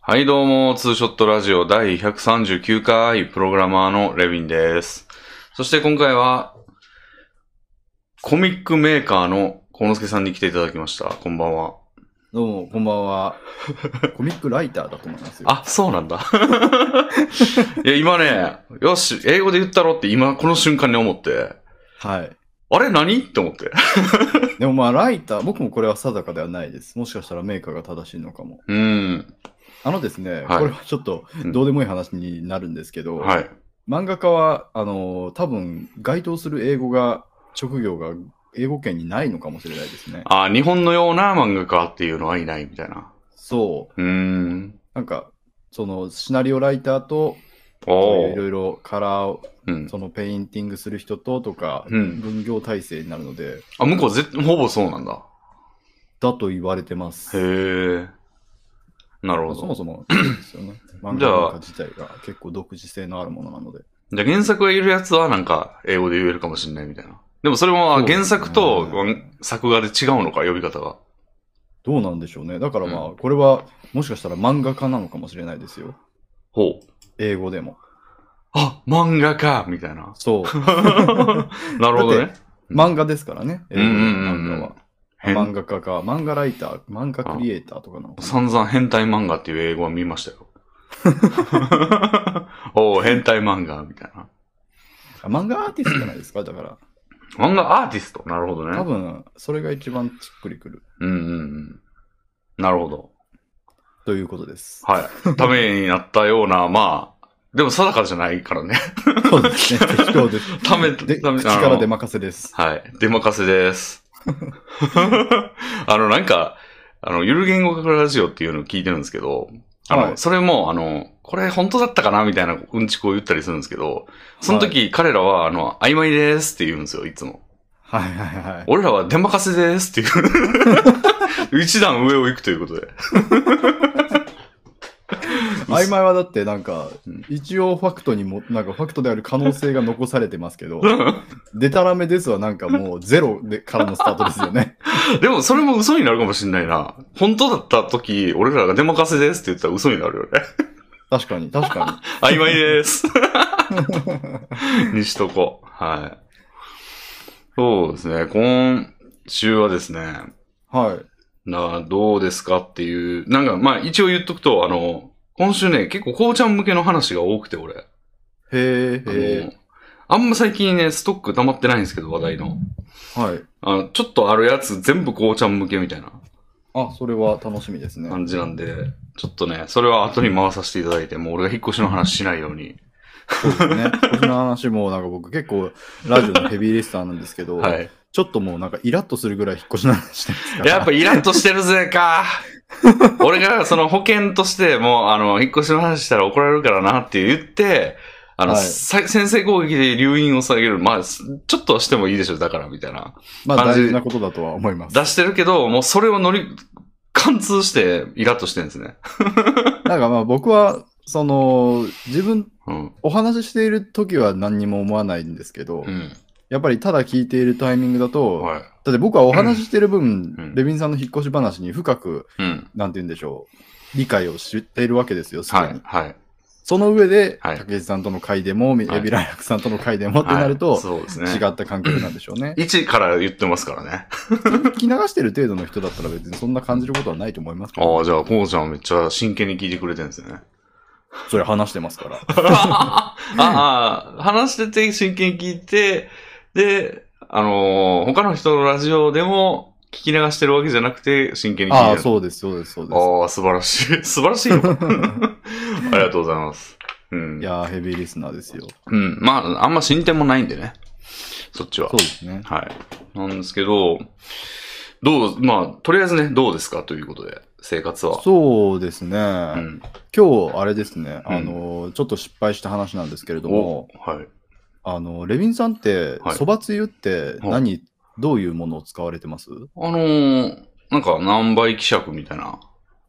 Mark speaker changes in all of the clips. Speaker 1: はい、どうも、ツーショットラジオ第139回、プログラマーのレビンです。そして今回は、コミックメーカーのコ之助さんに来ていただきました。こんばんは。
Speaker 2: どうも、こんば んは。コミックライターだと思いますよ。
Speaker 1: あ、そうなんだ。 いや、今ね、よし、英語で言ったろって今、この瞬間に思って、
Speaker 2: はい。
Speaker 1: あれ何って思って。
Speaker 2: でもまあ、ライター、僕もこれは定かではないです。もしかしたらメーカーが正しいのかも。
Speaker 1: うん。
Speaker 2: あのです
Speaker 1: は
Speaker 2: ね、
Speaker 1: い
Speaker 2: これはちょっと
Speaker 1: うん
Speaker 2: どうでもいい話になるんですけど、
Speaker 1: はい。
Speaker 2: 漫画家は、あの、多分、該当する英語が、職業が英語圏にないのかもしれないですね。
Speaker 1: あ、日本のような漫画家っていうのはいないみたいな。
Speaker 2: そう。
Speaker 1: うーん。
Speaker 2: なんか、その、シナリオライターと、そう
Speaker 1: お
Speaker 2: いうい
Speaker 1: ー。
Speaker 2: ろいろカラーを、
Speaker 1: うん。
Speaker 2: その、ペインティングする人ととか、
Speaker 1: うん
Speaker 2: 分業体制になるので、
Speaker 1: あ、向こうぜ、ほぼそうなんだ。
Speaker 2: だと言われてます。
Speaker 1: へえ。なるほ
Speaker 2: そも
Speaker 1: ど。
Speaker 2: そもそうです よね。漫画文化自体が結構独自性のあるものなので。
Speaker 1: じゃあ原作がいるやつはなんか英語で言えるかもしれないみたいな。でもそれも
Speaker 2: そ
Speaker 1: あ
Speaker 2: うですね
Speaker 1: 原作とうん作画で違うのか、呼び方が。
Speaker 2: どうなんでしょうね。だからまあ、これはもしかしたら漫画家なのかもしれないですよ。
Speaker 1: ほう。
Speaker 2: 英語でも。。
Speaker 1: あ、漫画かみたいな
Speaker 2: そう。
Speaker 1: なるほどね。
Speaker 2: 漫画ですからね。英語でも
Speaker 1: うんうんうん
Speaker 2: 漫画
Speaker 1: うん
Speaker 2: は。
Speaker 1: 変
Speaker 2: 漫画家か、漫画ライター、漫画クリエイターとかなのかな。
Speaker 1: 散々変態漫画っていう英語は見ました よ。おう変態漫画みたいな。
Speaker 2: あ漫画アーティストじゃないですか。だから、
Speaker 1: 漫画アーティストなるほどね。
Speaker 2: 多分、それが一番しっくりくる
Speaker 1: うんうんうん。なるほど。
Speaker 2: ということです。
Speaker 1: はい。ためになったような、まあ、でも定かじゃないからね。
Speaker 2: そうですね。適当です。
Speaker 1: ため
Speaker 2: で、
Speaker 1: ため
Speaker 2: 口から出任せです。
Speaker 1: はい。出任せです。あの、なんか、あの、ゆる言語学ラジオっていうのを聞いてるんですけど、あの、
Speaker 2: はい
Speaker 1: それも、あの、これ本当だったかなみたいなうんちくを言ったりするんですけど、その時、彼らは、あの、曖昧ですって言うんですよ、いつも。
Speaker 2: はいはいはい。
Speaker 1: 俺らは出任せですっていう。 一段上を行くということで。
Speaker 2: 曖昧はだってなんか
Speaker 1: うん、
Speaker 2: 一応ファクトにも、なんかファクトである可能性が残されてますけど、 でたらめですはなんかもうゼロでからのスタートですよね。
Speaker 1: でも、それも嘘になるかもしんないな。本当だった時、俺らが出任せですって言ったら嘘になるよね。
Speaker 2: 確かに、確か
Speaker 1: 曖昧 です。にしとこう。はい。そうですね。今週はですね、
Speaker 2: に。はい。
Speaker 1: などうですかっていう、なんかまあ一応言っとくと、あの、今週ね、結構こうちゃん向けの話が多くて、俺。
Speaker 2: へ
Speaker 1: あ
Speaker 2: え、
Speaker 1: の
Speaker 2: へ
Speaker 1: あんま最近ね、ストック溜まってないんですけど、話題の。
Speaker 2: え。はい。
Speaker 1: あのちょっとあるやつ全部こうちゃん向けみたいな
Speaker 2: あ、それは楽しみですね。
Speaker 1: 感じなんで、ちょっとね、それは後に回させていただいて、もう俺が引っ越しの話しないように。
Speaker 2: そうですね。この話もなんか僕結構ラジオのヘビーリスターなんですけど、
Speaker 1: はい。
Speaker 2: ちょっともうなんかイラッとするぐらい引っ越しの話してますから。
Speaker 1: やっぱイラッとしてるぜか。 俺がその保険としてもうあの、引っ越しの話したら怒られるからなって言って、あの、
Speaker 2: はい
Speaker 1: さ先制攻撃で留飲を下げる。まあ、すちょっとはしてもいいでしょ、だから、みたいな。
Speaker 2: まあ
Speaker 1: 感じ
Speaker 2: 大事なことだとは思います。
Speaker 1: 出してるけど、もうそれを乗り、貫通してイラッとしてるんですね。
Speaker 2: なんかまあ僕は、その、自分、
Speaker 1: うん。
Speaker 2: お話ししている時は何にも思わないんですけど、
Speaker 1: うん。
Speaker 2: やっぱりただ聞いているタイミングだと、
Speaker 1: はい。
Speaker 2: だって僕はお話ししてる分、
Speaker 1: うん
Speaker 2: レビンさんの引っ越し話に深く、
Speaker 1: うん。
Speaker 2: なんて言うんでしょう、理解を知っているわけですよ、すでに。
Speaker 1: はい。はい。
Speaker 2: その上で、
Speaker 1: はい
Speaker 2: 竹内さんとの会でも、み
Speaker 1: はい
Speaker 2: エビライラクさんとの会でもってなると、
Speaker 1: はいそうですね。
Speaker 2: 違った環境なんでしょう ね。
Speaker 1: 1から言ってますからね。
Speaker 2: 聞き流してる程度の人だったら別にそんな感じることはないと思います けど、
Speaker 1: ああ、じゃあ、こうちゃんめっちゃ真剣に聞いてくれてるんですね。
Speaker 2: それ話してますから。
Speaker 1: ああ、話してて真剣に聞いて、で、あのー他の人のラジオでも聞き流してるわけじゃなくて、真剣に聞いて
Speaker 2: ああ、
Speaker 1: る。
Speaker 2: そうです、そうです、そうで
Speaker 1: ああ、素晴らしい。 素晴らしいよ。ありがとうございます。うん。
Speaker 2: す。いやー、ヘビーリスナーですよ。
Speaker 1: うん。まあ、あんま進展もないんでね。そっちは
Speaker 2: そう。ですね。
Speaker 1: はい。なんですけど、どう、まあ、とりあえずね、どうですかということで、生活は。
Speaker 2: そうですね。
Speaker 1: うん。
Speaker 2: 今日、あれですね、
Speaker 1: うん
Speaker 2: あのー、ちょっと失敗した話なんですけれども、
Speaker 1: おはい。
Speaker 2: あの、レビンさんって
Speaker 1: はい、
Speaker 2: そばつゆって何、どういうものを使われてます
Speaker 1: あのーなんか、何倍希釈みたいな。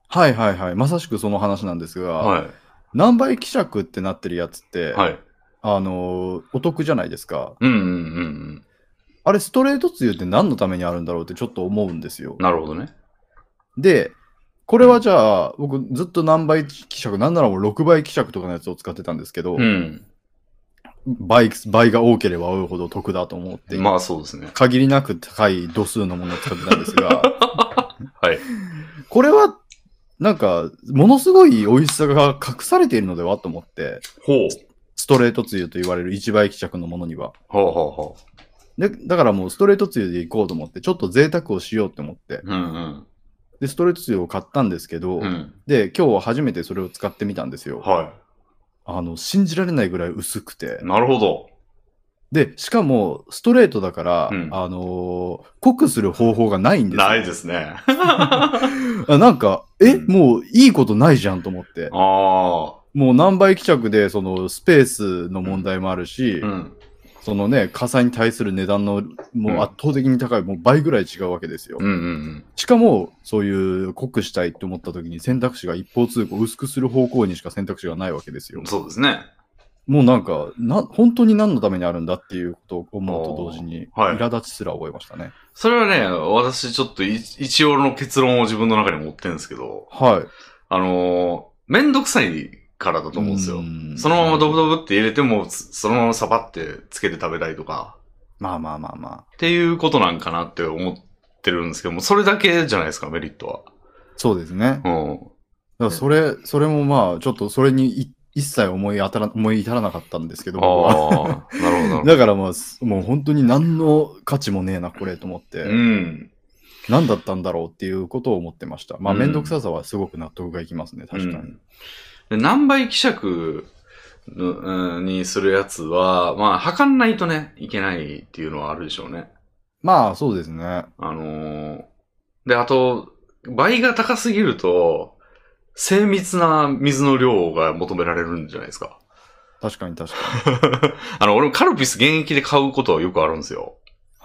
Speaker 2: はいはいはい。まさしくその話なんですが、
Speaker 1: は
Speaker 2: 何倍希釈ってなってるやつって、
Speaker 1: い。はい。
Speaker 2: あの、お得じゃないですか。
Speaker 1: うんうんうんうん。
Speaker 2: あれ、ストレートつゆって何のためにあるんだろうってちょっと思うんですよ。
Speaker 1: なるほどね。
Speaker 2: で、これはじゃあ、僕ずっと何倍希釈、なんならもう6倍希釈とかのやつを使ってたんですけど、
Speaker 1: うん。
Speaker 2: 倍倍が多ければ多いほど得だと思って、
Speaker 1: まあそうですね。
Speaker 2: 限りなく高い度数のものを使ってたんですが、
Speaker 1: はい。
Speaker 2: これは、なんか、ものすごい美味しさが隠されているのではと思って、
Speaker 1: ほう。
Speaker 2: ストレートつゆと言われる一倍希釈のものには。
Speaker 1: ほうほうほ
Speaker 2: で、だからもうストレートつゆでいこうと思って、ちょっと贅沢をしようと思って、
Speaker 1: う。うん
Speaker 2: で、ストレートつゆを買ったんですけど、
Speaker 1: うん。うん。
Speaker 2: で、今日は初めてそれを使ってみたんですよ。
Speaker 1: は
Speaker 2: あの、信じられないぐらい薄くて
Speaker 1: い。。なるほど。
Speaker 2: で、しかも、ストレートだから、
Speaker 1: うん
Speaker 2: あのー濃くする方法がないんですよ。
Speaker 1: ないですね。
Speaker 2: あなんか、え、
Speaker 1: うん
Speaker 2: もういいことないじゃんと思って。
Speaker 1: ああ。
Speaker 2: もう何倍希釈で、その、スペースの問題もあるし、
Speaker 1: うん。
Speaker 2: そのね、火災に対する値段の、
Speaker 1: うん
Speaker 2: もう圧倒的に高い、もう倍ぐらい違うわけですよ。
Speaker 1: うんうん
Speaker 2: しかも、そういう濃くしたいって思った時に選択肢が一方通行、薄くする方向にしか選択肢がないわけです
Speaker 1: う
Speaker 2: よ
Speaker 1: ん。。そうですね。
Speaker 2: もうなんか、な、本当に何のためにあるんだっていうことを思うと同時に、
Speaker 1: あーはい
Speaker 2: 苛立ちすら覚えましたね。
Speaker 1: それはね、私ちょっとい一応の結論を自分の中に持ってるんですけど、
Speaker 2: はい。
Speaker 1: あのー、めんどくさいからだと思うんですよ。
Speaker 2: ん
Speaker 1: そのままドブドブって入れても、つそのままサバってつけて食べたいとか、
Speaker 2: まあまあまあまあ。
Speaker 1: っていうことなんかなって思ってるんですけども、それだけじゃないですか、メリット
Speaker 2: そうですね。だか
Speaker 1: は。うん。
Speaker 2: らそれ、それもまあ、ちょっとそれにい一切思い当たら、思い至らなかったんですけど、僕は
Speaker 1: ああ、なるほど、なるほど。
Speaker 2: だからまあ、すもう本当に何の価値もねえな、これと思って、
Speaker 1: うん。
Speaker 2: 何だったんだろうっていうことを思ってました。まあ、
Speaker 1: うん
Speaker 2: めんどくささはすごく納得がいきますね、確かに。
Speaker 1: で何倍希釈のうんにするやつは、まあ、測んないとね、いけないっていうのはあるでしょうね。
Speaker 2: まあ、そうですね。
Speaker 1: あのーで、あと、倍が高すぎると、精密な水の量が求められるんじゃないですか。
Speaker 2: 確かに確か
Speaker 1: あの、俺もカルピス現役で買うことはよくあるんですよ。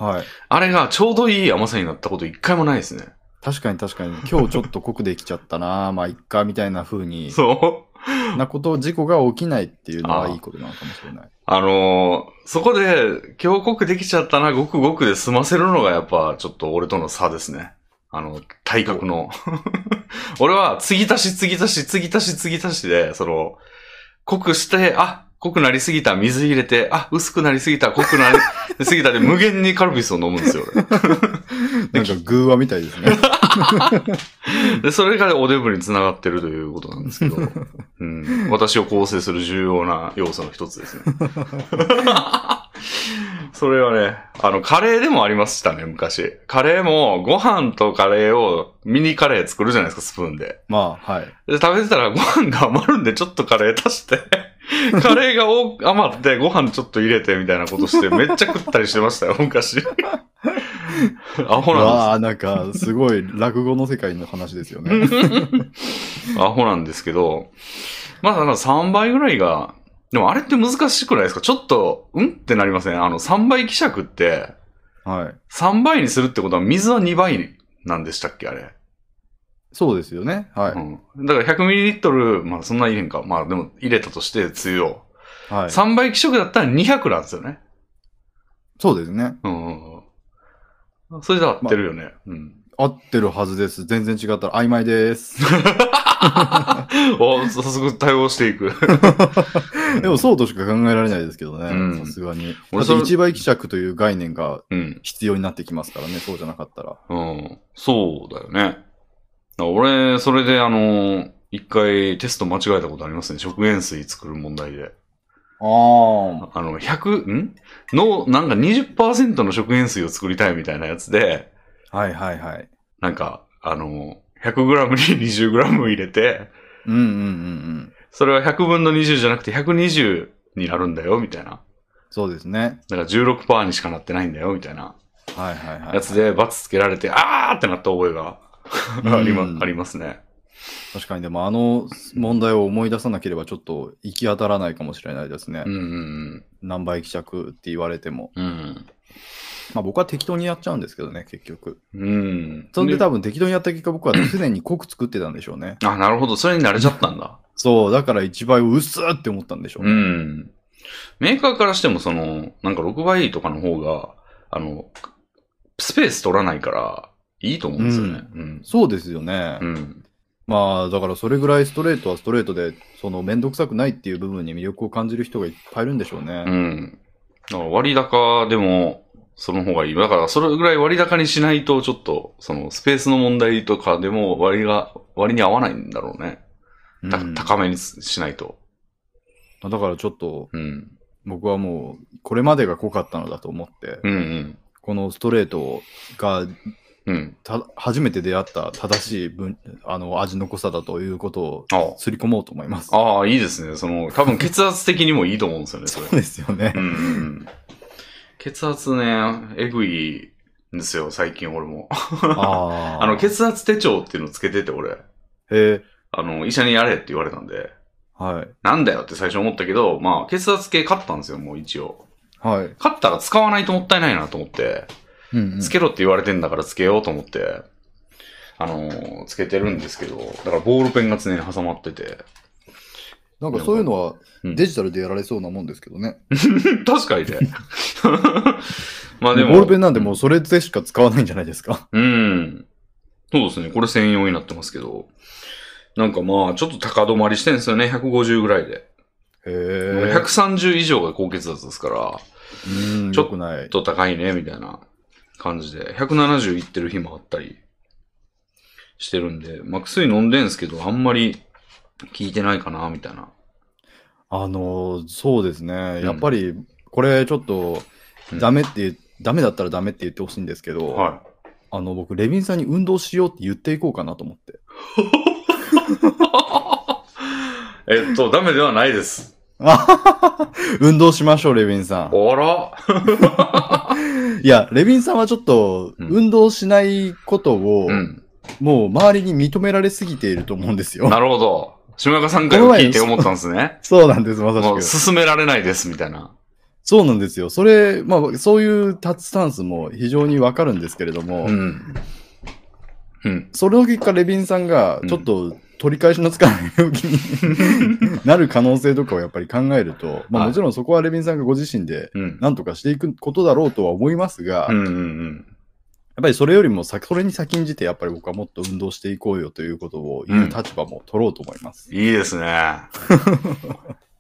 Speaker 2: に。はい。
Speaker 1: あれがちょうどいい甘さになったこと一回もないですね。
Speaker 2: 確かに確かに、今日ちょっと濃くできちゃったな、まあ、いっか、みたいな風に、
Speaker 1: そう。
Speaker 2: なこと、事故が起きないっていうの
Speaker 1: あ
Speaker 2: は
Speaker 1: ー
Speaker 2: いいことなのかもしれない。
Speaker 1: あのーそこで、今日濃くできちゃったな、ごくごくで済ませるのがやっぱちょっと俺との差ですね。あの、体格の。 俺は、継ぎ足し、継ぎ足し、継ぎ足し、継ぎ足しで、その、濃くして、あ、濃くなりすぎた、水入れて、あ、薄くなりすぎた、濃くなりすぎたで、無限にカルピスを飲むんですよ、俺
Speaker 2: なんか、偶話みたいですね。
Speaker 1: で、それがおデブに繋がってるということなんですけど、うん、私を構成する重要な要素の一つですね。それはね、あの、カレーでもありましたね、昔。カレーも、ご飯とカレーを、ミニカレー作るじゃないですか、スプーンで。
Speaker 2: まあ、はい。
Speaker 1: で、食べてたらご飯が余るんで、ちょっとカレー足して、カレーが多く余って、ご飯ちょっと入れて、みたいなことして、めっちゃ食ったりしてましたよ、昔。アホなんですよ
Speaker 2: わあ、なんか、すごい落語の世界の話ですよね。
Speaker 1: アホなんですけど、まあだから3倍ぐらいが、でもあれって難しくないですかちょっと、うんってなりませんあの、3倍希釈って、
Speaker 2: はい。
Speaker 1: 3倍にするってことは水は2倍なんでしたっけあれ。
Speaker 2: そうですよね。は
Speaker 1: うん。だから 100ml、まあそんな入れんか。まあでも入れたとして、つゆを。
Speaker 2: い。はい。
Speaker 1: 3倍希釈だったら200なんですよね。
Speaker 2: そうですね。
Speaker 1: うんうんうん。それで合ってるよね。うん。
Speaker 2: 合ってるはずです。全然違ったら曖昧です。
Speaker 1: お、早速対応していく。
Speaker 2: でもそうとしか考えられないですけど
Speaker 1: うん
Speaker 2: ね。さすがに。だ
Speaker 1: 俺
Speaker 2: っ
Speaker 1: そ
Speaker 2: て
Speaker 1: れ
Speaker 2: 一倍希釈という概念が
Speaker 1: うん。
Speaker 2: 必要になってきますからね。そうじゃなかったら。
Speaker 1: うん。そうだよね。だから俺、それであのー、一回テスト間違えたことありますね。食塩水作る問題で。あ
Speaker 2: ああ。
Speaker 1: の、100、んの、なんか20%の食塩水を作りたいみたいなやつで、
Speaker 2: はいはいはい。
Speaker 1: なんか、あのー、100g に 20g 入れて、
Speaker 2: うんうんうんうん。
Speaker 1: それは100分の20じゃなくて120になるんだよ、みたいな。
Speaker 2: そうですね。
Speaker 1: だから16%にしかなってないんだよ、みたいな
Speaker 2: はいはいはい。
Speaker 1: やつで、罰つけられて、あーってなった覚えがありま
Speaker 2: う、ん
Speaker 1: ありますね。
Speaker 2: 確かにでもあの問題を思い出さなければちょっと行き当たらないかもしれないですね
Speaker 1: う。んうん
Speaker 2: 何倍希釈って言われても。
Speaker 1: うん。うん。
Speaker 2: まあ僕は適当にやっちゃうんですけどね、結局。
Speaker 1: うん。
Speaker 2: そんで多分適当にやった結果僕は常に濃く作ってたんでしょうね。
Speaker 1: あ、なるほど。それに慣れちゃったんだ。
Speaker 2: そう、だから1倍を薄っって思ったんでしょう
Speaker 1: う
Speaker 2: ね。
Speaker 1: ん。メーカーからしても、その、なんか6倍とかの方が、あの、スペース取らないから、いいと思うんですよね。うん。
Speaker 2: そうですよね
Speaker 1: う。ん。
Speaker 2: まあだからそれぐらいストレートはストレートでその面倒くさくないっていう部分に魅力を感じる人がいっぱいいるんでしょうね。
Speaker 1: うん。だから割高でも、その方がいい。だから、それぐらい割高にしないと、ちょっと、その、スペースの問題とかでも、割が、割に合わないんだろうね。た
Speaker 2: うん
Speaker 1: 高めにしないと。
Speaker 2: まあだからちょっと
Speaker 1: うん。
Speaker 2: 僕はもうこれまでが濃かったのだと思って、
Speaker 1: うんうん。
Speaker 2: このストレートが
Speaker 1: うん。
Speaker 2: た初めて出会った正しい分あの味の濃さだということ
Speaker 1: あ
Speaker 2: をすり込もうと思います。
Speaker 1: ああ、いいですね。その、多分血圧的にもいいと思うんですよね、 それ。
Speaker 2: そうですよね
Speaker 1: う。んうんうん。血圧ね、えぐいんですよ、最近俺も。
Speaker 2: あー
Speaker 1: あの、血圧手帳っていうのつけてて、俺。
Speaker 2: へえ
Speaker 1: あの、医者にやれって言われたんで、
Speaker 2: はい
Speaker 1: なんだよって最初思ったけど、まあ、血圧計買ったんですよ、もう一応。
Speaker 2: はい。
Speaker 1: 買ったら使わないともったいないなと思って、
Speaker 2: うんうん
Speaker 1: つけろって言われてんだからつけようと思って、あのーつけてるんですけど、だからボールペンが常に挟まってて。
Speaker 2: なんかそういうのは
Speaker 1: うん
Speaker 2: デジタルでやられそうなもんですけどね。
Speaker 1: 確かにね。 まあ
Speaker 2: で
Speaker 1: で
Speaker 2: も
Speaker 1: も。
Speaker 2: ボールペンなんでもうそれでしか使わないんじゃないですか。
Speaker 1: うん。そうですね。これ専用になってますけど。なんかまあ、ちょっと高止まりしてんですよね。150ぐらいで。
Speaker 2: へえ。
Speaker 1: 130以上が高血圧ですから、
Speaker 2: うん、
Speaker 1: ちょ
Speaker 2: よくない
Speaker 1: ち。ょっと高いね、みたいな感じで。170いってる日もあったりしてるんで、まあ薬飲んでんすけど、あんまり効いてないかな、みたいな。
Speaker 2: あのーそうですね。
Speaker 1: ん
Speaker 2: やっぱり、これちょっと
Speaker 1: う、ん
Speaker 2: ダメって、ダメだったらダメって言ってほしいんですけど、
Speaker 1: は
Speaker 2: あの、僕、レビンさんに運動しようって言っていこうかなと思って。
Speaker 1: い。えっと、ダメではないです。
Speaker 2: あははは運動しましょう、レビン
Speaker 1: あ
Speaker 2: さん。
Speaker 1: ら
Speaker 2: いや、レビンさんはちょっと、
Speaker 1: うん
Speaker 2: 運動しないことを、
Speaker 1: うん。
Speaker 2: もう周りに認められすぎていると思うんですよ。
Speaker 1: なるほど。島岡さんから聞いて思ったんですね。
Speaker 2: そうなんです、まさし
Speaker 1: もう
Speaker 2: く。
Speaker 1: 進められないです、みたいな。
Speaker 2: そうなんですよ。それ、まあ、そういうタッチスタンスも非常にわかるんですけれども、
Speaker 1: うん。うん。
Speaker 2: それの結果、レビンさんが
Speaker 1: うん
Speaker 2: ちょっと取り返しのつかない病気 になる可能性とかをやっぱり考えると、ま
Speaker 1: はい
Speaker 2: あ、もちろんそこはレビンさんがご自身で
Speaker 1: うん。
Speaker 2: 何とかしていくことだろうとは思いますが、
Speaker 1: う
Speaker 2: やっ
Speaker 1: んうん
Speaker 2: ぱりそれよりも先それに先んじて、やっぱり僕はもっと運動していこうよということを言う立場も取ろうと思います。
Speaker 1: うん。いい ですね。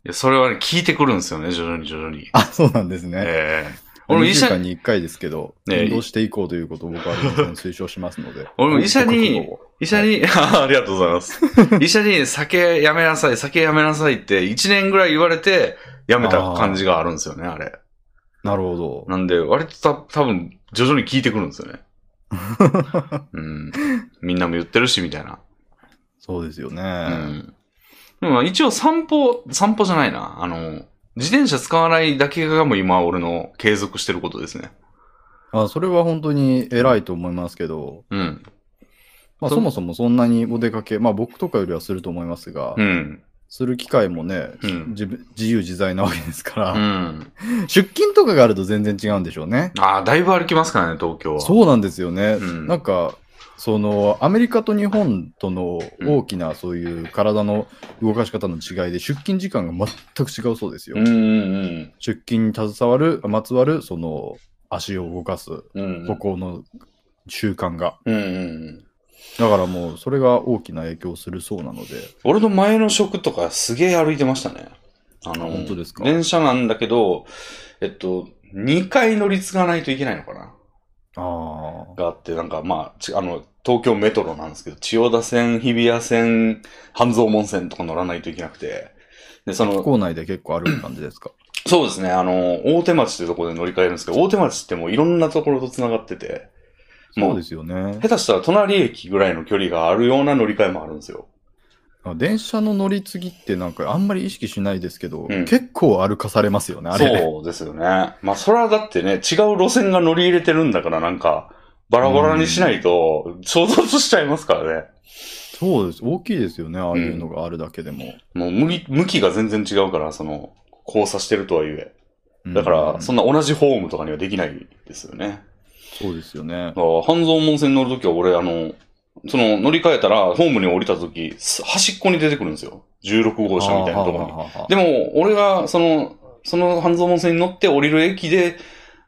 Speaker 1: いや、それはね、聞いてくるんですよね、徐々に徐々に。
Speaker 2: あ、そうなんですね。
Speaker 1: ええ
Speaker 2: 二
Speaker 1: 俺も医
Speaker 2: 週
Speaker 1: 者
Speaker 2: 間、に1回ですけど、
Speaker 1: ねえ。
Speaker 2: 運動していこうということを僕はレビンさんに推奨しますので
Speaker 1: 俺も医者に
Speaker 2: ご覚悟を
Speaker 1: 医者に、 ありがとうござい ます。医者に酒やめなさい、酒やめなさいって1年ぐらい言われて、やめた感じがあるんですよね、あれ。
Speaker 2: なるほど。
Speaker 1: なんで、割とた多分、徐々に聞いてくるんです よね。うん。みんなも言ってるし、みたいな。
Speaker 2: そうですよね。
Speaker 1: うん。でもまあ一応散歩、散歩じゃないな。あの、自転車使わないだけがもう今俺の継続してることですね。
Speaker 2: あそれは本当に偉いと思いますけど、
Speaker 1: うん。
Speaker 2: まあ、
Speaker 1: そ
Speaker 2: そもそもそんなにお出かけ、まあ、僕とかよりはすると思いますが、
Speaker 1: うん。
Speaker 2: する機会もね、
Speaker 1: うん。
Speaker 2: 自分自由自在なわけですから
Speaker 1: う、ん。
Speaker 2: 出勤とかがあると全然違うんでしょうね。
Speaker 1: ああ、だいぶ歩きますからね、東京は。
Speaker 2: そうなんですよね。
Speaker 1: うん
Speaker 2: なんかそのアメリカと日本との
Speaker 1: うん
Speaker 2: 大きなそういう体の動かし方の違いで出勤時間が全く違うそうですよ。
Speaker 1: うんうん
Speaker 2: 出勤に携わる、まつわるその足を動かす
Speaker 1: うん。うん。
Speaker 2: 歩行の習慣が。
Speaker 1: うんうんうん。
Speaker 2: だからもうそれが大きな影響をするそうなので。
Speaker 1: 俺の前の職とかすげえ歩いてましたね。あの、
Speaker 2: 本当ですか
Speaker 1: 電車なんだけど、えっと、2回乗り継がないといけないのかな
Speaker 2: ああ。
Speaker 1: があって、なんかまあ、ちあの、東京メトロなんですけど、千代田線、日比谷線、半蔵門線とか乗らないといけなくて、で、その、
Speaker 2: 校内で結構歩く感じですか。
Speaker 1: そうですね、あの、大手町ってとこで乗り換えるんですけど、大手町ってもういろんなところと繋がってて、
Speaker 2: そ
Speaker 1: も
Speaker 2: う
Speaker 1: う
Speaker 2: で、すよね。
Speaker 1: 下手したら隣駅ぐらいの距離があるような乗り換えもあるんですよ。
Speaker 2: 電車の乗り継ぎってなんかあんまり意識しないですけ
Speaker 1: う
Speaker 2: ど、
Speaker 1: ん
Speaker 2: 結構歩かされますよね、あれね。
Speaker 1: そうですよね。まあ、それはだってね、違う路線が乗り入れてるんだから、なんか、バラバラにしないと、衝突しちゃいますからね。
Speaker 2: そうです。大きいですよね、ああいうのがあるだけでも。
Speaker 1: もう向き、向きが全然違うから、その、交差してるとはいえ。
Speaker 2: うん
Speaker 1: だから、そ
Speaker 2: そ
Speaker 1: んな同じホームとかにはできないですよね。
Speaker 2: うですよね
Speaker 1: だ。から半蔵門線乗るときは俺、あの、その乗り換えたら、ホームに降りたとき、す端っこに出てくるんですよ。16号車みたいなところに。
Speaker 2: ろ
Speaker 1: でも、俺が、その、その半蔵門線に乗って降りる駅で、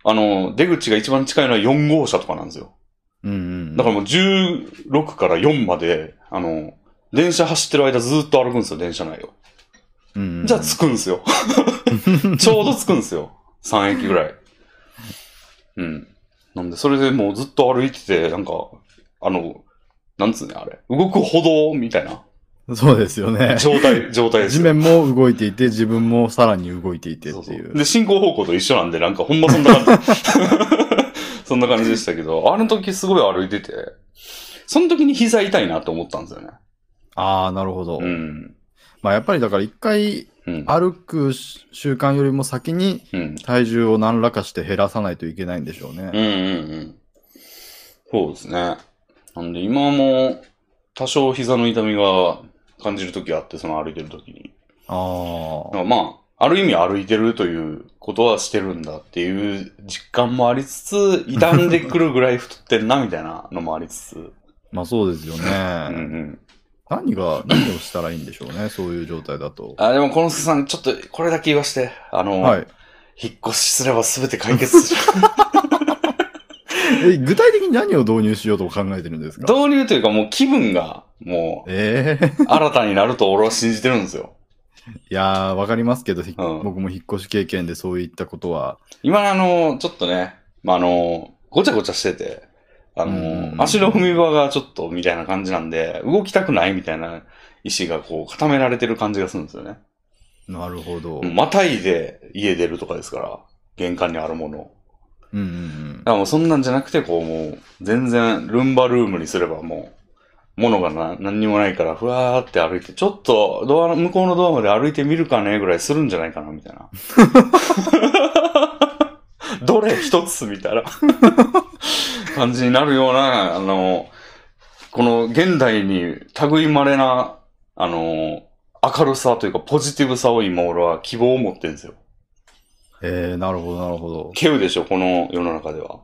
Speaker 1: あの、出口が一番近いのは4号車とかなんですよ。
Speaker 2: に。うんうん。
Speaker 1: だからもう16から4まで、あの、電車走ってる間ずっと歩くんですよ、電車内を。
Speaker 2: うんうん
Speaker 1: じゃあ着くんですよ。 ちょうど着くんですよ。3駅ぐらい。うん。なんで、それでもうずっと歩いてて、なんか、あの、なんつうね、あれ。動く歩道みたいな
Speaker 2: そうですよね。
Speaker 1: 状 態、状態です
Speaker 2: 地
Speaker 1: よ。
Speaker 2: 面も動いていて、自分もさらに動いていてってい。
Speaker 1: そううそうで、進行方向と一緒なんで、なんかほんまそんな感じ。 そんな感じでしたけど、あの時すごい歩いてて、その時に膝痛いなと思ったんですよね。
Speaker 2: ああ、なるほど。
Speaker 1: うん。
Speaker 2: まあやっぱりだから一回
Speaker 1: うん。
Speaker 2: 歩くし習慣よりも先に
Speaker 1: うん。
Speaker 2: 体重を何らかして減らさないといけないんでしょうね。
Speaker 1: うんうんうん。そうですね。なんで今も多少膝の痛みが感じるときあって、その歩いてるときに。
Speaker 2: あ
Speaker 1: だからまあ、ある意味歩いてるということはしてるんだっていう実感もありつつ、傷んでくるぐらい太ってんなみたいなのもありつつ。
Speaker 2: あ、まあそうですよね。
Speaker 1: うんうん。
Speaker 2: 何が、何をしたらいいんでしょう ね、そういう状態だと。
Speaker 1: あ、でも、このすけさん、ちょっと、これだけ言わして。あの、
Speaker 2: はい。
Speaker 1: 引っ越しすれば全て解決する。
Speaker 2: え、具体的に何を導入しようと考えてるんですか
Speaker 1: 導入というか、もう気分が、も
Speaker 2: ええ
Speaker 1: う、新たになると俺は信じてるんですよ。
Speaker 2: いやー、わかりますけど、ひっ
Speaker 1: うん
Speaker 2: 僕も引っ越し経験でそういったことは。
Speaker 1: 今、あの、ちょっとね、まあ、あの、ごちゃごちゃしてて、あ
Speaker 2: うん
Speaker 1: の、足の踏み場がちょっと、みたいな感じなんで、動きたくないみたいな意志がこう、固められてる感じがするんですよね。
Speaker 2: なるほど。うん
Speaker 1: またいで家出るとかですから、玄関にあるものを。
Speaker 2: うんうん
Speaker 1: だ。からもうそんなんじゃなくて、こうもう、全然ルンバルームにすればもう、物がな何にもないから、ふわーって歩いて、ちょっとドアの、向こうのドアまで歩いてみるかねぐらいするんじゃないかな、みたいな。 どれ一つみたいな感じになるような、あの、この現代に類まれな、あの、明るさというかポジティブさを今俺は希望を持ってるんですよ。
Speaker 2: えー、なるほど、なるほど。
Speaker 1: けうでしょ、この世の中では。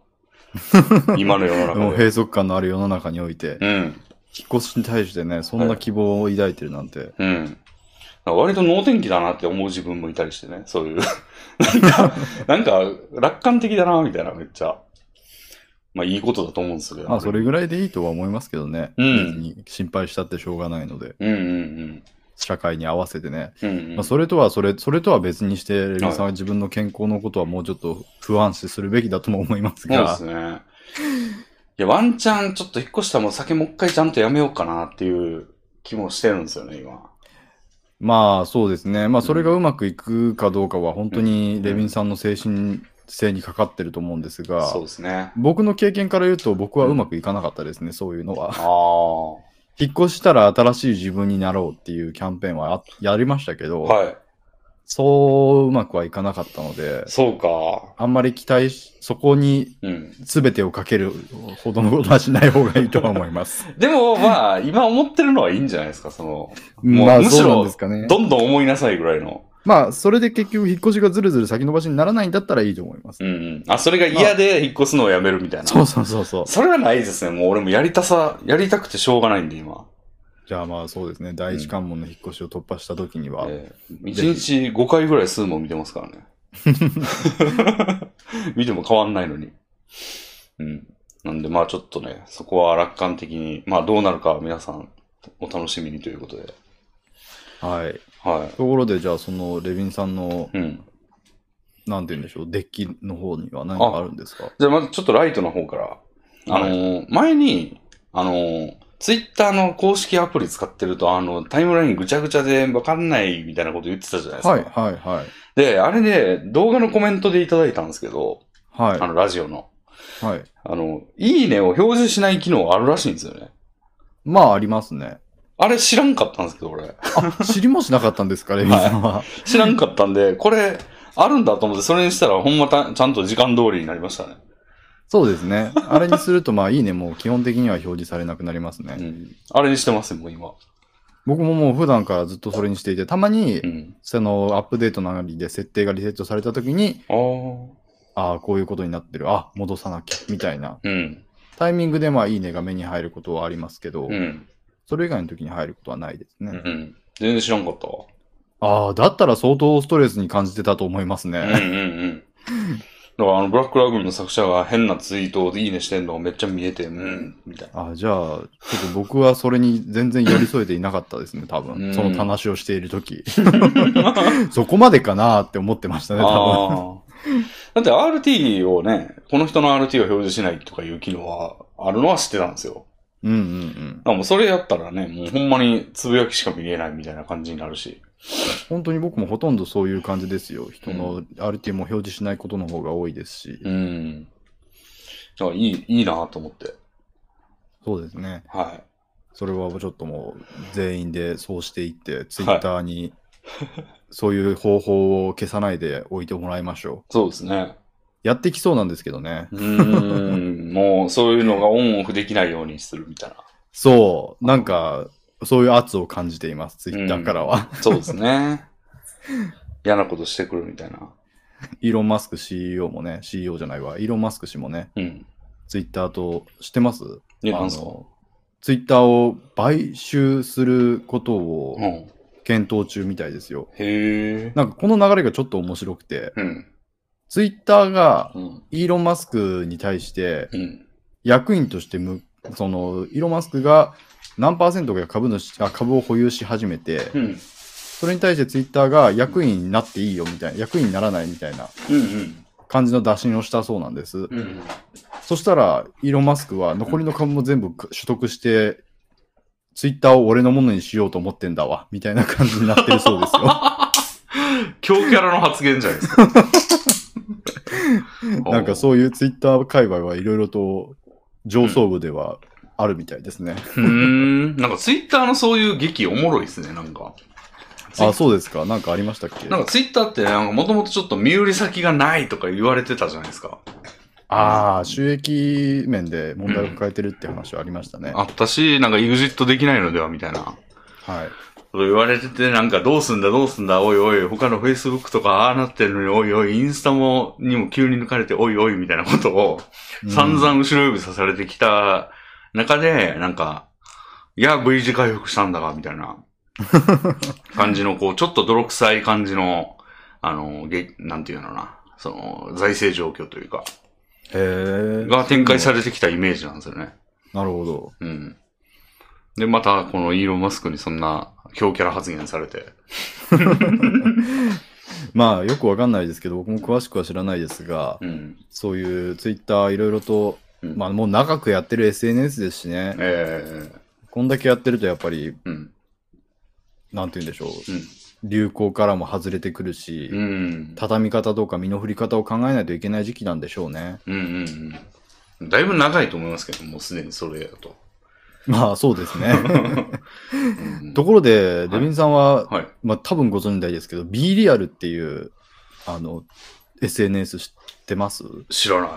Speaker 1: 今の世の
Speaker 2: も
Speaker 1: 中
Speaker 2: う
Speaker 1: で。
Speaker 2: 閉塞感のある世の中において、
Speaker 1: うん。
Speaker 2: 引っ越しに対してね、そんな希望を抱いてるなんて。
Speaker 1: うん。だから割と能天気だなって思う自分もいたりしてね、そう いう。なん か、なんか楽観的だな、みたいな、めっちゃ。まあ、いいことだと思うんですけど。
Speaker 2: まあ、それぐらいでいいとは思いますけどね。
Speaker 1: うん
Speaker 2: 別に心配したってしょうがないので、
Speaker 1: うんうん
Speaker 2: 社会に合わせてね。
Speaker 1: うん。うん、
Speaker 2: ま
Speaker 1: う
Speaker 2: あ、
Speaker 1: ん。
Speaker 2: それとはそれ、それとは別にして、レビンさん
Speaker 1: は
Speaker 2: は自分の健康のことはもうちょっと不安視するべきだとも思います
Speaker 1: そうで
Speaker 2: が、
Speaker 1: すね。いや、ワンチャンちょっと引っ越したらもう酒もう一回ちゃんとやめようかなっていう気もしてるんですよね、今。
Speaker 2: まあそうですね、まあそれがうまくいくかどうかは本当にレビンさんの精神性にかかってると思うんですが、
Speaker 1: そうです ね。
Speaker 2: 僕の経験から言うと僕はうまくいかなかったですね、そういうのは。
Speaker 1: ああ。は
Speaker 2: 引っ越したら新しい自分になろうっていうキャンペーンはあやりましたけど、
Speaker 1: い。
Speaker 2: そううまくはいかなかったので、
Speaker 1: そうか。
Speaker 2: あんまり期待し、そこに
Speaker 1: うん。
Speaker 2: 全てをかけるほどのことはしない方がいいとは思います。
Speaker 1: でもまあ、今思ってるのはいいんじゃないですか、その、 もう
Speaker 2: まあ
Speaker 1: むし
Speaker 2: そ
Speaker 1: ろ
Speaker 2: うなんですかね。
Speaker 1: どんどん思いなさいぐらいの。
Speaker 2: まあそれで結局引っ越しがずるずる先延ばしにならないんだったらいいと思います。
Speaker 1: うんうん。あ、それが嫌で引っ越すのをやめるみたいな。
Speaker 2: そうそうそうそう。
Speaker 1: それはないですね。もう俺もやりたさ、やりたくてしょうがないんで、今。
Speaker 2: じゃあまあそうですね、第一関門の引っ越しを突破した時には、
Speaker 1: えー一日5回ぐらい数も見てますから ね。見ても変わんないのに。うん。なんでまあちょっとね、そこは楽観的に、まあどうなるかは皆さんお楽しみにということで。
Speaker 2: はい。
Speaker 1: は
Speaker 2: ところでじゃあそのレビンさんの、
Speaker 1: い。うん。
Speaker 2: なんて言うんでしょう、デッキの方には何かあるんですか
Speaker 1: じゃあまずちょっとライトの方から。あのー前に、あのーツイッターの公式アプリ使ってると、あの、タイムラインぐちゃぐちゃでわかんないみたいなこと言ってたじゃないですか。
Speaker 2: はいはいはい。
Speaker 1: で、あれで、動画のコメントでいただいたんですけど、あ
Speaker 2: は
Speaker 1: の、ラジオの。
Speaker 2: い。はい。
Speaker 1: あの、いいねを表示しない機能あるらしいんですよね。
Speaker 2: まあありますね。
Speaker 1: あれ知らんかったんですけど、俺。
Speaker 2: 知りもしなかったんですか、レビンさんは。
Speaker 1: 知らんかったんで、これ、あるんだと思って、それにしたら、ほんまた、ちゃんと時間通りになりましたね。
Speaker 2: そうですね。あれにすると、まあいいね、もう基本的には表示されなくなります
Speaker 1: う
Speaker 2: ね。
Speaker 1: ん。あれにしてますよ、もう今。
Speaker 2: 僕ももう普段からずっとそれにしていて、たまに
Speaker 1: う、ん。
Speaker 2: そのアップデートなりで設定がリセットされた時に、
Speaker 1: ああ。
Speaker 2: ああ、こういうことになってる、あ戻さなきゃ、みたいな。
Speaker 1: うん。
Speaker 2: タイミングで、まあいいねが目に入ることはありますけど、
Speaker 1: うん。
Speaker 2: それ以外の時に入ることはないですね。
Speaker 1: うん。全然知らんかったわ。
Speaker 2: ああ、だったら相当ストレスに感じてたと思います
Speaker 1: うん
Speaker 2: ね。
Speaker 1: うんうん。だからあの、ブラックラグーンの作者が変なツイートをいいねしてんのがめっちゃ見えて、うん、みたいな。
Speaker 2: あ、じゃあ、ちょっと僕はそれに全然寄り添えていなかったですね、多
Speaker 1: う
Speaker 2: 分。
Speaker 1: ん
Speaker 2: その話をしている とき。そこまでかなって思ってましたね、多
Speaker 1: ああ。だって RT をね、この人の RT を表示しないとかいう機能はあるのは知ってたんですよ。
Speaker 2: 分。うんうんう
Speaker 1: だ。
Speaker 2: ん
Speaker 1: からもうそれやったらね、もうほんまにつぶやきしか見れないみたいな感じになるし。
Speaker 2: 本当に僕もほとんどそういう感じですよ。人の RT も表示しないことの方が多いですし。
Speaker 1: うん。だからいい、いいなと思って。
Speaker 2: そうですね。
Speaker 1: はい。
Speaker 2: それはちょっともう全員でそうしていって、ツイッター にそういう方法を消さないで置いてもらいましょ
Speaker 1: そうですね。
Speaker 2: う。やってきそうなんですけどね。
Speaker 1: うーん。もうそういうのがオンオフできないようにするみたい
Speaker 2: そう、なんか、そういう圧を感じています、ツイッターからは。
Speaker 1: な。そうですね。嫌なことしてくるみたいな。
Speaker 2: イーロン・マスク CEO もね、CEO じゃないわ、イーロン・マスク氏もね、
Speaker 1: うん。
Speaker 2: ツイッターと、知ってます
Speaker 1: え、
Speaker 2: あ
Speaker 1: なんすか
Speaker 2: のツイッターを買収することを
Speaker 1: うん。
Speaker 2: 検討中みたいですよ。
Speaker 1: へえ。
Speaker 2: なんかこの流れがちょっと面白くて、
Speaker 1: うん。
Speaker 2: ツイッターが
Speaker 1: うん。
Speaker 2: イーロン・マスクに対して、
Speaker 1: うん。
Speaker 2: 役員としてむ、その、イーロン・マスクが何パーセントが株主あ株を保有し始めて、
Speaker 1: うん。
Speaker 2: それに対してツイッターが役員になっていいよみたいな、役員にならないみたいな
Speaker 1: うん。
Speaker 2: 感じの打診をしたそうなんです。
Speaker 1: うん。うん。
Speaker 2: そしたら、イーロン・マスクは残りの株も全部取得して、ツイッターを俺のものにしようと思ってんだわ、みたいな感じになってるそうですよ。
Speaker 1: 強キャラの発言じゃないです か。
Speaker 2: なんかそういうツイッター界隈はいろいろと上層部ではあるみたいですね。
Speaker 1: うーん。なんかツイッターのそういう劇おもろいですね、なんか。
Speaker 2: あ、そうですか。なんかありましたっけ
Speaker 1: なんかツイッターって、なんかもともとちょっと身売り先がないとか言われてたじゃないですか。
Speaker 2: ああ、収益面で問題を抱えてるって話はありましたね。
Speaker 1: あったし、なんか EXIT できないのではみたいな。
Speaker 2: はい。
Speaker 1: そう言われてて、なんかどうすんだどうすんだ、おいおい、他の Facebook とかああなってるのに、おいおい、インスタも、にも急に抜かれて、おいおい、みたいなことを、
Speaker 2: うん
Speaker 1: 散々後ろ指さされてきた中で、なんか、いや、V 字回復したんだが、みたい な感じの、こう、ちょっと泥臭い感じの、あの、げなんていうのな、その、財政状況というか、
Speaker 2: へえ。
Speaker 1: が展開されてきたイメージなんですよね。
Speaker 2: なるほど。
Speaker 1: うん。で、また、このイーロン・マスクにそんな、強キャラ発言されて。
Speaker 2: まあ、よくわかんないですけど、僕も詳しくは知らないですが、
Speaker 1: うん。
Speaker 2: そういうツイッターいろいろと、
Speaker 1: うん
Speaker 2: まあ、もう長くやってる SNS ですしね、
Speaker 1: ええ
Speaker 2: こんだけやってるとやっぱり、
Speaker 1: うん。
Speaker 2: なんて言うんでしょう、
Speaker 1: うん
Speaker 2: 流行からも外れてくるし、
Speaker 1: うん。
Speaker 2: 畳み方とか身の振り方を考えないといけない時期なんでしょうね。
Speaker 1: うんうんうん。だいぶ長いと思いますけど、もうすでにそれだと。
Speaker 2: まあ、そうですね。
Speaker 1: うん
Speaker 2: ところで、デビンさんは、
Speaker 1: はい。
Speaker 2: まあ、多分ご存知ないですけど、B リアルっていう、あの、SNS 知ってます
Speaker 1: 知らない。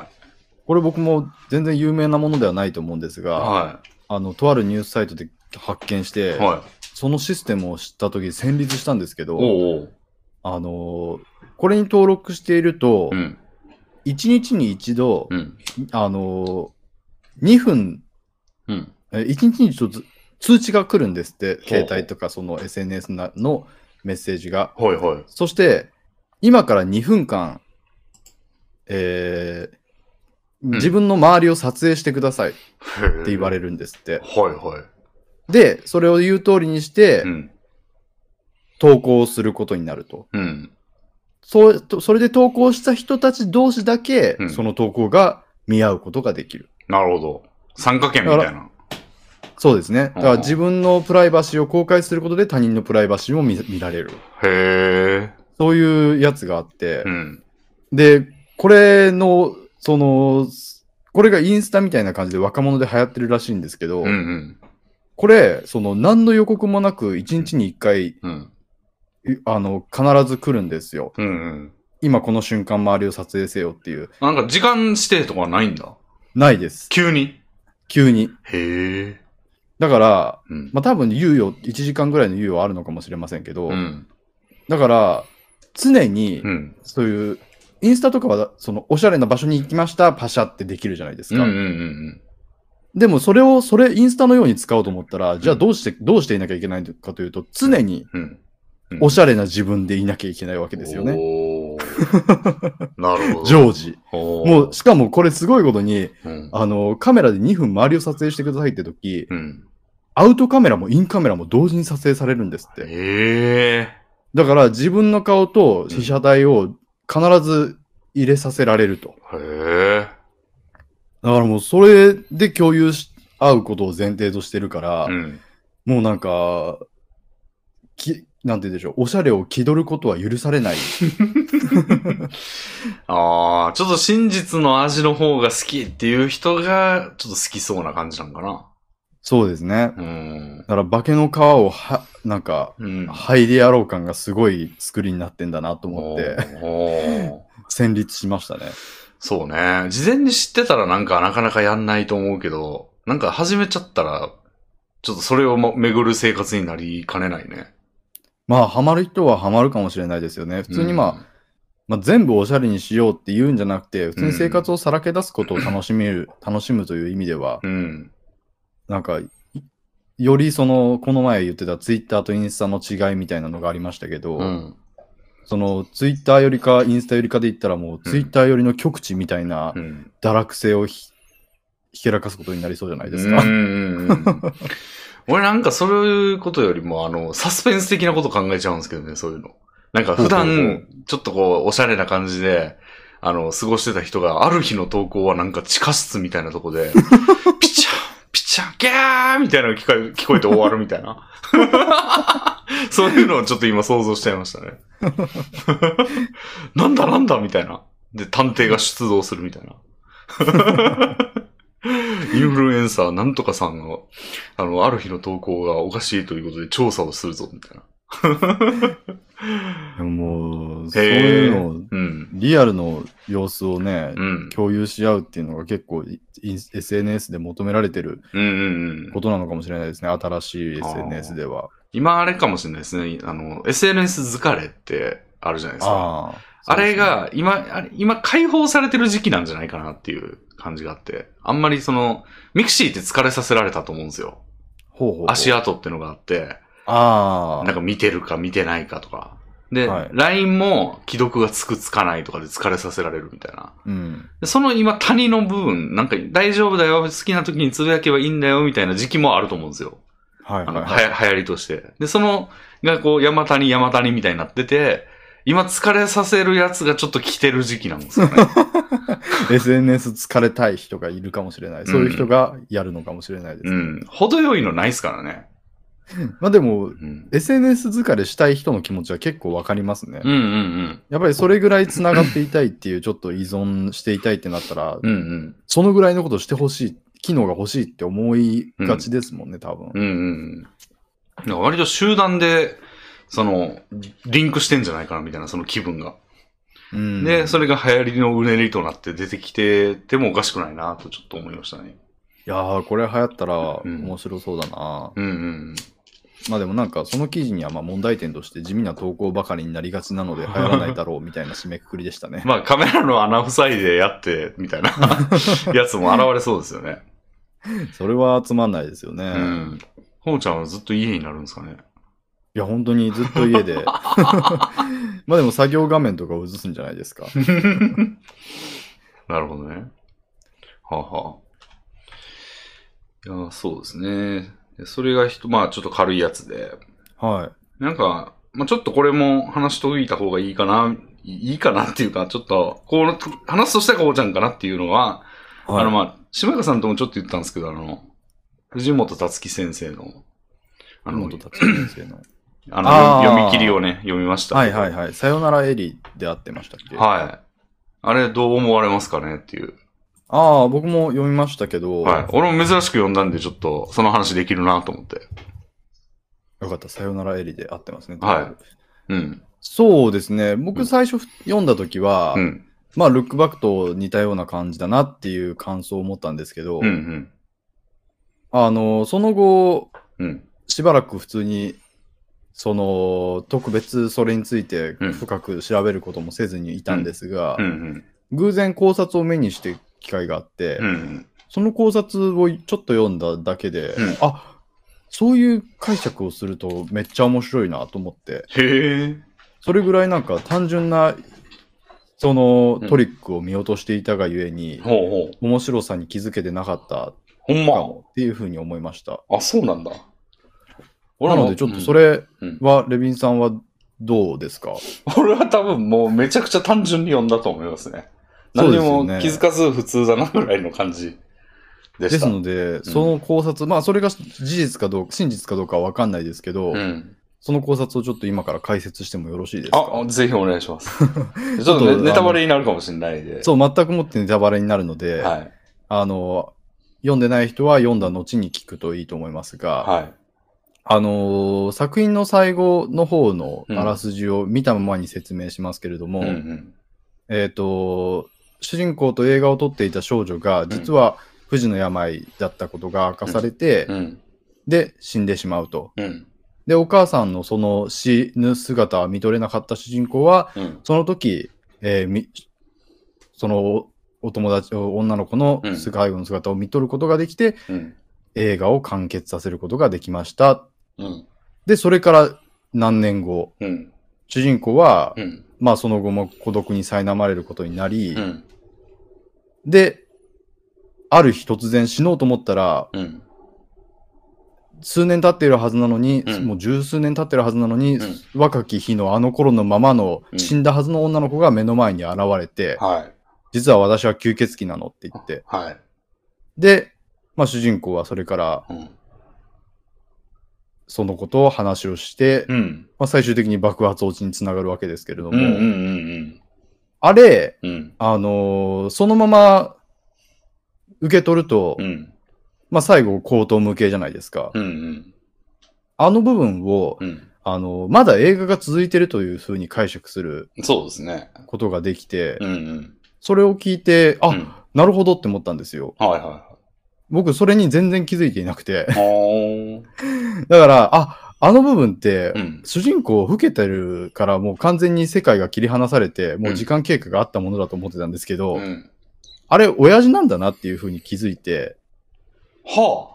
Speaker 2: これ僕も全然有名なものではないと思うんですが、
Speaker 1: は
Speaker 2: あの、とあるニュースサイトで発見して、
Speaker 1: い。はい。
Speaker 2: そのシステムを知ったとき、戦慄したんですけど、
Speaker 1: おうおう。
Speaker 2: あのーこれに登録していると、
Speaker 1: うん。
Speaker 2: 1日に一度、
Speaker 1: うん。
Speaker 2: あのー2分、
Speaker 1: うん。
Speaker 2: え1日に一度ず通知が来るんですって、携帯とかその SNS なのメッセージが。
Speaker 1: はいはい。
Speaker 2: そして、今から2分間、えー自分の周りを撮影してくださいって
Speaker 1: って
Speaker 2: 言わ
Speaker 1: れ
Speaker 2: れるんですって。
Speaker 1: はいはい。
Speaker 2: で、それを言う通りにして
Speaker 1: う、ん。
Speaker 2: 投稿することになると。
Speaker 1: うん。
Speaker 2: そうとそれで投稿した人たち同士だけ、
Speaker 1: うん
Speaker 2: その投稿が見合うことができる。
Speaker 1: なるほど。参加権みたいな。
Speaker 2: そうですね。だか
Speaker 1: う
Speaker 2: ら
Speaker 1: ん
Speaker 2: 自分のプライバシーを公開することで他人のプライバシーも見見られる。
Speaker 1: へえ。
Speaker 2: そういうやつがあって
Speaker 1: う、ん。
Speaker 2: で、これの、その、これがインスタみたいな感じで若者で流行ってるらしいんですけど、
Speaker 1: うんうん。
Speaker 2: これ、その何の予告もなく1日に1回、
Speaker 1: うん。
Speaker 2: いあの、必ず来るんですよ。
Speaker 1: うんうん。
Speaker 2: 今この瞬間周りを撮影せよっていう。
Speaker 1: なんか時間指定とかないんだ。
Speaker 2: ないです。
Speaker 1: 急に。
Speaker 2: 急に。
Speaker 1: へえ。
Speaker 2: だから、
Speaker 1: うん。
Speaker 2: まあ多分猶予、1時間ぐらいの猶予はあるのかもしれませんけど、
Speaker 1: うん。
Speaker 2: だから、常に
Speaker 1: う、ん。
Speaker 2: そういう、インスタとかは、その、おしゃれな場所に行きました、パシャってできるじゃないです
Speaker 1: うんうん
Speaker 2: か。
Speaker 1: うん
Speaker 2: でも、それを、それ、インスタのように使おうと思ったら、じゃあ
Speaker 1: うん
Speaker 2: どうして、どうしていなきゃいけないかというと、常に、
Speaker 1: うん。うん。
Speaker 2: おしゃれな自分でいなきゃいけないわけですよね。
Speaker 1: おーなるほ ど。
Speaker 2: 常時。
Speaker 1: ほう
Speaker 2: もう、しかもこれすごいことに、
Speaker 1: うん。
Speaker 2: あの、カメラで2分周りを撮影してくださいって時、
Speaker 1: うん。
Speaker 2: アウトカメラもインカメラも同時に撮影されるんですって。
Speaker 1: ええ
Speaker 2: だから自分の顔と被写体を必ず入れさせられると。
Speaker 1: へえ。
Speaker 2: だからもうそれで共有し合うことを前提としてるから、
Speaker 1: うん。
Speaker 2: もうなんか、き、なんて言うんでしょう、おしゃれを気取ることは許されない。
Speaker 1: ああ、ちょっと真実の味の方が好きっていう人が、ちょっと好きそうな感じなんかな。
Speaker 2: そうですね。
Speaker 1: うん
Speaker 2: だ。から化けの皮をは、なんか、
Speaker 1: うん。
Speaker 2: 剥いでやろう感がすごい作りになってんだなと思って、
Speaker 1: おー。
Speaker 2: 戦慄しましたね。
Speaker 1: そうね。事前に知ってたらなんかなかなかやんないと思うけど、なんか始めちゃったら、ちょっとそれをも巡る生活になりかねないね。
Speaker 2: まあ、ハマる人はハマるかもしれないですよね。普通にまあ、
Speaker 1: あ、
Speaker 2: まあ、全部おしゃれにしようっていうんじゃなくて、普通に生活をさらけ出すことを楽しめる、楽しむという意味では、
Speaker 1: うん。
Speaker 2: なんか、いよりその、この前言ってたツイッターとインスタの違いみたいなのがありましたけど、
Speaker 1: うん。
Speaker 2: そのツイッターよりかインスタよりかで言ったらもうツイッターよりの極地みたいな
Speaker 1: うん。
Speaker 2: 堕落性をひひけらかすことになりそうじゃないです
Speaker 1: う
Speaker 2: か。
Speaker 1: んうんうん。俺なんかそういうことよりも、あの、サスペンス的なこと考えちゃうんですけどね、そういうの。なんか普
Speaker 2: ほうほうほ
Speaker 1: 段、ちょっとこう、おしゃれな感じで、あの、過ごしてた人が、ある日の投稿はなんか地下室みたいなとこで、ピチャン、ピチャン、ギャーみたいなのが聞こえ聞こえて終わるみたいな。 そういうのをちょっと今想像しちゃいましたね。なんだなんだみたいな。で、探偵が出動するみたいな。 インフルエンサーなんとかさんの、あの、ある日の投稿がおかしいということで調査をするぞ、みたいな。
Speaker 2: でももう、そう
Speaker 1: へ
Speaker 2: い
Speaker 1: ー
Speaker 2: うのを、
Speaker 1: うん。
Speaker 2: リアルの様子をね、
Speaker 1: うん。
Speaker 2: 共有し合うっていうのが結構いイン SNS で求められてる
Speaker 1: うんうんうん
Speaker 2: こ。となのかもしれないですね。新しい
Speaker 1: あー
Speaker 2: SNS では。
Speaker 1: 今あれかもしれないですね。あの、SNS 疲れってあるじゃないですか。
Speaker 2: あ
Speaker 1: あれ、が、今、あれ今解放されてる時期なんじゃないかなっていう感じがあって。あんまりその、ミクシーって疲れさせられたと思うんですよ。
Speaker 2: そうですねほうほうほう
Speaker 1: 足跡ってのがあって、
Speaker 2: あ
Speaker 1: なん
Speaker 2: あ。
Speaker 1: か見てるか見てないかとか。で、
Speaker 2: はい
Speaker 1: LINE も既読がつくつかないとかで疲れさせられるみたいな。
Speaker 2: うん。
Speaker 1: でその今谷の部分、なんか大丈夫だよ、好きな時につぶやけばいいんだよ、みたいな時期もあると思うんですよ。
Speaker 2: はい
Speaker 1: あ
Speaker 2: はい
Speaker 1: の、
Speaker 2: はい。
Speaker 1: はや、流行りとして。で、その、がこう、山谷山谷みたいになってて、今疲れさせるやつがちょっと来てる時期なんですよね。
Speaker 2: SNS 疲れたい人がいるかもしれない。そういう人がやるのかもしれないですね。
Speaker 1: うん。程よいのないですからね。
Speaker 2: まあでも、
Speaker 1: うん。
Speaker 2: SNS 疲れしたい人の気持ちは結構わかりますね。
Speaker 1: うんうん
Speaker 2: やっぱりそれぐらい繋がっていたいっていう、ちょっと依存していたいってなったら、
Speaker 1: うん。うんうん。
Speaker 2: そのぐらいのことしてほしい、機能が欲しいって思いがちですもんね、多分。
Speaker 1: うんうん。なんか割と集団で、その、リンクしてんじゃないかな、みたいな、その気分が。
Speaker 2: うん
Speaker 1: で、それが流行りのうねりとなって出てきててもおかしくないな、とちょっと思いましたね。
Speaker 2: いやー、これ流行ったら
Speaker 1: うん
Speaker 2: 面白そうだな、
Speaker 1: うんうん。
Speaker 2: まあでもなんか、その記事にはまあ問題点として地味な投稿ばかりになりがちなの で流行らないだろうみたいな締めくくりでしたね。
Speaker 1: まあカメラの穴塞いでやって、みたい なやつも現れそうですよね。
Speaker 2: それはつまんないですよね。
Speaker 1: うん。ほうちゃんはずっと家になるんですかね。
Speaker 2: いや、本当にずっと家で。 まあでも作業画面とかを映すんじゃないですか。
Speaker 1: なるほどね。はあ、はあ。いや、そうですね。でそれがひと、まあちょっと軽いやつで。
Speaker 2: はい。
Speaker 1: なんか、まあちょっとこれも話しといた方がいいかな、いいいかなっていうか、ちょっと、こう、話すとしたらこうちゃんかなっていうのは、
Speaker 2: はい、
Speaker 1: あの、まあ、島川さんともちょっと言ったんですけど、あの、藤本達樹先生の、あの、
Speaker 2: 本達先生の。
Speaker 1: あの
Speaker 2: あー
Speaker 1: 読み読み切りをね、読みました。
Speaker 2: はいはい
Speaker 1: は
Speaker 2: はい。さよならエリで会ってましたっけ
Speaker 1: い。あれ、どう思われますかねっていう。
Speaker 2: ああ、僕も読みましたけど、
Speaker 1: はい。俺も珍しく読んだんで、ちょっと、その話できるなと思って。
Speaker 2: よかった、さよならエリで会ってますね。
Speaker 1: はいうん。
Speaker 2: そうですね。
Speaker 1: うん
Speaker 2: 僕最初読んだ時は、
Speaker 1: うん。
Speaker 2: まあ、ルックバックと似たような感じだなっていう感想を持ったんですけど、
Speaker 1: うん。うん。
Speaker 2: あの、その後、
Speaker 1: うん。
Speaker 2: しばらく普通に、その、特別それについて
Speaker 1: うん
Speaker 2: 深く調べることもせずにいたんですが、
Speaker 1: うん。うん。
Speaker 2: 偶然考察を目にして機会があって、
Speaker 1: うん。
Speaker 2: その考察をちょっと読んだだけで、
Speaker 1: うん
Speaker 2: あそういう解釈をするとめっちゃ面白いなと思って、
Speaker 1: へえ。
Speaker 2: それぐらいなんか単純なその
Speaker 1: うん
Speaker 2: トリックを見落としていたがゆえに、
Speaker 1: ほうほう。
Speaker 2: 面白さに気づけてなかった
Speaker 1: ほん
Speaker 2: か
Speaker 1: ま。
Speaker 2: もっていうふうに思いました。
Speaker 1: あ、そうなんだ。
Speaker 2: な
Speaker 1: は
Speaker 2: ので、ちょっとそ、
Speaker 1: うん
Speaker 2: れ
Speaker 1: うん
Speaker 2: は、レビンさんはどうですか
Speaker 1: 俺は多分もうめちゃくちゃ単純に読んだと思いますね。
Speaker 2: そ
Speaker 1: 何
Speaker 2: うです
Speaker 1: も
Speaker 2: よね
Speaker 1: 気づかず普通だなぐらいの感じで
Speaker 2: で
Speaker 1: した。
Speaker 2: すので、その考察、まあ、それが事実かどうか、真実かどうかは分かんないですけど、
Speaker 1: うん。
Speaker 2: その考察をちょっと今から解説してもよろしいです
Speaker 1: あ
Speaker 2: か、
Speaker 1: ぜひお願いし ます。ちょっ
Speaker 2: ちょ
Speaker 1: と
Speaker 2: っと
Speaker 1: ねネタバレになるかもしれないで。
Speaker 2: そう、全くもってネタバレになるので、
Speaker 1: はい。
Speaker 2: あの、読んでない人は読んだ後に聞くといいと思いますが、
Speaker 1: はい。
Speaker 2: あのー作品の最後の方の
Speaker 1: うん
Speaker 2: あらすじを見たままに説明しますけれども、
Speaker 1: うんうん。
Speaker 2: えっ、と、主人公と映画を撮っていた少女が、実は不治の病だったことが明かされて、
Speaker 1: うん。
Speaker 2: で、死んでしまうと。
Speaker 1: うん。
Speaker 2: で、お母さんのその死ぬ姿は見とれなかった主人公は、
Speaker 1: うん。
Speaker 2: その時、えーみそのお友達、女の子の
Speaker 1: うん
Speaker 2: 介護の姿を見とることができて、
Speaker 1: うん。
Speaker 2: 映画を完結させることができました。
Speaker 1: うん。
Speaker 2: で、それから何年後、
Speaker 1: うん。
Speaker 2: 主人公は、
Speaker 1: うん。
Speaker 2: まあその後も孤独に苛まれることになり、
Speaker 1: うん。
Speaker 2: で、ある日突然死のうと思ったら、
Speaker 1: うん。
Speaker 2: 数年経っているはずなのに、
Speaker 1: うん
Speaker 2: もう十数年経ってるはずなのに、
Speaker 1: うん
Speaker 2: 若き日のあの頃のままの
Speaker 1: うん
Speaker 2: 死んだはずの女の子が目の前に現れて、
Speaker 1: はい。
Speaker 2: 実は私は吸血鬼なのって言って、
Speaker 1: はい。
Speaker 2: で、まあ主人公はそれから
Speaker 1: うん。
Speaker 2: そのことを話をして、
Speaker 1: うん。
Speaker 2: まあ最終的に爆発落ちにつながるわけですけれど
Speaker 1: う
Speaker 2: も、
Speaker 1: ん。うん。うん。
Speaker 2: あれ、
Speaker 1: うん。
Speaker 2: あのーそのまま受け取ると、
Speaker 1: うん。
Speaker 2: まあ最後、口頭無形じゃないですか。
Speaker 1: うん。うん。
Speaker 2: あの部分を、
Speaker 1: うん。
Speaker 2: あのーまだ映画が続いてるというふうに解釈する
Speaker 1: そうですね。
Speaker 2: ことができて、
Speaker 1: うん。うん。
Speaker 2: それを聞いて、あ、
Speaker 1: うん
Speaker 2: なるほどって思ったんですよ。
Speaker 1: はいは
Speaker 2: 僕、それに全然気づいていなくて。
Speaker 1: いはい。おー。
Speaker 2: だから、あ、あの部分って、
Speaker 1: うん。
Speaker 2: 主人公を老けてるからもう完全に世界が切り離されて、もう時間経過があったものだと思ってたんですけど、
Speaker 1: うん。
Speaker 2: あれ、親父なんだなっていうふうに気づいて、
Speaker 1: は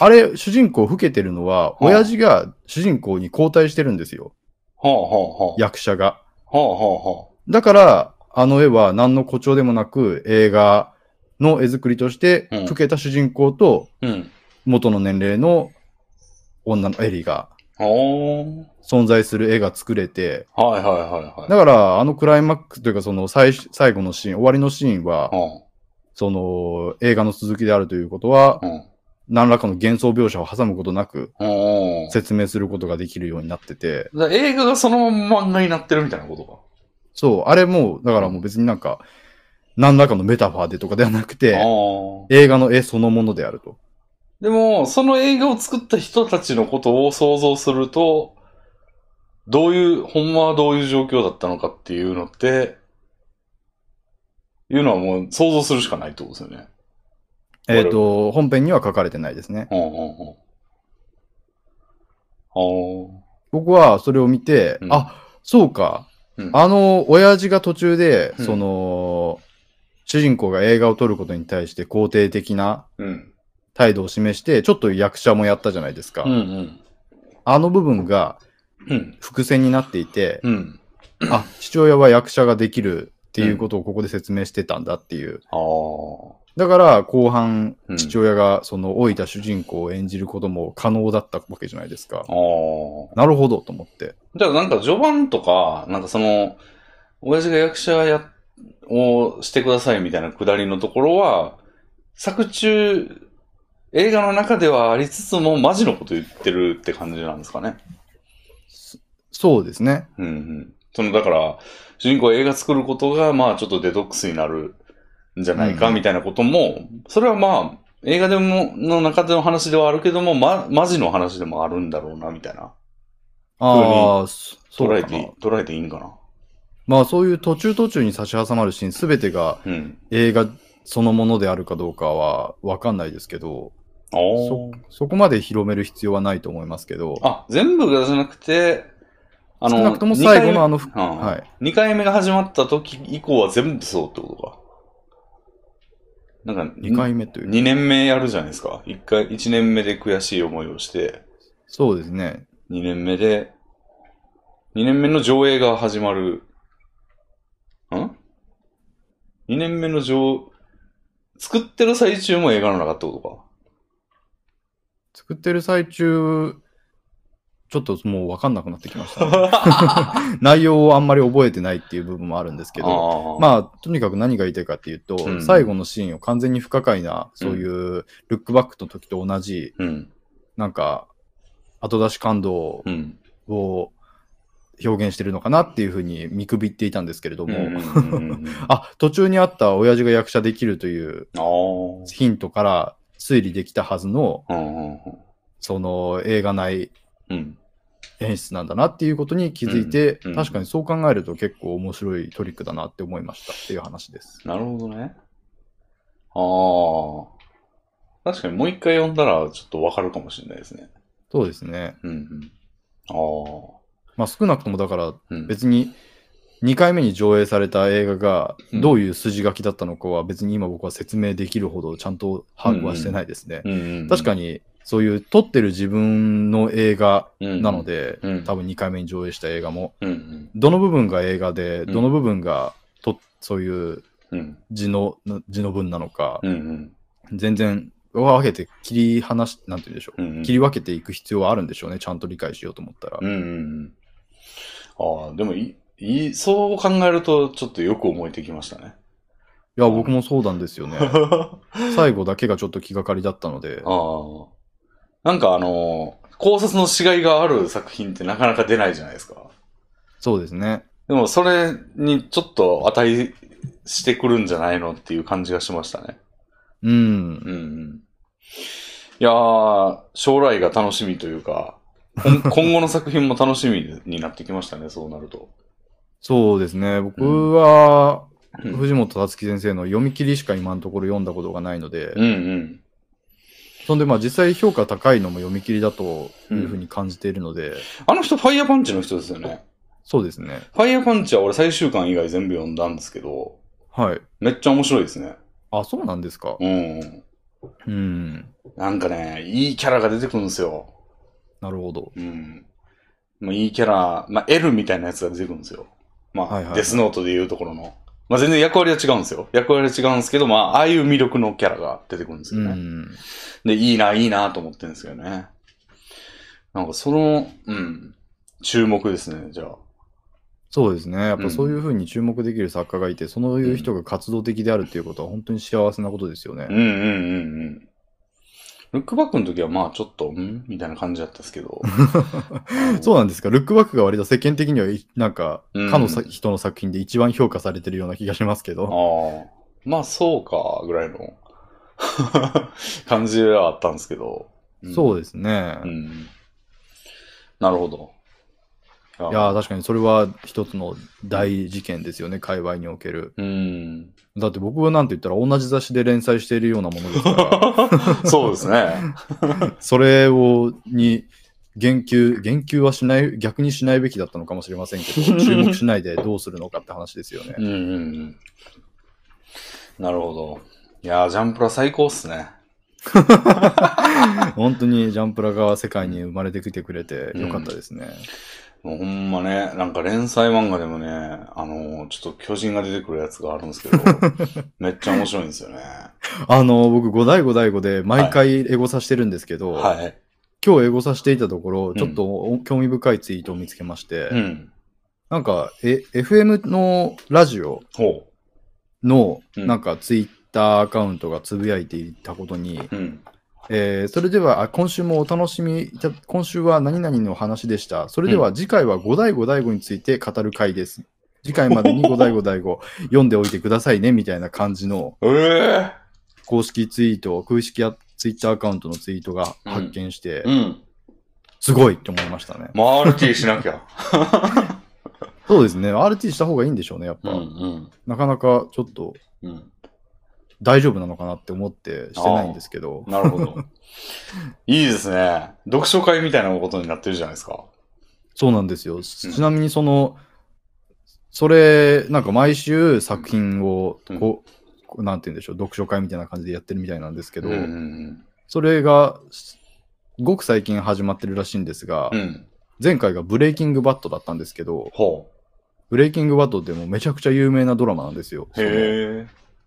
Speaker 1: あ。
Speaker 2: あれ、主人公老けてるのは、
Speaker 1: い
Speaker 2: 親父が主人公に交代してるんですよ。
Speaker 1: はあはあはあ。
Speaker 2: 役者が。
Speaker 1: はあは
Speaker 2: だから、あの絵は何の誇張でもなく、映画の絵作りとして
Speaker 1: うん、
Speaker 2: 老けた主人公と
Speaker 1: あはあ。うん。
Speaker 2: 元の年齢の女のエリが
Speaker 1: おー。
Speaker 2: 存在する絵が作れて、
Speaker 1: はいはいはいはい。
Speaker 2: だから、あのクライマックスというか、その最最後のシーン、終わりのシーンは、
Speaker 1: う
Speaker 2: その映画の続きであるということは、
Speaker 1: ん。うん。
Speaker 2: 何らかの幻想描写を挟むことなく
Speaker 1: おー。
Speaker 2: 説明することができるようになってて、
Speaker 1: だから映画がそのまま漫画になってるみたいなことか。
Speaker 2: そう、あれもう、だからもう別になんか、何らかのメタファーでとかではなく
Speaker 1: あ
Speaker 2: て、
Speaker 1: ー
Speaker 2: 映画の絵そのものであると。
Speaker 1: でも、その映画を作った人たちのことを想像すると、どういう、ほんまはどういう状況だったのかっていうのって、いうのはもう想像するしかないってことですよね。
Speaker 2: えっ、と、本編には書かれてないですね。
Speaker 1: うんうんうん。あ
Speaker 2: 僕はそれを見て、
Speaker 1: うん
Speaker 2: あ、そうか
Speaker 1: うん。
Speaker 2: あの、親父が途中で、
Speaker 1: うん
Speaker 2: その、主人公が映画を撮ることに対して肯定的な
Speaker 1: あ。うん。
Speaker 2: 態度を示して、ちょっと役者もやったじゃないですか。
Speaker 1: うんうん。
Speaker 2: あの部分が
Speaker 1: うん。
Speaker 2: 伏線になっていて、
Speaker 1: うん。
Speaker 2: あ、父親は役者ができるっていうことをここで説明してたんだっていう。
Speaker 1: ああ。
Speaker 2: だから後半、
Speaker 1: うん
Speaker 2: 父親がその老いた主人公を演じることも可能だったわけじゃないですか。
Speaker 1: ああ。
Speaker 2: なるほどと思って。
Speaker 1: じゃあなんか序盤とか、なんかその、親父が役者や、をしてくださいみたいなくだりのところは、作中、映画の中ではありつつもマジのこと言ってるって感じなんですかね。
Speaker 2: そうですね。
Speaker 1: うんうん。その、だから、主人公は映画作ることが、まあちょっとデトックスになるんじゃないか
Speaker 2: うん
Speaker 1: みたいなことも、それはまあ、映画でも、の中での話ではあるけども、ま、マジの話でもあるんだろうな、みたいな。
Speaker 2: ああ、そそう
Speaker 1: 捉え
Speaker 2: か
Speaker 1: ていい
Speaker 2: な。、
Speaker 1: 捉えていいんかな。
Speaker 2: まあそういう途中途中に差し挟まるシーンすべてが
Speaker 1: うん。
Speaker 2: 映画そのものであるかどうかはわかんないですけど、
Speaker 1: あー
Speaker 2: そそこまで広める必要はないと思いますけど、
Speaker 1: あ、全部がじゃなくて、あ
Speaker 2: 少なくとも最後のあの、
Speaker 1: 2回目,うん、
Speaker 2: はい。
Speaker 1: 二回目が始まった時以降は全部そうってことか。なんか、
Speaker 2: 2回目というか
Speaker 1: 二年目やるじゃないですか。一回、一年目で悔しい思いをして、
Speaker 2: そうですね。
Speaker 1: 二年目で、二年目の上映が始まる。ん2年目の上、作ってる最中も映画の中ってことか。
Speaker 2: 作ってる最中、ちょっともう分かんなくなってきました、ね。 内容をあんまり覚えてないっていう部分もあるんですけど、
Speaker 1: あー
Speaker 2: まあ、とにかく何が言いたいかっていうと、
Speaker 1: うん
Speaker 2: 最後のシーンを完全に不可解な、そういう、ルックバックの時と同じ、
Speaker 1: うん。
Speaker 2: なんか、後出し感動
Speaker 1: うん。
Speaker 2: を表現してるのかなっていうふうに見くびっていたんですけれども、
Speaker 1: うんうんうんうん
Speaker 2: あ、途中にあった親父が役者できるという
Speaker 1: あー
Speaker 2: ヒントから推理できたはずの、
Speaker 1: うんうんうん
Speaker 2: その映画内
Speaker 1: うん。
Speaker 2: 演出なんだなっていうことに気づいて、
Speaker 1: うんうん
Speaker 2: 確かにそう考えると結構面白いトリックだなって思いましたっていう話です。
Speaker 1: なるほどね。ああ。確かにもう一回読んだらちょっとわかるかもしれないですね。
Speaker 2: そうですね。
Speaker 1: うんうん。あ
Speaker 2: まあ少なくともだから
Speaker 1: あ。うん。
Speaker 2: 別に2回目に上映された映画がどういう筋書きだったのかは別に今僕は説明できるほどちゃんと把握はしてないですね。
Speaker 1: うんうんうん、
Speaker 2: 確かにそういう撮ってる自分の映画
Speaker 1: に
Speaker 2: なの、で、
Speaker 1: うんうん
Speaker 2: 多分2回目に上映した映画も
Speaker 1: うんうん
Speaker 2: どの部分が映画で
Speaker 1: ん
Speaker 2: どの部分がと、そういう
Speaker 1: うん
Speaker 2: 字の字の文なのか、
Speaker 1: うんうん
Speaker 2: 全然分けて切り離しなんて言うんでしょう、
Speaker 1: うんうん
Speaker 2: 切り分けていく必要はあるんでしょうねちゃんと理解しようと思ったら、
Speaker 1: うんうんうん。ああ、でもいい、いそう考えるとちょっとよく思えてきました ね。
Speaker 2: いや僕もそうなんですよね
Speaker 1: あ
Speaker 2: 最後だけがちょっと気がかりだったので
Speaker 1: あ。なんかあのー考察のしがいがある作品ってなかなか出ないじゃないですか。
Speaker 2: そうですね
Speaker 1: でもそれにちょっと値してくるんじゃないのっていう感じがしましたね。
Speaker 2: うん
Speaker 1: うんうん。いやー、将来が楽しみというか、こん今 後の作品も楽しみになってきましたね、そうなると。
Speaker 2: そうですね僕は、
Speaker 1: うん
Speaker 2: 藤本達樹先生の読み切りしか今のところ読んだことがないので、
Speaker 1: うんうん。
Speaker 2: そんでまあ実際評価高いのも読み切りだというふうに感じているので、
Speaker 1: あの人、ファイヤーパンチの人ですよね。
Speaker 2: そうですね
Speaker 1: ファイヤーパンチは俺最終巻以外全部読んだんですけど、
Speaker 2: はい
Speaker 1: めっちゃ面白いですね。
Speaker 2: あそうなんですか
Speaker 1: うん。
Speaker 2: うん
Speaker 1: なんかね、いいキャラが出てくるんですよ。
Speaker 2: なるほど
Speaker 1: うん。まあ、いいキャラ、まあ、L みたいなやつが出てくるんですよ。まあ、
Speaker 2: はいはいはい
Speaker 1: デスノートでいうところの。まあ、全然役割は違うんですよ。役割は違うんですけど、まあ、ああいう魅力のキャラが出てくるんです
Speaker 2: う
Speaker 1: よね。
Speaker 2: ん
Speaker 1: で、いいな、いいなと思ってるんですよね。なんか、その、うん、注目ですね、じゃあ。
Speaker 2: そうですね。やっ
Speaker 1: うん
Speaker 2: ぱそういうふうに注目できる作家がいて、そういう人が活動的であるっていうことは本当に幸せなことですよね。
Speaker 1: うんうんうんうん。ルックバックの時は、まあ、ちょっと、んみたいな感じだったんですけ ど。
Speaker 2: そうなんですか。ルックバックが割と世間的にはい、なんか、
Speaker 1: うん
Speaker 2: かのさ人の作品で一番評価されてるような気がしますけど。
Speaker 1: ああ。まあ、そうか、ぐらいの 感じではあったんですけど。
Speaker 2: そう
Speaker 1: で
Speaker 2: ですね。
Speaker 1: うん。なるほど。
Speaker 2: いやー、確かにそれは一つの大事件ですよね、界隈における。
Speaker 1: うん。
Speaker 2: だって僕はなんて言ったら同じ雑誌で連載しているようなもので すか
Speaker 1: そうですね。
Speaker 2: ら、それを、に、言及、言及はしない、逆にしないべきだったのかもしれませんけど、 注目しないでどうするのかって話ですよね
Speaker 1: う。んうんうん。なるほど。いやー、ジャンプラ最高っすね。
Speaker 2: 本当にジャンプラが世界に生まれてきてくれてよかったですね。
Speaker 1: もうほんまね、なんか連載漫画でもね、あのーちょっと巨人が出てくるやつがあるんですけ ど、めっちゃ面白いんですよね。
Speaker 2: あの、僕、五代五代五で毎回エゴサしてるんですけど、
Speaker 1: はい。
Speaker 2: 今日エゴサしていたところ、
Speaker 1: ん
Speaker 2: ちょっとお興味深いツイートを見つけまして、
Speaker 1: うん。
Speaker 2: なんか、え、FM のラジオ
Speaker 1: ほ
Speaker 2: の、
Speaker 1: うん
Speaker 2: なんかツイッターアカウントがつぶやいていたことに、
Speaker 1: う。うん。
Speaker 2: えーそれでは、あ今週もお楽しみいた、今週は何々の話でした。それでは次回は五代五代五について語る回です。次回までに五代五代五読んでおいてくださいね、みたいな感じの
Speaker 1: ええー。
Speaker 2: 公式ツイート、公式やツイッターアカウントのツイートが発見して、
Speaker 1: うん。
Speaker 2: すごいって思いましたね。
Speaker 1: マルティしなきゃ。
Speaker 2: そうですね。RT した方がいいんでし ょうね、やっぱ。
Speaker 1: ん
Speaker 2: なかなかちょっと
Speaker 1: うん。うん。
Speaker 2: 大丈夫なのかなって思ってしてないんですけど。
Speaker 1: なるほど。いいですね。読書会みたいなことになってるじゃないですか。
Speaker 2: そうなんですよ。ちなみにその、それ、なんか毎週作品を
Speaker 1: うん
Speaker 2: こう、こうなんて言うんでしょう、読書会みたいな感じでやってるみたいなんですけ
Speaker 1: う
Speaker 2: ど、
Speaker 1: んうん
Speaker 2: それが、ごく最近始まってるらしいんですが、
Speaker 1: うん。うん。
Speaker 2: 前回がブレイキングバットだったんですけど、
Speaker 1: ほ
Speaker 2: ブレイキングバッドってもうめちゃくちゃ有名なドラマなんですよ。
Speaker 1: へえ。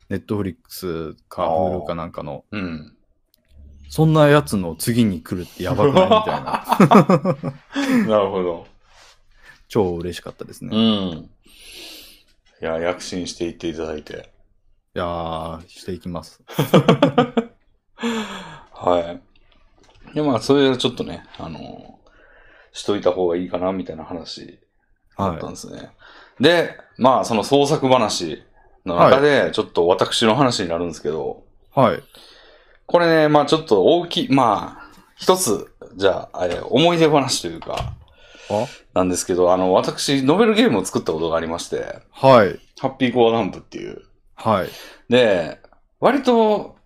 Speaker 2: ネットフリックスか
Speaker 3: あー
Speaker 2: Hulu かなんかの。
Speaker 1: うん。
Speaker 2: そんなやつの次に来るってやばくないみたい な。
Speaker 1: なるほど。
Speaker 2: 超嬉しかったですね。
Speaker 1: う
Speaker 2: い
Speaker 1: ん。いや、躍進していっていただいて。
Speaker 2: やー、していきます。
Speaker 1: はい。で、まあ、それはちょっとね、あの、しといた方がいいかな、みたいな話だったん
Speaker 2: は
Speaker 1: ですね。で、まあ、その創作話の中で、ちょっと私の話になるんですけど、
Speaker 2: い。はい。
Speaker 1: これね、まあ、ちょっと大きい、まあ、一つ、じゃあ、えー思い出話というか、
Speaker 2: あ
Speaker 1: なんですけど、あの、私、ノベルゲームを作ったことがありまして、
Speaker 2: はい。
Speaker 1: ハッピーコアランプっていう。
Speaker 2: はい。
Speaker 1: で、割と、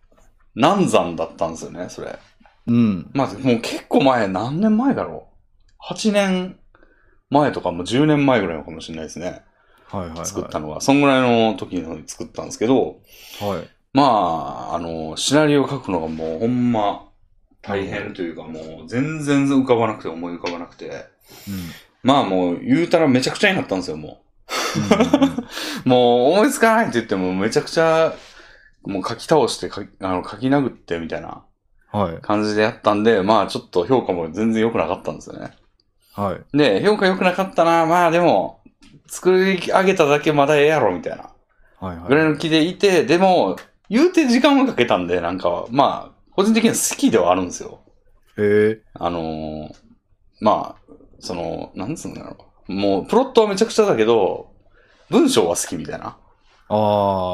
Speaker 1: 難産だったんですよね、それ。
Speaker 2: うん。
Speaker 1: まあ、もう結構前、何年前だろう。8年前とか、もう10年前ぐらいのかもしれないですね。
Speaker 2: はいはい、はい。
Speaker 1: 作ったのは。そんぐらいの時に作ったんですけど、
Speaker 2: はい。
Speaker 1: まあ、あの、シナリオを書くのがもうほんま大変というか、もう全然浮かばなくて思い浮かばなくて。まあもう言うたらめちゃくちゃになったんですよ、も
Speaker 2: うん。うん
Speaker 1: う。もう思いつかないって言ってもめちゃくちゃ、もう書き倒して書きあの書き殴ってみたいな
Speaker 2: はい。
Speaker 1: 感じでやったんで、まあちょっと評価も全然良くなかったんですよね。
Speaker 2: はい。
Speaker 1: で、評価良くなかったな、まあでも、作り上げただけまだええやろ、みたいな。
Speaker 2: はい。はい。
Speaker 1: ぐらいの気でいて、でも、言うて時間をかけたんで、なんか、まあ、個人的には好きではあるんですよ。
Speaker 2: へえ。
Speaker 1: あのーまあ、その、なんつうんだろう。もう、プロットはめちゃくちゃだけど、文章は好きみたいな。
Speaker 2: あー、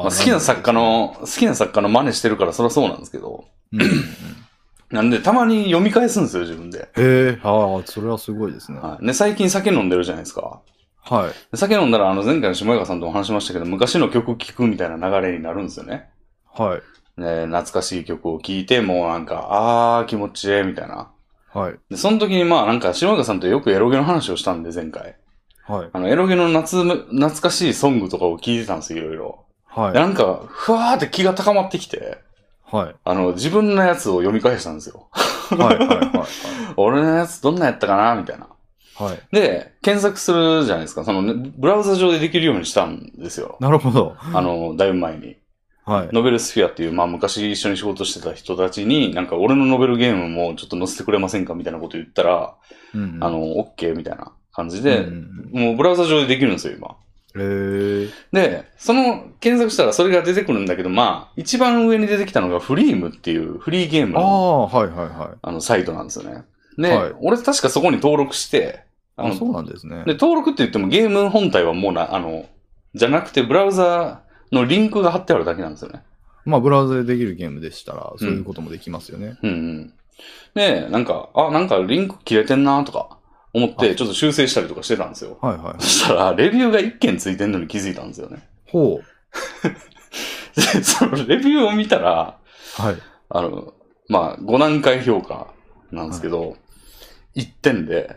Speaker 1: まあ、好きな作家の、好きな作家の真似してるから、そりゃそうなんですけど。
Speaker 2: うん。うん
Speaker 1: なんで、たまに読み返すんですよ、自分で。
Speaker 2: へえ。ああ、それはすごいですね。は
Speaker 1: はい。で、最近酒飲んでるじゃないですか。
Speaker 2: い。
Speaker 1: で酒飲んだら、あの、前回の下川さんとも話しましたけど、昔の曲聴くみたいな流れになるんですよね。
Speaker 2: はい。
Speaker 1: ね、懐かしい曲を聴いて、もうなんか、あー、気持ちええ、みたいな。
Speaker 2: はい。
Speaker 1: で、その時にまあなんか、島川さんとよくエロゲの話をしたんで、前回。
Speaker 2: はい。
Speaker 1: あの、エロゲの夏、懐かしいソングとかを聞いてたんですよ、いろいろ。
Speaker 2: はい。
Speaker 1: でなんか、ふわーって気が高まってきて、
Speaker 2: はい。
Speaker 1: あの、自分のやつを読み返したんですよ。
Speaker 2: はい。はい。はい。
Speaker 1: 俺のやつどんなやったかなみたいな。
Speaker 2: はい。
Speaker 1: で、検索するじゃないですか。その、ねブラウザ上でできるようにしたんですよ。
Speaker 2: なるほど。
Speaker 1: あの、だいぶ前に。
Speaker 2: はい。
Speaker 1: ノベルスフィアっていう、まあ昔一緒に仕事してた人たちに、なんか俺のノベルゲームもちょっと載せてくれませんかみたいなこと言ったら、
Speaker 2: うんうん
Speaker 1: あ、の、OK みたいな感じ
Speaker 2: で
Speaker 1: で、もうブラウザ上でできるんですよ、今。
Speaker 2: へえ。
Speaker 1: で、その検索したらそれが出てくるんだけど、まあ、一番上に出てきたのがフリームっていうフリーゲーム
Speaker 2: あ
Speaker 1: の
Speaker 2: あ、はい。はい。はい。
Speaker 1: あのサイトなんですよね。で、
Speaker 2: はい
Speaker 1: 俺確かそこに登録して、あ
Speaker 2: あ、
Speaker 1: の
Speaker 2: そうなんですね
Speaker 1: で、。登録って言ってもゲーム本体はもうな、あの、じゃなくてブラウザのリンクが貼ってあるだけなんですよね。
Speaker 2: まあ、ブラウザでできるゲームでしたら、そういうこともできますよね。
Speaker 1: うんうん。で、なんか、あ、なんかリンク切れてんなとか思って、ちょっと修正したりとかしてたんですよ。
Speaker 2: はい。はい。
Speaker 1: そしたら、レビューが1件ついてんのに気づいたんですよね。
Speaker 2: ほう。
Speaker 1: で、そのレビューを見たら、
Speaker 2: はい。
Speaker 1: あの、まあ、5段階評価なんですけど、1点で、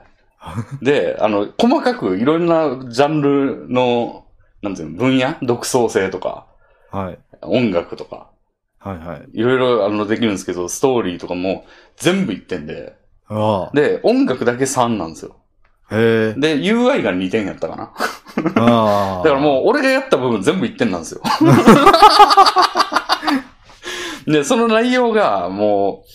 Speaker 1: で、あの、細かくいろんなジャンルの、なんていうの、分野独創性とか、
Speaker 2: はい。
Speaker 1: 音楽とか、
Speaker 2: はい。はい。
Speaker 1: いろいろあのできるんですけど、ストーリーとかも全部1点で、
Speaker 2: あ
Speaker 1: で、音楽だけ3なんですよ。
Speaker 2: あ。へえ。
Speaker 1: で、UI が2点やったかな。
Speaker 2: ああ。
Speaker 1: だからもう、俺がやった部分全部1点なんですよ。で、その内容が、もう、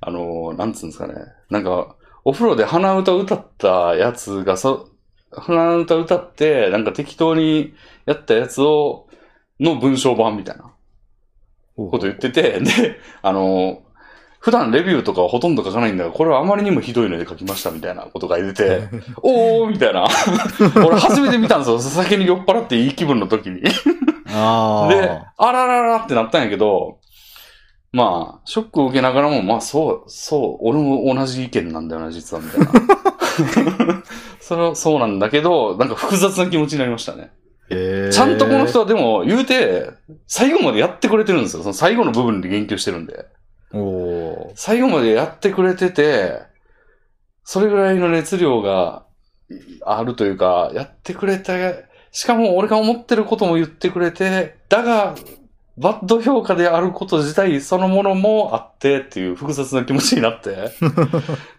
Speaker 1: あの、なんつうんですかね。なんか、お風呂で鼻歌歌ったやつが、そ鼻歌歌って、なんか適当にやったやつを、の文章版みたいな
Speaker 2: ほう、
Speaker 1: こと言ってて、で、あの、普段レビューとかはほとんど書かないんだが、これはあまりにもひどいので書きましたみたいなことが出て、おーみたいな。 俺初めて見たんですよ。酒に酔っ払っていい気分の時に。
Speaker 2: ああ。
Speaker 1: で、あらららってなったんやけど、まあ、ショックを受けながらも、まあ、そう、そう、俺も同じ意見なんだよな、実は、みたいな。 それはそうなんだけど、なんか複雑な気持ちになりましたね。
Speaker 2: へえ。
Speaker 1: ちゃんとこの人はでも、言うて、最後までやってくれてるんですよ。その最後の部分で言及してるんで。
Speaker 2: おー
Speaker 1: 最後までやってくれてて、それぐらいの熱量がいあるというか、やってくれて、しかも俺が思ってることも言ってくれて、だが、バッド評価であること自体そのものもあってっていう複雑な気持ちになって、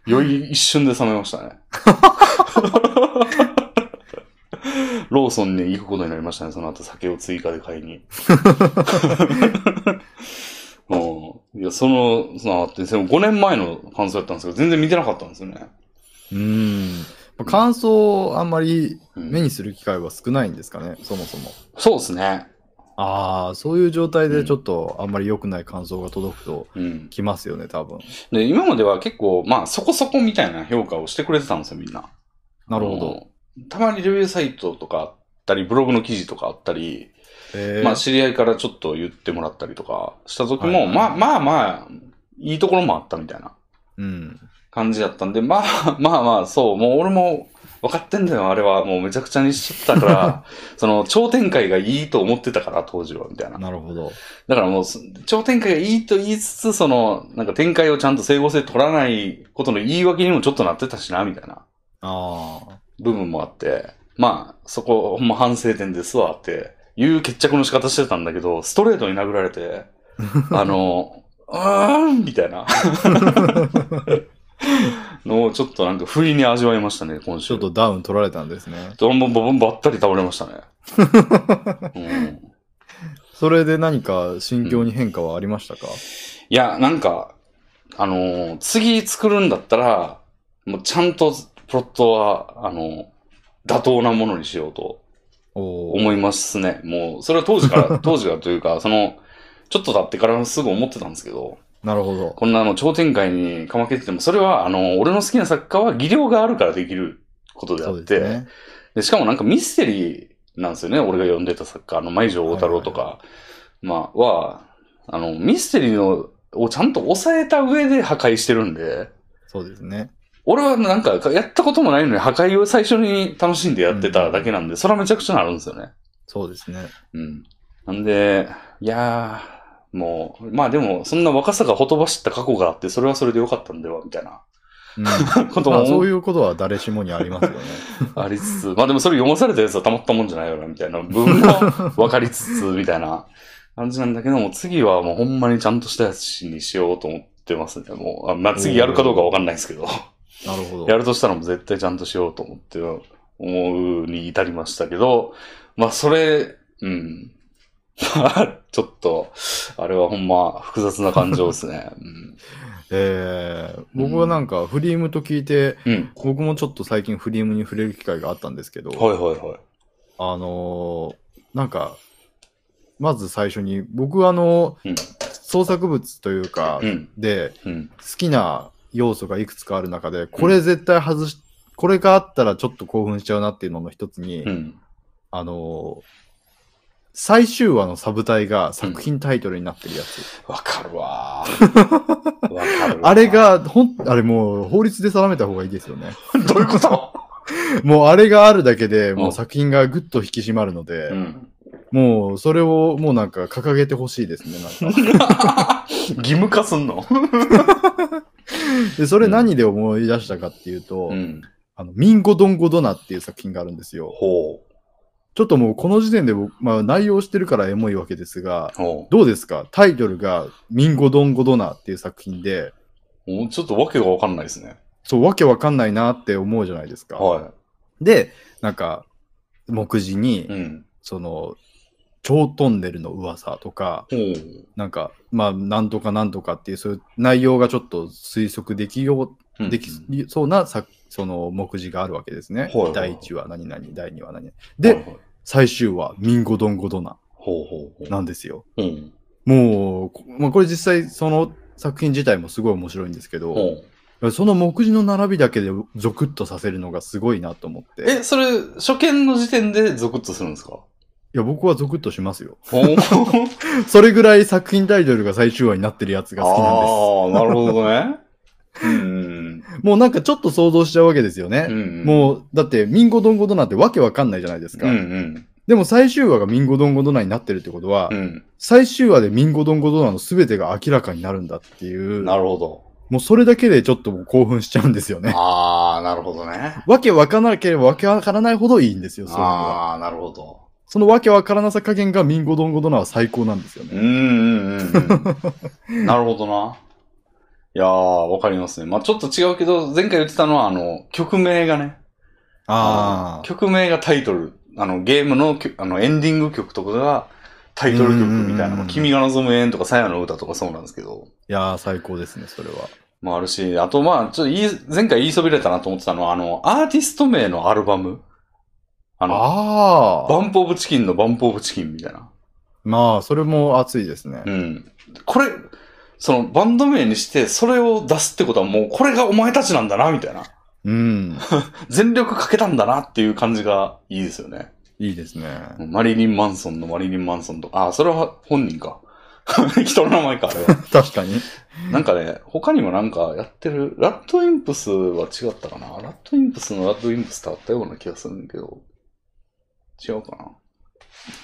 Speaker 1: よい一瞬で冷めましたね。ローソンに行くことになりましたね、その後酒を追加で買いに。うん、いや、その、そのあって、その5年前の感想だったんですけど、全然見てなかったんですよね。
Speaker 2: うん。まあ感想をあんまり
Speaker 1: うん
Speaker 2: 目にする機会は少ないんですかね、そもそも。
Speaker 1: そうですね。
Speaker 2: ああ、そういう状態でちょっとあんまり良くない感想が届くと
Speaker 1: うん。
Speaker 2: きますよね、多分。
Speaker 1: で、今までは結構、まあ、そこそこみたいな評価をしてくれてたんですよ、みんな。
Speaker 2: なるほど。
Speaker 1: うん。たまにレビューサイトとかあったり、ブログの記事とかあったり、
Speaker 2: えー
Speaker 1: まあ、知り合いからちょっと言ってもらったりとかした時も、
Speaker 2: はいはい
Speaker 1: まあまあまあ、いいところもあったみたいな
Speaker 2: うん。
Speaker 1: 感じだったんで、まあ まあまあ、そう、もう俺も分かってんだよ、あれは。もうめちゃくちゃにしちゃったから、その、超展開がいいと思ってたから、当時は、みたいな。
Speaker 2: なるほど。
Speaker 1: だからもう、超展開がいいと言いつつ、その、なんか展開をちゃんと整合性取らないことの言い訳にもちょっとなってたしな、みたいな
Speaker 2: ああ。
Speaker 1: 部分もあって、まあ、そこ、ほんま反省点ですわ、っていう決着の仕方してたんだけど、ストレートに殴られ て、あの、うーんみたいな。のをちょっとなんか不意に味わいましたね、今週。
Speaker 2: ちょっとダウン取られたんですね。
Speaker 1: ドンボンボンボンばったり倒れましたね。 うん
Speaker 2: それで何か心境に変化はありましたか、
Speaker 1: いや、なんか、あのー次作るんだったら、もうちゃんとプロットは、あのー妥当なものにしようと
Speaker 2: おー
Speaker 1: 思いますね。もう、それは当時 から、当時からというか、その、ちょっと経ってからすぐ思ってたんですけど、
Speaker 2: なるほど。
Speaker 1: こんなあの、超展開にかまけてても、それは、あの、俺の好きな作家は技量があるからできることであ
Speaker 2: そ
Speaker 1: っ
Speaker 2: う
Speaker 1: て、
Speaker 2: で
Speaker 1: です
Speaker 2: ね。
Speaker 1: しかもなんかミステリーなんですよね、俺が読んでた作家、あの、舞城大太郎とか、まあ、は、あの、ミステリーの、をちゃんと抑えた上で破壊してるんで、
Speaker 2: そうですね。
Speaker 1: 俺はなんか、やったこともないのに破壊を最初に楽しんでやってただけなんで、それはめちゃくちゃなるんですよね。
Speaker 2: そうです ね。
Speaker 1: うん。なんで、いやー、もう、まあでも、そんな若さがほとばしった過去があって、それはそれでよかったんでは、みたいな
Speaker 2: うん、
Speaker 1: こと
Speaker 2: まあ
Speaker 1: も
Speaker 2: そう
Speaker 1: 思
Speaker 2: いうことは誰しもにありますよね。
Speaker 1: ありつつ、まあでもそれ読まされたやつはたまったもんじゃないよな、みたいな部分も分かりつつ、みたいな感じなんだけども、次はもうほんまにちゃんとしたやつにしようと思ってますね。もう、あまあ次やるかどうかわかんないですけど、
Speaker 2: なるほど
Speaker 1: や。るとしたらもう絶対ちゃんとしようと思って、思うに至りましたけど、まあそれ、うん。 まあちょっと、あれはほんま複雑な感情ですね。
Speaker 2: えー、僕はなんかフリームと聞いて、
Speaker 1: うん。うん。
Speaker 2: 僕もちょっと最近フリームに触れる機会があったんですけど、
Speaker 1: はいはいはい。
Speaker 2: あのーなんか、まず最初に、僕はあの、
Speaker 1: うん
Speaker 2: 創作物というか、
Speaker 1: うん。
Speaker 2: で、
Speaker 1: うん。
Speaker 2: 好きな要素がいくつかある中で、これ絶対外し、これがあったらちょっと興奮しちゃうなっていうのの一つに、
Speaker 1: うん。
Speaker 2: あのー最終話のサブタイが作品タイトルになってるやつ。
Speaker 1: わかるわー。わかるわー
Speaker 2: あれ、が、ほん、あれもう法律で定めた方がいいですよね。
Speaker 1: どういうこと
Speaker 2: もうあれがあるだけで、もうんう作品がぐっと引き締まるので、
Speaker 1: うん。
Speaker 2: もうそれをもうなんか掲げてほしいですね、 なんか。
Speaker 1: 義務化すんの
Speaker 2: で、それ何で思い出したかっていうと、
Speaker 1: うん。
Speaker 2: あの、ミンゴドンゴドナっていう作品があるんですよ。
Speaker 1: ほう。
Speaker 2: ちょっともうこの時点で僕、まあ内容してるからエモいわけですが、
Speaker 1: ほ
Speaker 2: どうですかタイトルがミンゴドンゴドナっていう作品で、
Speaker 1: う。もうちょっとわけがわかんないですね。
Speaker 2: そう、わけわかんないなって思うじゃないですか。
Speaker 1: は
Speaker 2: で、なんか、目次に、
Speaker 1: い。うん。
Speaker 2: その、超トンネルの噂とか、
Speaker 1: ほう。
Speaker 2: なんか、まあ、なんとかなんとかっていう、そういう内容がちょっと推測できよ
Speaker 1: う
Speaker 2: う、
Speaker 1: ん
Speaker 2: できそうな作、その目次があるわけですね。
Speaker 1: はいはいはい
Speaker 2: 第1話何々、第2話何々。で、
Speaker 1: はいはい
Speaker 2: 最終話、ミンゴドンゴドナ
Speaker 1: ほうほうほ
Speaker 2: なんですよ。
Speaker 1: う。うん。
Speaker 2: もうこ、まあ、これ実際その作品自体もすごい面白いんですけ
Speaker 1: ほ
Speaker 2: ど、
Speaker 1: う。
Speaker 2: その目次の並びだけでゾクッとさせるのがすごいなと思って。
Speaker 1: え、それ、初見の時点でゾクッとするんですか
Speaker 2: いや、僕はゾクッとしますよ。
Speaker 1: おー
Speaker 2: それぐらい作品タイトルが最終話になってるやつが好きな
Speaker 1: ああ、なるほどね。うん。
Speaker 2: んです。もうなんかちょっと想像しちゃうわけですよ
Speaker 1: う
Speaker 2: ね。
Speaker 1: ん。う
Speaker 2: もう、だって、ミンゴドンゴドナってわけわかんないじゃないです
Speaker 1: ん、う
Speaker 2: か。
Speaker 1: ん。
Speaker 2: でも最終話がミンゴドンゴドナになってるってことは、
Speaker 1: うん。
Speaker 2: 最終話でミンゴドンゴドナの全てが明らかになるんだっていう、
Speaker 1: なるほど。
Speaker 2: もうそれだけでちょっともう興奮しちゃうんですよね。
Speaker 1: ああ、なるほどね。
Speaker 2: わけわからなければわけわからないほどいいんですよ、そういうのは。
Speaker 1: ああ、なるほど。
Speaker 2: そのわけわからなさ加減がミンゴドンゴドナは最高なんですよ
Speaker 1: う
Speaker 2: ね。
Speaker 1: んうんうん うん。なるほどな。いやー、わかりますね。まあちょっと違うけど、前回言ってたのは、あの、曲名がね、
Speaker 2: ああ。
Speaker 1: 曲名がタイトルあの、ゲームのきゅあのエンディング曲とかがタイトル曲みたい
Speaker 2: うんうん
Speaker 1: な、
Speaker 2: うんうん
Speaker 1: 君が望む縁とか、さやの歌とかそうなんですけど、
Speaker 2: いやー、最高ですね、それは。
Speaker 1: もあるし、あとまあ、ちょっと言い、前回言いそびれたなと思ってたのは、あの、アーティスト名のアルバムあの、
Speaker 2: ああ
Speaker 1: バンプオブチキンのバンプオブチキンみたいな。
Speaker 2: まあ、それも熱いですね
Speaker 1: う。ん。これ、そのバンド名にして、それを出すってことはもう、これがお前たちなんだな、みたいな。
Speaker 2: うん。
Speaker 1: 全力かけたんだなっていう感じがいいですよね。
Speaker 2: いいですね。
Speaker 1: マリリン・マンソンのマリリン・マンソンとか、あ、それは本人か。 人の名前か、あれ は。
Speaker 2: 確かに。
Speaker 1: なんかね、他にもなんかやってる、ラッドインプスは違ったかな。ラッドインプスのラッドインプスってあったような気がするんだけど、違うか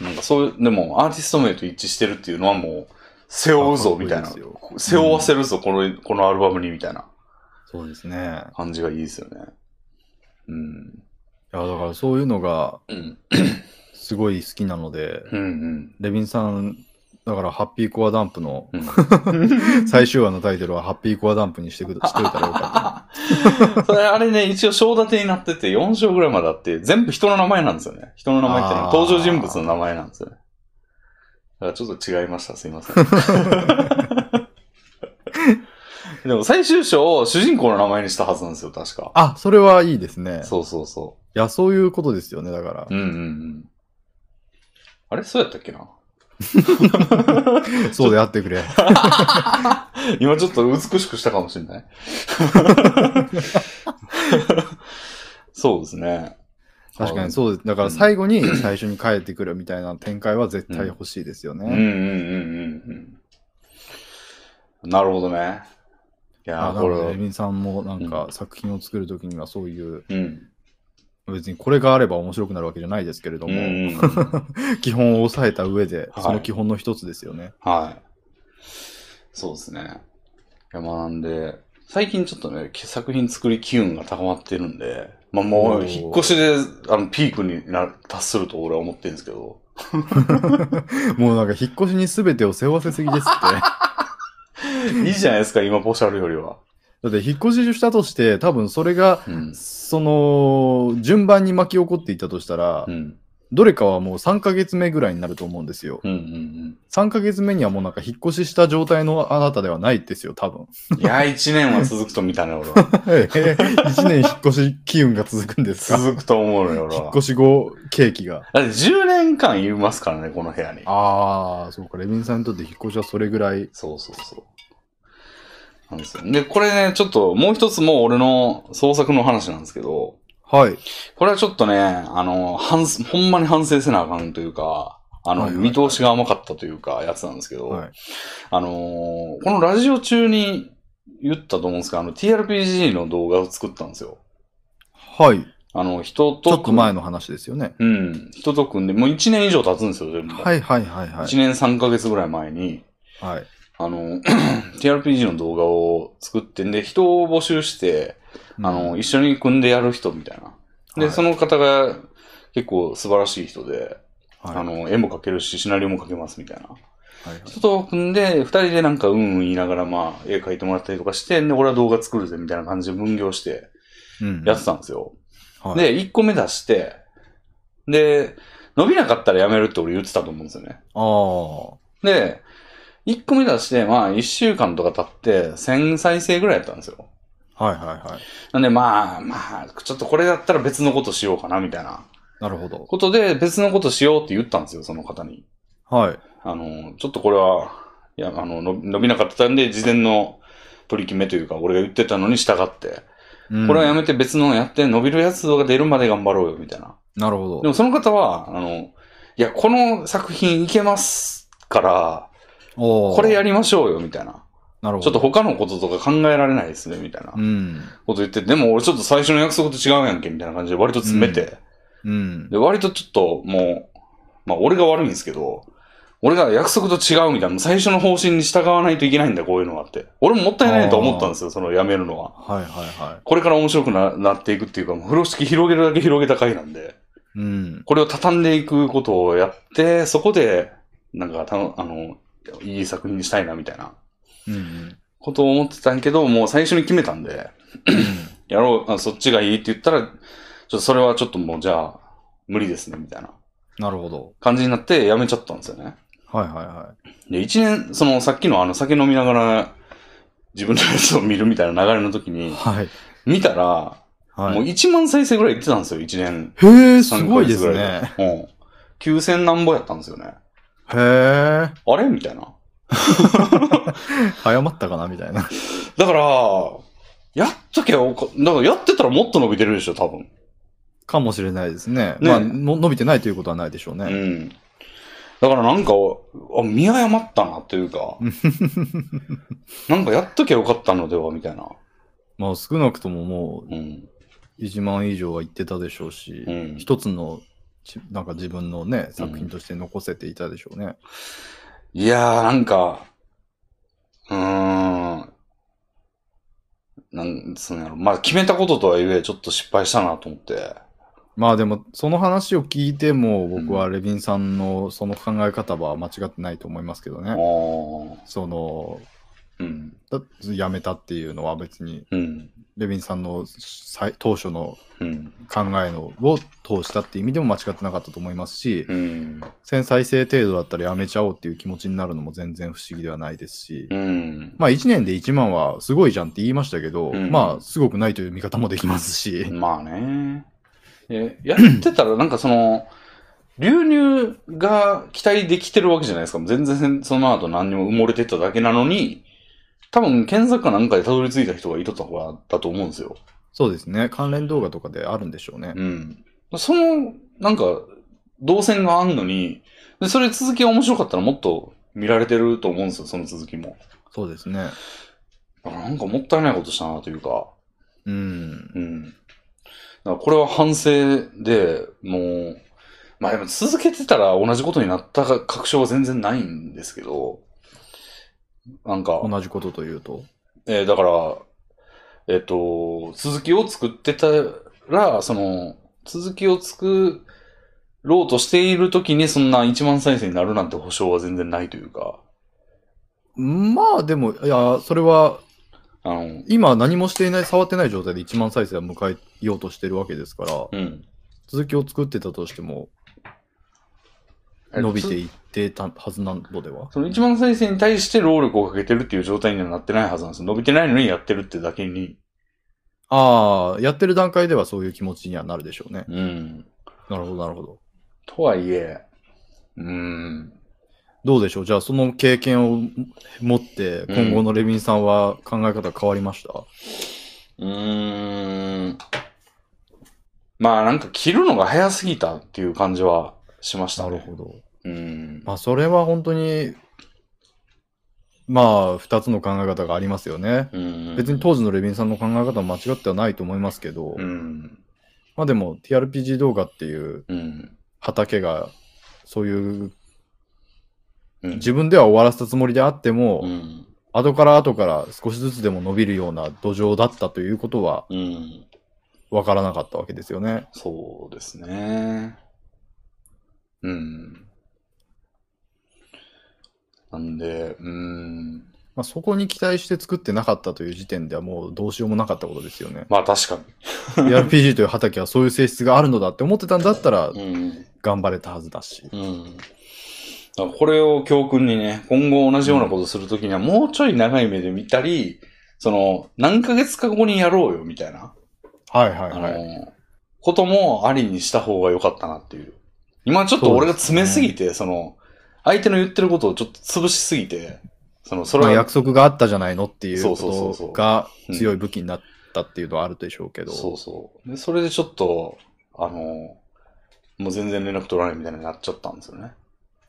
Speaker 1: な。なんかそういう、でもアーティスト名と一致してるっていうのはもう、背負うぞ、みたい
Speaker 2: あ
Speaker 1: な
Speaker 2: かっこいいですよ
Speaker 1: 背負わせるぞ、この、このアルバムに、みたいな
Speaker 2: そうですね。いや、
Speaker 1: 感じがいいですよね。うん。
Speaker 2: だからそういうのが
Speaker 1: うん。
Speaker 2: すごい好きなので、
Speaker 1: うんうん。
Speaker 2: レビンさん、だからハッピーコアダンプの
Speaker 1: うん
Speaker 2: 最終話のタイトルはハッピーコアダンプにし てくしといたらよかっ
Speaker 1: それあれね、一応章立てになってて、4章ぐらいまであって、全部人の名前なんですよね。人の名前っていうのは
Speaker 2: あー
Speaker 1: 登場人物の名前なんですよね。だからちょっと違いました。すいま せん。でも最終章を主人公の名前にしたはずなんですよ、確か。
Speaker 2: た。あ、それはいいですね。
Speaker 1: そうそうそ
Speaker 2: いや、そういうことですよね、だから
Speaker 1: う。う。んうんうん。あれそうやったっけな
Speaker 2: そうであってくれ。
Speaker 1: 今ちょっと美しくしたかもしれ ない。そうですね。
Speaker 2: 確かにそうです。だから最後に最初に帰ってくるみたいな展開は絶対欲しいですよね。
Speaker 1: うんうんうんうんうん。なるほどね。いや
Speaker 2: あ
Speaker 1: ー、
Speaker 2: な
Speaker 1: こ
Speaker 2: の
Speaker 1: れ
Speaker 2: で、
Speaker 1: は
Speaker 2: レ。ビンさんもなんか作品を作るときにはそういう、
Speaker 1: うん。
Speaker 2: 別にこれがあれば面白くなるわけじゃないですけれど
Speaker 1: うんう
Speaker 2: も、
Speaker 1: んうん。
Speaker 2: 基本を抑えた上で、
Speaker 1: はい
Speaker 2: その基本の一つですよね。
Speaker 1: はい。そうですね。いや、まあなんで、最近ちょっとね、作品作り機運が高まってるんで、まあも
Speaker 2: お
Speaker 1: う、
Speaker 2: ー
Speaker 1: 引っ越しで、あの、ピークにな達すると俺は思ってるんですけど、
Speaker 2: もうなんか引っ越しに全てを背負わせすぎですって。
Speaker 1: いいじゃないですか、今、ポシャルよりは。
Speaker 2: だって引っ越ししたとして、多分それが、
Speaker 1: うん。
Speaker 2: その、順番に巻き起こっていたとしたら、
Speaker 1: うん。
Speaker 2: どれかはもう3ヶ月目ぐらいになると思うんですよ。
Speaker 1: うんうん
Speaker 2: 3ヶ月目にはもうなんか引っ越しした状態のあなたではないですよ、多 分。
Speaker 1: うん。いや、一年は続くと見たね、俺は。
Speaker 2: 1年引っ越し機運が続くんですか
Speaker 1: 続くと思うのよ、俺
Speaker 2: 引っ
Speaker 1: は。
Speaker 2: 越し後、ケーキが。
Speaker 1: だって10年間いますからね、この部屋に。
Speaker 2: ああ、そうか、レビンさんにとって引っ越しはそれぐらい。
Speaker 1: そうそうそう。なんですよ。で、これね、ちょっともう一つもう俺の創作の話なんですけど、
Speaker 2: はい。
Speaker 1: これはちょっとね、あの、反す、ほんまに反省せなあかんというか、あの、
Speaker 2: はいはいはい
Speaker 1: 見通しが甘かったというか、やつなんですけど、
Speaker 2: はい。
Speaker 1: あのーこのラジオ中に言ったと思うんですけど、あの、TRPG の動画を作ったんですよ。
Speaker 2: はい。ち
Speaker 1: あの、人と、
Speaker 2: ょっと前の話ですよね。
Speaker 1: うん、人と組んで、もう1年以上経つんですよ、全部。
Speaker 2: はいはいはいは
Speaker 1: 1
Speaker 2: い。
Speaker 1: 年3ヶ月ぐらい前に、
Speaker 2: はい。
Speaker 1: あの、TRPG の動画を作ってんで、人を募集して、あの、一緒に組んでやる人みたいな。で、
Speaker 2: はい
Speaker 1: その方が結構素晴らしい人で、
Speaker 2: はい、
Speaker 1: あの、絵も描けるし、シナリオも描けますみたいな。
Speaker 2: はいはい
Speaker 1: 人と組んで、二人でなんかうんうん言いながら、まあ、絵描いてもらったりとかして、で、俺は動画作るぜみたいな感じで分業して
Speaker 2: うん
Speaker 1: やってたんですよ。
Speaker 2: はい
Speaker 1: で、一個目出して、で、伸びなかったらやめるって俺言ってたと思うんですよね。
Speaker 2: ああ。
Speaker 1: で、1個目出して、まあ1週間とか経って1000再生ぐらいやったんですよ。
Speaker 2: はいはいはい。
Speaker 1: なんでまあまあ、ちょっとこれだったら別のことしようかなみたいな
Speaker 2: なるほど。
Speaker 1: ことで別のことしようって言ったんですよ、その方に。
Speaker 2: はい。
Speaker 1: あの、ちょっとこれは、いや、あの、の伸びなかったんで事前の取り決めというか、俺が言ってたのに従って、
Speaker 2: うん
Speaker 1: これはやめて別のやって伸びるやつが出るまで頑張ろうよみたいな。
Speaker 2: なるほ
Speaker 1: で
Speaker 2: ど
Speaker 1: も。その方は、あの、いや、この作品いけますから、
Speaker 2: おー
Speaker 1: これやりましょうよみたいな。
Speaker 2: なるほ
Speaker 1: ちょ
Speaker 2: ど。
Speaker 1: っと他のこととか考えられないですね、みたいな
Speaker 2: う
Speaker 1: こ
Speaker 2: ん。
Speaker 1: と言ってて、でも俺ちょっと最初の約束と違うやんけ、みたいな感じで割と詰めて、
Speaker 2: うん。
Speaker 1: で、割とちょっともう、まあ俺が悪いんですけど、俺が約束と違うみたいな、最初の方針に従わないといけないんだ、こういうのはって。俺ももったいないと思ったんですよ、そのやめるのは。
Speaker 2: はいはいは
Speaker 1: これから面白くななっていくっていうか、もう風呂敷広げるだけ広げた回なんで、
Speaker 2: い。うん。
Speaker 1: これを畳んでいくことをやって、そこで、なんかたの、あの、いい作品にしたいな、みたいな
Speaker 2: うんうん。
Speaker 1: ことを思ってたんけど、もう最初に決めたんで、やろうあ、そっちがいいって言ったら、ちょっとそれはちょっともうじゃあ、無理ですね、みたいな
Speaker 2: なるほど。
Speaker 1: 感じになって辞めちゃったんですよね。
Speaker 2: はいはいは
Speaker 1: で、一年、そのさっきのあの酒飲みながら自分のやつを見るみたいな流れの時
Speaker 2: い。
Speaker 1: に、
Speaker 2: はい。
Speaker 1: 見たら、
Speaker 2: はい、
Speaker 1: もう1万再生ぐらい行ってたんですよ、1年。
Speaker 2: へえ、すごいです
Speaker 1: 3ヶ
Speaker 2: ね。
Speaker 1: 月ぐらいで。うん。9000何ぼやったんですよね。
Speaker 2: へえ。
Speaker 1: あれみたいな。
Speaker 2: 早まったかなみたいな。
Speaker 1: だから、やっときゃおか、だからやってたらもっと伸びてるでしょ、多分。
Speaker 2: かもしれないですね。
Speaker 1: ね
Speaker 2: まあの、伸びてないということはないでしょう
Speaker 1: う
Speaker 2: ね。
Speaker 1: ん。だからなんか、あ見誤ったなというか、なんかやっときゃよかったのでは、みたいな。
Speaker 2: まあ、少なくともも
Speaker 1: うん。
Speaker 2: う1万以上は言ってたでしょうし、
Speaker 1: うん
Speaker 2: 一つのち、なんか自分のね、作品として残せていたでしょうね。
Speaker 1: いやー、なんか、うーん。なんですね。まあ、決めたこととはいえ、ちょっと失敗したなと思って。
Speaker 2: まあでも、その話を聞いても、僕はレビンさんのその考え方は間違ってないと思いますけどね。
Speaker 1: あー
Speaker 2: その、
Speaker 1: うん。
Speaker 2: だ辞めたっていうのは別に、
Speaker 1: うん。
Speaker 2: レビンさんの最当初の
Speaker 1: うん。
Speaker 2: 考えのを通したっていう意味でも間違ってなかったと思いますし、
Speaker 1: うん。
Speaker 2: 1000再生程度だったらやめちゃおうっていう気持ちになるのも全然不思議ではないですし、
Speaker 1: うん。
Speaker 2: まあ1年で1万はすごいじゃんって言いましたけど、
Speaker 1: うん
Speaker 2: まあすごくないという見方もできますし、
Speaker 1: まあね。えやってたら、なんかその、流入が期待できてるわけじゃないですか。もう全然その後何にも埋もれてっただけなのに、多分検索かなんかでたどり着いた人がいとった方がだと思うんですよ。
Speaker 2: そうですね、関連動画とかであるんでしょうね。
Speaker 1: うん。その、なんか、動線があんのに、でそれ続きが面白かったらもっと見られてると思うんですよ、その続きも。
Speaker 2: そうですね。
Speaker 1: あなんかもったいないことしたなというか。
Speaker 2: うん。
Speaker 1: うん。だからこれは反省で、もう、まあでも続けてたら同じことになったか確証は全然ないんですけど、なんか、
Speaker 2: 同じことというと。
Speaker 1: えーだから、えっ、と、続きを作ってたら、その、続きを作ろうとしている時にそんな1万再生になるなんて保証は全然ないというか、
Speaker 2: まあでも、いや、それは
Speaker 1: あの、
Speaker 2: 今何もしていない、触ってない状態で1万再生を迎えようとしてるわけですから、
Speaker 1: うん。
Speaker 2: 続きを作ってたとしても伸びていってたはずなのでは
Speaker 1: その1万再生に対して労力をかけてるっていう状態にはなってないはずなんですよ。伸びてないのにやってるってだけに。
Speaker 2: ああ、やってる段階ではそういう気持ちにはなるでしょうね。
Speaker 1: うん。
Speaker 2: なるほど、なるほど。
Speaker 1: とはいえ、うん。
Speaker 2: どうでしょうじゃあ、その経験を持って、
Speaker 1: うん
Speaker 2: 今後のレビンさんは考え方変わりました、
Speaker 1: うーん。まあなんか切るのが早すぎたっていう感じはしましたね。
Speaker 2: なるほど。
Speaker 1: うん。
Speaker 2: まあ、それは本当に、まあ、二つの考え方がありますよね。
Speaker 1: うん
Speaker 2: 別に当時のレビンさんの考え方も間違ってはないと思いますけど、
Speaker 1: うん。
Speaker 2: まあでも TRPG 動画っていう
Speaker 1: うん。
Speaker 2: 畑が、そういう
Speaker 1: うん
Speaker 2: 自分では終わらせたつもりであっても、
Speaker 1: うん。
Speaker 2: 後から後から少しずつでも伸びるような土壌だったということは
Speaker 1: うん。
Speaker 2: 分からなかったわけですよね。
Speaker 1: そうですね。うん。なんで、うん。。
Speaker 2: まあ、そこに期待して作ってなかったという時点ではもうどうしようもなかったことですよね
Speaker 1: まあ確か
Speaker 2: RPG という畑はそういう性質があるのだって思ってたんだったら
Speaker 1: に。うん。
Speaker 2: 頑張れたはずだし。
Speaker 1: うん。だからこれを教訓にね、今後同じようなことするときには、もうちょい長い目で見たり、その、何ヶ月か後にやろうよ、みたいな、
Speaker 2: はいはい
Speaker 1: あ
Speaker 2: はい。
Speaker 1: の、こともありにした方が良かったなっていう。今ちょっと俺が詰めすぎて、そ,、の、相手の言ってることをちょっと潰しすぎて、その、それ
Speaker 2: まあ、
Speaker 1: は、
Speaker 2: 約束があったじゃないのっていう
Speaker 1: そう
Speaker 2: こ
Speaker 1: そうそうそう
Speaker 2: とが強い武器になったっていうのはあるでしょうけど。
Speaker 1: そうそう。で、それでちょっと、あの、もう全然連絡取らないみたいになっちゃったんですよね。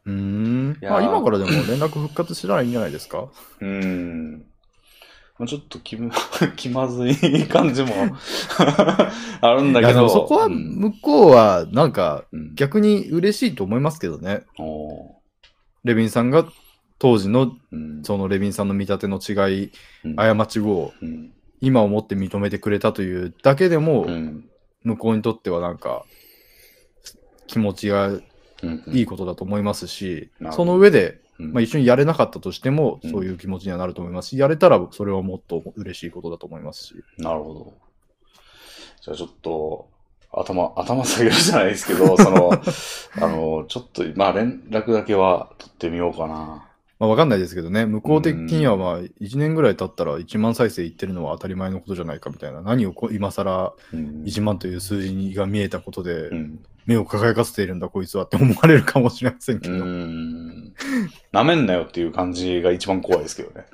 Speaker 2: うーん。
Speaker 1: いやー
Speaker 2: まあ今からでも連絡復活したらいいんじゃないですか
Speaker 1: うーん。まあ ちょっと気む気まずい感じも あるんだ
Speaker 2: いや
Speaker 1: け
Speaker 2: で
Speaker 1: ど。
Speaker 2: もそこは
Speaker 1: うん
Speaker 2: 向こうはなんか
Speaker 1: うん
Speaker 2: 逆に嬉しいと思いますけどね。
Speaker 1: おー
Speaker 2: レビンさんが当時の
Speaker 1: うん
Speaker 2: そのレビンさんの見立ての違い、
Speaker 1: うん
Speaker 2: 過ちを
Speaker 1: うん
Speaker 2: 今思って認めてくれたというだけでも
Speaker 1: う、ん
Speaker 2: 向こうにとってはなんか、気持ちが
Speaker 1: うん
Speaker 2: いいことだと思いますし
Speaker 1: うん、
Speaker 2: その上で、
Speaker 1: うん
Speaker 2: まあ、一緒にやれなかったとしても、
Speaker 1: うん
Speaker 2: そういう気持ちにはなると思いますし、やれたらそれはもっと嬉しいことだと思いますし。
Speaker 1: なるほど。じゃあちょっと、頭、頭下げるじゃないですけど、そ の、あの、ちょっと、まあ連絡だけは取ってみようかな。
Speaker 2: まあ、わかんないですけどね、向こう的にはまあ1年ぐらい経ったら1万再生いってるのは当たり前のことじゃないかみたいな、何をこ今更
Speaker 1: うん。
Speaker 2: 1万という数字が見えたことで
Speaker 1: うん。
Speaker 2: 目を輝かせているんだ、こいつはって思われるかもしれませんけ
Speaker 1: う
Speaker 2: ど、
Speaker 1: ん。なめんなよっていう感じが一番怖いですけ どね。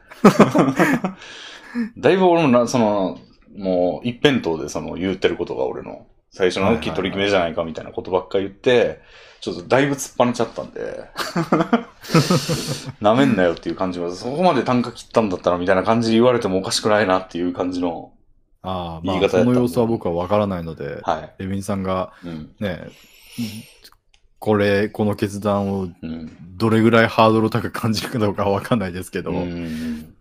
Speaker 1: だいぶ俺もな、その、もう一辺倒でその言ってることが俺の最初の大きい取り決めじゃないかみたいなことばっか言って、ちょっとだいぶ突っ張ねちゃったんで、 なめんなよっていう感じは、そこまで単価切ったんだったらみたいな感じで言われてもおかしくないなっていう感じの、
Speaker 2: ああま
Speaker 1: 言い方や
Speaker 2: あ
Speaker 1: った
Speaker 2: そ
Speaker 1: んだ
Speaker 2: の様子は僕はわからないので、
Speaker 1: は
Speaker 2: レビンさんが
Speaker 1: い。うん。
Speaker 2: ね、これ、この決断を
Speaker 1: うん。
Speaker 2: どれぐらいハードル高く感じるかどうかはわかんないですけど、
Speaker 1: うん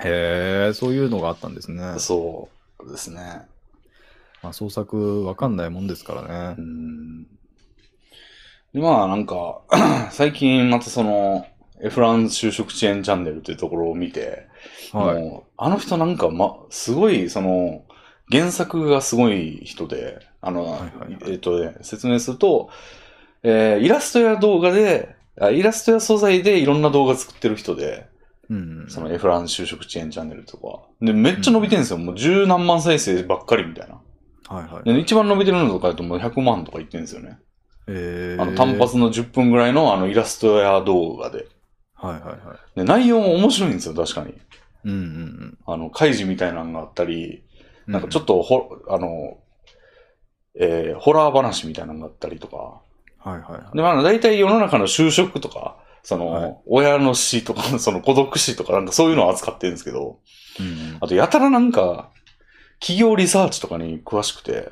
Speaker 2: へえ、そういうのがあったんですね。
Speaker 1: そうですね。
Speaker 2: まあ、創作わかんないもんですから
Speaker 1: う
Speaker 2: ね。
Speaker 1: ん。で、まあなんか、 最近またその、エフラン就職支援チャンネルっていうところを見て、
Speaker 2: はい。
Speaker 1: もう、あの人なんか、ま、すごい、その、原作がすごい人で、あの、
Speaker 2: はいはいはい
Speaker 1: えっ、とね、説明すると、えーイラストや動画で、あイラストや素材でいろんな動画作ってる人で、
Speaker 2: うん。
Speaker 1: そのエフラン就職支援チャンネルとか。で、めっちゃ伸びてるんですよ。もう十何万再生ばっかりみたいな。
Speaker 2: はいはい。
Speaker 1: で一番伸びてるのとかだともう100万とかいってるんですよね。
Speaker 2: えー
Speaker 1: あの単。発の10分ぐらいのあのイラストや動画で。
Speaker 2: はいはいはい。
Speaker 1: で内容も面白いんですよ、確かに。
Speaker 2: うんうんうん
Speaker 1: あの、開示みたいなのがあったり、
Speaker 2: うん。
Speaker 1: なんかちょっとほ、あの、えーホラー話みたいなのがあったりとか。
Speaker 2: と。はいはいはい。
Speaker 1: で、まあ、大体世の中の就職とか、その、
Speaker 2: はい
Speaker 1: 親の死とか、 その孤独死とか、なんかそういうのを扱ってるんですけど、
Speaker 2: うん
Speaker 1: あと、やたらなんか、企業リサーチとかに詳しくて、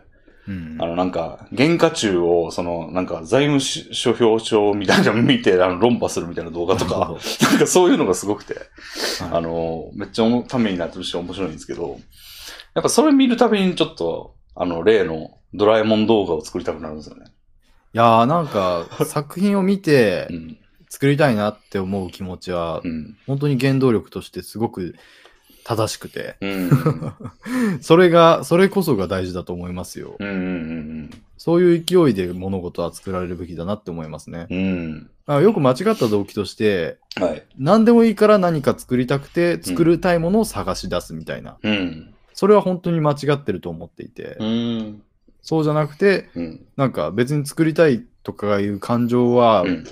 Speaker 2: うん。
Speaker 1: あの、なんか、原価中を、その、なんか、財務し諸表帳みたいなの見て、あの、論破するみたいな動画と
Speaker 2: なる
Speaker 1: か、
Speaker 2: ほど。
Speaker 1: なんかそういうのがすごくて、
Speaker 2: はい
Speaker 1: あの、めっちゃおもためになってるし面白いんですけど、やっぱそれ見るたびにちょっと、あの、例のドラえもん動画を作りたくなるんですよね。
Speaker 2: いやーなんか作品を見て
Speaker 1: うん。
Speaker 2: 作りたいなって思う気持ちは
Speaker 1: うん。
Speaker 2: 本当に原動力としてすごく正しくて
Speaker 1: うん。
Speaker 2: それがそれこそが大事だと思いますよ
Speaker 1: うん。うんうん
Speaker 2: そういう勢いで物事は作られるべきだなって思いますね
Speaker 1: うん。うん。
Speaker 2: あよく間違った動機として
Speaker 1: はい。
Speaker 2: 何でもいいから何か作りたくて作りたいものを探し出すみたいな、
Speaker 1: うん。
Speaker 2: それは本当に間違ってると思っていて、
Speaker 1: うん。
Speaker 2: そうじゃなくて
Speaker 1: うん。
Speaker 2: なんか別に作りたいとかいう感情は
Speaker 1: うん。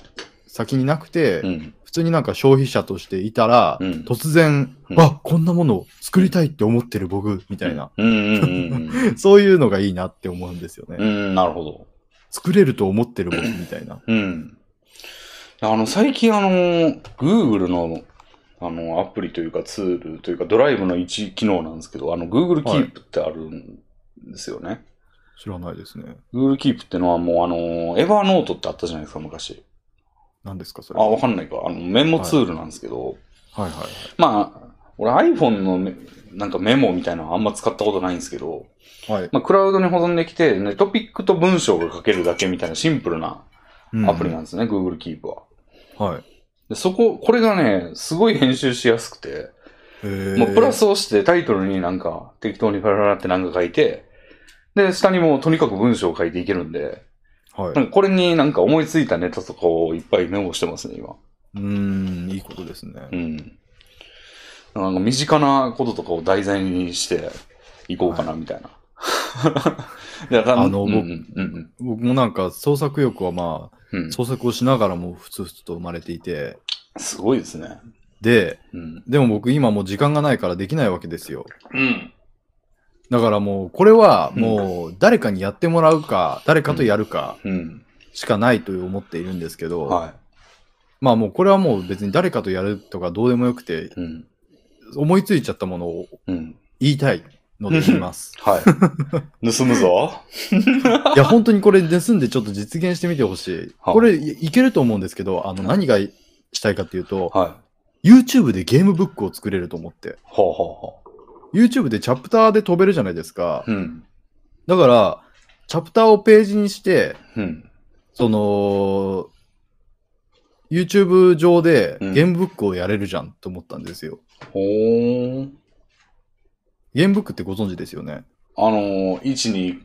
Speaker 2: 先になくて、
Speaker 1: うん。
Speaker 2: 普通になんか消費者としていたら、
Speaker 1: うん
Speaker 2: 突然、
Speaker 1: うん
Speaker 2: あこんなものを作りたいって思ってる僕みたいな、
Speaker 1: うんうんうんうん。
Speaker 2: そういうのがいいなって思うんですよね、
Speaker 1: うん、なるほど。
Speaker 2: 作れると思ってる僕みたいな、
Speaker 1: うん。あの、最近あの、Google の、あの、アプリというかツールというかドライブの一機能なんですけど、あの、Google
Speaker 2: はい
Speaker 1: Keep ってあるんですよね。
Speaker 2: 知らないですね
Speaker 1: Google Keep ってのはもうあの、エヴァノートってあったじゃないですか、昔。
Speaker 2: 何ですかそれ
Speaker 1: あ、わかんないか。あの、メモツールなんですけど、
Speaker 2: はいはいはい
Speaker 1: まあ、俺 iPhone のメなんかメモみたいなのあんま使ったことないんですけど、
Speaker 2: はい、
Speaker 1: まあ、クラウドに保存できて、ね、トピックと文章が書けるだけみたいなシンプルな
Speaker 2: うん
Speaker 1: アプリなんですね、Google Keep は。
Speaker 2: はい
Speaker 1: で、そこ、これがね、すごい編集しやすくて、
Speaker 2: へー
Speaker 1: もうプラスをしてタイトルになんか適当にパラパラってなんか書いて、で、下にもうとにかく文章を書いていけるんで、
Speaker 2: はい
Speaker 1: なんかこれになんか思いついたネタとかをいっぱいメモしてますね、今。
Speaker 2: うーんいいことですね、
Speaker 1: うん。なんか身近なこととかを題材にしていこうかな、みたい な。だから
Speaker 2: あの
Speaker 1: うんう
Speaker 2: 僕
Speaker 1: んうん
Speaker 2: 僕もなんか創作欲はまあ
Speaker 1: うん、
Speaker 2: 創作をしながらもふつふつと生まれていて
Speaker 1: すごいですね。
Speaker 2: で
Speaker 1: うん。
Speaker 2: でも僕今もう時間がないからできないわけですよ
Speaker 1: うん。
Speaker 2: だからもう、これはもう、誰かにやってもらうか、誰かとやるか
Speaker 1: うん。
Speaker 2: しかないと思っているんですけど、
Speaker 1: は
Speaker 2: まあもう、これはもう別に誰かとやるとかどうでもよくて、
Speaker 1: い。うん。
Speaker 2: 思いついちゃったものを
Speaker 1: うん。
Speaker 2: 言いたいので言います。
Speaker 1: はい。盗むぞ。
Speaker 2: いや、本当にこれ盗んでちょっと実現してみてほしい。
Speaker 1: はい
Speaker 2: これい、いけると思うんですけど、あの、何がしたいかっていうと、
Speaker 1: はい。
Speaker 2: YouTube でゲームブックを作れると思って。
Speaker 1: ほうほうほ
Speaker 2: YouTube でチャプターで飛べるじゃないですか
Speaker 1: う。。うん。
Speaker 2: だから、チャプターをページにして、
Speaker 1: うん。
Speaker 2: その、YouTube 上で
Speaker 1: うん
Speaker 2: ゲームブックをやれるじゃんと思ったんですよ。
Speaker 1: ほーん。
Speaker 2: ゲームブックってご存知ですよね。
Speaker 1: あのー、1、2、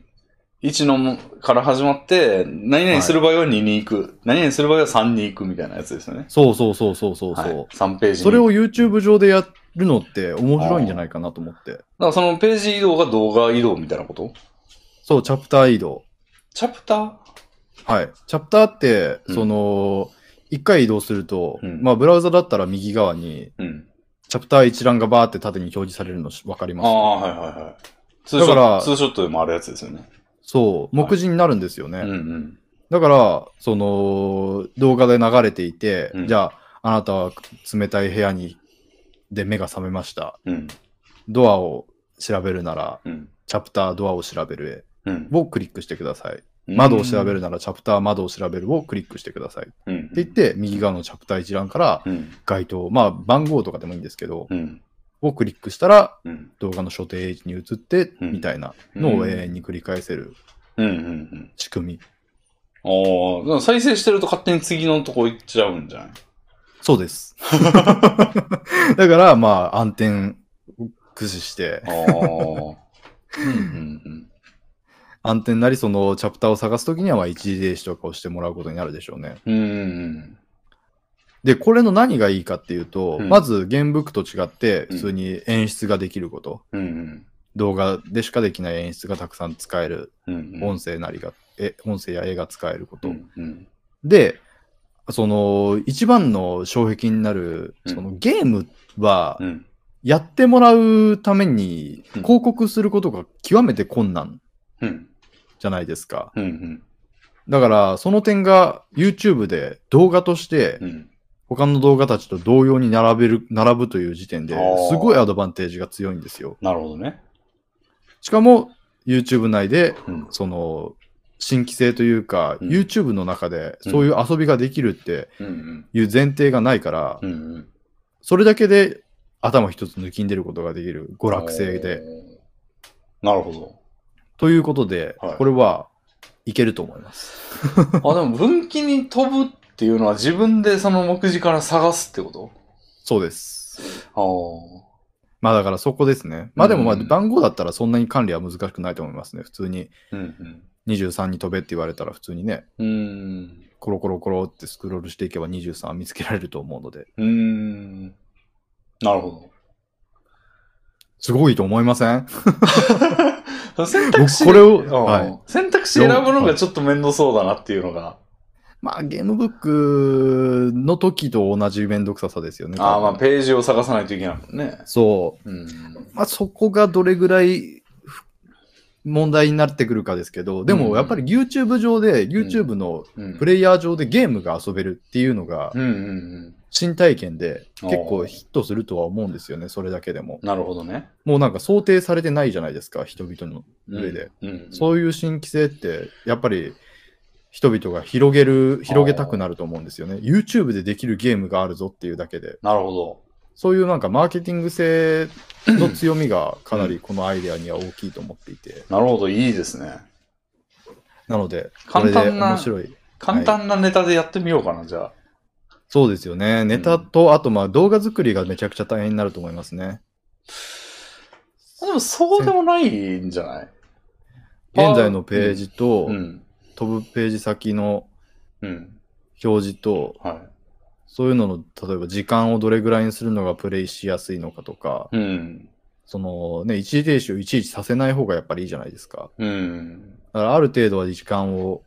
Speaker 1: 1のから始まって、何々する場合は2に行く、何々する場合は3に行くみたいなやつですよね。
Speaker 2: そうそうそうそうそうそう、
Speaker 1: はい、3ページに
Speaker 2: それを YouTube 上でやるのって面白いんじゃないかなと思って。
Speaker 1: だからそのページ移動が動画移動みたいなこと
Speaker 2: そう、チャプター移動。
Speaker 1: チャプター
Speaker 2: はい。チャプターって、
Speaker 1: うん
Speaker 2: その、一回移動すると、
Speaker 1: うん
Speaker 2: まあ、ブラウザだったら右側に、
Speaker 1: うん。
Speaker 2: チャプター一覧がバーって縦に表示されるのしわかり
Speaker 1: あ
Speaker 2: ます。
Speaker 1: あ、はいはいはい。ツーショ
Speaker 2: だから
Speaker 1: ット、ツーショットでもあるやつですよね。
Speaker 2: そう、目次になるんですよね。
Speaker 1: うんうん。
Speaker 2: だから、その、動画で流れていて、
Speaker 1: うん
Speaker 2: じゃあ、あなたは冷たい部屋に、で目が覚めました。
Speaker 1: うん。
Speaker 2: ドアを調べるなら、
Speaker 1: うん。
Speaker 2: チャプタードアを調べる
Speaker 1: うん
Speaker 2: へ。をクリックしてください。窓を調べ
Speaker 1: る。
Speaker 2: るなら、チャプター窓を調べるをクリックしてください。って
Speaker 1: うん。うん
Speaker 2: 言って、右側のチャプター一覧から、
Speaker 1: うん。
Speaker 2: 該当、まあ、番号とかでもいいんですけど、
Speaker 1: うん。
Speaker 2: をクリックしたら、
Speaker 1: うん。
Speaker 2: 動画の所定位置に移って、
Speaker 1: うん
Speaker 2: みたいなのを
Speaker 1: うん
Speaker 2: 永遠に繰り返せる
Speaker 1: うん。うん。
Speaker 2: 仕組み。
Speaker 1: うん。ああ、だから再生してると勝手に次のとこ行っちゃうんじゃない
Speaker 2: そうです。 だから、まあ、暗転駆使して、
Speaker 1: ああ。うんうんうん。
Speaker 2: 暗転なりそのチャプターを探すときには、まあ、一時停止とかをしてもらうことになるでしょうね。
Speaker 1: うんうん
Speaker 2: で、これの何がいいかっていうと、
Speaker 1: うん
Speaker 2: まず原部と違って、
Speaker 1: うん
Speaker 2: 普通に演出ができること。
Speaker 1: うん。うん
Speaker 2: 動画でしかできない演出がたくさん使える、
Speaker 1: うん。うん。
Speaker 2: 音声なりが、え、音声や絵が使えること。
Speaker 1: うんうん。
Speaker 2: で、その、一番の障壁になる、
Speaker 1: うん
Speaker 2: そのゲームは
Speaker 1: う、ん。
Speaker 2: やってもらうために
Speaker 1: うん
Speaker 2: 広告することが極めて困難
Speaker 1: うん。
Speaker 2: じゃないですか。
Speaker 1: うん。うん。
Speaker 2: だから、その点が YouTube で動画として
Speaker 1: うん。
Speaker 2: 他の動画たちと同様に並べる、並ぶという時点で
Speaker 1: あー、
Speaker 2: すごいアドバンテージが強いんですよ。
Speaker 1: なるほどね。
Speaker 2: しかも、YouTube 内で、
Speaker 1: うん。
Speaker 2: その、新規性というか、
Speaker 1: うん
Speaker 2: YouTube の中でそういう遊びができるって
Speaker 1: うんうん。
Speaker 2: いう前提がないから、
Speaker 1: うんうん。
Speaker 2: それだけで頭一つ抜きんでることができる娯楽性で。
Speaker 1: おー。なるほど。
Speaker 2: ということで、
Speaker 1: はい
Speaker 2: これはいけると思います。
Speaker 1: あ、でも分岐に飛ぶっていうのは自分でその目次から探すってこ
Speaker 2: そうです。
Speaker 1: と
Speaker 2: まあだからそこですね。まあでもまあ
Speaker 1: うん
Speaker 2: 番号だったらそんなに管理は難しくないと思いますね。普通に
Speaker 1: ああ。うん
Speaker 2: 23に飛べって言われたら普通にね、
Speaker 1: うん。うーん。
Speaker 2: コロコロコロってスクロールしていけば23見つけられると思うので、
Speaker 1: うーん。なるほ
Speaker 2: すごいと思いません
Speaker 1: ど。選択肢
Speaker 2: 僕これを、
Speaker 1: うん
Speaker 2: はい。
Speaker 1: 選択肢選ぶのがちょっと面倒そうだなっていうのが。
Speaker 2: まあゲームブックの時と同じめんどくささですよね。
Speaker 1: ああ、まあ、ページを探さないといけないもんね。
Speaker 2: そう。
Speaker 1: うん。
Speaker 2: まあ、そこがどれぐらいふ問題になってくるかですけど、で
Speaker 1: うん
Speaker 2: もやっぱり YouTube 上で、YouTube の
Speaker 1: うん。
Speaker 2: プレイヤー上でゲームが遊べるっていうのが
Speaker 1: うんうんうん。
Speaker 2: 新体験で
Speaker 1: おー
Speaker 2: 結構ヒットするとは思うんですよね、それだけでも。
Speaker 1: なるほどね。
Speaker 2: もうなんか想定されてないじゃないですか、人々の。
Speaker 1: うん
Speaker 2: 上で。
Speaker 1: うん。
Speaker 2: そういう新規性って、やっぱり人々が広げる、広げたくなると思うんですよね。YouTube でできるゲームがあるぞっていうだけで。
Speaker 1: なるほど。
Speaker 2: そういうなんかマーケティング性の強みがかなりこのアイデアには大きいと思っていて、
Speaker 1: なるほど、いいですね。
Speaker 2: なので、こ
Speaker 1: 簡
Speaker 2: れで
Speaker 1: 単な
Speaker 2: 面白い。
Speaker 1: 簡単なネタでやってみようかな、じゃあ。
Speaker 2: そうですよね。ネタと、あとまあ動画作りがめちゃくちゃ大変になると思いますね。
Speaker 1: でも、そうでもないんじゃない
Speaker 2: 現在のページと、
Speaker 1: うん。
Speaker 2: 飛ぶページ先の
Speaker 1: うん。
Speaker 2: 表示と、
Speaker 1: は
Speaker 2: そういうのの、例えば時間をどれぐらいにするのがプレイしやすいのかとか、
Speaker 1: い。うん。
Speaker 2: そのね、一時停止をいちいちさせない方がやっぱりいいじゃないですか。
Speaker 1: うん。
Speaker 2: だからある程度は時間を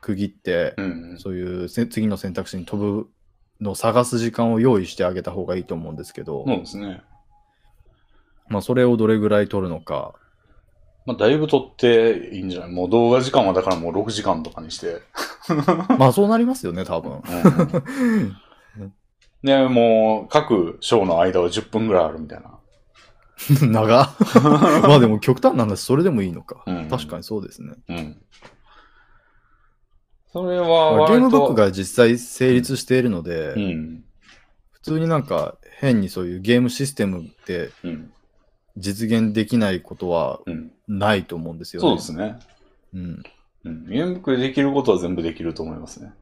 Speaker 2: 区切って、
Speaker 1: うん。
Speaker 2: そういうせ次の選択肢に飛ぶのを探す時間を用意してあげた方がいいと思うんですけど、
Speaker 1: そうですね。
Speaker 2: まあそれをどれぐらい取るのか。
Speaker 1: まあ、だいぶ撮っていいんじゃないもう動画時間はだからもう6時間とかにして。
Speaker 2: まあそうなりますよね、多分。
Speaker 1: ね、もう、各章の間は10分ぐらいあるみたいな。
Speaker 2: 長 っまあでも極端な話、それでもいいのか。
Speaker 1: うん
Speaker 2: 確かにそうですね。
Speaker 1: うん。それは
Speaker 2: まあ
Speaker 1: 割と、
Speaker 2: ゲームブックが実際成立しているので、
Speaker 1: うん。
Speaker 2: 普通になんか変にそういうゲームシステムって
Speaker 1: うん。
Speaker 2: 実現できないことは
Speaker 1: うん。
Speaker 2: ないと思うんですよね。
Speaker 1: そうですね。
Speaker 2: うん、
Speaker 1: うん。ゲームブックでできることは全部できると思いますね。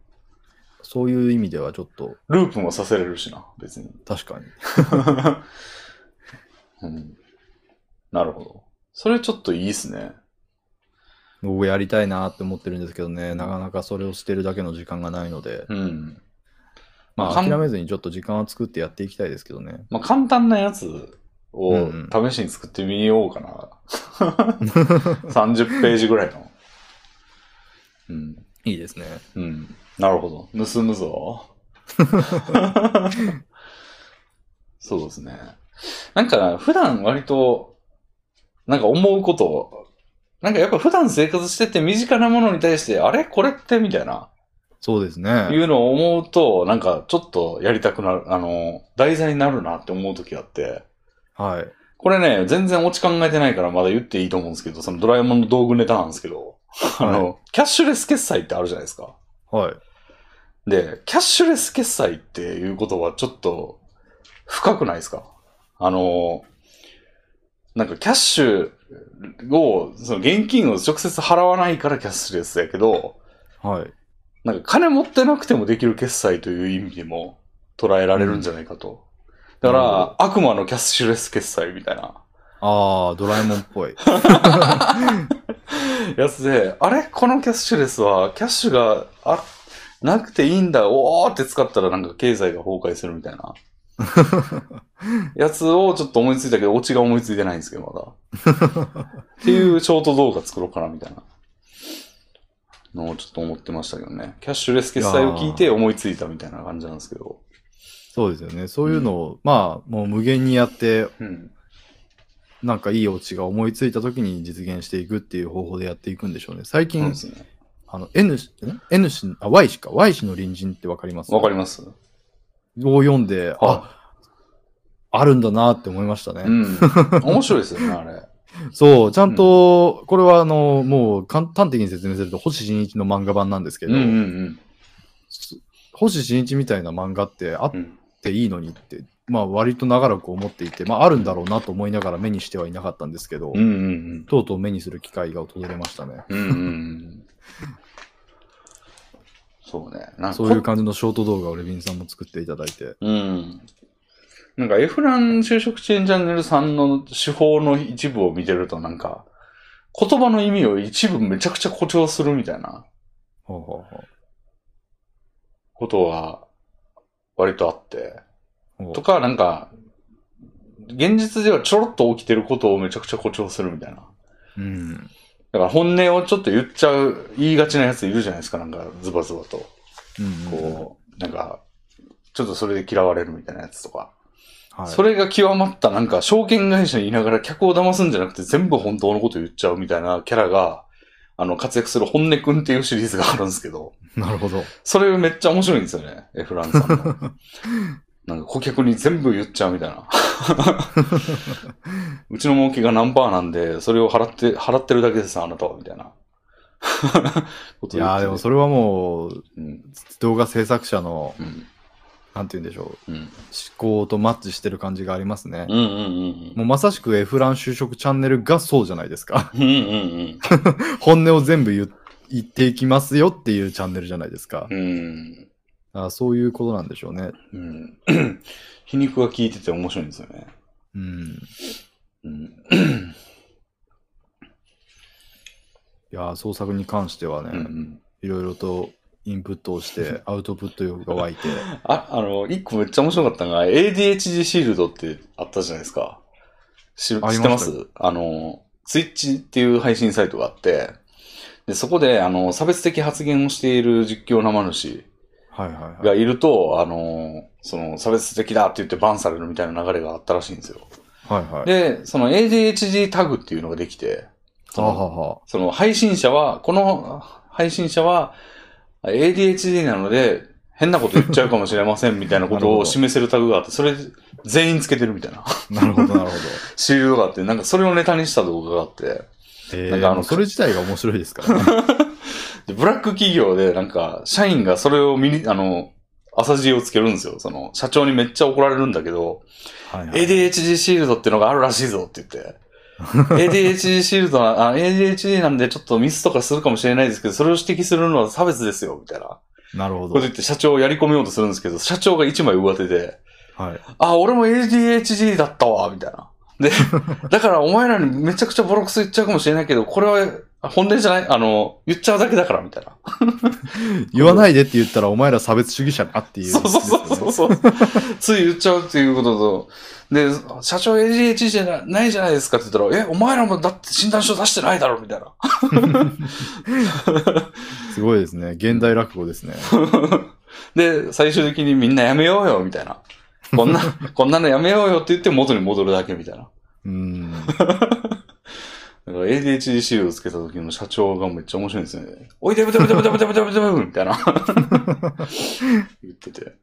Speaker 2: そういう意味ではちょっと
Speaker 1: ループもさせれるしな、別に。
Speaker 2: 確かに。
Speaker 1: うん、なるほど。それちょっといいっすね。
Speaker 2: 僕やりたいなって思ってるんですけどね、なかなかそれをしてるだけの時間がないので、
Speaker 1: うん。
Speaker 2: まあ
Speaker 1: かん
Speaker 2: 諦めずにちょっと時間を作ってやっていきたいですけどね。
Speaker 1: まあ、簡単なやつを
Speaker 2: うん
Speaker 1: 試しに作ってみようかな。30ページぐ らいの。うん。
Speaker 2: いいですね。
Speaker 1: うん。なるほど。盗むぞ。そうですね。なんか、普段割と、なんか思うことを、なんかやっぱ普段生活してて身近なものに対して、あれこれってみたいな、
Speaker 2: そうです
Speaker 1: い
Speaker 2: ね。
Speaker 1: うのを思うと、なんかちょっとやりたくなる、あの、題材になるなって思う時があって、
Speaker 2: はい。
Speaker 1: これね、全然オチ考えてないからまだ言っていいと思うんですけど、そのドラえもんの道具ネタなんですけど、あの、キャッシュレス決済ってあるじゃないですか。
Speaker 2: はい。
Speaker 1: で、キャッシュレス決済っていうことはちょっと深くないですかあの、なんかキャッシュを、その現金を直接払わないからキャッシュレスやけど、
Speaker 2: はい。
Speaker 1: なんか金持ってなくてもできる決済という意味でも捉えられるんじゃないかと。だか
Speaker 2: なる
Speaker 1: ら、悪魔のキャッシュレス決済みたいな。
Speaker 2: ああ、ドラえもんっぽい。
Speaker 1: やつで、あれこのキャッシュレスは、キャッシュがあなくていいんだ、おーって使ったらなんか経済が崩壊するみたいな。やつをちょっと思いついたけど、オチが思いついてないんですけど、まだ。っていうショート動画作ろうかな、みたいな。のをちょっと思ってましたけどね。キャッシュレス決済を聞いて思いついたみたいな感じなんですけど。
Speaker 2: そうですよね。そういうのを、まあ、もう無限にやって、
Speaker 1: うん。
Speaker 2: なんかいいオチが思いついた時に実現していくっていう方法でやっていくんでしょうね。最
Speaker 1: そう
Speaker 2: 近、
Speaker 1: ですね。
Speaker 2: あの、N 氏、ん N 氏、あ、Y 氏か。Y 氏の隣人ってわかります
Speaker 1: わかります
Speaker 2: を読んで、あ、あるんだなって思いましたね。
Speaker 1: うん。面白いですよね、あれ。
Speaker 2: そう、ちゃんと、これはあの、もう簡端的に説明すると、星新一の漫画版なんですけ
Speaker 1: うん
Speaker 2: ど、
Speaker 1: うんうん
Speaker 2: す星新一みたいな漫画ってあっ
Speaker 1: うん。
Speaker 2: ていいのにって、まあ割と長らく思っていて、まああるんだろうなと思いながら目にしてはいなかったんですけど、
Speaker 1: うんうんうん。
Speaker 2: とうとう目にする機会が訪れましたね。
Speaker 1: うんうんうん。そうね。なんか
Speaker 2: そういう感じのショート動画をレビンさんも作っていただいて。
Speaker 1: うん。なんかエフラン就職支援チャンネルさんの手法の一部を見てるとなんか、言葉の意味を一部めちゃくちゃ誇張するみたいな
Speaker 2: ほうほうほ
Speaker 1: ことは割とあって。
Speaker 2: うほう
Speaker 1: とか、なんか、現実ではちょろっと起きてることをめちゃくちゃ誇張するみたいな。
Speaker 2: うん。
Speaker 1: だから本音をちょっと言っちゃう、言いがちなやついるじゃないですか、なんかズバズバと。
Speaker 2: うんうんうん
Speaker 1: こう、なんか、ちょっとそれで嫌われるみたいなやつとか。
Speaker 2: はい、
Speaker 1: それが極まった、なんか、証券会社にいながら客を騙すんじゃなくて全部本当のこと言っちゃうみたいなキャラが、あの、活躍する本音くんっていうシリーズがあるんですけど、
Speaker 2: なるほど。
Speaker 1: それめっちゃ面白いんですよね、エフランさん の。なんか顧客に全部言っちゃうみたいな。うちの儲けが何パーなんで、それを払って、払ってるだけです、あなたは、みたいな。こと
Speaker 2: い
Speaker 1: 言って
Speaker 2: やーでもそれはもう、
Speaker 1: うん、
Speaker 2: 動画制作者の、
Speaker 1: うん、
Speaker 2: なんて言うんでしょう、
Speaker 1: うん、
Speaker 2: 思考とマッチしてる感じがありますね。
Speaker 1: うん、うん、うん。
Speaker 2: もうまさしくエフラン就職チャンネルがそうじゃないですか。
Speaker 1: うんうん
Speaker 2: 本音を全部言う言っていきますよっていうチャンネルじゃないですか
Speaker 1: う。ん。
Speaker 2: あそういうことなんでしょうね。
Speaker 1: うん。うん。皮肉が効いてて面白いんですよね。
Speaker 2: うん。
Speaker 1: うん。
Speaker 2: いやー、創作に関してはね、
Speaker 1: うん、
Speaker 2: いろいろとインプットを して、アウトプット欲が湧いて。
Speaker 1: あ、あの、一個めっちゃ面白かったのが、ADHD シールドってあったじゃないですか。知る
Speaker 2: あ
Speaker 1: 知
Speaker 2: りま
Speaker 1: っ
Speaker 2: してた
Speaker 1: ますあの、ツイッチっていう配信サイトがあって、で、そこで、あの、差別的発言をしている実況生主
Speaker 2: はいはいは
Speaker 1: が
Speaker 2: い。
Speaker 1: いると、あの、その、差別的だって言ってバンされるみたいな流れがあったらしいんですよ。
Speaker 2: はいはい。
Speaker 1: で、その ADHD タグっていうのができて、そ
Speaker 2: は
Speaker 1: の
Speaker 2: あはあは
Speaker 1: その配信者は、この配信者は ADHD なので、変なこと言っちゃうかもしれませんみたいなこ
Speaker 2: なる
Speaker 1: と
Speaker 2: ほ
Speaker 1: を
Speaker 2: ど
Speaker 1: 示せるタグがあって、それ全員つけてるみたいな
Speaker 2: あ。なるほど なるほど。
Speaker 1: シールドがあって、なんかそれをネタにした動画があって、
Speaker 2: え
Speaker 1: なんかあの
Speaker 2: ー、もうそれ自体が面白いですから ね。
Speaker 1: でブラック企業でなんか社員がそれを見に、あの、朝知恵をつけるんですよ。その、社長にめっちゃ怒られるんだけど、
Speaker 2: はいはい
Speaker 1: ADHD シールドってのがあるらしいぞって言って。ADHD シールドな、あ ADHD なんでちょっとミスとかするかもしれないですけど、それを指摘するのは差別ですよ、みたいな。
Speaker 2: なるほ
Speaker 1: これ
Speaker 2: ど
Speaker 1: で。言って社長をやり込めようとするんですけど、社長が一枚上手で、
Speaker 2: はい。
Speaker 1: あ、俺も ADHD だったわ、みたいな。で、だからお前らにめちゃくちゃボロクソ言っちゃうかもしれないけど、これはあ本音じゃないあの、言っちゃうだけだから、みたいな。
Speaker 2: 言わないでって言ったら、お前ら差別主義者かっていう、
Speaker 1: そうそうそうそう。つい言っちゃうっていうことと、で、社長 ADHD じゃなないじゃないですかって言ったら、え、お前らもだって診断書出してないだろ、みたいな。
Speaker 2: すごいですね。現代落語で すね。
Speaker 1: で、最終的にみんなやめようよ、みたいな。こんな、こんなのやめようよって言って元に戻るだけみたいな。
Speaker 2: うん。
Speaker 1: だから ADHD シールをつけた時の社長がめっちゃ面白いんですよね。おいでぶでぶでぶでぶでぶでぶでぶみたいな。言ってて。だか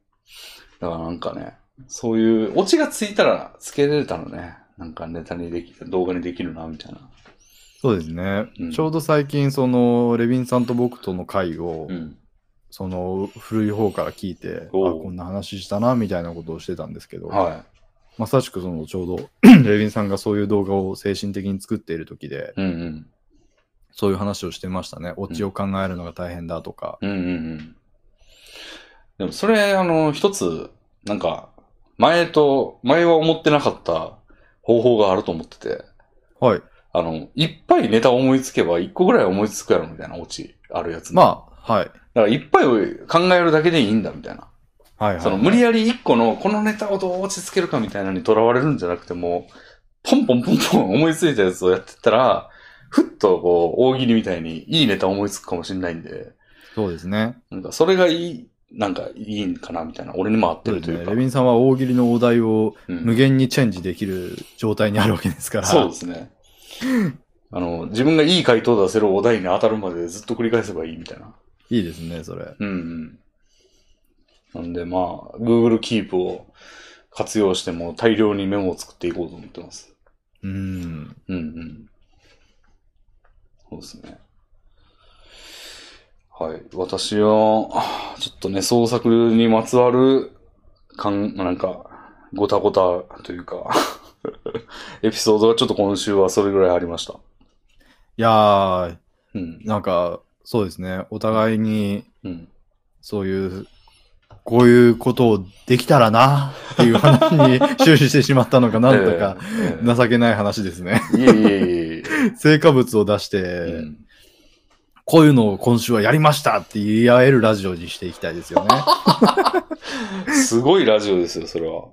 Speaker 1: らなんかね、そういう、オチがついたらつけれたのね。なんかネタにでき、動画にできるな、みたいな。
Speaker 2: そうですね。
Speaker 1: うん
Speaker 2: ちょうど最近、その、レヴィンさんと僕との会を、
Speaker 1: うん。
Speaker 2: その、古い方から聞いて、あ、
Speaker 1: おう
Speaker 2: こんな話したな、みたいなことをしてたんですけど、
Speaker 1: は
Speaker 2: まさしくその、ちょ うど、レヴィンさんがそういう動画を精神的に作っている時で、
Speaker 1: い。うんうん。
Speaker 2: そういう話をしてましたね。オチを考えるのが大変だとか。
Speaker 1: うんうんうん。でもそれ、あの、一つ、なんか、前と、前は思ってなかった方法があると思ってて、
Speaker 2: はい。
Speaker 1: あの、いっぱいネタ思いつけば、一個ぐらい思いつくやろ、みたいなオチあるやつ。あ。
Speaker 2: まあ、はい。
Speaker 1: だから、いっぱい考えるだけでいいんだ、みたいな。
Speaker 2: はい、はい。
Speaker 1: その、無理やり一個の、このネタをどう落ち着けるかみたいなのにとらわれるんじゃなくても、ポンポンポンポン思いついたやつをやってったら、ふっとこう、大喜利みたいにいいネタ思いつくかもしれないんで、
Speaker 2: そうですね。
Speaker 1: なんか、それがいい、なんか、いいんかな、みたいな。俺にも合って
Speaker 2: そ
Speaker 1: る
Speaker 2: うで
Speaker 1: と
Speaker 2: す
Speaker 1: い
Speaker 2: ね。
Speaker 1: う
Speaker 2: レ
Speaker 1: か。
Speaker 2: ヴィンさんは大喜利のお題を
Speaker 1: うん
Speaker 2: 無限にチェンジできる状態にあるわけですから。
Speaker 1: そうです ね。あの、自分がいい回答を出せるお題に当たるまでずっと繰り返せばいいみたいな。
Speaker 2: いいですね、それ。
Speaker 1: うんうん。なんでまあ、Google Keep を活用してもう大量にメモを作っていこうと思ってます。
Speaker 2: うん。
Speaker 1: うんうん。そうですね。はい。私は、ちょっとね、創作にまつわる、かん、なんか、ごたごたというか、 エピソードがちょっと今週はそれぐらいありました。
Speaker 2: いやー、
Speaker 1: うん。
Speaker 2: なんか、そうですね。お互いに、
Speaker 1: うん。
Speaker 2: そういう、こういうことをできたらな、っていう話に終始してしまったのが、なんとか、
Speaker 1: ええ、
Speaker 2: 情けない話ですね。
Speaker 1: ええいえいえいえい
Speaker 2: 成果物を出して、
Speaker 1: え。うん
Speaker 2: こういうのを今週はやりましたって言い合えるラジオにしていきたいですよ ね。
Speaker 1: すごいラジオですよ、それは。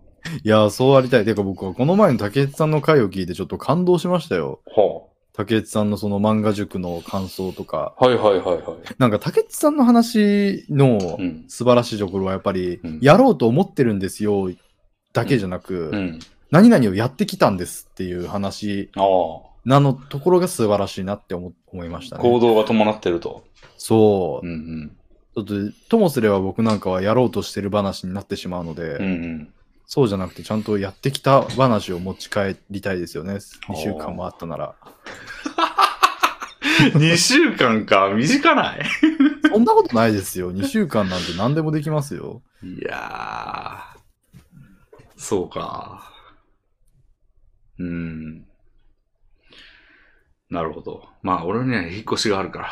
Speaker 2: いやー、そうありたい。てか僕はこの前の竹内さんの回を聞いてちょっと感動しましたよ。
Speaker 1: は
Speaker 2: 竹内さんのその漫画塾の感想とか。
Speaker 1: あ、はいはいはいはい。
Speaker 2: なんか竹内さんの話の
Speaker 1: うん。
Speaker 2: 素晴らしいところはやっぱり、
Speaker 1: うん
Speaker 2: やろうと思ってるんですよ、だけじゃなく、
Speaker 1: うん。
Speaker 2: 何々をやってきたんですっていう話
Speaker 1: ああ、
Speaker 2: なのところが素晴らしいなって思思いました
Speaker 1: 行
Speaker 2: ね。
Speaker 1: 動が伴ってると。
Speaker 2: そうう。
Speaker 1: ん
Speaker 2: ちょっと、ともすれば僕なんかはやろうとしてる話になってしまうので、
Speaker 1: うん。うん うん。
Speaker 2: そうじゃなくてちゃんとやってきた話を持ち帰りたいですよね。2週間もあったなら。
Speaker 1: 2週間か、短ない
Speaker 2: そんなことないですよ。2週間なんて何でもできますよ。
Speaker 1: いやー。そうか。うん。なるほど。まあ、俺には引っ越しがある から。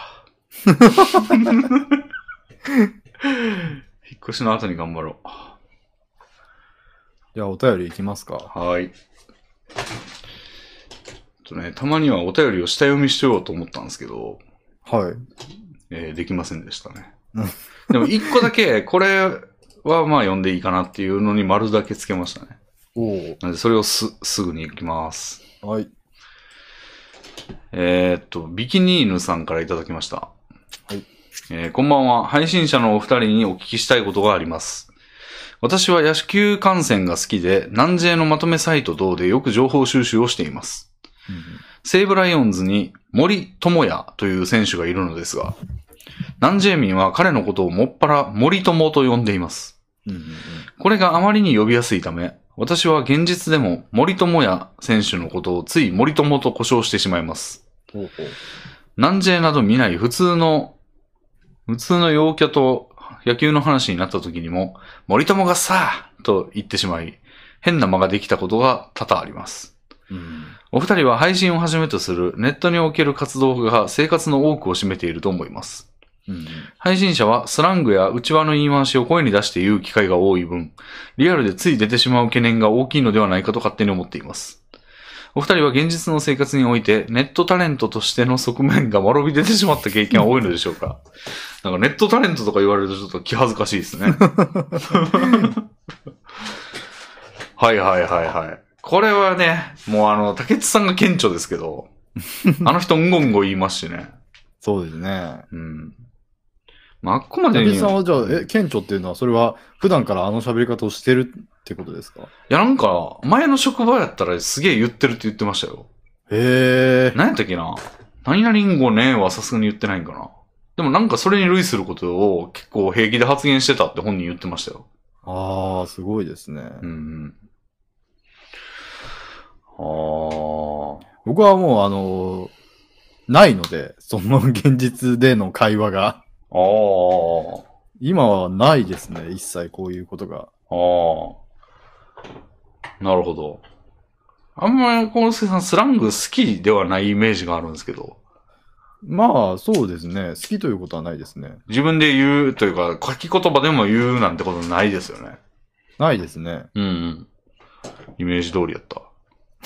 Speaker 1: 引っ越しの後に頑張ろう。
Speaker 2: じゃあお便りいきますか。
Speaker 1: はい。えっとね、たまにはお便りを下読みしようと思ったんですけど、
Speaker 2: はい。
Speaker 1: えーできませんでしたね
Speaker 2: うん。
Speaker 1: でも一個だけ、これはまあ読んでいいかなっていうのに丸だけつけましたね。
Speaker 2: お
Speaker 1: なのでそれをす、すぐに行きます。
Speaker 2: お。はい。
Speaker 1: えーっと、ビキニーヌさんからいただきました。
Speaker 2: はい。
Speaker 1: えーこんばんは。配信者のお二人にお聞きしたいことがあります。私は野球観戦が好きで、南税のまとめサイト等でよく情報収集をしています。西武ライオンズに森友哉という選手がいるのですが、南ジェミンは彼のことをもっぱら森友と呼んでいます。
Speaker 2: うんうんうん
Speaker 1: これがあまりに呼びやすいため、私は現実でも森友哉選手のことをつい森友と呼称してしまいます。
Speaker 2: ほうほう
Speaker 1: 南ジェなど見ない普通の、普通の陽キャと野球の話になった時にも、森友がさあと言ってしまい、変な間ができたことが多々あります。
Speaker 2: うん
Speaker 1: お二人は配信をはじめとするネットにおける活動が生活の多くを占めていると思います。
Speaker 2: うん
Speaker 1: 配信者はスラングや内輪の言い回しを声に出して言う機会が多い分、リアルでつい出てしまう懸念が大きいのではないかと勝手に思っています。お二人は現実の生活において、ネットタレントとしての側面がまろび出てしまった経験は多いのでしょうか なんかネットタレントとか言われるとちょっと気恥ずかしいですね。はいはいはいはい。これはね、もうあの、竹内さんが顕著ですけど、あの人うんごうんご言いますしね。
Speaker 2: そうですね。
Speaker 1: うん。まあ、あっこまで
Speaker 2: 竹
Speaker 1: に。
Speaker 2: 内さんはじゃあ、え、顕著っていうのは、それは普段からあの喋り方をしてるってことですか
Speaker 1: いや、なんか、前の職場やったらすげえ言ってるって言ってましたよ。
Speaker 2: へえ。
Speaker 1: 何やったっけな何々んごねはさすがに言ってないんかな。でもなんかそれに類することを結構平気で発言してたって本人言ってましたよ。
Speaker 2: ああ、すごいですね。
Speaker 1: うんうん。ああ。
Speaker 2: 僕はもう、あのーないので、その現実での会話が。
Speaker 1: ああ。
Speaker 2: 今はないですね、一切こういうことが。
Speaker 1: ああ。なるほど。あんまり、このすけさん、スラング好きではないイメージがあるんですけど、
Speaker 2: まあ、そうですね。好きということはないですね。
Speaker 1: 自分で言うというか、書き言葉でも言うなんてことないですよね。
Speaker 2: ないですね。
Speaker 1: うんうん。イメージ通りやった。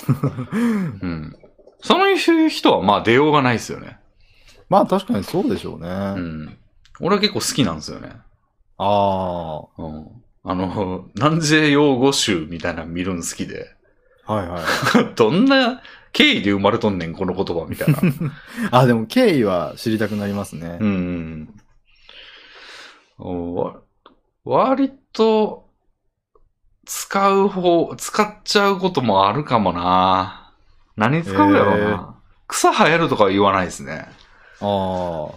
Speaker 1: うん。その人はまあ出ようがないですよね。
Speaker 2: まあ、確かにそうでしょうね。
Speaker 1: うん。俺は結構好きなんですよね。
Speaker 2: あ
Speaker 1: うん。あの、南西用語集みたいなの見るの好きで。
Speaker 2: あ、はいはい。
Speaker 1: どんな経緯で生まれとんねん、この言葉みたいな。
Speaker 2: あ、でも経緯は知りたくなりますね。
Speaker 1: うんうん。わ割と、使う方、使っちゃうこともあるかもな。何使うやろう
Speaker 2: え
Speaker 1: な。草生えるとかは言わないですね。
Speaker 2: ああ、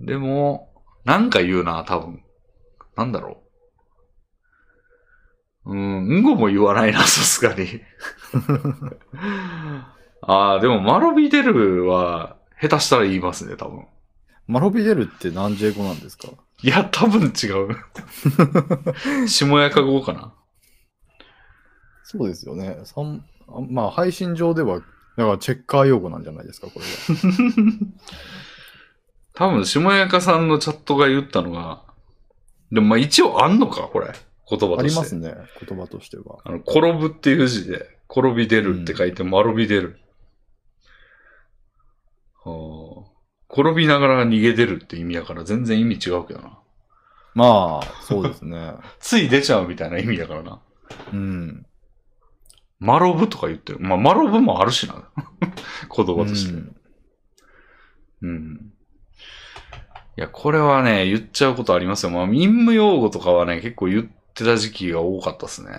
Speaker 1: でも、なんか言うな、多分。なんだろう。うん、うんごも言わないな、さ すがに。ああ、でも、マロビデルは、下手したら言いますね、多分。
Speaker 2: マロビデルって何ジェ語なんですか
Speaker 1: いや、多分違 う。下やか語かな。
Speaker 2: そうですよね。さんあまあ、配信上では、だからチェッカー用語なんじゃないですか、これは。
Speaker 1: 多分、下やかさんのチャットが言ったのが、でもまあ一応あんのか、これ。言葉
Speaker 2: あ
Speaker 1: と
Speaker 2: り
Speaker 1: して。
Speaker 2: ますね、言葉としては。
Speaker 1: あの、転ぶっていう字で、転び出るって書いて、丸び出る。はあ、転びながら逃げ出るって意味やから、全然意味違うけどな。
Speaker 2: まあ、そうですね。
Speaker 1: つい出ちゃうみたいな意味やからな。
Speaker 2: うん。
Speaker 1: マロブとか言ってる。まあ、マロブもあるしな。 言葉として。
Speaker 2: うん
Speaker 1: うん。いや、これはね、言っちゃうことありますよ。まあ、陰務用語とかはね、結構言ってた時期が多かったですね。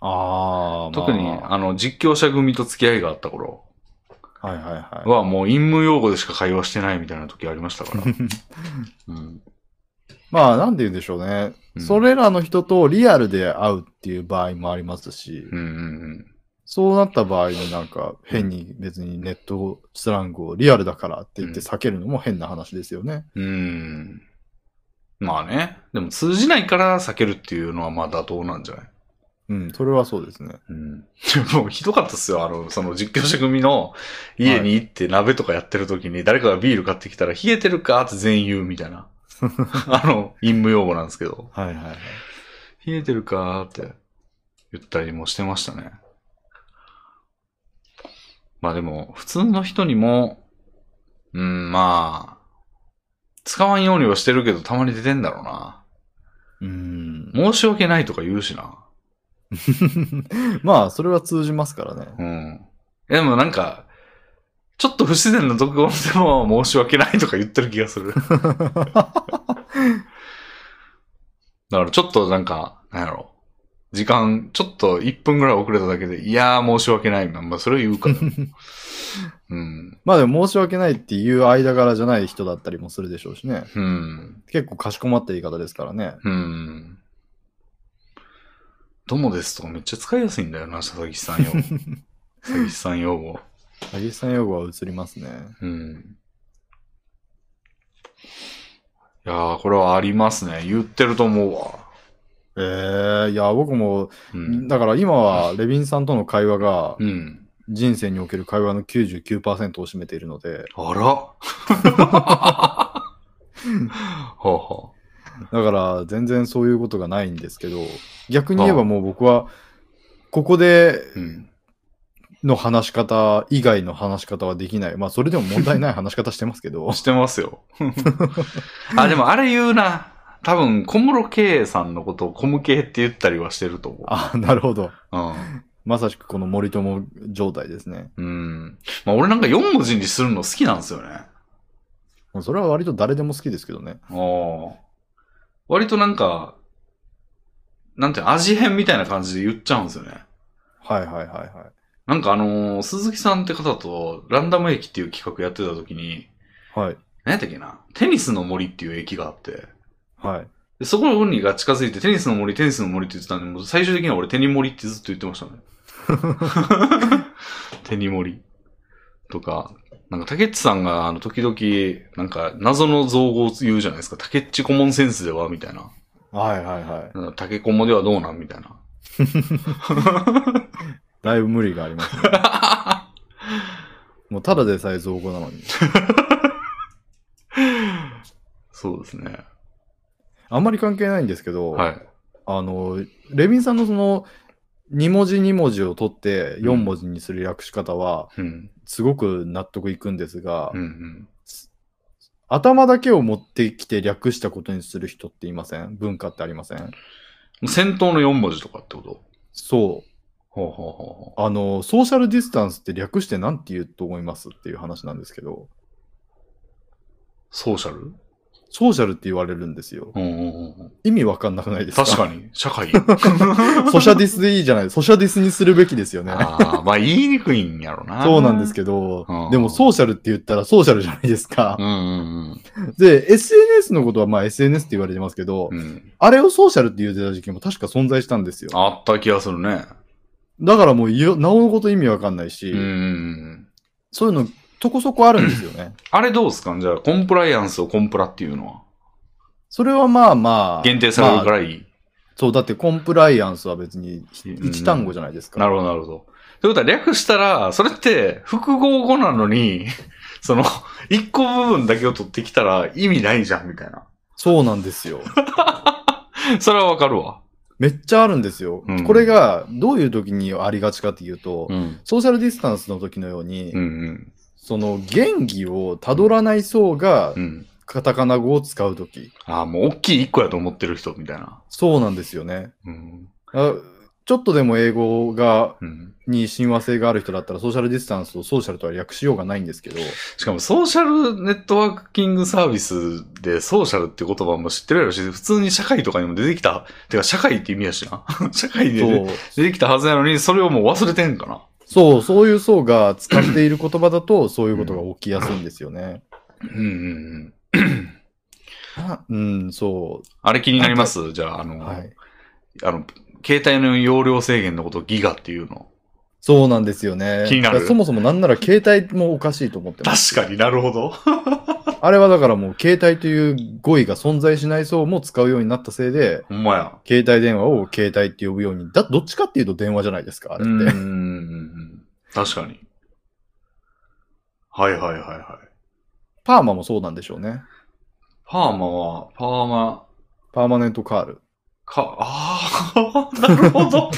Speaker 2: ああ、まあ
Speaker 1: 特に、あの、実況者組と付き合いがあった頃
Speaker 2: はいはいは
Speaker 1: は、もう陰務用語でしか会話してないみたいな時ありましたから。うん。
Speaker 2: い。まあ、なんて言うんでしょうね。
Speaker 1: うん
Speaker 2: それらの人とリアルで会うっていう場合もありますし、
Speaker 1: うんうん
Speaker 2: そうなった場合になんか変に別にネットスラングをリアルだからって言って避けるのも変な話ですよね。
Speaker 1: うん。うん。まあね。でも通じないから避けるっていうのはまあ妥当なんじゃない
Speaker 2: うん、それはそうですね。
Speaker 1: うん。 もうひどかったっすよ。あの、その実況者組の家に行って鍋とかやってる時に誰かがビール買ってきたら冷えてるかって全員言うみたいな。あの、陰務用語なんですけど。
Speaker 2: はいはいはい。
Speaker 1: 冷えてるかーって言ったりもしてましたね。まあでも、普通の人にも、うん、まあ、使わんようにはしてるけど、たまに出てんだろうな。
Speaker 2: うん。
Speaker 1: 申し訳ないとか言うしな。
Speaker 2: まあ、それは通じますからね。
Speaker 1: うん。えでもなんか、ちょっと不自然な読音でも申し訳ないとか言ってる気がする。だからちょっとなんか、なんやろ。時間、ちょっと1分ぐらい遅れただけで、いやー申し訳ない。まあ、それを言うから。うん。
Speaker 2: まあでも申し訳ないっていう間柄じゃない人だったりもするでしょうしね。
Speaker 1: うん。
Speaker 2: 結構かしこまった言い方ですからね。
Speaker 1: うん。どうもですとかめっちゃ使いやすいんだよな、佐々木さん用語。佐々木さん用語。
Speaker 2: 詐欺師さん用語は移りますね。
Speaker 1: うん。いやー、これはありますね。言ってると思うわ。
Speaker 2: ええいや、僕も、
Speaker 1: うん。
Speaker 2: だから今はレビンさんとの会話が
Speaker 1: うん。
Speaker 2: 人生における会話の99%を占めているので、
Speaker 1: あら はあは
Speaker 2: だから全然そういうことがないんですけど、逆に言えばもう僕は、ここで
Speaker 1: あ。うん。。
Speaker 2: の話し方以外の話し方はできない。まあ、それでも問題ない話し方してますけど
Speaker 1: してますよ。 あ、でもあれ言うな。多分、小室圭さんのことを小ム圭って言ったりはしてると思
Speaker 2: あ、なるほど。
Speaker 1: う。
Speaker 2: まさしくこの森友状態ですね。
Speaker 1: うん。うん。まあ俺なんか4文字にするの好きなんですよね。
Speaker 2: もうそれは割と誰でも好きですけどね。
Speaker 1: ああ。割となんか、なんていうの味変みたいな感じで言っちゃうんですよね。
Speaker 2: はいはいはいは
Speaker 1: なんかあのー鈴木さんって方とランダム駅っていう企画やってた時に、
Speaker 2: い。はい。
Speaker 1: 何やったっけなテニスの森っていう駅があって、
Speaker 2: はい。
Speaker 1: でそこのにが近づいてテニスの森、テニスの森って言ってたんで、もう最終的には俺テニ森ってずっと言ってましたね。テニ森。とか、なんか竹内さんがあの時々、なんか謎の造語を言うじゃないですか。竹内コモンセンスではみたいな。
Speaker 2: はいはいはい。
Speaker 1: なんか竹コモではどうなんみたいな。
Speaker 2: だいぶ無理がありま すね。もうただでさえ造語なのに。
Speaker 1: そうですね。
Speaker 2: あんまり関係ないんですけど、
Speaker 1: はい。
Speaker 2: あの、レビンさんのその、2文字2文字を取って4文字にする訳し方は、
Speaker 1: うん。
Speaker 2: すごく納得いくんですが、
Speaker 1: うんうん。
Speaker 2: 頭だけを持ってきて略したことにする人っていません文化ってありません
Speaker 1: もう先頭の4文字とかってこと
Speaker 2: そう。
Speaker 1: ほうほうほ
Speaker 2: あの、ソーシャルディスタンスって略して何て言うと思いますっていう話なんですけど、
Speaker 1: う。ソーシャル
Speaker 2: ソーシャルって言われるんですよ。
Speaker 1: うんうんうんうん。
Speaker 2: 意味わかんなくないですか
Speaker 1: 確かに、社会。
Speaker 2: ソシャディスでいいじゃない。ソシャディスにするべきですよね。
Speaker 1: ああ、まあ言いにくいんやろな。
Speaker 2: そうなんです
Speaker 1: け
Speaker 2: けど
Speaker 1: うん、
Speaker 2: でもソーシャルって言ったらソーシャルじゃないですか。
Speaker 1: うんうん
Speaker 2: で、SNS のことはまあ SNS って言われてますけど、
Speaker 1: うん。うん。
Speaker 2: あれをソーシャルって言ってた時期も確か存在したんですよ。
Speaker 1: あった気がするね。
Speaker 2: だからもうよ、なおのこと意味わかんないし、
Speaker 1: うんうんうん。
Speaker 2: そういうのとこそこあるんです よね。
Speaker 1: あれどうすかじゃあ、コンプライアンスをコンプラっていうのは。
Speaker 2: それはまあまあ。
Speaker 1: 限定されるか
Speaker 2: まあ
Speaker 1: らいい。
Speaker 2: そう、だってコンプライアンスは別に一単語じゃないですか。
Speaker 1: なるほど、なるほど。ということは、略したら、それって、複合語なのに、 その、一個部分だけを取ってきたら意味ないじゃん、みたいな。
Speaker 2: そうなんですよ。
Speaker 1: それはわかるわ。
Speaker 2: めっちゃあるんですよ。
Speaker 1: うん
Speaker 2: これがどういう時にありがちかっていうと、
Speaker 1: うん。
Speaker 2: ソーシャルディスタンスの時のように、
Speaker 1: うん
Speaker 2: その原義をたどらない層が
Speaker 1: うん。うん。
Speaker 2: カタカナ語を使う時、
Speaker 1: ああ、もう大きい一個やと思ってる人、みたいな。
Speaker 2: そうなんですよね。
Speaker 1: うん。
Speaker 2: あちょっとでも英語が
Speaker 1: うん。
Speaker 2: に親和性がある人だったらソーシャルディスタンスをソーシャルとは略しようがないんですけど、
Speaker 1: しかも、ソーシャルネットワーキングサービスで、ソーシャルって言葉も知ってるやろし、普通に社会とかにも出てきた、てか、社会って意味やしな。 社会で
Speaker 2: そう
Speaker 1: ね出てきたはずなのに、それをもう忘れてんかな。
Speaker 2: そう、そういう層が使っている言葉だとそういうことが起きやすいんですよね。
Speaker 1: うんうんうん。
Speaker 2: あうん、そ
Speaker 1: あれ気になりますじゃあ、あの、
Speaker 2: う。はい。
Speaker 1: あの、携帯の容量制限のことをギガっていうの。
Speaker 2: そうなんですよね。
Speaker 1: 気になる
Speaker 2: だからそもそもなんなら携帯もおかしいと思ってます。
Speaker 1: 確かになるほど。
Speaker 2: あれはだからもう携帯という語彙が存在しない層も使うようになったせいで、
Speaker 1: ほんまや。
Speaker 2: 携帯電話を携帯って呼ぶように、だどっちかっていうと電話じゃないですか、あれ
Speaker 1: う
Speaker 2: っ
Speaker 1: んうん
Speaker 2: て。
Speaker 1: うん。確かに。はいはいはいはい。
Speaker 2: パーマもそうなんでしょうね。
Speaker 1: パーマは、パーマ、
Speaker 2: パーマネントカール。
Speaker 1: か、あ あ、なるほど。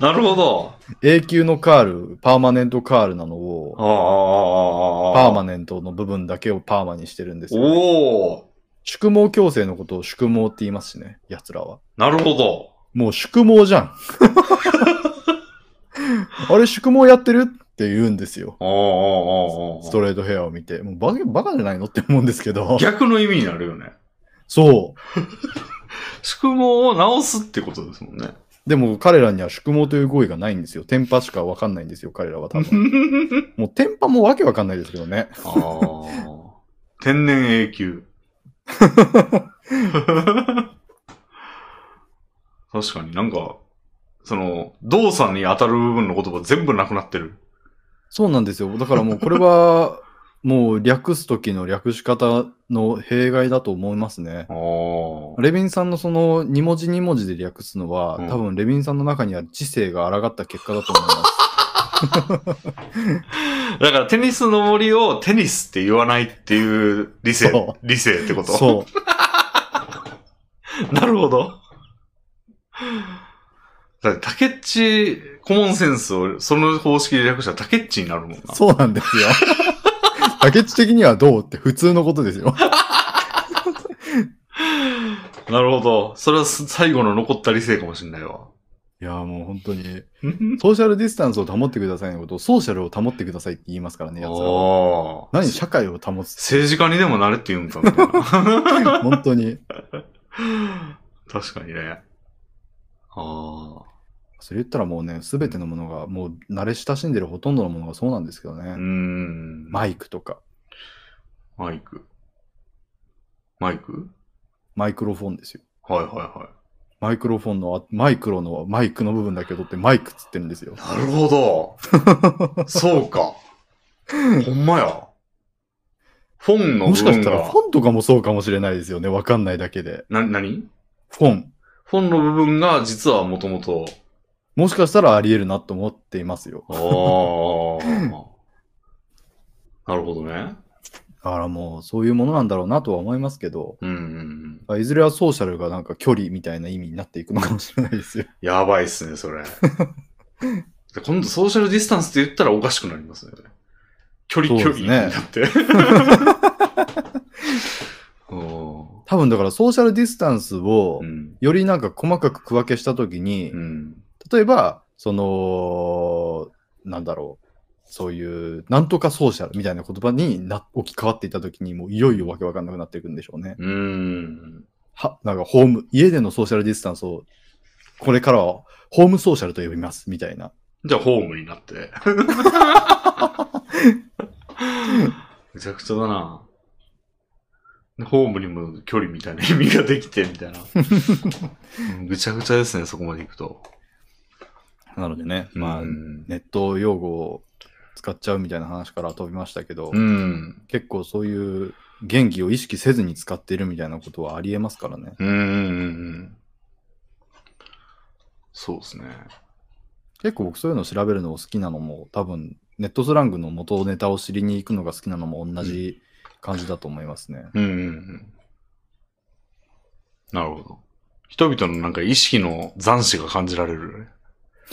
Speaker 1: なるほど。
Speaker 2: 永久のカール、パーマネントカールなの
Speaker 1: あ
Speaker 2: を、
Speaker 1: あ、ああ、ああ。
Speaker 2: パーマ
Speaker 1: ね。
Speaker 2: ネントの部分だけをパーマにしてるんですよ、ね。
Speaker 1: おお
Speaker 2: 宿毛矯正のことを宿毛って言いますしね、奴らは。
Speaker 1: なるほど。
Speaker 2: もう宿毛じゃ ん。あれ、宿毛やってるって言うんですよ。
Speaker 1: ああ、あ
Speaker 2: ストレートヘアを見て。もうバカバカじゃないのって思うんですけど
Speaker 1: あ。。逆の意味になるよね。
Speaker 2: そう。
Speaker 1: 宿毛を直すってことですもんね。
Speaker 2: でも彼らには宿毛という語彙がないんですよ。テンパしかわかんないんですよ、彼らは多分。もうテンパもわけわかんないですけどね。
Speaker 1: ああ。天然永久。 確かになんか、その、動作に当たる部分の言葉全部なくなってる。
Speaker 2: そうなんですよ。だからもうこれ は、もう略す時の略し方の弊害だと思いますね。
Speaker 1: ああ。
Speaker 2: レビンさんのその2文字2文字で略すのは、
Speaker 1: うん
Speaker 2: 多分レビンさんの中には知性が抗った結果だと思います。
Speaker 1: だからテニスの森をテニスって言わないっていう理性
Speaker 2: そ、
Speaker 1: 理性ってこと
Speaker 2: そう。
Speaker 1: なるほど。だって、タケッチ、コモンセンスを、その方式で略したらタケッチになるもんな。
Speaker 2: そうなんです よ。竹内的にはどうって普通のことですよ。
Speaker 1: なるほど。それはす最後の残った理性かもしれないわ。
Speaker 2: いやーもう本当に、ソーシャルディスタンスを保ってくださいのことを、ソーシャルを保ってくださいって言いますからね、やつらは。
Speaker 1: おー
Speaker 2: 何社会を保つ
Speaker 1: 政治家にでもなれって言うんかな。
Speaker 2: 本当に。
Speaker 1: 確かにね。あ
Speaker 2: それ言ったらもうね、すべてのものが、もう慣れ親しんでるほとんどのものがそうなんですけど
Speaker 1: あ。う
Speaker 2: ね。
Speaker 1: ん。
Speaker 2: マイクとか、
Speaker 1: マイク。マイク
Speaker 2: マイクロフォンですよ。
Speaker 1: はいは
Speaker 2: マイクロフォンのあ、マイクロのマイクの部分だけ取ってマイクっつってるんですよ
Speaker 1: い。はい。なるほ ど。そうか。ほんまや。フォンの
Speaker 2: も
Speaker 1: 部
Speaker 2: しかし
Speaker 1: 分
Speaker 2: たら
Speaker 1: が
Speaker 2: フ。ォンとかもそうかもしれないですよね。わかんないだけで。
Speaker 1: な、なに
Speaker 2: フォン。
Speaker 1: フォンの部分が実はもともと。
Speaker 2: もしかしたらあり得るなと思っていますよ。
Speaker 1: ああ。 なるほどね。
Speaker 2: だからもうそういうものなんだろうなとは思いますけど、
Speaker 1: うんうんうん。
Speaker 2: いずれはソーシャルがなんか距離みたいな意味になっていくのかもしれないですよ。
Speaker 1: やばいっすね、それ。 で今度ソーシャルディスタンスって言ったらおかしくなりますよね。距離、
Speaker 2: そ
Speaker 1: 距
Speaker 2: う
Speaker 1: 離
Speaker 2: です
Speaker 1: に
Speaker 2: ね
Speaker 1: なって。 お
Speaker 2: 多分だからソーシャルディスタンスを
Speaker 1: ーうん。
Speaker 2: よりなんか細かく区分けしたときに、
Speaker 1: うん。
Speaker 2: 例えば、その、なんだろう。そういう、なんとかソーシャルみたいな言葉にな置き換わっていたときに、もういよいよわけわかんなくなっていくんでしょうね。
Speaker 1: うーん。
Speaker 2: は、なんかホーム、家でのソーシャルディスタンスを、これからはホームソーシャルと呼びます、みたいな。
Speaker 1: じゃあ、ホームになって。 めちゃくちゃだな。でホームにも距離みたいな意味ができて、み たいな。うんぐちゃぐちゃですね、そこまでいくと。
Speaker 2: なのでね、まあ、
Speaker 1: うん。
Speaker 2: ネット用語を使っちゃうみたいな話から飛びましたけど、
Speaker 1: うん。
Speaker 2: 結構そういう元気を意識せずに使ってるみたいなことはありえますからね。
Speaker 1: うんうんうんうん。そうですね。
Speaker 2: 結構僕そういうの調べるのを好きなのも多分ネットスラングの元ネタを知りに行くのが好きなのも同じ感じだと思いますね。
Speaker 1: うんうんうん。なるほど。人々のなんか意識の斬死が感じられるよね。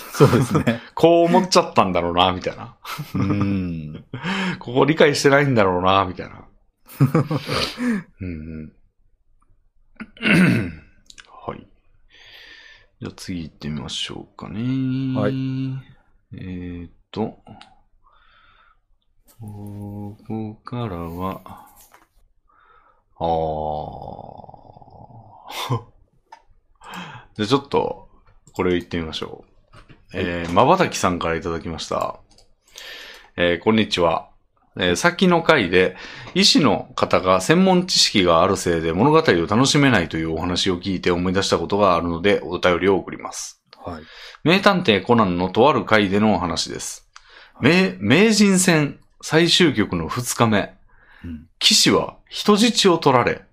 Speaker 2: そうですね。
Speaker 1: こう思っちゃったんだろうな、みたいな。
Speaker 2: うん。
Speaker 1: ここ理解してないんだろうな、みたい な。うんうん。 はい。じゃあ次行ってみましょうかね。
Speaker 2: はい。
Speaker 1: えー、っと、ここからは、あ ー。じゃあちょっと、これ行ってみましょう。えー、まばたきさんからいただきました。えーこんにちは。えー先の回で、医師の方が専門知識があるせいで物語を楽しめないというお話を聞いて思い出したことがあるので、お便りを送ります。
Speaker 2: はい。
Speaker 1: 名探偵コナンのとある回でのお話です。名、名人戦最終局の2日目、
Speaker 2: うん
Speaker 1: 騎士は人質を取られ、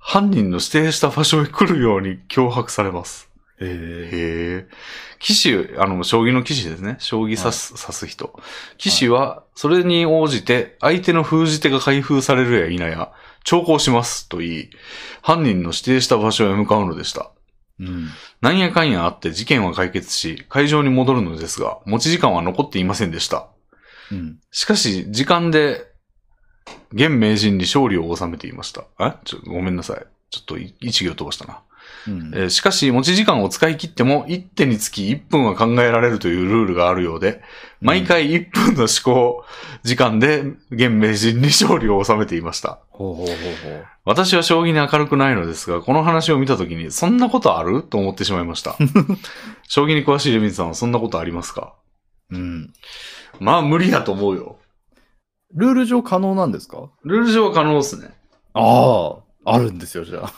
Speaker 1: 犯人の指定した場所へ来るように脅迫されます。
Speaker 2: え
Speaker 1: へえ。騎士、あの、将棋の騎士ですね。将棋指す、指す人。騎士は、それに応じて、相手の封じ手が開封されるや否や、長考しますと言い、犯人の指定した場所へ向かうのでした。
Speaker 2: うん。
Speaker 1: なんやかんやあって事件は解決し、会場に戻るのですが、持ち時間は残っていませんでした。
Speaker 2: うん。
Speaker 1: しかし、時間で、現名人に勝利を収めていました。えちょ、ごめんなさい。ちょっとい一行飛ばしたな。
Speaker 2: うん。
Speaker 1: えーしかし、持ち時間を使い切っても、1手につき1分は考えられるというルールがあるようで、毎回1分の思考時間で、現名人に勝利を収めていました。
Speaker 2: ほうほうほう
Speaker 1: 私は将棋に明るくないのですが、この話を見たときに、そんなことあると思ってしまいました。将棋に詳しいレミンさんはそんなことありますか
Speaker 2: ほう。うん。
Speaker 1: まあ、無理だと思うよ。
Speaker 2: ルール上可能なんですか
Speaker 1: ルール上は可能ですね。
Speaker 2: ああ、あるんですよ、じゃあ。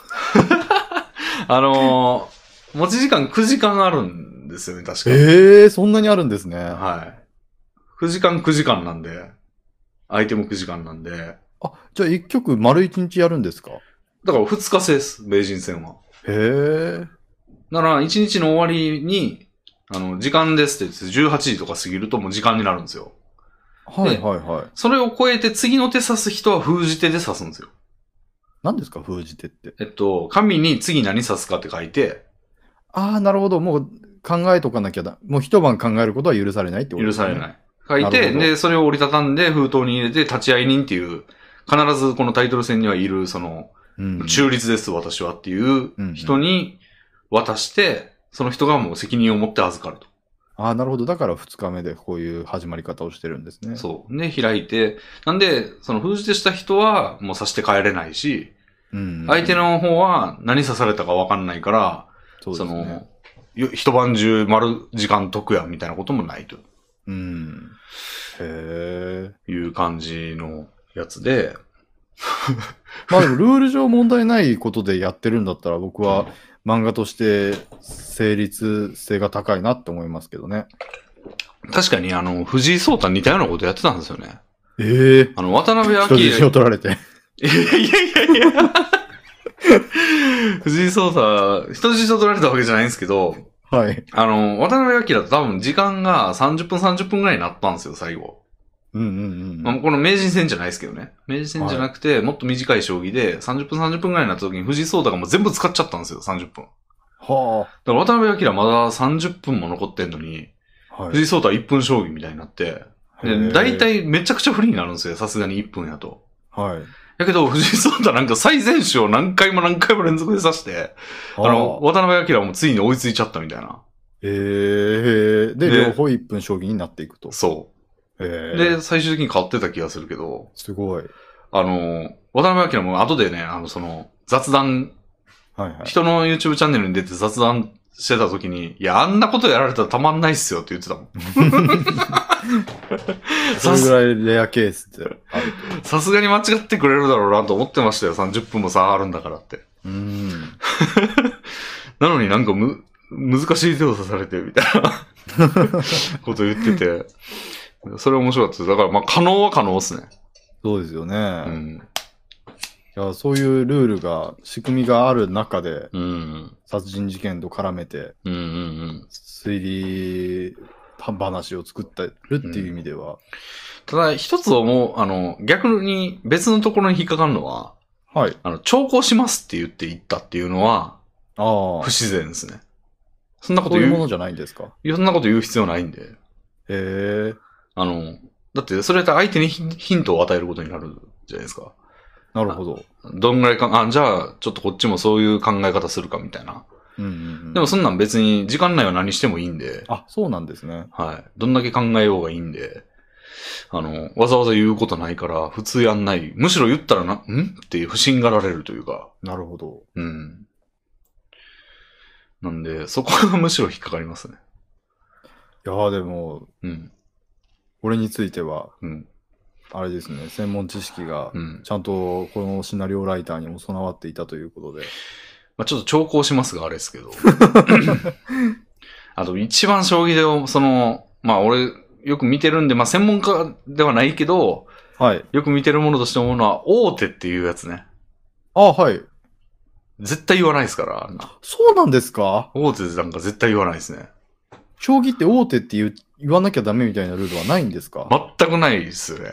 Speaker 1: あのー持ち時間9時間あるんですよね、確か。
Speaker 2: ええそんなにあるんですね。あ、
Speaker 1: はい。9時間9時間なんで、相手も9時間なんで、
Speaker 2: じゃあ一曲丸一日やるんですかへ
Speaker 1: だから2日制です、名人戦は。
Speaker 2: え。
Speaker 1: だから、1日の終わりに、あの、時間ですって言って、18時とか過ぎるともう時間になるんですよ。
Speaker 2: はいはいはい。
Speaker 1: それを超えて次の手指す人は封じ手で指すんですよ。
Speaker 2: 何ですか、封じ手って。
Speaker 1: えっと、紙に次何指すかって書いて、
Speaker 2: ああ、なるほど。もう考えとかなきゃだ。もう一晩考えることは許されないってこと
Speaker 1: 許
Speaker 2: です、ね。
Speaker 1: されない。書い
Speaker 2: なる
Speaker 1: て、
Speaker 2: ほど
Speaker 1: で、それを折りたたんで封筒に入れて立ち会い人っていう、必ずこのタイトル戦にはいる、その、
Speaker 2: うん。
Speaker 1: 中立です、私はっていう
Speaker 2: うん
Speaker 1: 人に渡して、その人がもう責任を持って預かると。
Speaker 2: ああ、なるほど。だから2日目でこういう始まり方をしてるんですね。
Speaker 1: そう。で、開いて、なんで、その封じ手した人はもう刺して帰れないし、
Speaker 2: うん。
Speaker 1: 相手の方は何刺されたかわかんないから、
Speaker 2: そうで
Speaker 1: そ
Speaker 2: すね、
Speaker 1: の、よ一晩中丸時間得やみたいなこともないと
Speaker 2: うん。へえ。
Speaker 1: いう感じのやつで、
Speaker 2: まあでもルール上問題ないことでやってるんだったら僕は漫画として成立性が高いなって思いますけどね。
Speaker 1: 確かにあの、藤井聡太似たようなことやってたんですよね。
Speaker 2: ええ
Speaker 1: あの、渡辺
Speaker 2: 人質を
Speaker 1: 明。
Speaker 2: 取られて。
Speaker 1: いやいやいや いや。藤井聡太、人質を取られたわけじゃないんですけど、
Speaker 2: はい。
Speaker 1: あの、渡辺明と多分時間が30分30分ぐらいになったんですよ、最後。
Speaker 2: うんうんう
Speaker 1: まあ、
Speaker 2: ん。
Speaker 1: この名人戦じゃないですけどね。名人戦じゃなくて、もっと短い将棋で、30分30分ぐらいになった時に藤井聡太がもう全部使っちゃったんですよ、30分。
Speaker 2: は
Speaker 1: だから渡辺明まだ30分も残ってんのに、
Speaker 2: あ。はい。
Speaker 1: 藤井聡太は1分将棋みたいになって、で、大
Speaker 2: い。
Speaker 1: 体めちゃくちゃ不利になるんですよ、さすがに1分やと。
Speaker 2: はい。
Speaker 1: やけど、藤井聡太なんか最前手を何回も何回も連続で刺して、あの、
Speaker 2: はあ、
Speaker 1: 渡辺明もついに追いついちゃったみたいな。
Speaker 2: ええで、
Speaker 1: で
Speaker 2: 両方1分将棋になっていくと。
Speaker 1: そ
Speaker 2: え
Speaker 1: う。
Speaker 2: え
Speaker 1: で、最終的に勝ってた気がするけど、
Speaker 2: すごい。
Speaker 1: あの、渡辺明も後でね、あの、その、雑談、
Speaker 2: はいはい。
Speaker 1: 人の YouTube チャンネルに出て雑談してた時に、いや、あんなことやられたらたまんないっすよって言ってた もん。
Speaker 2: それぐらいレアケースってあると。
Speaker 1: さすがに間違ってくれるだろうなと思ってましたよ、30分も差あるんだからって。
Speaker 2: うん。
Speaker 1: なのになんかむ、難しい手を指されて、みたいな こと言ってて、それ面白かったです。だから、まあ、可能は可能ですね。
Speaker 2: そうですよね。
Speaker 1: うん。
Speaker 2: いやそういうルールが、仕組みがある中で、
Speaker 1: うん。
Speaker 2: 殺人事件と絡めて、
Speaker 1: うんうんうん。
Speaker 2: 推理話を作ってるっていう意味では、
Speaker 1: ただ、一つ思う、あの、逆に別のところに引っかかるのは、
Speaker 2: はい。
Speaker 1: あの、調校しますって言って言ったっていうのは、
Speaker 2: あ
Speaker 1: 不
Speaker 2: あ、
Speaker 1: 自然ですね。そんなこと
Speaker 2: そういう
Speaker 1: 言
Speaker 2: も
Speaker 1: う、
Speaker 2: のじゃないんですか。
Speaker 1: そんなこと言う必要ないんで。
Speaker 2: へえ。
Speaker 1: あの、だって、それって相手にヒンヒントを与えることになるじゃないですか。
Speaker 2: なるほど。
Speaker 1: どんぐらいか、あ、じゃあ、ちょっとこっちもそういう考え方するかみたいな。
Speaker 2: うんうんうん
Speaker 1: でもそんなん別に時間内は何してもいいんで、
Speaker 2: あ、そうなんですね。
Speaker 1: はい。どんだけ考えようがいいんで、あの、わざわざ言うことないから、普通やんない。むしろ言ったらな、んっていう不信がられるというか、
Speaker 2: なるほど。
Speaker 1: うん。なんで、そこがむしろ引っかかりますね。
Speaker 2: いやーでも、
Speaker 1: うん。
Speaker 2: これについては、
Speaker 1: うん。
Speaker 2: あれですね、専門知識が
Speaker 1: う、ん。
Speaker 2: ちゃんとこのシナリオライターにも備わっていたということで。
Speaker 1: まあちょっと調校しますが、あれですけ ど。あと、一番将棋でお、その、まあ俺、よく見てるんで、まあ専門家ではないけど、
Speaker 2: はい。
Speaker 1: よく見てるものとして思うのは、大手っていうやつね。
Speaker 2: あ、はい。
Speaker 1: 絶対言わないですから、あんな
Speaker 2: そうなんですか
Speaker 1: 大手なんか絶対言わないですね。
Speaker 2: 将棋って大手って言う言わなきゃダメみたいなルールはないんですか、
Speaker 1: 全くないですよね。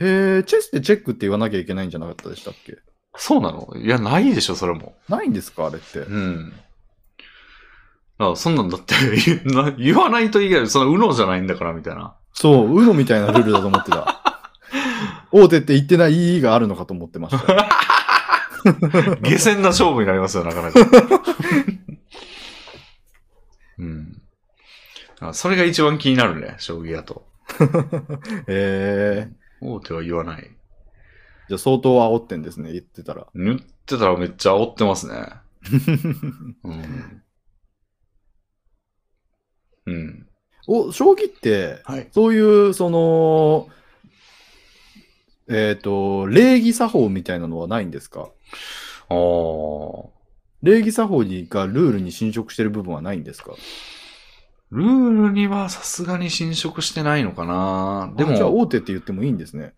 Speaker 2: へえ、チェスでチェックって言わなきゃいけないんじゃなかったでしたっけ
Speaker 1: そうなのいや、ないでしょ、それも。
Speaker 2: ないんですかあれって。
Speaker 1: うん。だからそんなんだって 言うな言わないと以外、その、うのじゃないんだから、みたいな。
Speaker 2: そう、UNO みたいなルールだと思って た。大手って言ってない意義があるのかと思ってました。
Speaker 1: 下船な勝負になりますよ、なか なか。うん。あそれが一番気になるね、将棋だと。
Speaker 2: へえ。
Speaker 1: 大手は言わない。
Speaker 2: じゃあ相当煽ってんですね、言ってたら。
Speaker 1: 塗ってたらめっちゃ煽って ますね。うん。うん。
Speaker 2: お、将棋って、
Speaker 1: はい。
Speaker 2: そういう、その、えっ、と、礼儀作法みたいなのはないんですか
Speaker 1: ああ。
Speaker 2: 礼儀作法にがルールに侵食してる部分はないんですか
Speaker 1: ルールにはさすがに侵食してないのかなで
Speaker 2: あじゃあ
Speaker 1: も、
Speaker 2: 大手って言ってもいいんですね。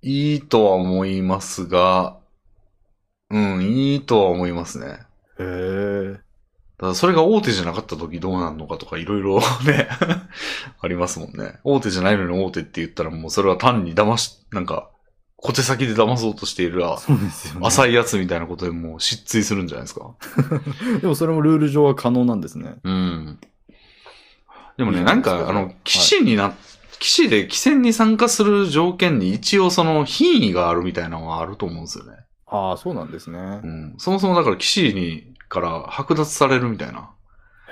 Speaker 1: いいとは思いますが、うん、いいとは思いますね。
Speaker 2: へえ。
Speaker 1: ただそれが大手じゃなかった時どうなるのかとかいろい ろね、ありますもんね。大手じゃないのに大手って言ったらもうそれは単に騙し、なんか、小手先で騙そうとしているあ
Speaker 2: そうですよね。
Speaker 1: 浅いやつみたいなことでもう失墜するんじゃないですか。
Speaker 2: でもそれもルール上は可能なんですね。
Speaker 1: うん。でもね、
Speaker 2: いい
Speaker 1: なん
Speaker 2: そう
Speaker 1: か、
Speaker 2: そ
Speaker 1: あ
Speaker 2: う
Speaker 1: の、騎士にな、騎士で騎戦に参加する条件に一応その品位があるみたいなのはあると思うんですよね。
Speaker 2: ああ、そうなんですね。
Speaker 1: うん。そもそもだから騎士に、から剥奪されるみたいな。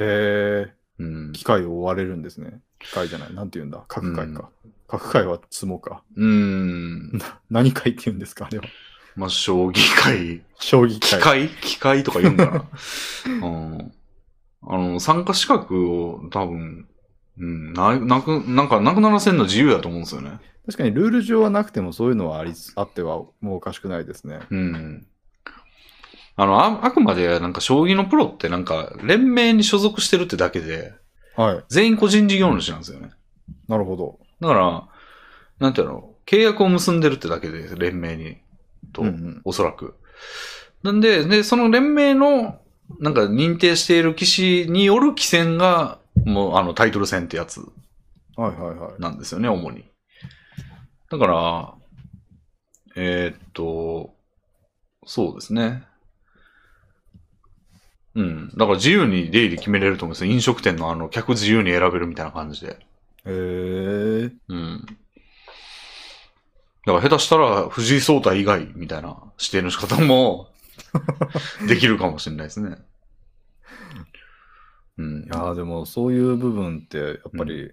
Speaker 2: へえ。
Speaker 1: うん。
Speaker 2: 機械を追われるんですね。機械じゃない。なんて言うんだ。各界か。各界は相撲か。
Speaker 1: うん。
Speaker 2: 何界って言うんですかあれは。
Speaker 1: まあ、将棋界、
Speaker 2: 将棋
Speaker 1: 機
Speaker 2: 界。
Speaker 1: 械機械とか言うんだ な。うん。あの、参加資格を多分、うん、な、なく、なんか、なくならせんの自由だと思うんですよね。
Speaker 2: 確かにルール上はなくてもそういうのはありあってはもうおかしくないですね。
Speaker 1: うん。あの、あ、あくまで、なんか、将棋のプロってなんか、連盟に所属してるってだけで、
Speaker 2: はい。
Speaker 1: 全員個人事業主なんですよね。
Speaker 2: なるほど。
Speaker 1: だから、なんていうの、契約を結んでるってだけで、連盟に、と、
Speaker 2: うんうん
Speaker 1: おそらく。なんで、で、その連盟の、なんか認定している棋士による棋戦が、もうあのタイトル戦ってやつ
Speaker 2: はいはいはい。
Speaker 1: なんですよね、主に。だから、えーっと、そうですね。うん。だから自由に出入り決めれると思うんですよ。飲食店のあの、客自由に選べるみたいな感じで。
Speaker 2: へえ。
Speaker 1: うん。だから下手したら藤井聡太以外みたいな指定の仕方も できるかもしれないですね。うん。
Speaker 2: いやーでもそういう部分ってやっぱり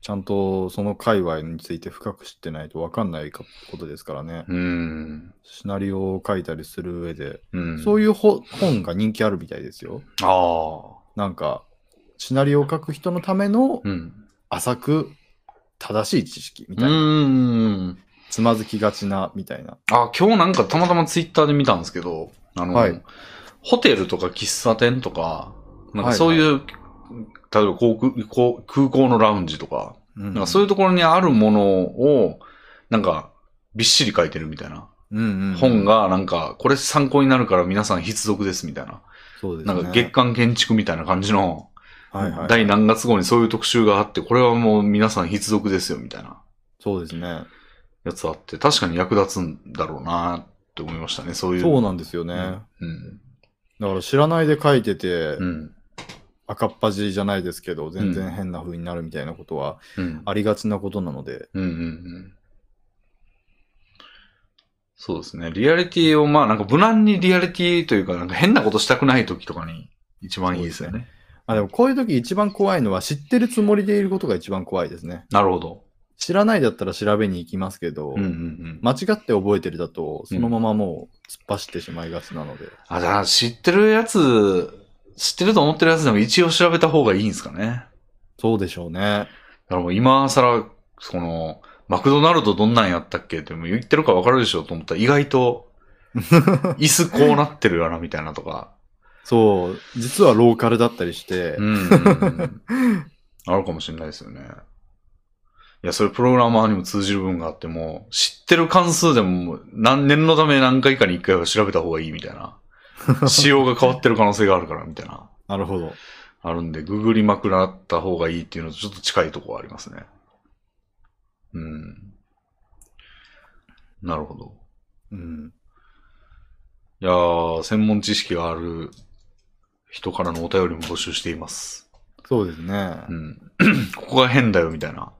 Speaker 2: ちゃんとその界隈について深く知ってないと分かんないかことですからね。
Speaker 1: うん。
Speaker 2: シナリオを書いたりする上で、
Speaker 1: うん。
Speaker 2: そう
Speaker 1: いう。
Speaker 2: いうほ本が人気あるみたいですよ。
Speaker 1: ああ。
Speaker 2: なんかシナリオを書く人のための
Speaker 1: うん。
Speaker 2: 浅く正しい知識み
Speaker 1: う
Speaker 2: たいな。
Speaker 1: ーん。
Speaker 2: つまずきがちなみたいな。
Speaker 1: あ、今日なんかたまたまツイッターで見たんですけど、あの、
Speaker 2: はい
Speaker 1: ホテルとか喫茶店とか、なん
Speaker 2: はいは
Speaker 1: か
Speaker 2: い
Speaker 1: そういう、例えば航空こう空港のラウンジとか、
Speaker 2: う
Speaker 1: な
Speaker 2: ん
Speaker 1: んかそういうところにあるものを、なんか、びっしり書いてるみたいな。
Speaker 2: うんうん
Speaker 1: 本。が、なんか、これ参考になるから皆さん必読ですみたいな。
Speaker 2: そうです
Speaker 1: な
Speaker 2: ね。
Speaker 1: んか月刊建築みたいな感じの、
Speaker 2: はいはい。
Speaker 1: 第何月号にそういう特集があって、これはもう皆さん必読ですよみたいな
Speaker 2: そうですね。
Speaker 1: やつあって、確かに役立つんだろうなって思いましたね、そういう。
Speaker 2: そう
Speaker 1: う
Speaker 2: なんですよね。
Speaker 1: ん。
Speaker 2: だから知らないで書いてて、
Speaker 1: うん。
Speaker 2: 赤っ端じゃないですけど、全然変な風になるみたいなことは
Speaker 1: うん。
Speaker 2: ありがちなことなので、
Speaker 1: うんうんうん。そうですね。リアリティを、まあなんか無難にリアリティというか、なんか変なことしたくない時とかに一番いいですよね。
Speaker 2: あでもこういう時一番怖いのは知ってるつもりでいることが一番怖いですね。
Speaker 1: なるほど。
Speaker 2: 知らないだったら調べに行きますけど、
Speaker 1: うんうんうん。
Speaker 2: 間違って覚えてるだと、そのままもう突っ走ってしまいがちなので、
Speaker 1: あ、じゃあ知ってるやつ、知ってると思ってるやつでも一応調べた方がいいんですかね。
Speaker 2: そうでしょうね。
Speaker 1: だからもう今更、その、マクドナルドどんなんやったっけってもう言ってるからわかるでしょと思ったら意外 と、椅子こうなってるよな、みたいなとか。
Speaker 2: そう、実はローカルだったりして、
Speaker 1: うんうんうん。 あるかもしれないですよね。いや、それプログラマーにも通じる部分があっても、知ってる関数でももう何年のため何回かに一回は調べた方がいいみたい な。仕様が変わってる可能性があるから、みたいな。
Speaker 2: なるほど。
Speaker 1: あるんで、ググりまくらった方がいいっていうのとちょっと近いところはありますね。うん。なるほど。
Speaker 2: うん。
Speaker 1: いやー、専門知識がある人からのお便りも募集しています。
Speaker 2: そうですね。
Speaker 1: うん。 ここが変だよ、みたいな。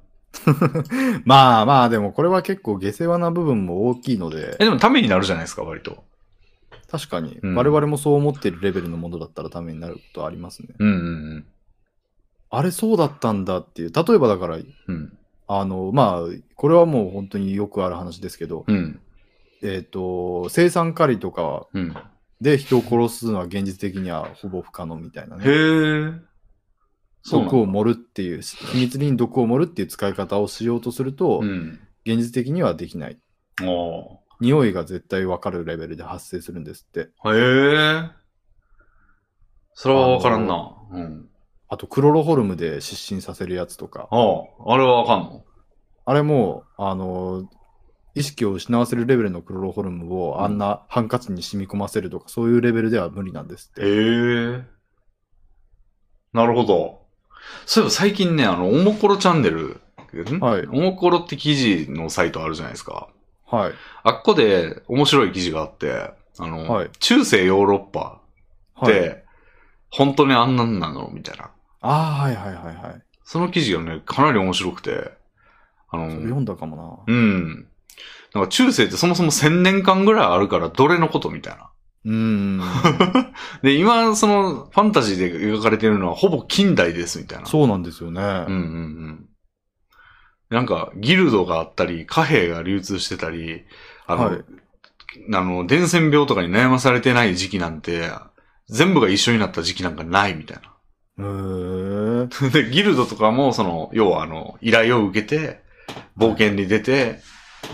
Speaker 2: まあまあ、でもこれは結構下世話な部分も大きいので
Speaker 1: え、、でもためになるじゃないですか、割と。
Speaker 2: 確かに、
Speaker 1: うん
Speaker 2: 我々もそう思ってるレベルのものだったらためになることありますね。
Speaker 1: うんうん
Speaker 2: あれそうだったんだっていう、例えばだから、
Speaker 1: うん。うん。
Speaker 2: あの、まあ、これはもう本当によくある話ですけど、
Speaker 1: うん。
Speaker 2: えっ、と、生産狩りとか
Speaker 1: うん。
Speaker 2: で人を殺すのは現実的にはほぼ不可能みたいな
Speaker 1: へ
Speaker 2: ね。
Speaker 1: ー。そうなん
Speaker 2: 毒
Speaker 1: だ
Speaker 2: を盛るっていう、秘密裏に毒を盛るっていう使い方をしようとすると、
Speaker 1: うん。
Speaker 2: 現実的にはできない。
Speaker 1: お
Speaker 2: 匂いが絶対わかるレベルで発生するんですって。
Speaker 1: ー。へー。それはわからんな。うん。
Speaker 2: あと、クロロホルムで失神させるやつとか。
Speaker 1: ああ、あれはわかんの
Speaker 2: あれも、あの意識を失わせるレベルのクロロホルム
Speaker 1: うん
Speaker 2: をあんなハンカチに染み込ませるとか、そういうレベルでは無理なんです
Speaker 1: へ
Speaker 2: って。
Speaker 1: え。なるほど。そういえば最近ね、あの、おもころチャンネル、ん
Speaker 2: はい
Speaker 1: おもころって記事のサイトあるじゃないですか。
Speaker 2: はい。
Speaker 1: あっこで面白い記事があって、あの、
Speaker 2: はい
Speaker 1: 中世ヨーロッパっ
Speaker 2: はい。
Speaker 1: て、本当にあんなんなのみたいな。
Speaker 2: ああ、はいはいはいはい。
Speaker 1: その記事がね、かなり面白くて、あ
Speaker 2: それ
Speaker 1: の、
Speaker 2: 読んだかも
Speaker 1: う
Speaker 2: な。
Speaker 1: ん。なんか中世ってそもそも1000年間ぐらいあるから、どれのことみたいな。
Speaker 2: うー ん。
Speaker 1: で、今、その、ファンタジーで描かれてるのは、ほぼ近代です、みたいな。
Speaker 2: そうなんですよね。
Speaker 1: うんうんうん。なんか、ギルドがあったり、貨幣が流通してたり、あの、
Speaker 2: はい
Speaker 1: あの、伝染病とかに悩まされてない時期なんて、全部が一緒になった時期なんかないみたい
Speaker 2: へー
Speaker 1: な。で、ギルドとかも、その、要はあの、依頼を受けて、冒険に出て、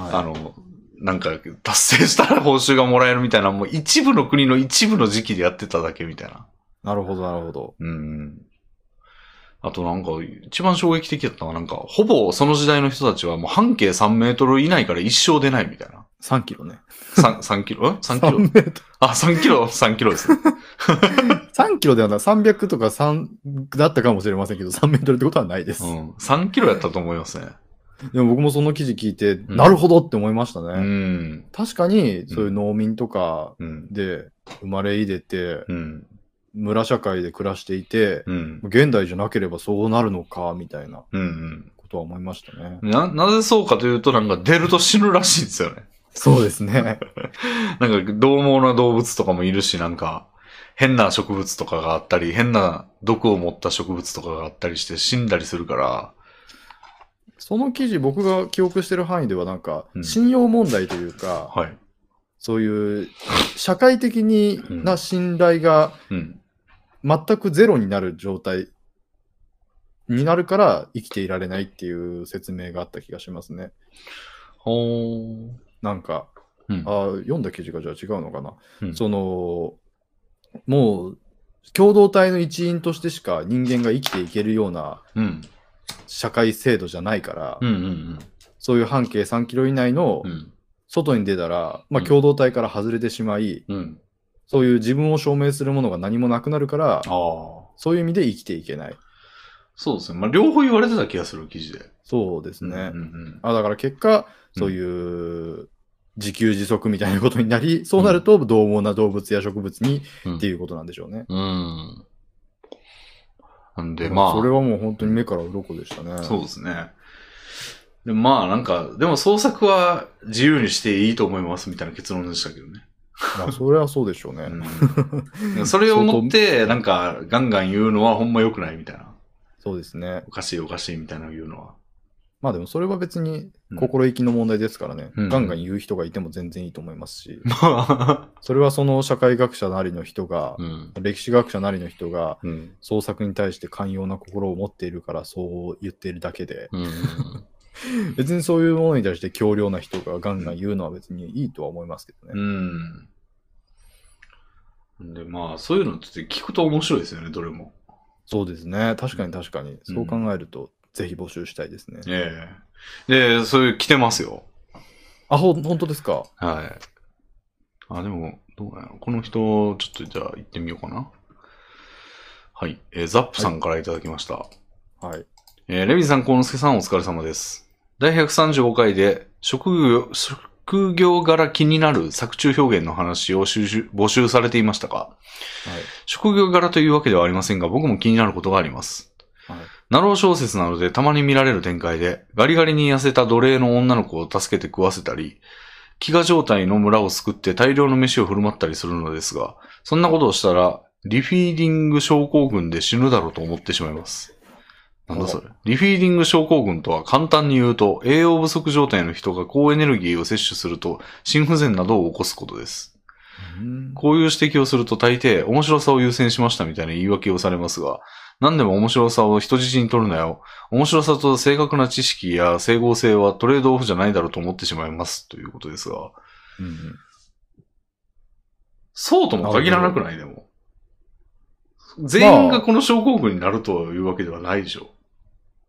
Speaker 1: あ
Speaker 2: は
Speaker 1: の、なんか、達成したら報酬がもらえるみたいな、もう一部の国の一部の時期でやってただけみたいな。
Speaker 2: い。なるほど、なるほど。
Speaker 1: うん。あとなんか、一番衝撃的だったのは、なんか、ほぼその時代の人たちはもう半径3メートル以内から一生出ないみたいな。
Speaker 2: 3キロね。
Speaker 1: 3, 3キロん ?3 キロ
Speaker 2: 3メート
Speaker 1: あ、3キロ ?3 キロです。
Speaker 2: ル3キロではない。300とか3だったかもしれませんけど、3メートルってことはないです。
Speaker 1: うん。3キロやったと思いますね。
Speaker 2: でも僕もその記事聞いて、なるほどって思いましたね。
Speaker 1: うん。
Speaker 2: 確かに、そういう農民とか
Speaker 1: うん。
Speaker 2: で生まれ入れて、
Speaker 1: うん。
Speaker 2: 村社会で暮らしていて、
Speaker 1: うん。
Speaker 2: 現代じゃなければそうなるのか、みたいな
Speaker 1: うん。
Speaker 2: ことは思いましたね。
Speaker 1: な、なぜそうかというと、なんか出ると死ぬらしいんですよね。
Speaker 2: そうですね。
Speaker 1: なんか、獰猛な動物とかもいるし、なんか、変な植物とかがあったり、変な毒を持った植物とかがあったりして死んだりするから、
Speaker 2: その記事、僕が記憶してる範囲では、なんか
Speaker 1: う、ん
Speaker 2: 信用問題というか、
Speaker 1: はい。
Speaker 2: そういう、社会的に
Speaker 1: うん
Speaker 2: な信頼が
Speaker 1: うん。
Speaker 2: 全くゼロになる状態になるから生きていられないっていう説明があった気がしますね。
Speaker 1: ほー。
Speaker 2: なんか、
Speaker 1: うん
Speaker 2: あー読んだ記事がじゃあ違うのかな。
Speaker 1: うん
Speaker 2: その、もう、共同体の一員としてしか人間が生きていけるような
Speaker 1: うん。
Speaker 2: 社会制度じゃないから、
Speaker 1: うんうん
Speaker 2: そういう半径3キロ以内の
Speaker 1: うん。うん。
Speaker 2: 外に出たら、ま
Speaker 1: う
Speaker 2: あ、
Speaker 1: ん
Speaker 2: 共同体から外れてしまい、
Speaker 1: うん。
Speaker 2: そういう自分を証明するものが何もなくなるから、
Speaker 1: ああ。
Speaker 2: そういう意味で生きていけない。
Speaker 1: そうですね。まあ、両方言われてた気がする、記事で。
Speaker 2: そうですね。
Speaker 1: うんうん
Speaker 2: あだから結果、
Speaker 1: うん
Speaker 2: そういう自給自足みたいなことになり、そうなると、獰猛な動物や植物に
Speaker 1: うん。
Speaker 2: って
Speaker 1: う。
Speaker 2: いうことなんでしょうね。
Speaker 1: うん。なんで、まあ。
Speaker 2: それはもう本当に目から鱗でしたね。
Speaker 1: そうですね。でまあなんか、でも創作は自由にしていいと思いますみたいな結論でしたけどね。
Speaker 2: まあ、それはそうでしょうね。
Speaker 1: うん、 それを思って、なんかガンガン言うのはほんま良くないみたいな。
Speaker 2: そうですね。
Speaker 1: おかしいおかしいみたいなの言うのは。
Speaker 2: まあでもそれは別に
Speaker 1: うん
Speaker 2: 心意気の問題ですからね、
Speaker 1: うん
Speaker 2: ガンガン言う人がいても全然いいと思います し、
Speaker 1: まあ。
Speaker 2: それはその社会学者なりの人が、
Speaker 1: うん。
Speaker 2: 歴史学者なりの人が、
Speaker 1: うん。
Speaker 2: 創作に対して寛容な心を持っているからそう言っているだけで、
Speaker 1: うん。
Speaker 2: 別にそういうものに対して強量な人がガンガン言うのは別にいいとは思いますけどね。
Speaker 1: うん。で、まあ、そういうのって聞くと面白いですよね、どれも。
Speaker 2: そうですね。確かに確かに。そう考えると、ぜひ募集したいですね。
Speaker 1: ええで、そういう来てますよ。
Speaker 2: あ、ほん、本当ですか。
Speaker 1: はい。あ、でも、どうやろこの人、ちょっとじゃあ行ってみようかな。はい。えーザップさんからいただきました。
Speaker 2: はい。
Speaker 1: えーレミさん、幸之助さん、お疲れ様です。第135回で、職業、職業柄気になる作中表現の話を収集募集されていましたが、職業柄というわけではありませんが、僕も気になることがあります。
Speaker 2: はい。はい。
Speaker 1: ナロー小説なのでたまに見られる展開で、ガリガリに痩せた奴隷の女の子を助けて食わせたり、飢餓状態の村を救って大量の飯を振る舞ったりするのですが、そんなことをしたら、リフィーディング症候群で死ぬだろうと思ってしまいます。なんだそれ。リフィーディング症候群とは簡単に言うと、栄養不足状態の人が高エネルギーを摂取すると、心不全などを起こすことです。
Speaker 2: うん
Speaker 1: こういう指摘をすると大抵面白さを優先しましたみたいな言い訳をされますが、何でも面白さを人質に取るなよ。面白さと正確な知識や整合性はトレードオフじゃないだろうと思ってしまいますということですが、
Speaker 2: うんうん
Speaker 1: そうとも限らなくないでも。全員がこの症候群になるというわけではないでしょ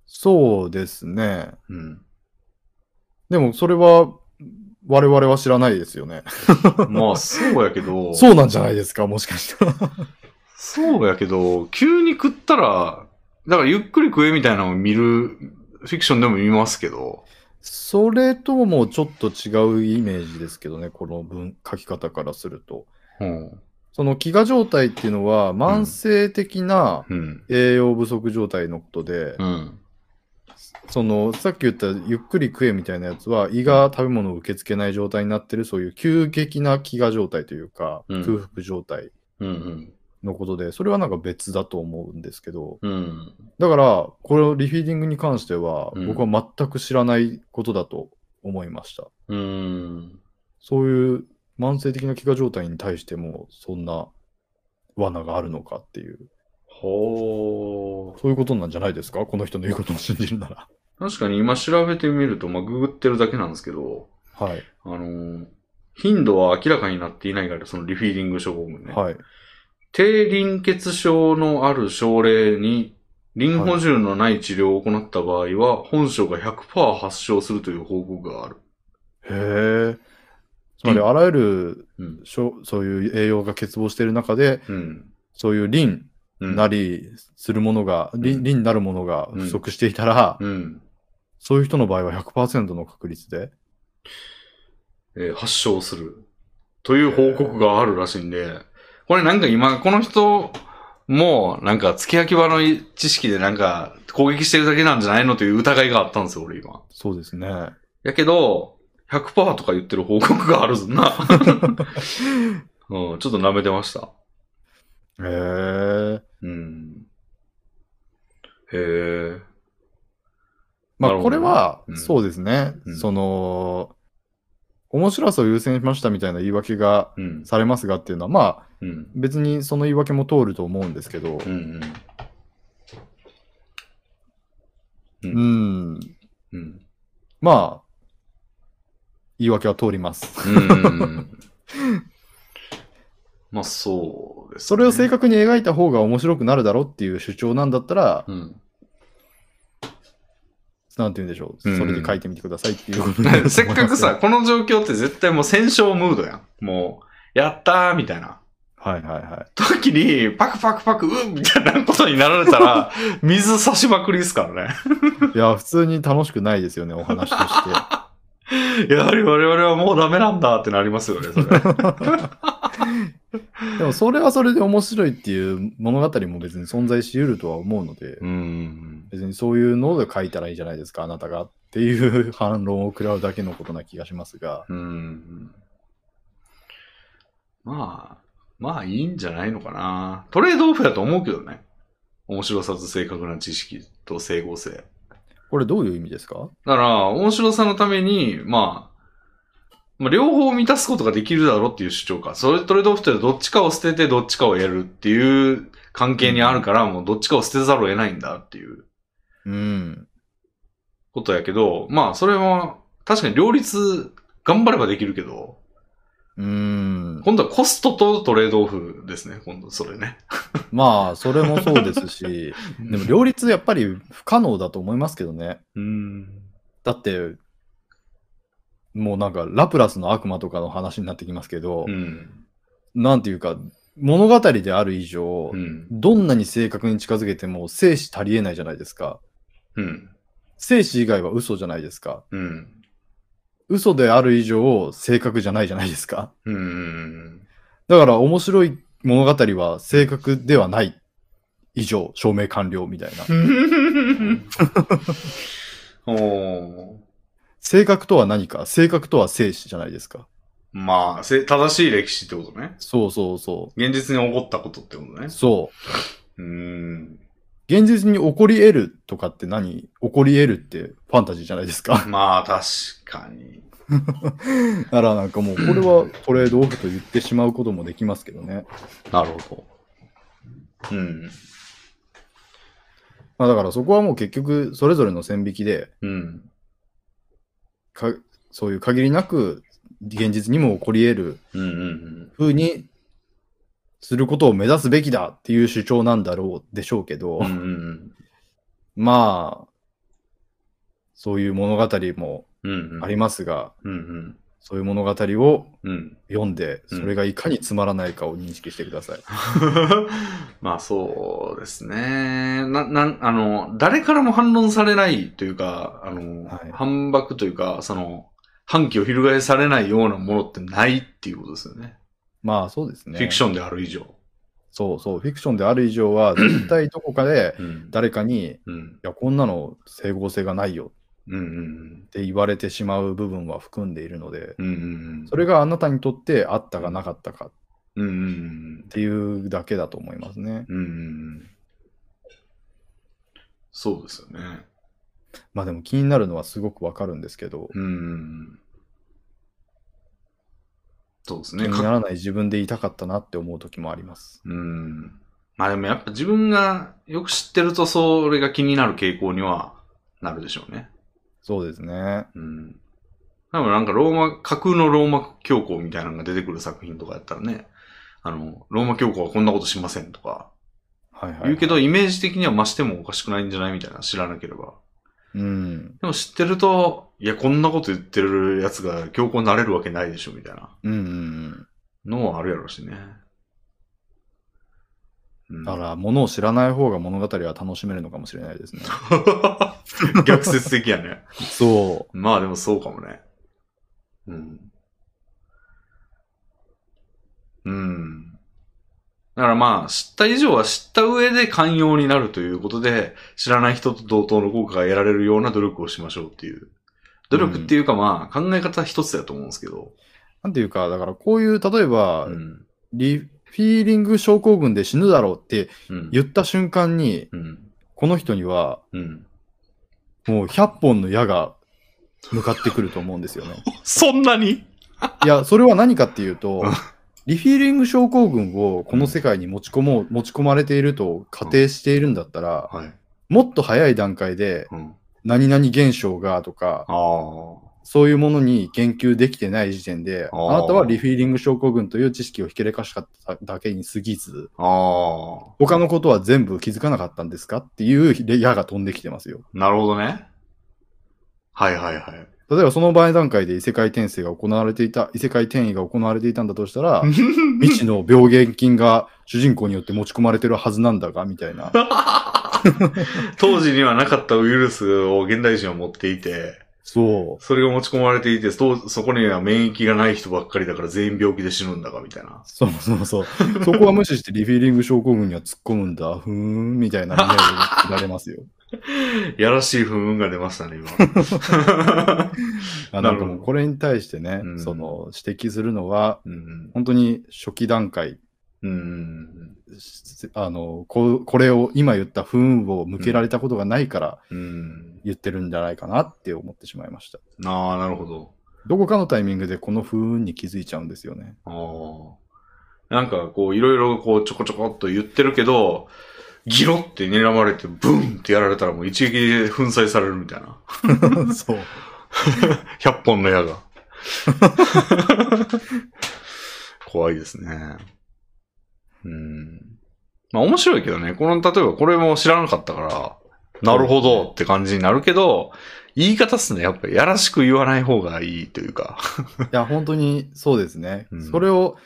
Speaker 2: そうですね。
Speaker 1: う。うん。
Speaker 2: でも、それは、我々は知らないですよね。
Speaker 1: まあ、そうやけど、
Speaker 2: そうなんじゃないですか、もしかしたら。
Speaker 1: そうやけど、急に食ったら、だからゆっくり食えみたいなのを見る、フィクションでも見ますけど、
Speaker 2: それともちょっと違うイメージですけどね、この文書き方からすると。
Speaker 1: うん。
Speaker 2: その飢餓状態っていうのは、慢性的な
Speaker 1: うん。
Speaker 2: 栄養不足状態のことで、
Speaker 1: うん。
Speaker 2: そのさっき言ったゆっくり食えみたいなやつは、胃が食べ物を受け付けない状態になってる、そういう急激な飢餓状態というか、
Speaker 1: うん
Speaker 2: 空腹状態
Speaker 1: うん。
Speaker 2: のことで、それはなんか別だと思うんですけど、
Speaker 1: うん。
Speaker 2: だから、これをリフィーディングに関しては、
Speaker 1: うん
Speaker 2: 僕は全く知らないことだと思いました。
Speaker 1: うん。
Speaker 2: そういう慢性的な飢餓状態に対しても、そんな罠があるのかっていう、
Speaker 1: ほー。
Speaker 2: そういうことなんじゃないですかこの人の言うことを信じるなら。
Speaker 1: 確かに今調べてみると、まあ、ググってるだけなんですけど、
Speaker 2: はい。
Speaker 1: あのー頻度は明らかになっていないから、そのリフィーリング症候群ね。
Speaker 2: はい。
Speaker 1: 低臨血症のある症例に、リン補充のない治療を行った場合は、本症が100%発症するという報告がある。
Speaker 2: へえ。つまり、あらゆる
Speaker 1: うん。
Speaker 2: しょ、そういう栄養が欠乏している中で、
Speaker 1: うん。
Speaker 2: そういうリン
Speaker 1: うん。
Speaker 2: なりするものが、リ
Speaker 1: う
Speaker 2: ン
Speaker 1: ん
Speaker 2: リンなるものが不足していたら、
Speaker 1: うん。
Speaker 2: そういう人の場合は100%の確率で。
Speaker 1: えー発症する。という報告があるらしいんで、これなんか今、この人も、なんか、付け焼き場の知識でなんか、攻撃してるだけなんじゃないのという疑いがあったんですよ、俺今。
Speaker 2: そうですね。
Speaker 1: やけど、100%とか言ってる報告があるぞな。 うん、ちょっと舐めてました。
Speaker 2: へえ。
Speaker 1: うん。へえ。
Speaker 2: ま
Speaker 1: なる
Speaker 2: あ、
Speaker 1: ほど
Speaker 2: これは
Speaker 1: う、ん
Speaker 2: そうですね。
Speaker 1: うん
Speaker 2: その、面白さを優先しましたみたいな言い訳が
Speaker 1: うん。
Speaker 2: されますがっていうのは、まあ、
Speaker 1: うん。
Speaker 2: 別にその言い訳も通ると思うんですけど、
Speaker 1: うん。うん。
Speaker 2: うん、
Speaker 1: うん。
Speaker 2: まあ、言い訳は通ります。
Speaker 1: うん。まあ、そうです、ね。
Speaker 2: それを正確に描いた方が面白くなるだろうっていう主張なんだったら、
Speaker 1: うん。
Speaker 2: なんて言うんでしょ
Speaker 1: う
Speaker 2: う、
Speaker 1: ん
Speaker 2: それで書いてみてくださいっていうことになると思います
Speaker 1: せっかくさ、
Speaker 2: け
Speaker 1: この状況って絶対もう戦勝ムードやん。もう、やったーみたいな。
Speaker 2: ど。はいはいはい。
Speaker 1: 時に、パクパクパク、うんみたいなことになられた ら、水差しまくりですからね。
Speaker 2: いや、普通に楽しくないですよね、お話として。
Speaker 1: やはり我々はもうダメなんだってなりますよね、そ れ。
Speaker 2: でもそれはそれで面白いっていう物語も別に存在し得るとは思うので、
Speaker 1: うん。
Speaker 2: 別にそういうので書いたらいいじゃないですか、あなたがっていう反論を食らうだけのことな気がしますが、
Speaker 1: うん。まあ、まあいいんじゃないのかな。トレードオフやと思うけどね。面白さと正確な知識と整合性。
Speaker 2: これどういう意味ですか
Speaker 1: だから、面白さのために、まあ、まあ、両方満たすことができるだろうっていう主張か。それトレードオフってどっちかを捨ててどっちかをやるっていう関係にあるから、もうどっちかを捨てざるを得ないんだっていう
Speaker 2: うん。
Speaker 1: ことやけど、まあそれは確かに両立頑張ればできるけど、
Speaker 2: うん。
Speaker 1: 今度はコストとトレードオフですね、今度それね。
Speaker 2: まあ、それもそうですし、 でも両立やっぱり不可能だと思いますけどね。
Speaker 1: うん。
Speaker 2: だって、もうなんかラプラスの悪魔とかの話になってきますけど
Speaker 1: う、ん。
Speaker 2: なんていうか、物語である以上
Speaker 1: う、ん。
Speaker 2: どんなに正確に近づけても生死足りえないじゃないですか。
Speaker 1: うん。
Speaker 2: 生死以外は嘘じゃないですか。
Speaker 1: うん。
Speaker 2: 嘘である以上、正確じゃないじゃないですか。
Speaker 1: うん。
Speaker 2: だから面白い物語は正確ではない以上、証明完了みたいな。
Speaker 1: おー
Speaker 2: 正確とは何か、正確とは生死じゃないですか。
Speaker 1: まあ、せ正しい歴史ってことね。
Speaker 2: そうそうそ
Speaker 1: 現実に起こったことってことね
Speaker 2: う。。そう。
Speaker 1: うーん。
Speaker 2: 現実に起こり得るとかって何起こり得るってファンタジーじゃないですか。
Speaker 1: まあ、確かに。
Speaker 2: だからなんかもう、これはトレードオフと言ってしまうこともできますけどね。
Speaker 1: なるほど。うん。
Speaker 2: まあだからそこはもう結局、それぞれの線引きで、
Speaker 1: うん。
Speaker 2: かそういう限りなく現実にも起こり得る
Speaker 1: うんうん
Speaker 2: 風にすることを目指すべきだっていう主張なんだろうでしょうけど、
Speaker 1: うん。うんうん
Speaker 2: まあ、そういう物語も
Speaker 1: うんうん。
Speaker 2: ありますが、
Speaker 1: うんうん。
Speaker 2: そういう物語を
Speaker 1: うん。
Speaker 2: 読んで、
Speaker 1: うん
Speaker 2: それがいかにつまらないかを認識してください。
Speaker 1: う まあそうですね。な、なん、あの、誰からも反論されないというか、あの、
Speaker 2: はい
Speaker 1: 反駁というか、その、反旗を翻されないようなものってないっていうことですよね。
Speaker 2: まあそうですね。
Speaker 1: フィクションである以上。
Speaker 2: そうそう、フィクションである以上 は、絶対どこかで
Speaker 1: うん。
Speaker 2: 誰かに、い
Speaker 1: うん。
Speaker 2: や、こんなの整合性がないよ
Speaker 1: うんうん
Speaker 2: って言われてしまう部分は含んでいるので、
Speaker 1: うん。うんうんうん。
Speaker 2: それがあなたにとってあったかなかったかっ
Speaker 1: うんうんうん。
Speaker 2: ていうだけだと思いますね。
Speaker 1: うんうんうん。そうですよね。
Speaker 2: まあでも気になるのはすごくわかるんですけど、
Speaker 1: うんうんうん。そうです
Speaker 2: 気
Speaker 1: ね。
Speaker 2: にならない自分でいたかったなって思う時もあります。
Speaker 1: うん。まあでもやっぱ自分がよく知ってるとそれが気になる傾向にはなるでしょうね。
Speaker 2: そうですね。
Speaker 1: うん。多分なんかローマ、架空のローマ教皇みたいなのが出てくる作品とかやったらね、あの、ローマ教皇はこんなことしませんとか、
Speaker 2: はいはい。
Speaker 1: 言うけどイメージ的には増してもおかしくないんじゃないみたいな知らなければ。
Speaker 2: うん。
Speaker 1: でも知ってると、いやこんなこと言ってるやつが教皇になれるわけないでしょみたいな
Speaker 2: うんうんうん。
Speaker 1: のはあるやろうしね。うん
Speaker 2: だから、ものを知らない方が物語は楽しめるのかもしれないですね。
Speaker 1: 逆説的やね。
Speaker 2: そ
Speaker 1: まあでもそうかもね。うん。うん。だからまあ、知った以上は知った上で寛容になるということで、知らない人と同等の効果が得られるような努力をしましょうっていう。努力っていうかまあ、考え方一つだと思うんですけど。
Speaker 2: う。なんていうか、だからこういう、例えば、
Speaker 1: うん。
Speaker 2: リフィーリング症候群で死ぬだろうって
Speaker 1: うん。
Speaker 2: 言った瞬間に、
Speaker 1: うん。
Speaker 2: この人には
Speaker 1: うん。
Speaker 2: もう100本の矢が向かってくると思うんですよね。
Speaker 1: そんなに
Speaker 2: いや、それは何かっていうと
Speaker 1: うん、
Speaker 2: リフィーリング症候群をこの世界に持ち込もう、持ち込まれていると仮定しているんだったら、
Speaker 1: はい。
Speaker 2: もっと早い段階で
Speaker 1: うん。あ
Speaker 2: 何々現象がとか、
Speaker 1: あ。
Speaker 2: そういうものに言及できてない時点で、
Speaker 1: あー
Speaker 2: あなたはリフィーリング症候群という知識をひけらかしかっただけに過ぎず、
Speaker 1: ああ。
Speaker 2: 他のことは全部気づかなかったんですかっていう矢が飛んできてますよ。
Speaker 1: なるほどね。はいはい はい。
Speaker 2: 例えばその場合段階で異世界転生が行われていた、異世界転移が行われていたんだとしたら、未知の病原菌が主人公によって持ち込まれてるはずなんだが、みたいな。
Speaker 1: 当時にはなかったウイルスを現代人は持っていて、
Speaker 2: そ
Speaker 1: それが持ち込まれていて、そそこには免疫がない人ばっかりだから全員病気で死ぬんだかみたいな
Speaker 2: う。。そうそうそう。そこは無視してリフィーリング症候群には突っ込むんだ。ふーん、みたいな未来をられま すよ。
Speaker 1: やらしい不運が出ましたね、今。 な
Speaker 2: あな
Speaker 1: るほど
Speaker 2: んかもうこれに対してね、
Speaker 1: うん
Speaker 2: その指摘するのは、
Speaker 1: うん。
Speaker 2: 本当に初期段階、
Speaker 1: うん。
Speaker 2: しあの、ここれを今言った不運を向けられたことがないから
Speaker 1: うん。
Speaker 2: 言ってるんじゃないかなって思ってしまいました。
Speaker 1: ああ、なるほど。
Speaker 2: どこかのタイミングでこの不運に気づいちゃうんです よね。
Speaker 1: ああ。なんか、こう、いろいろ、こう、ちょこちょこっと言ってるけど、ギロって睨まれて、ブンってやられたらもう一撃で粉砕されるみたいな。
Speaker 2: そう。
Speaker 1: 100本の矢が。怖いですね。うん。まあ面白いけどね、この、例えばこれも知らなかったから、なるほどって感じになるけど、言い方っすね。やっぱりやらしく言わない方がいいというか。
Speaker 2: いや、本当にそうですね。
Speaker 1: うん
Speaker 2: それを、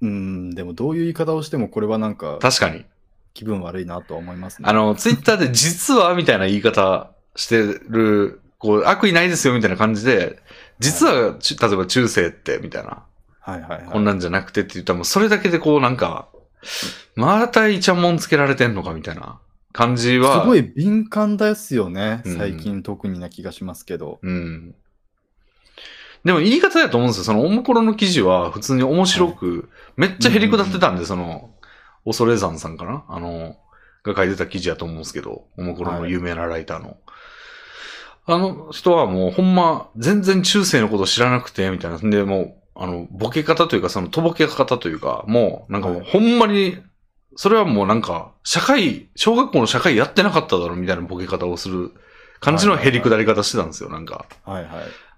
Speaker 2: うん、でもどういう言い方をしてもこれはなんか
Speaker 1: 確かに。
Speaker 2: 気分悪いなとは思いますね。
Speaker 1: あの、ツイッターで実はみたいな言い方してる、こう、悪意ないですよみたいな感じで、実は、ち例えば中世って、みたいな。
Speaker 2: はいはい
Speaker 1: こ
Speaker 2: は
Speaker 1: ん
Speaker 2: い。
Speaker 1: なんじゃなくてって言ったら、もうそれだけでこうなんか、またイチャモンつけられてんのかみたいな感じは。
Speaker 2: すごい敏感ですよね。
Speaker 1: うん
Speaker 2: 最近特にな気がしますけど。
Speaker 1: うん。でも言い方だと思うんですよ。そのおもころの記事は普通に面白く、めっちゃへりくだってたんで、その、恐れ山さんかなあの、が書いてた記事やと思うんですけど、おもころの有名なライターの。あの人はもうほんま、全然中世のこと知らなくて、みたいな。で、もう、あの、ボケ方というか、その、とぼけ方というか、もう、なんかもう、
Speaker 2: はい
Speaker 1: ほんまに、それはもうなんか、社会、小学校の社会やってなかっただろ、みたいなボケ方をする感じのへりくだり方してたんですよ、なんか。
Speaker 2: はいはい。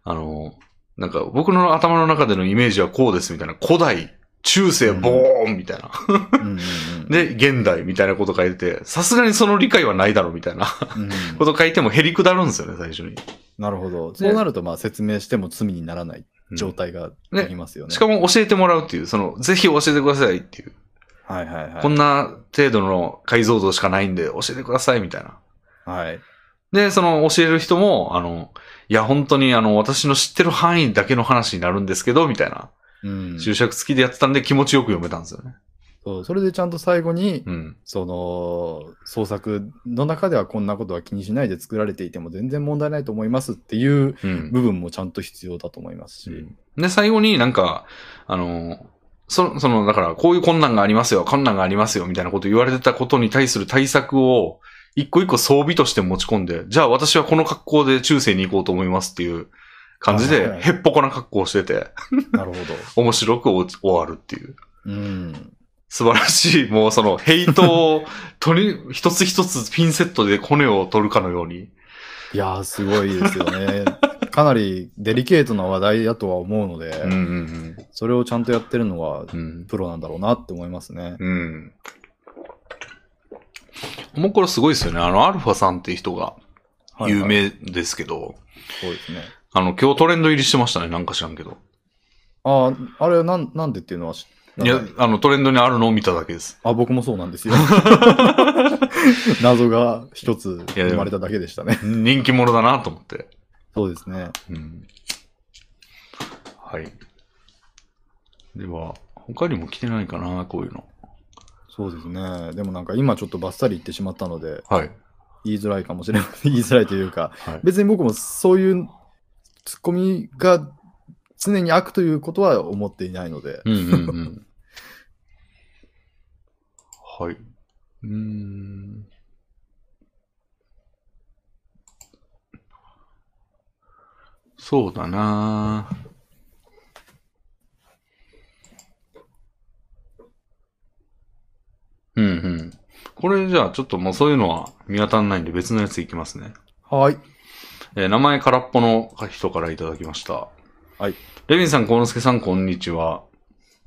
Speaker 1: あの、なんか僕の頭の中でのイメージはこうですみたいな。古代、中世、
Speaker 2: うん
Speaker 1: ボーンみたいな。
Speaker 2: うんうんうん、
Speaker 1: で、現代みたいなこと書いてて、さすがにその理解はないだろうみたいな
Speaker 2: うんうん
Speaker 1: こと書いてもへりくだるんですよね、最初に。
Speaker 2: なるほど。そうなるとまあ説明しても罪にならない
Speaker 1: うん
Speaker 2: 状態ができますよね。
Speaker 1: しかも教えてもらうっていう、その、ぜひ教えてくださいっていう。
Speaker 2: はいはいはい。
Speaker 1: こんな程度の解像度しかないんで教えてくださいみたいな。
Speaker 2: はい。
Speaker 1: で、その教える人も、あの、いや、本当にあの、私の知ってる範囲だけの話になるんですけど、みたいな。
Speaker 2: うん。
Speaker 1: 注釈付きでやってたんで気持ちよく読めたんですよね。
Speaker 2: そうそれでちゃんと最後に、
Speaker 1: うん。
Speaker 2: その創作の中ではこんなことは気にしないで作られていても全然問題ないと思いますっていう
Speaker 1: うん。
Speaker 2: 部分もちゃんと必要だと思いますし、
Speaker 1: で、最後になんか、あの、そその、だから、こういう困難がありますよ、困難がありますよ、みたいなこと言われてたことに対する対策を、一個一個装備として持ち込んで、じゃあ私はこの格好で中世に行こうと思いますっていう感じ
Speaker 2: はい
Speaker 1: で
Speaker 2: は、い
Speaker 1: へっぽこな格好をしてて、
Speaker 2: なるほ
Speaker 1: 面白く終終わるっていう。
Speaker 2: ど。うん。
Speaker 1: 素晴らしい、もうその、ヘイトを、とり、一つ一つピンセットでコネを取るかのように。
Speaker 2: いやー、すごいですよね。 かなりデリケートな話題だとは思うので、
Speaker 1: うんうん
Speaker 2: それをちゃんとやってるのは
Speaker 1: うん。うん。
Speaker 2: プロなんだろうなって思いますね。
Speaker 1: うん。もうこれすごいですよね。あの、アルファさんっていう人が
Speaker 2: はい
Speaker 1: 有
Speaker 2: はい
Speaker 1: 名ですけど、
Speaker 2: そうですね。
Speaker 1: あの、今日トレンド入りしてましたね。なんか知らんけど。
Speaker 2: ああ、あれなん、なんでっていうのは知ら
Speaker 1: い
Speaker 2: ない
Speaker 1: や、あの、トレンドにあるのを見ただけです。
Speaker 2: あ、僕もそうなん ですよ。謎が一つ生まれただけでしたね。
Speaker 1: 人気者だなと思って。
Speaker 2: そうですね。
Speaker 1: うん。はい。では、他にも来てないかな、こういうの。
Speaker 2: そうですね。でもなんか今ちょっとバッサリ言ってしまったので、
Speaker 1: はい。
Speaker 2: 言いづらいかもしれない。 言いづらいというか、
Speaker 1: はい
Speaker 2: 別に僕もそういうツッコミが常に悪ということは思っていないので、
Speaker 1: うんうんうん。はい。うーん。そうだなぁうんうん。これじゃあちょっともうそういうのは見当たらないんで別のやついきますね。
Speaker 2: はい。
Speaker 1: えー名前空っぽの人からいただきました。
Speaker 2: はい。
Speaker 1: レビンさん、コウノスケさん、こんにちは。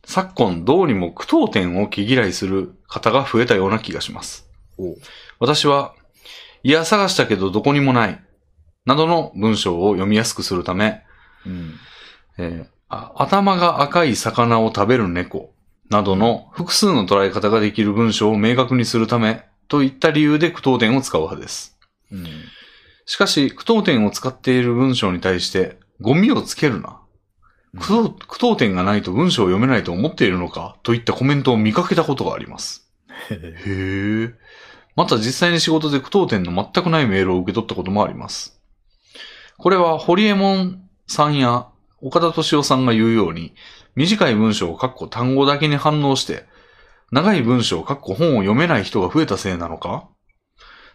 Speaker 1: 昨今、どうにも苦闘点を気嫌いする方が増えたような気がします。
Speaker 2: お
Speaker 1: 私は、いや、探したけどどこにもない。などの文章を読みやすくするため、
Speaker 2: うん。
Speaker 1: えーあ頭が赤い魚を食べる猫などの複数の捉え方ができる文章を明確にするためといった理由で苦闘点を使う派です。
Speaker 2: うん。
Speaker 1: しかし、句読点を使っている文章に対して、ゴミをつけるな。
Speaker 2: うん
Speaker 1: 句読句読点がないと文章を読めないと思っているのかといったコメントを見かけたことがあります。へえ。また実際に仕事で句読点の全くないメールを受け取ったこともあります。これは、ホリエモンさんや岡田敏夫さんが言うように、短い文章を括弧単語だけに反応して、長い文章を括弧本を読めない人が増えたせいなのか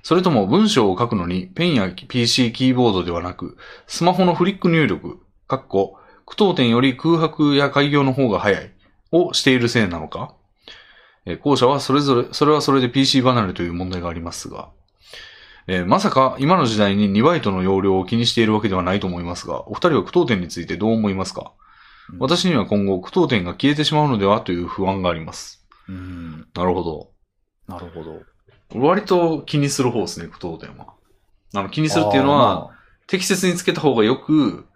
Speaker 1: それとも文章を書くのにペンや PC キーボードではなく、スマホのフリック入力、かっこ、句読点より空白や開業の方が早い、をしているせいなのかえー後者はそれぞれ、それはそれで PC 離れという問題がありますが、えーまさか今の時代に2バイトの容量を気にしているわけではないと思いますが、お二人は句読点についてどう思いますか
Speaker 2: うん、
Speaker 1: 私には今後句読点が消えてしまうのではという不安があります。
Speaker 2: うん。
Speaker 1: なるほど。
Speaker 2: なるほど。
Speaker 1: 割と気にする方ですね、句読点は。あの、気にするっていうの
Speaker 2: あー
Speaker 1: は、
Speaker 2: まあ
Speaker 1: 適切につけた方がよく、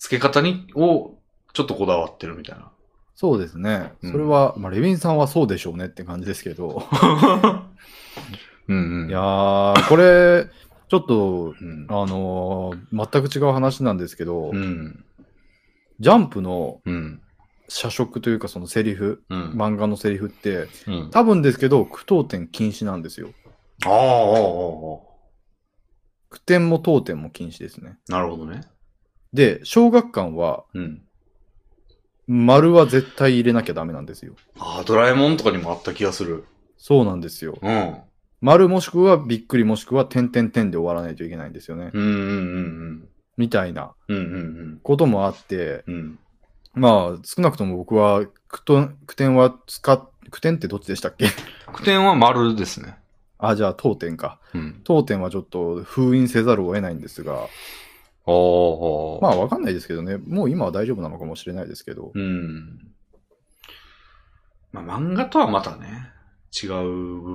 Speaker 1: 付け方に、を、ちょっとこだわってるみたい な。
Speaker 2: そうですね。
Speaker 1: うん
Speaker 2: それは、まあ、レヴィンさんはそうでしょうねって感じですけど、
Speaker 1: うんうん。
Speaker 2: いやー、これ、ちょっと、
Speaker 1: うん。
Speaker 2: あのー全く違う話なんですけど、
Speaker 1: うん。
Speaker 2: ジャンプの
Speaker 1: うん。
Speaker 2: 社食というか、そのセリフ、
Speaker 1: うん。
Speaker 2: 漫画のセリフって、
Speaker 1: うん、あ
Speaker 2: 多分ですけど、句読点禁止なんですよ。
Speaker 1: あ、ああ、ああ
Speaker 2: 句点も当点も禁止ですね。
Speaker 1: なるほどね。
Speaker 2: で、小学館は、
Speaker 1: うん。
Speaker 2: 丸は絶対入れなきゃダメなんですよ。
Speaker 1: ああ、ドラえもんとかにもあった気がする。
Speaker 2: そうなんですよ。
Speaker 1: うん。うん
Speaker 2: 丸もしくはびっくりもしくは点点点で終わらないといけないんですよね。
Speaker 1: うんうん
Speaker 2: みたいな
Speaker 1: うん。うんうん
Speaker 2: こともあって、
Speaker 1: うん。うん。
Speaker 2: まあ、少なくとも僕は、句と句点は使っ、句点ってどっちでしたっけ
Speaker 1: 句点は丸ですね。
Speaker 2: あ、じゃあ当点か。
Speaker 1: うん。
Speaker 2: 当店はちょっと封印せざるを得ないんですが、
Speaker 1: ああ、
Speaker 2: まあわかんないですけどね、もう今は大丈夫なのかもしれないですけど、
Speaker 1: うん。まあ、漫画とはまたね、違う部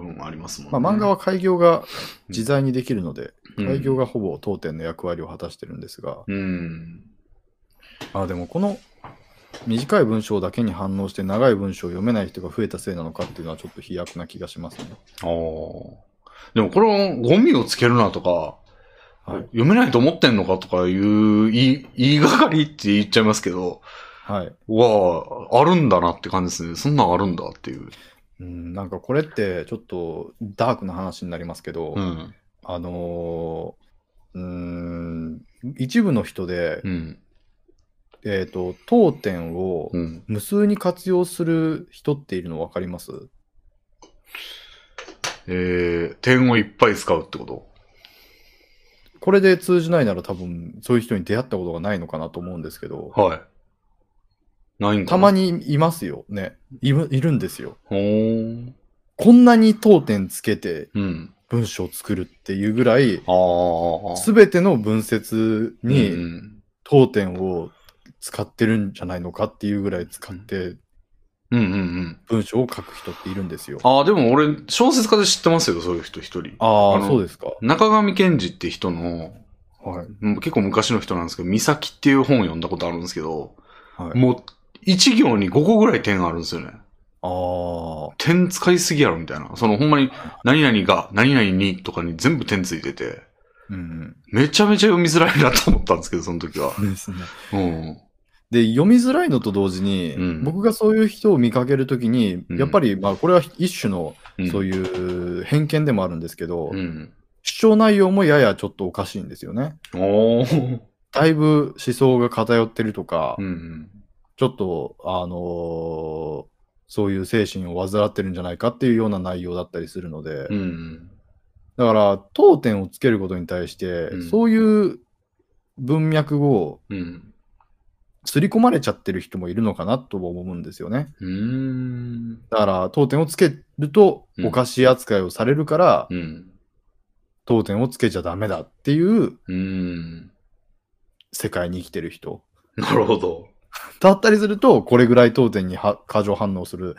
Speaker 1: 分はありますもん
Speaker 2: ま
Speaker 1: ね。
Speaker 2: あ漫画は開業が自在にできるので、
Speaker 1: うん
Speaker 2: 開業がほぼ当店の役割を果たしてるんですが、
Speaker 1: うん。
Speaker 2: あでもこの短い文章だけに反応して長い文章を読めない人が増えたせいなのかっていうのはちょっと飛躍な気がしますね。
Speaker 1: ああ。でもこれゴミをつけるなとか、
Speaker 2: はい
Speaker 1: 読めないと思ってんのかとかいう言い言いがかりって言っちゃいますけど、
Speaker 2: はい。
Speaker 1: うわあ、あるんだなって感じですね。そんなんあるんだっていう。
Speaker 2: うん、なんかこれってちょっとダークな話になりますけど、
Speaker 1: うん。
Speaker 2: あのーうーん、一部の人で、
Speaker 1: うん。
Speaker 2: えっ、と、当店を
Speaker 1: うん。
Speaker 2: 無数に活用する人っているの分かります
Speaker 1: えー、点をいっぱい使うってこと
Speaker 2: これで通じないなら多分そういう人に出会ったことがないのかなと思うんですけど、
Speaker 1: はい。ないんか
Speaker 2: たま
Speaker 1: に。
Speaker 2: にいますよね。いるいるんですよ。
Speaker 1: ほーん。
Speaker 2: こんなに当店つけて
Speaker 1: うん。
Speaker 2: 文章を作るっていうぐらい、
Speaker 1: ああ。
Speaker 2: すべての文節
Speaker 1: う
Speaker 2: に
Speaker 1: ん
Speaker 2: 当店を使ってるんじゃないのかっていうぐらい使って
Speaker 1: うんうんうん。
Speaker 2: 文章を書く人っているんですよ。
Speaker 1: ああ、でも俺、小説家で知ってますよ、そういう人一人。
Speaker 2: あ
Speaker 1: あ
Speaker 2: あ、
Speaker 1: の
Speaker 2: そうですか。
Speaker 1: 中上健二って人の、
Speaker 2: はい。
Speaker 1: うん結構昔の人なんですけど、美咲っていう本読んだことあるんですけど、
Speaker 2: はい、
Speaker 1: もう、一行に5個ぐらい点あるんですよね。
Speaker 2: ああ、
Speaker 1: 点使いすぎやろみたいな。そのほんまに、何々が、何々にとかに全部点ついてて、
Speaker 2: うん
Speaker 1: めちゃめちゃ読みづらいなと思ったんですけど、その時は。
Speaker 2: うん。ですね。
Speaker 1: うん。
Speaker 2: で、読みづらいのと同時に、
Speaker 1: うん
Speaker 2: 僕がそういう人を見かけるときに、
Speaker 1: うん
Speaker 2: やっぱり、まあ、これは一種のそう
Speaker 1: い
Speaker 2: いう偏見でもあるんですけど、
Speaker 1: ん。
Speaker 2: 主張内容もややちょっとおかしいんですよね。
Speaker 1: おー。
Speaker 2: だいぶ思想が偏ってるとか、
Speaker 1: うん。
Speaker 2: ちょっと、あのーそういう精神を患ってるんじゃないかっていうような内容だったりするので、
Speaker 1: うん。
Speaker 2: だから、当点をつけることに対して、
Speaker 1: うん
Speaker 2: そういう文脈を
Speaker 1: うん。
Speaker 2: 刷り込まれちゃってる人もいるのかなとも思うんですよね。
Speaker 1: うん。
Speaker 2: だから、当点をつけると
Speaker 1: うん
Speaker 2: おかしい扱いをされるから、
Speaker 1: うん。
Speaker 2: 当点をつけちゃダメだっていう
Speaker 1: うん。
Speaker 2: 世界に生きてる人
Speaker 1: なるほど。
Speaker 2: だったりすると、これぐらい当点には過剰反応する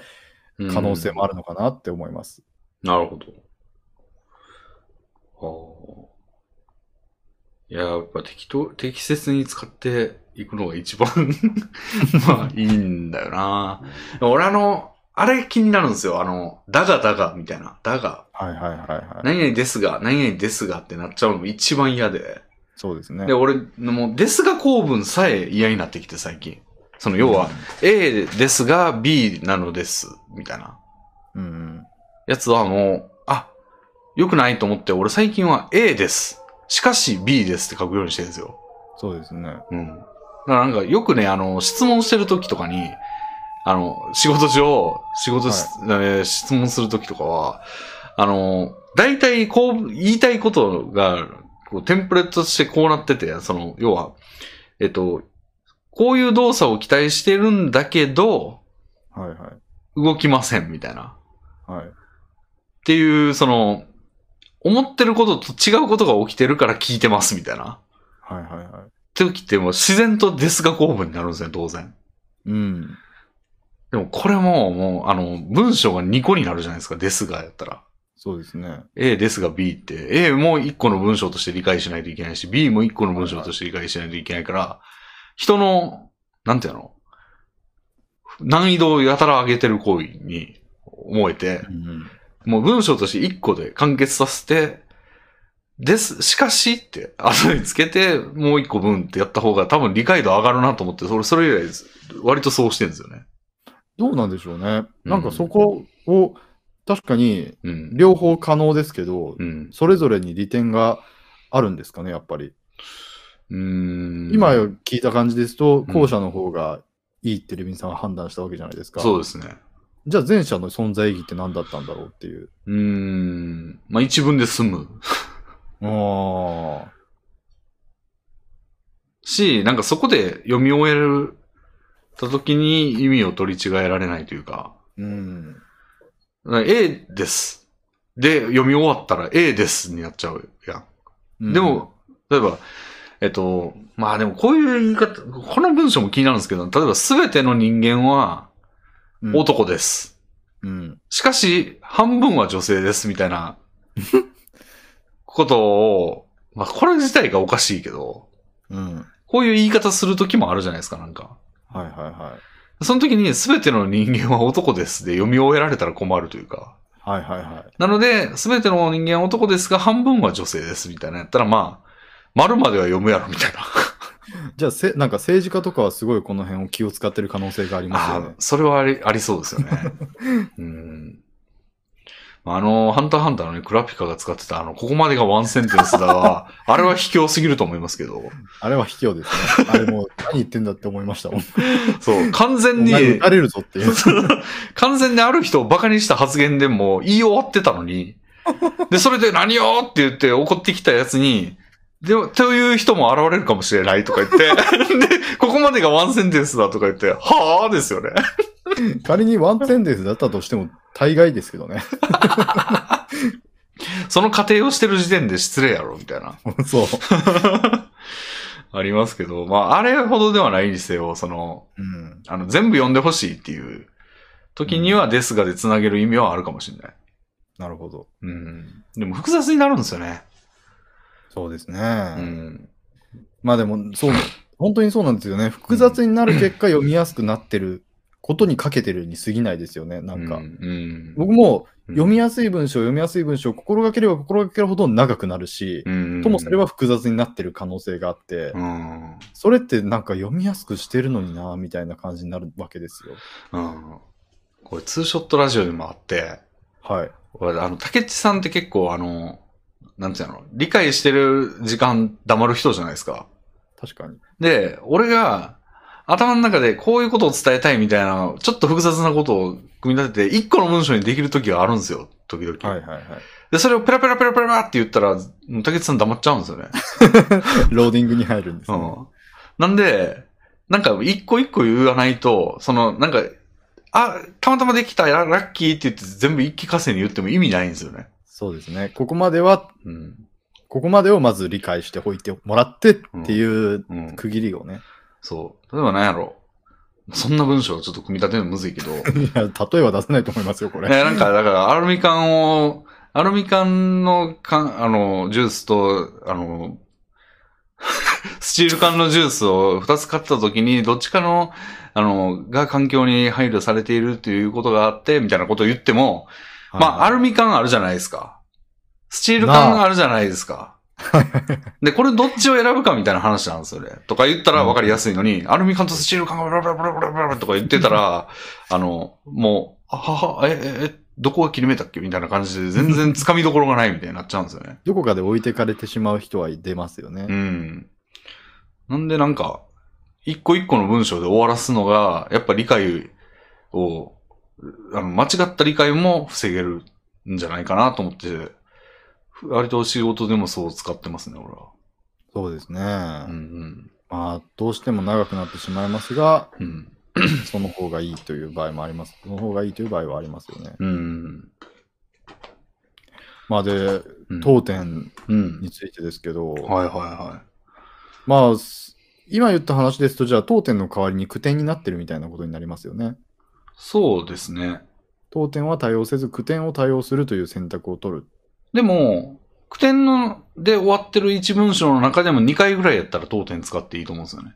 Speaker 1: うん
Speaker 2: 可能性もあるのかなって思います。
Speaker 1: なるほど。はあ。いや、やっぱ適当、適切に使っていくのが一番、 まあ、いいんだよな。俺あの、あれ気になるんですよ。あの、だがだが、みたいな。だが、
Speaker 2: はいはいはいはい。
Speaker 1: 何々ですが、何々ですがってなっちゃうの一番嫌で。
Speaker 2: そうですね。
Speaker 1: で、俺、もう、ですが構文さえ嫌になってきて、最近。その、要は、A ですが B なのです、みたいな。
Speaker 2: うん、うん。
Speaker 1: やつはもう、あ、良くないと思って、俺最近は A です。しかし B ですって書くようにしてるんですよ。
Speaker 2: そうですね。
Speaker 1: うん。だからなんかよくね、あの、質問してる時とかに、あの、仕事上、仕事し、えー質問する時とかは、あの、大体こう、言いたいことが、こう、テンプレートとしてこうなってて、その、要は、えっと、こういう動作を期待してるんだけど、
Speaker 2: はいはい。
Speaker 1: 動きません、みたいな。
Speaker 2: はい。
Speaker 1: っていう、その、思ってることと違うことが起きてるから聞いてますみたいな。
Speaker 2: はいはいはい。
Speaker 1: 時ってもう自然とデスが構文になるんですね、当然。
Speaker 2: うん。
Speaker 1: でもこれももう、あの、文章が2個になるじゃないですか、デスがやったら。
Speaker 2: そうですね。
Speaker 1: A ですが B って、A も1個の文章として理解しないといけないし、B も1個の文章として理解しないといけないから、人の、なんていうの難易度をやたら上げてる行為に思えて、
Speaker 2: うん。
Speaker 1: もう文章として一個で完結させて、です、しかしって後につけて、もう一個文ってやった方が多分理解度上がるなと思って、それ、それ以来です、割とそうしてるんですよね。
Speaker 2: どうなんでしょうね。
Speaker 1: うん
Speaker 2: なんかそこを、確かに
Speaker 1: うん。
Speaker 2: 両方可能ですけど
Speaker 1: う、ん。
Speaker 2: それぞれに利点があるんですかね、やっぱり。
Speaker 1: うーん。
Speaker 2: 今聞いた感じですと、
Speaker 1: うん
Speaker 2: 後者の方がいいってレビンさんは判断したわけじゃないですか。
Speaker 1: そうですね。
Speaker 2: じゃあ前者の存在意義って何だったんだろうっていう。
Speaker 1: うーん。まあ、一文で済む。
Speaker 2: ああ。
Speaker 1: し、なんかそこで読み終えるた時に意味を取り違えられないというか、
Speaker 2: うん。
Speaker 1: だから A です。で、読み終わったら A ですになっちゃうやん。でも、例えば、えっと、まあでもこういう言い方、この文章も気になるんですけど、例えば全ての人間は
Speaker 2: うん、
Speaker 1: 男です。
Speaker 2: うん。
Speaker 1: しかし、半分は女性です、みたいな、ことを、まあこれ自体がおかしいけど、
Speaker 2: うん。
Speaker 1: こういう言い方するときもあるじゃないですか、なんか。
Speaker 2: はいはいはい。
Speaker 1: その時に全ての人間は男ですで読み終えられたら困るというか。
Speaker 2: はいはいはい。
Speaker 1: なので、全ての人間は男ですが、半分は女性ですみたいなやったら、まあ、丸までは読むやろみたいな。
Speaker 2: じゃあせ、なんか政治家とかはすごいこの辺を気を使ってる可能性がありますよ
Speaker 1: あ
Speaker 2: ね
Speaker 1: あ。、それはあり、ありそうですよ ね。うん。あの、ハンターハンターのね、クラピカが使ってた、あの、ここまでがワンセンテンスだ わ。あれは卑怯すぎると思いますけど。
Speaker 2: あれは卑怯です ね。あれもう何言ってんだって思いましたもん。
Speaker 1: そう、完全 に、
Speaker 2: 撃たれるぞっていう。
Speaker 1: 完全にある人をバカにした発言でも言い終わってたのに、で、それで何よって言って怒ってきたやつに、で、という人も現れるかもしれないとか言って、 で、ここまでがワンセンテンスだとか言って、はぁーですよね。
Speaker 2: 仮にワンテンデンスだったとしても大概ですけどね。
Speaker 1: その過程をしてる時点で失礼やろ、みたいな。
Speaker 2: そう。
Speaker 1: ありますけど、まあ、あれほどではないにせよ、その、
Speaker 2: うん。
Speaker 1: あの、全部読んでほしいっていう時には、ですがで繋げる意味はあるかもしれない。
Speaker 2: なるほど。
Speaker 1: うん。でも複雑になるんですよね。
Speaker 2: そうですね。
Speaker 1: うん。
Speaker 2: まあでも、そう、本当にそうなんですよね。複雑になる結果読みやすくなってることにかけてるに過ぎないですよね。なんか。
Speaker 1: うんうん。
Speaker 2: 僕も
Speaker 1: うん
Speaker 2: 読みやすい文章、読みやすい文章を心がければ心がけるほど長くなるし、と
Speaker 1: と
Speaker 2: もそれは複雑になってる可能性があって、
Speaker 1: うん。
Speaker 2: それってなんか読みやすくしてるのにな、みたいな感じになるわけですよ。
Speaker 1: うん。これ、ツーショットラジオでもあって、
Speaker 2: はい。
Speaker 1: 俺、あの、竹内さんって結構、あの、なんていうの、理解してる時間黙る人じゃないですか。
Speaker 2: 確かに。
Speaker 1: で、俺が、頭の中でこういうことを伝えたいみたいな、ちょっと複雑なことを組み立てて、一個の文章にできる時があるんですよ、時々。
Speaker 2: はいはいはい。
Speaker 1: で、それをペラペラペラペラって言ったら、もう竹内さん黙っちゃうんですよね。
Speaker 2: ローディングに入るんです、
Speaker 1: う
Speaker 2: ね
Speaker 1: ん。なんで、なんか一個一個言わないと、その、なんか、あ、たまたまできたララッキーって言って全部一気化成に言っても意味ないんですよね。
Speaker 2: そうですね。ここまでは、
Speaker 1: うん。
Speaker 2: ここまでをまず理解しておいてもらってっていう
Speaker 1: うん。
Speaker 2: 区切りをね。
Speaker 1: そう。例えば何やろそんな文章をちょっと組み立てるのむずいけど、
Speaker 2: いや、例えは出せないと思いますよ、こ
Speaker 1: え
Speaker 2: れ。
Speaker 1: なんか、だからアルミ缶を、アルミ缶の缶、あの、ジュースと、あの、 スチール缶のジュースを2つ買った時に、どっちかの、あの、が環境に配慮されているということがあって、みたいなことを言っても、まあ、アルミ缶あるじゃないですか。スチール
Speaker 2: な
Speaker 1: 缶
Speaker 2: あ
Speaker 1: あるじゃないですか。で、これどっちを選ぶかみたいな話なんですよね。とか言ったら分かりやすいのに、アルミ缶とスチール缶がブラブラブラブラブラブラとか言ってたら、あの、もう、あはは、え、え、え、どこが切り目だっけみたいな感じで全然掴みどころがないみたいになっちゃうんですよね。
Speaker 2: どこかで置いてかれてしまう人は出ますよね
Speaker 1: う。ん。なんでなんか、一個一個の文章で終わらすのが、やっぱ理解を、あの、間違った理解も防げるんじゃないかなと思って、ふ割と仕事でもそう使ってますね、俺は。
Speaker 2: そうですね。
Speaker 1: うん
Speaker 2: まあ、どうしても長くなってしまいますが、
Speaker 1: うん。うん。
Speaker 2: その方がいいという場合もあります。その方がいいという場合はありますよね。
Speaker 1: うん。
Speaker 2: まあ、で、
Speaker 1: うん
Speaker 2: 当店
Speaker 1: うん
Speaker 2: に。ついてですけど、
Speaker 1: はいはいは
Speaker 2: まあ、す今言った話ですと、じゃあ当店の代わりに句点になってるみたいなことになりますよね。
Speaker 1: い。そうですね。
Speaker 2: 当店は対応せず、句点を対応するという選択を取る。
Speaker 1: でも、句点ので終わってる一文章の中でも2回ぐらいやったら当点使っていいと思うんですよね。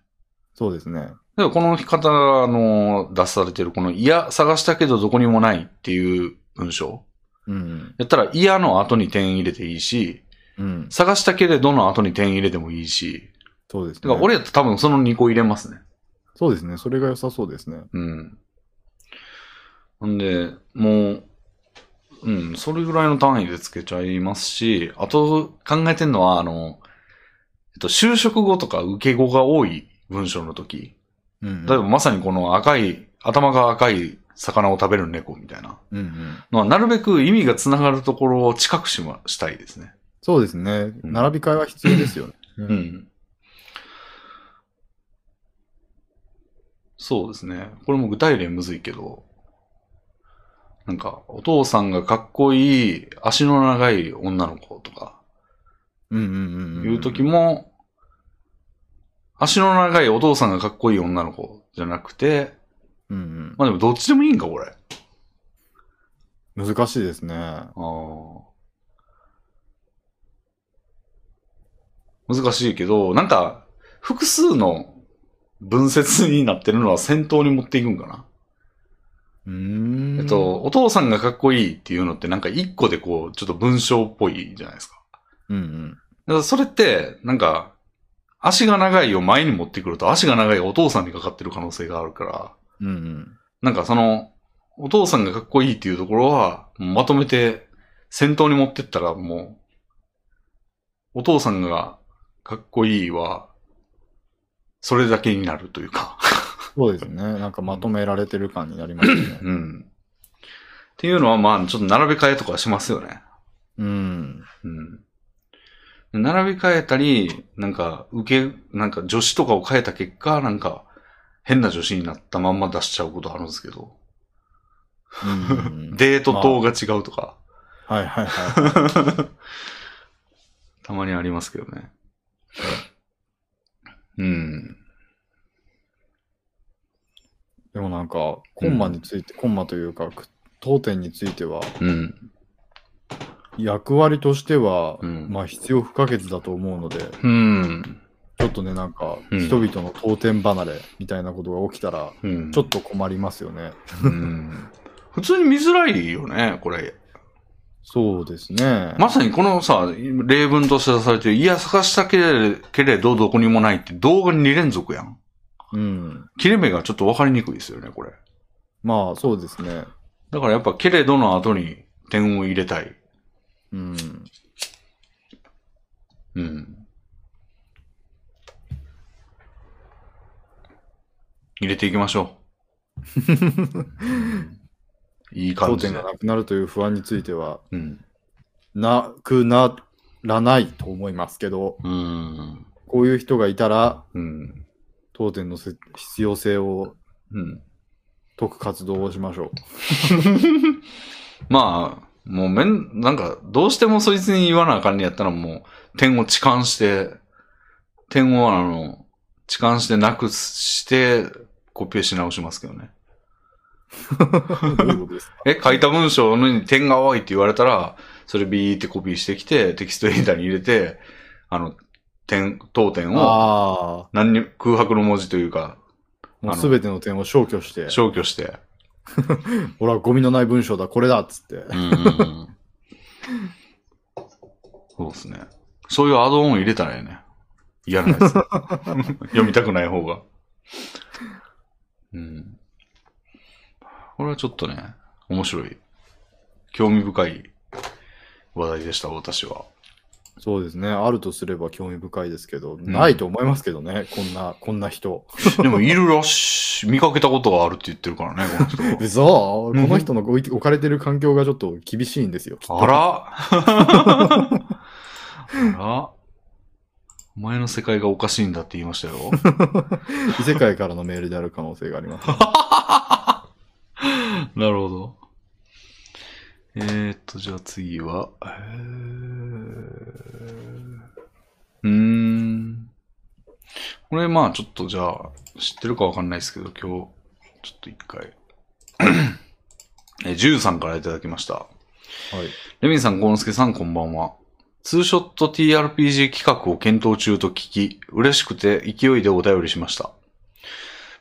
Speaker 2: そうですね。
Speaker 1: でもこの方が、あの、出されてる、この、いや、探したけどどこにもないっていう文章。
Speaker 2: うん。
Speaker 1: やったら、いやの後に点入れていいし、
Speaker 2: うん。
Speaker 1: 探したけれどの後に点入れてもいいし。
Speaker 2: そうです
Speaker 1: だから
Speaker 2: ね。
Speaker 1: 俺やったら多分その2個入れますね。
Speaker 2: そうですね。それが良さそうですね。
Speaker 1: うん。なんで、もう、うん、それぐらいの単位でつけちゃいますし、あと考えてるのは、あの、えっと、就職後とか受け語が多い文章の時。
Speaker 2: うん
Speaker 1: 例えばまさにこの赤い、頭が赤い魚を食べる猫みたいな
Speaker 2: うんうん。
Speaker 1: のは、なるべく意味がつながるところを近くしま、したいですね。
Speaker 2: そうですね。
Speaker 1: うん
Speaker 2: 並び替えは必要ですよね。う
Speaker 1: う。ん。そうですね。これも具体例むずいけど、なんか、お父さんがかっこいい足の長い女の子とか
Speaker 2: うんうんうんうん。
Speaker 1: いう時も、足の長いお父さんがかっこいい女の子じゃなくて、
Speaker 2: うん
Speaker 1: まあでもどっちでもいいんか、これ。
Speaker 2: うん。難しいですね。
Speaker 1: ああ。難しいけど、なんか、複数の文節になってるのは先頭に持っていくんかな。
Speaker 2: うーん。
Speaker 1: えっと、お父さんがかっこいいっていうのってなんか一個でこう、ちょっと文章っぽいじゃないですか。
Speaker 2: うんうん。
Speaker 1: だからそれって、なんか、足が長いを前に持ってくると足が長いがお父さんにかかってる可能性があるから、
Speaker 2: うんうん。
Speaker 1: なんかその、お父さんがかっこいいっていうところは、まとめて先頭に持ってったらもう、お父さんがかっこいいは、それだけになるというか。
Speaker 2: そうですね。なんかまとめられてる感になりますね。
Speaker 1: うん。っていうのはまあ、ちょっと並べ替えとかしますよね。
Speaker 2: うん。
Speaker 1: うん。並び替えたり、なんか、受け、なんか助詞とかを変えた結果、なんか、変な助詞になったまんま出しちゃうことあるんですけど、
Speaker 2: うんうんうん
Speaker 1: デート等が違うとか、
Speaker 2: はいはいはい。
Speaker 1: たまにありますけどね。うん。
Speaker 2: でもなんか、コンマについて、コンマというか、く当店については、
Speaker 1: うん。
Speaker 2: 役割としては、
Speaker 1: うん
Speaker 2: まあ必要不可欠だと思うので、
Speaker 1: うん。
Speaker 2: ちょっとね、なんか、
Speaker 1: うん
Speaker 2: 人々の当店離れみたいなことが起きたら、
Speaker 1: うん。
Speaker 2: ちょっと困りますよね。
Speaker 1: うん普通に見づらいよね、これ。
Speaker 2: そうですね。
Speaker 1: まさにこのさ、例文として出されてる、いや、探したけれけれど、どこにもないって動画2連続やん。
Speaker 2: うん。
Speaker 1: 切れ目がちょっと分かりにくいですよね、これ。
Speaker 2: まあ、そうですね。
Speaker 1: だからやっぱ、けれどの後に点を入れたい。
Speaker 2: うん。
Speaker 1: うん。入れていきましょう。 いい
Speaker 2: 当
Speaker 1: 感じ
Speaker 2: 店
Speaker 1: で
Speaker 2: が。なくなるという不安については、
Speaker 1: うん。
Speaker 2: なくならないと思いますけど、
Speaker 1: うん。
Speaker 2: こういう人がいたら、
Speaker 1: うん。
Speaker 2: 当店のせ必要性を
Speaker 1: うん。
Speaker 2: 解く活動をしましょ
Speaker 1: まあ、もうめん、なんか、どうしてもそいつに言わなあかんねやったらもう、点を痴漢して、点をあの、痴漢してなくして、コピーし直しますけどね。
Speaker 2: う。どういうことですか
Speaker 1: え、書いた文章に点が多いって言われたら、それビーってコピーしてきて、テキストエディターに入れて、あの、点、当点を、
Speaker 2: ああ、
Speaker 1: 何に、空白の文字というか、
Speaker 2: も
Speaker 1: あ
Speaker 2: う
Speaker 1: の
Speaker 2: すべての点を消去して、
Speaker 1: 消去して。
Speaker 2: 俺はゴミのない文章だ、これだっつって。
Speaker 1: うん。 そうですね。そういうアドオン入れたらええね。嫌 なやつ。読みたくない方が。うん。これはちょっとね、面白い。興味深い話題でした、私は。
Speaker 2: そうですね。あるとすれば興味深いですけど、ないと思いますけどね、こんな、こんな人。
Speaker 1: でも、いるらしい。見かけたことがあるって言ってるからね、この人は。
Speaker 2: 嘘こ
Speaker 1: うん
Speaker 2: の人の置い置かれてる環境がちょっと厳しいんですよ。きっ と
Speaker 1: あら あらお前の世界がおかしいんだって言いましたよ。
Speaker 2: 異世界からのメールである可能性があります、ね。
Speaker 1: なるほど。えー、っと、じゃあ次は、えー、うーん。これ、まあ、ちょっとじゃあ、知ってるかわかんないですけど、今日、ちょっと一回。 え、ジュウさんからいただきました。
Speaker 2: はい。
Speaker 1: レミンさん、ゴーノスケさん、こんばんは。ツーショット TRPG 企画を検討中と聞き、嬉しくて勢いでお便りしました。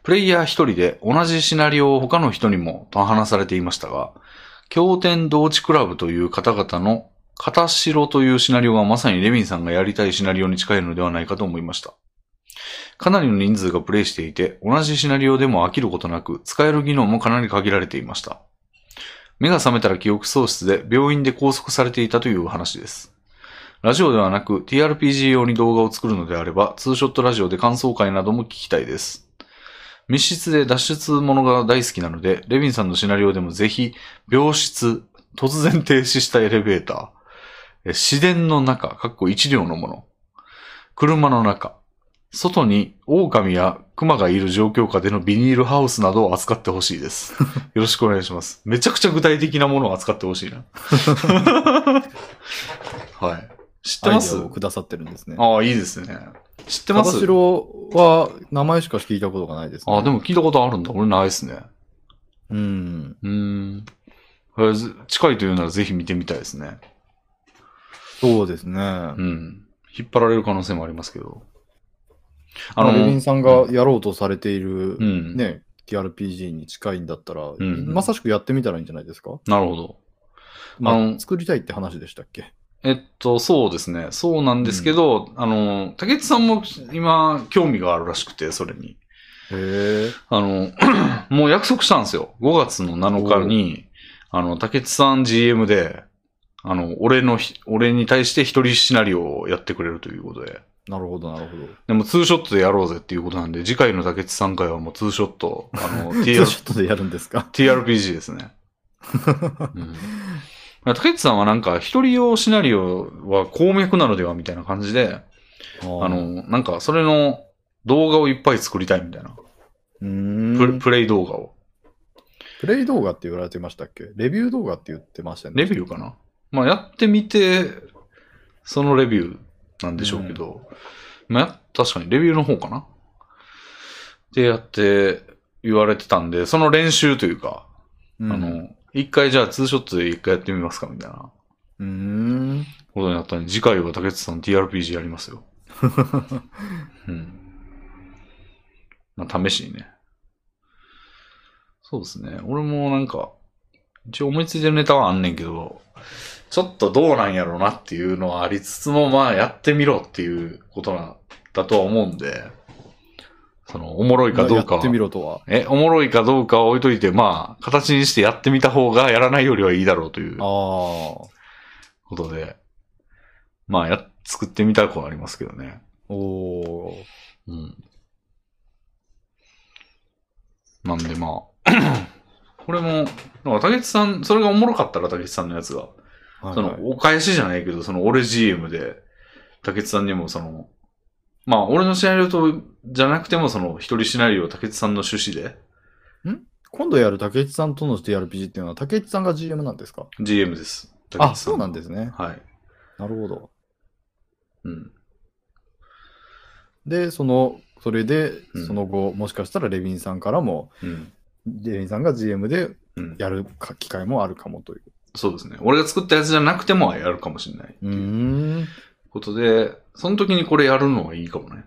Speaker 1: プレイヤー一人で同じシナリオを他の人にもと話されていましたが、経典同地クラブという方々の片白というシナリオがまさにレミンさんがやりたいシナリオに近いのではないかと思いました。かなりの人数がプレイしていて、同じシナリオでも飽きることなく、使える技能もかなり限られていました。目が覚めたら記憶喪失で病院で拘束されていたという話です。ラジオではなく TRPG 用に動画を作るのであれば、ツーショットラジオで感想会なども聞きたいです。密室で脱出ものが大好きなので、レヴィンさんのシナリオでもぜひ、病室、突然停止したエレベーター、え市電の中、かっこ一両のもの、車の中、外に狼や熊がいる状況下でのビニールハウスなどを扱ってほしい です。よろしくお願いします。めちゃくちゃ具体的なものを扱ってほし いな。はい。知って
Speaker 2: アイ
Speaker 1: ま
Speaker 2: デ
Speaker 1: す
Speaker 2: アをくださってるんですね。
Speaker 1: ああ、いいですね。知ってま
Speaker 2: 片
Speaker 1: す
Speaker 2: 白は名前しか聞いたことがないです、ね。
Speaker 1: ああ、でも聞いたことあるんだ。俺ないですね。
Speaker 2: うん。
Speaker 1: うーん。えーず近いというならぜひ見てみたいですね。
Speaker 2: そうですね。
Speaker 1: うん。引っ張られる可能性もありますけど。あの、
Speaker 2: まレビンさんがやろうとされている、
Speaker 1: うん。
Speaker 2: ね、TRPG に近いんだったら、
Speaker 1: ん
Speaker 2: まさしくやってみたらいいんじゃないですか、
Speaker 1: なるほど。
Speaker 2: まあ
Speaker 1: あの
Speaker 2: 作りたいって話でしたっけ
Speaker 1: えっと、そうですね。そうなんですけど、あの、竹内さんも今、興味があるらしくて、それに。
Speaker 2: へえ。
Speaker 1: あの、 もう約束したんですよ。5月の7日に、あの、竹内さん GM で、あの、俺のひ、俺に対して一人シナリオをやってくれるということで。
Speaker 2: なるほど、なるほど。
Speaker 1: でも、ツーショットでやろうぜっていうことなんで、次回の竹内さん会はもうツーショット、あの、
Speaker 2: ツ
Speaker 1: TR
Speaker 2: ーショットでやるんですか
Speaker 1: TRPG ですね。うん竹内さんはなんか、一人用シナリオは鉱脈なのではみたいな感じで、
Speaker 2: あ
Speaker 1: あ、の、なんか、それの動画をいっぱい作りたいみたいな。
Speaker 2: う
Speaker 1: プ
Speaker 2: ー
Speaker 1: レ
Speaker 2: ん
Speaker 1: プレイ動画を。
Speaker 2: プレイ動画って言われてましたっけレビュー動画って言ってましたよね。
Speaker 1: レビューかなまあ、やってみて、そのレビューなんでしょうけど、まあや、確かにレビューの方かなってやって言われてたんで、その練習というか、
Speaker 2: うん
Speaker 1: あの、一回じゃあツーショットで一回やってみますかみたいな
Speaker 2: うーん。
Speaker 1: ことになったんで、次回は竹内さん TRPG やります よ。うん。まあ、試しにね。そうですね。俺もなんか、一応思いついてるネタはあんねんけど、ちょっとどうなんやろうなっていうのはありつつも、まあやってみろっていうことな、だとは思うんで、その、おもろいかどうか
Speaker 2: や
Speaker 1: は
Speaker 2: ってみろとは。
Speaker 1: え、おもろいかどうかは置いといて、まあ、形にしてやってみた方がやらないよりはいいだろうという
Speaker 2: ああ。
Speaker 1: ことで、まあ、や、作ってみたくはありますけどね。
Speaker 2: おー
Speaker 1: うん。なんでまあ、 これも、なんか竹内さん、それがおもろかったら竹内さんのやつが、
Speaker 2: はいはい
Speaker 1: そのお返しじゃないけど、その俺 GM で、竹内さんにもその、まあ俺のシナリオと、じゃなくてもその一人シナリオを竹内さんの趣旨で、
Speaker 2: 今度やる竹内さんとの TRPG っていうのは竹内さんが GM なんですか
Speaker 1: GM です。竹
Speaker 2: あ、
Speaker 1: 内さ。
Speaker 2: そうなんですすね。
Speaker 1: はい。
Speaker 2: なるほど。
Speaker 1: うん。
Speaker 2: で、その、それで
Speaker 1: うん、
Speaker 2: その後、もしかしたらレビンさんからも、
Speaker 1: うん。
Speaker 2: レビンさんが GM で
Speaker 1: うん。
Speaker 2: やるか機会もあるかもという。
Speaker 1: そうですね。俺が作ったやつじゃなくてもやるかもしれないって
Speaker 2: う
Speaker 1: いう
Speaker 2: ーん。
Speaker 1: ことで、その時にこれやるのはいいかもね。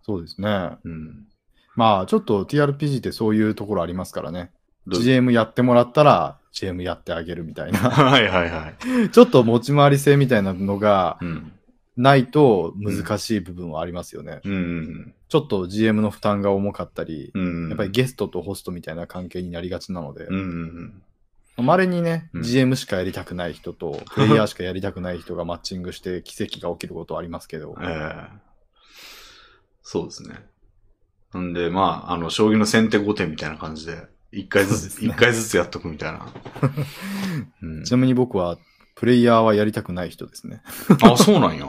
Speaker 2: そうですね。
Speaker 1: うん。
Speaker 2: まあ、ちょっと TRPG ってそういうところありますからね。
Speaker 1: どう
Speaker 2: GM やってもらったら、GM やってあげるみたいな。
Speaker 1: はいはいはい。
Speaker 2: ちょっと持ち回り性みたいなのが
Speaker 1: うん。
Speaker 2: ないと難しい部分はありますよね。
Speaker 1: うん。
Speaker 2: ちょっと GM の負担が重かったり、
Speaker 1: うん。
Speaker 2: やっぱり、ゲストとホストみたいな関係になりがちなので
Speaker 1: う、んうん
Speaker 2: まれにね、
Speaker 1: うん
Speaker 2: GM しかやりたくない人 と、プレイヤーしかやりたくない人がマッチングして奇跡が起きることはありますけど
Speaker 1: うん。、ええそうですね。なんで、まあ、あの、将棋の先手後手みたいな感じで、一回ず
Speaker 2: そう
Speaker 1: つ、
Speaker 2: です
Speaker 1: 一、
Speaker 2: ね
Speaker 1: 回ずつやっとくみたい な。うん
Speaker 2: ちなみに僕は、プレイヤーはやりたくない人ですね。
Speaker 1: あ、そうなんや。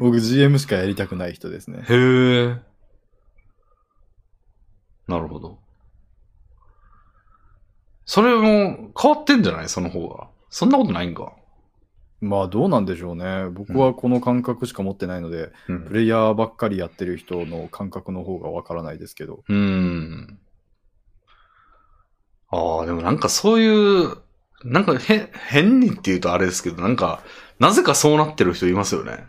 Speaker 2: 僕 GM しかやりたくない人ですね。
Speaker 1: へえ。なるほど。それも変わってんじゃないその方が。そんなことないんか。
Speaker 2: まあどうなんでしょうね。僕はこの感覚しか持ってないので、
Speaker 1: うん
Speaker 2: プレイヤーばっかりやってる人の感覚の方がわからないですけど。
Speaker 1: うーん。ああ、でもなんかそういう、なんかへ、変にって言うとあれですけど、なんか、なぜかそうなってる人いますよね。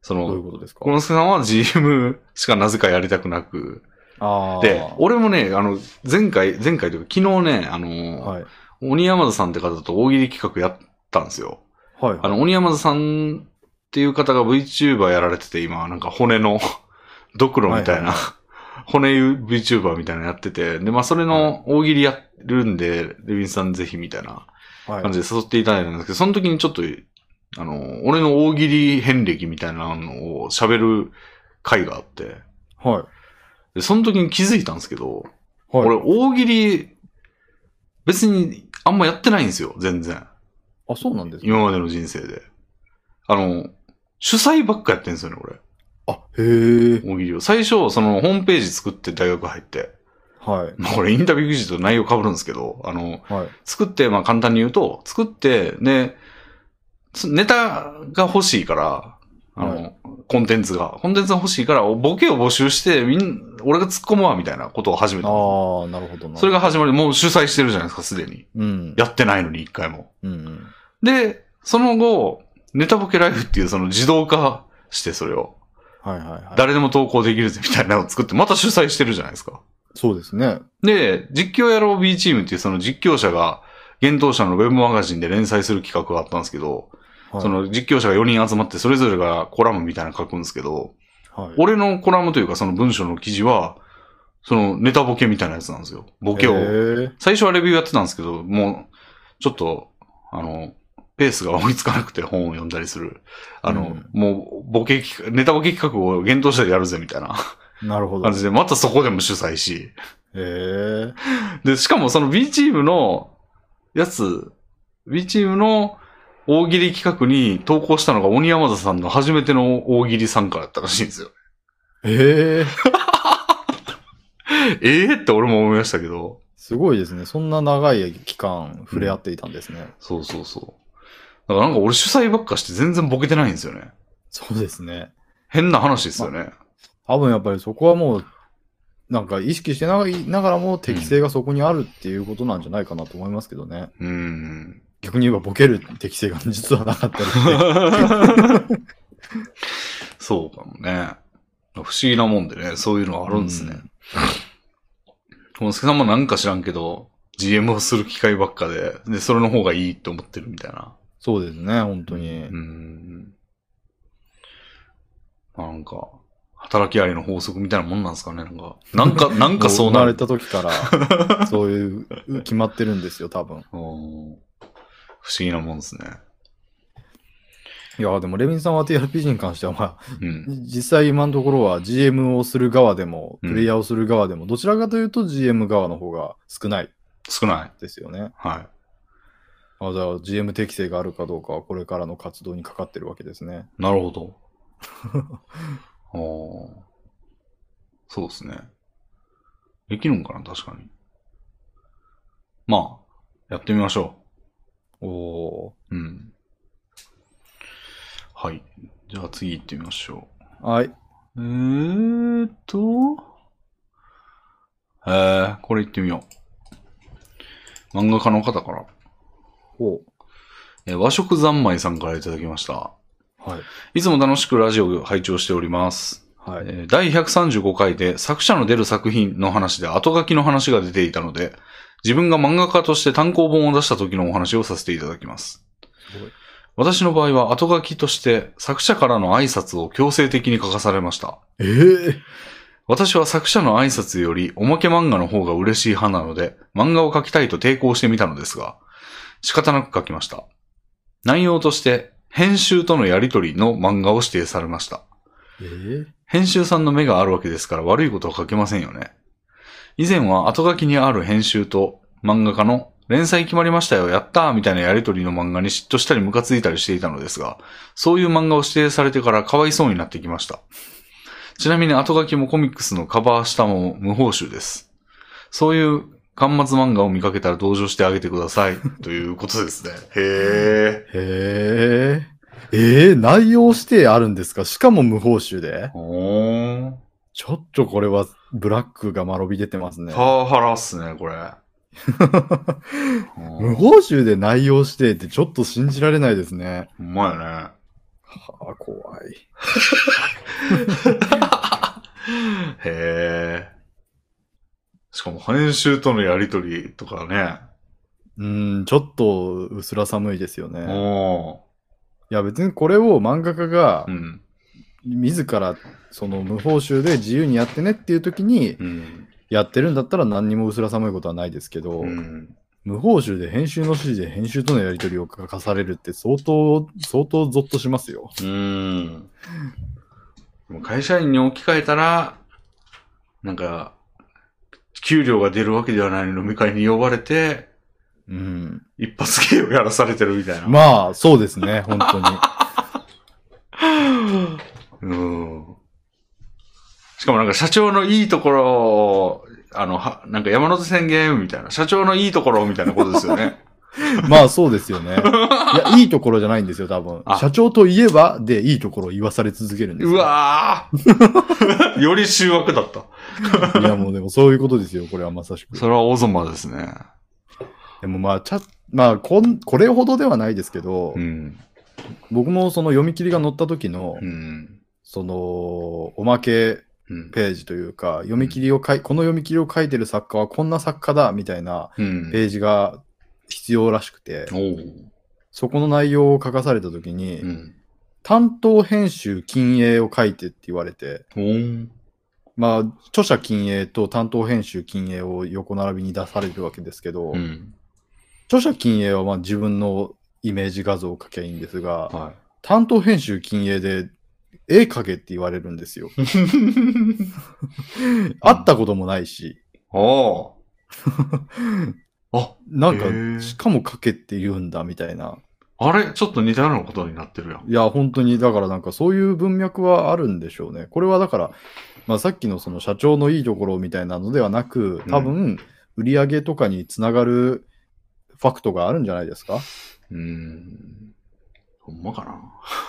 Speaker 1: そ
Speaker 2: どういう
Speaker 1: の、
Speaker 2: ことですか
Speaker 1: 小野助さんは GM しかなぜかやりたくなく。
Speaker 2: ああ。
Speaker 1: で、俺もね、あの、前回、前回というか昨日ね、あの、
Speaker 2: はい。
Speaker 1: 鬼山田さんって方と大喜利企画やったんですよ。
Speaker 2: はい。
Speaker 1: あの、鬼山田さんっていう方が VTuber やられてて、今、なんか骨の、 ドクロみたいな、
Speaker 2: はいはい
Speaker 1: 骨 VTuber みたいなのやってて、で、まあ、それの大喜利やるんで、レビンさんぜひみたいな
Speaker 2: はい
Speaker 1: 感じで誘っていただいたんですけど、その時にちょっと、あの、俺の大喜利遍歴みたいなのを喋る回があって、
Speaker 2: はい。
Speaker 1: で、その時に気づいたんですけど、
Speaker 2: はい。
Speaker 1: 俺大喜利、別にあんまやってないんですよ、全然。
Speaker 2: あ、そうなんですか
Speaker 1: 今までの人生で。あの、主催ばっかやってんですよね、俺。
Speaker 2: あ、へえ。
Speaker 1: 大喜利を。最初、その、ホームページ作って大学入って。
Speaker 2: はい。
Speaker 1: まあ、これインタビュー記事と内容被るんですけど、あの、
Speaker 2: はい。
Speaker 1: 作って、まあ簡単に言うと、作って、で、つネタが欲しいから、あの、
Speaker 2: は
Speaker 1: コンテンツが。コンテンツが欲しいから、ボケを募集して、みん、俺が突っ込むわ、みたいなことを始めたの。
Speaker 2: ああ、なるほどな。
Speaker 1: それが始まり、もう主催してるじゃないですか、すでに。
Speaker 2: うん。
Speaker 1: やってないのに、一回も。
Speaker 2: うんうん。
Speaker 1: で、その後、ネタボケライフっていうその自動化してそれを。
Speaker 2: はいはいはい。
Speaker 1: 誰でも投稿できるぜみたいなのを作って、また主催してるじゃないですか。
Speaker 2: そうですね。
Speaker 1: で、実況やろう B チームっていうその実況者が、幻冬者のウェブマガジンで連載する企画があったんですけど、
Speaker 2: はい、
Speaker 1: その実況者が4人集まってそれぞれがコラムみたいなの書くんですけど、
Speaker 2: はい、
Speaker 1: 俺のコラムというかその文章の記事は、そのネタボケみたいなやつなんですよ。ボケを。
Speaker 2: へー
Speaker 1: 最初はレビューやってたんですけど、もう、ちょっと、あの、ペースが追いつかなくて本を読んだりする。あの、
Speaker 2: うん
Speaker 1: もう、ボケ企画、ネタボケ企画を幻冬者でやるぜみたいな
Speaker 2: なるほど
Speaker 1: 感。じで、またそこでも主催し、
Speaker 2: へー
Speaker 1: で、しかもその B チームのやつ、B チームの大喜利企画に投稿したのが鬼山田さんの初めての大喜利参加だったらしいんですよ。
Speaker 2: へー
Speaker 1: ええって俺も思いましたけど。
Speaker 2: すごいですね。そんな長い期間触れ合っていたんですね。
Speaker 1: そうそうそう。だからなんか俺主催ばっかして全然ボケてないんですよね。
Speaker 2: そうですね。
Speaker 1: 変な話ですよね。
Speaker 2: 多分やっぱりそこはもう、なんか意識してないながらも適性がそこにあるっていうことなんじゃないかなと思いますけどね。
Speaker 1: うん。
Speaker 2: 逆に言えばボケる適性が実はなかったりして。
Speaker 1: そうかもね。不思議なもんでね、そういうのあるんですね。小野助さんもなんか知らんけど、GM をする機会ばっかで、で、それの方がいいって思ってるみたいな。
Speaker 2: そうですね、本当に。
Speaker 1: うん。なんか、働きありの法則みたいなもんなんですかね、なんか。なんか、なんかそうな
Speaker 2: なれ
Speaker 1: る。
Speaker 2: た時から、そういう、決まってるんですよ、多分。
Speaker 1: うん不思議なもんですね。
Speaker 2: いや、でも、レビンさんは TRPG に関しては、まあ、
Speaker 1: うん。
Speaker 2: 実際今のところは GM をする側でも、
Speaker 1: うん
Speaker 2: プレイヤーをする側でも、どちらかというと GM 側の方が少ない
Speaker 1: 少ない。
Speaker 2: ですよね。
Speaker 1: はい。
Speaker 2: あじゃあ、GM 適性があるかどうかは、これからの活動にかかってるわけですね。
Speaker 1: なるほど。あーそうですね。できるんかな、確かに。まあ、やってみましょ
Speaker 2: おお
Speaker 1: う。うん。はい。じゃあ次行ってみましょ
Speaker 2: ー。はい。
Speaker 1: う。えーっと。えー、これ行ってみよう。漫画家の方から。
Speaker 2: お
Speaker 1: えー和食三昧さんからいただきました。
Speaker 2: はい。
Speaker 1: いつも楽しくラジオを拝聴しております。
Speaker 2: はい。
Speaker 1: えー第135回で作者の出る作品の話で後書きの話が出ていたので、自分が漫画家として単行本を出した時のお話をさせていただきます。
Speaker 2: すごい。
Speaker 1: 私の場合は後書きとして作者からの挨拶を強制的に書かされました。
Speaker 2: えー、
Speaker 1: 私は作者の挨拶よりおまけ漫画の方が嬉しい派なので、漫画を描きたいと抵抗してみたのですが、仕方なく書きました。内容として、編集とのやりとりの漫画を指定されました。
Speaker 2: えー、
Speaker 1: 編集さんの目があるわけですから悪いことは書けませんよね。以前は後書きにある編集と漫画家の連載決まりましたよ、やったーみたいなやりとりの漫画に嫉妬したりムカついたりしていたのですが、そういう漫画を指定されてからかわいそうになってきました。ちなみに後書きもコミックスのカバー下も無報酬です。そういう端末漫画を見かけたら同情してあげてくださ い。ということですね。へ
Speaker 2: へえ。えー、内容指定あるんですかしかも無報酬で
Speaker 1: ー。おー。
Speaker 2: ちょっとこれはブラックがまろび出てますね
Speaker 1: パ。ワハラっすね、こ れ。
Speaker 2: 無報酬で内容指定ってちょっと信じられないですね。
Speaker 1: ほんまやね。
Speaker 2: はあ、怖い。
Speaker 1: へえ。しかも編集とのやりとりとかね。
Speaker 2: うん、ちょっと薄ら寒いですよね。
Speaker 1: お
Speaker 2: いや、別にこれを漫画家が
Speaker 1: ーうん。
Speaker 2: 自らその無報酬で自由にやってねっていう時に
Speaker 1: うん。
Speaker 2: やってるんだったら何にも薄ら寒いことはないですけど、
Speaker 1: うん。
Speaker 2: 無報酬で編集の指示で編集とのやり取りを書かされるって 相当、相当ゾッとしますよ。
Speaker 1: うん。でも会社員に置き換えたら、なんか、給料が出るわけではない飲み会に呼ばれて、
Speaker 2: うん。
Speaker 1: 一発芸をやらされてるみたいな。
Speaker 2: まあ、そうですね、本 当に。
Speaker 1: うん。しかもなんか社長のいいところを、あの、は、なんか山手宣言みたいな、社長のいいところみたいなことですよね。
Speaker 2: まあそうですよね。いや、いいところじゃないんですよ、多分
Speaker 1: あ。
Speaker 2: 社長といえばでいいところを言わされ続けるんですよ
Speaker 1: うわー より醜悪だった。
Speaker 2: いや、もうでもそういうことですよ、これはまさしく。
Speaker 1: それは大相撲ですね。
Speaker 2: でもまあ、ちゃ、まあこん、これほどではないですけど、
Speaker 1: うん。
Speaker 2: 僕もその読み切りが載った時の、
Speaker 1: うん。
Speaker 2: その、おまけ
Speaker 1: うん。
Speaker 2: ページというか、読み切りを書い、この読み切りを書いてる作家はこんな作家だ、みたいな
Speaker 1: うん。
Speaker 2: ページが必要らしくて、
Speaker 1: おう
Speaker 2: そこの内容を書かされた時に、
Speaker 1: うん。
Speaker 2: 担当編集禁営を書いてって言われて、
Speaker 1: おー
Speaker 2: まあ、著者禁営と担当編集禁営を横並びに出されるわけですけど、
Speaker 1: うん。
Speaker 2: 著者禁営はまあ自分のイメージ画像を書きゃいいんですが、
Speaker 1: は
Speaker 2: 担当編集禁営で絵描けって言われるんですよ。
Speaker 1: い。
Speaker 2: 会ったこともないし、
Speaker 1: ああ。あ、
Speaker 2: なん
Speaker 1: へー
Speaker 2: か、しかも描けって言うんだみたいな。
Speaker 1: あれちょっと似たようなことになってるやん。
Speaker 2: いや、本当に、だからなんかそういう文脈はあるんでしょうね。これはだから、まあさっきのその社長のいいところみたいなのではなく、多分、売り上げとかにつながるファクトがあるんじゃないですか、
Speaker 1: うーん。ほんまか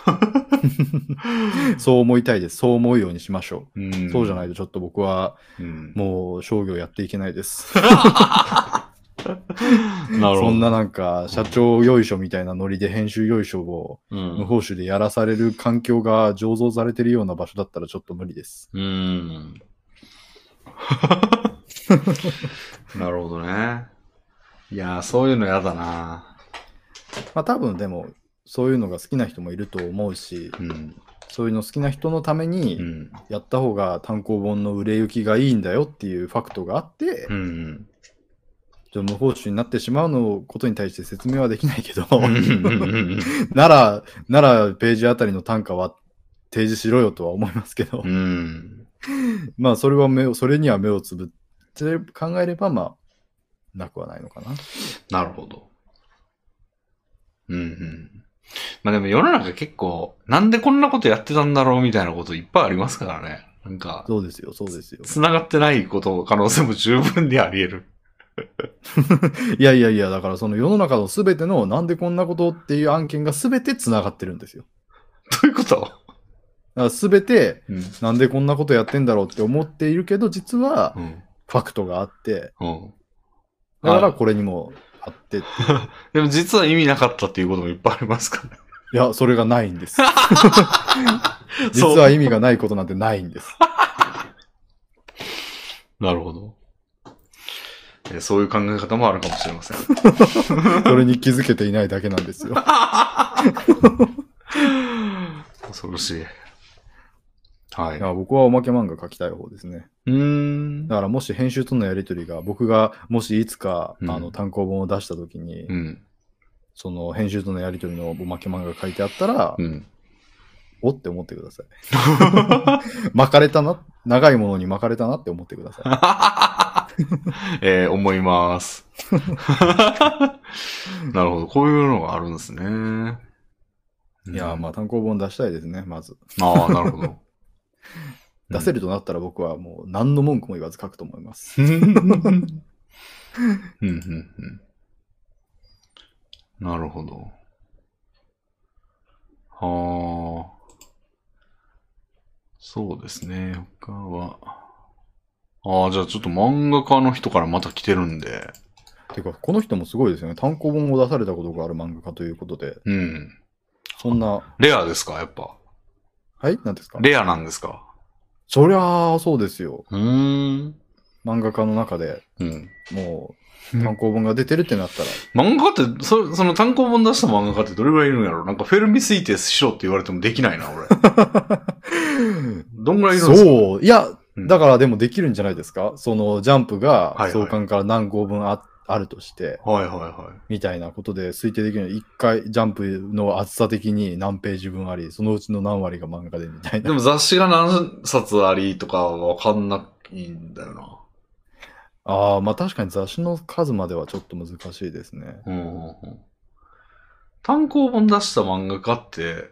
Speaker 1: な。
Speaker 2: そう思いたいです。そう思うようにしましょ
Speaker 1: うん
Speaker 2: う。そうじゃないとちょっと僕は
Speaker 1: うん。
Speaker 2: もう商業やっていけないです。
Speaker 1: なるほど。
Speaker 2: そんななんか社長よいしょみたいなノリで編集よいしょを
Speaker 1: うん
Speaker 2: 無報酬でやらされる環境が醸造されてるような場所だったらちょっと無理です。
Speaker 1: うーん。 なるほどね。いやー、そういうのやだな。
Speaker 2: まあ多分でもそういうのが好きな人もいると思うし、
Speaker 1: うん。
Speaker 2: そういうの好きな人のため
Speaker 1: う
Speaker 2: に
Speaker 1: ん。
Speaker 2: やった方が単行本の売れ行きがいいんだよっていうファクトがあって
Speaker 1: う、ん。
Speaker 2: ちょっと無報酬になってしまうのことに対して説明はできないけど、
Speaker 1: うん。
Speaker 2: なら、ならページあたりの単価は提示しろよとは思いますけど
Speaker 1: う、ん。
Speaker 2: まあそれは目を、それには目をつぶって考えれば、まあ、なくはないのかな。
Speaker 1: なるほど。うんうん。まあでも世の中結構、なんでこんなことやってたんだろうみたいなこといっぱいありますからね。なんか、
Speaker 2: そうですよ、そうですよ。
Speaker 1: 繋がってないこと、可能性も十分であり得る。
Speaker 2: いやいやいや、だからその世の中のすべてのなんでこんなことっていう案件がすべてつながってるんですよ。
Speaker 1: どういうこと
Speaker 2: だからすべて
Speaker 1: うん。
Speaker 2: なんでこんなことやってんだろうって思っているけど、実は
Speaker 1: うん。
Speaker 2: ファクトがあって、
Speaker 1: うん。
Speaker 2: だからこれにもあって、い
Speaker 1: でも実は意味なかったっていうこともいっぱいありますからね。
Speaker 2: や、それがないんです。実
Speaker 1: そう
Speaker 2: は意味がないことなんてないんです。
Speaker 1: なるほど。えーそういう考え方もあるかもしれません。
Speaker 2: それに気づけていないだけなんですよ。
Speaker 1: 恐ろしい。はい。
Speaker 2: いうや僕はおまけ漫画描きたい方ですね。
Speaker 1: ーん。
Speaker 2: だからもし編集とのやりとりが、僕がもしいつか、
Speaker 1: うん
Speaker 2: あの単行本を出した時に、
Speaker 1: うん。
Speaker 2: その編集とのやりとりのおまけ漫画が書いてあったら、
Speaker 1: うん。
Speaker 2: おって思ってください。 巻かれたな、長いものに巻かれたなって思ってください。
Speaker 1: えー思います。 なるほど。こういうのがあるんですね。
Speaker 2: いやー、まあ単行本出したいですね、まず。
Speaker 1: あ。ああ、なるほど。
Speaker 2: 出せるとなったら僕はもう何の文句も言わず書くと思います。
Speaker 1: うん。うん、うん、うん。なるほど。はあ。そうですね。他は。ああ、じゃあちょっと漫画家の人からまた来てるんで。
Speaker 2: てか、この人もすごいですよね。単行本を出されたことがある漫画家ということで、
Speaker 1: うん。
Speaker 2: そんな、
Speaker 1: レアですかやっぱ。
Speaker 2: はい何ですか
Speaker 1: レアなんですか
Speaker 2: そりゃあそうですよ。
Speaker 1: うーん。
Speaker 2: 漫画家の中で
Speaker 1: うん。
Speaker 2: もう単行本が出てるってなったら、
Speaker 1: 漫画家って、そその単行本出した漫画家ってどれぐらいいるんやろなんかフェルミ推定しろって言われてもできないな、 俺。どんぐらいいるんですか
Speaker 2: そう、いや、
Speaker 1: うん
Speaker 2: だからでもできるんじゃないですかそのジャン
Speaker 1: は
Speaker 2: プ
Speaker 1: いは
Speaker 2: が
Speaker 1: い
Speaker 2: 創刊から何号分ああるとして、
Speaker 1: はいはいはい。
Speaker 2: みたいなことで推定できるの。一回ジャンプの厚さ的に何ページ分あり、そのうちの何割が漫画でみたい
Speaker 1: で
Speaker 2: な。
Speaker 1: も雑誌が何冊ありとかわかんないんだよな。
Speaker 2: ああ、まあ確かに雑誌の数まではちょっと難しいですね。
Speaker 1: うんうんうん、単行本出した漫画家って、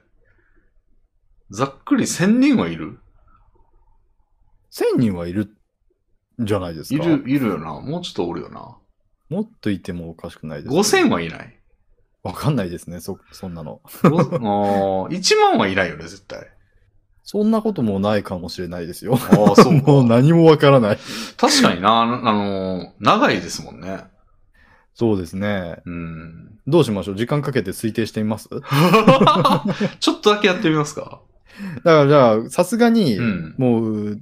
Speaker 1: ざっくり1000人はいる
Speaker 2: 1000人はいるんじゃないです
Speaker 1: い
Speaker 2: か
Speaker 1: る、いるよな。もうちょっとおるよな。
Speaker 2: もっといてもおかしくないです、
Speaker 1: 5000はいない。
Speaker 2: わかんないですね、そ、そんなの。
Speaker 1: ごあー1万はいないよね、絶 対。
Speaker 2: そんなこともないかもしれないですよ。
Speaker 1: ああ、そう
Speaker 2: もう何もわからない。
Speaker 1: 確かにな、あの、長いですもんね。
Speaker 2: そうですね。
Speaker 1: うん。
Speaker 2: どうしましょう時間かけて推定してみます
Speaker 1: ちょっとだけやってみますか。
Speaker 2: だからじゃあ、さすがに、
Speaker 1: うん
Speaker 2: もう、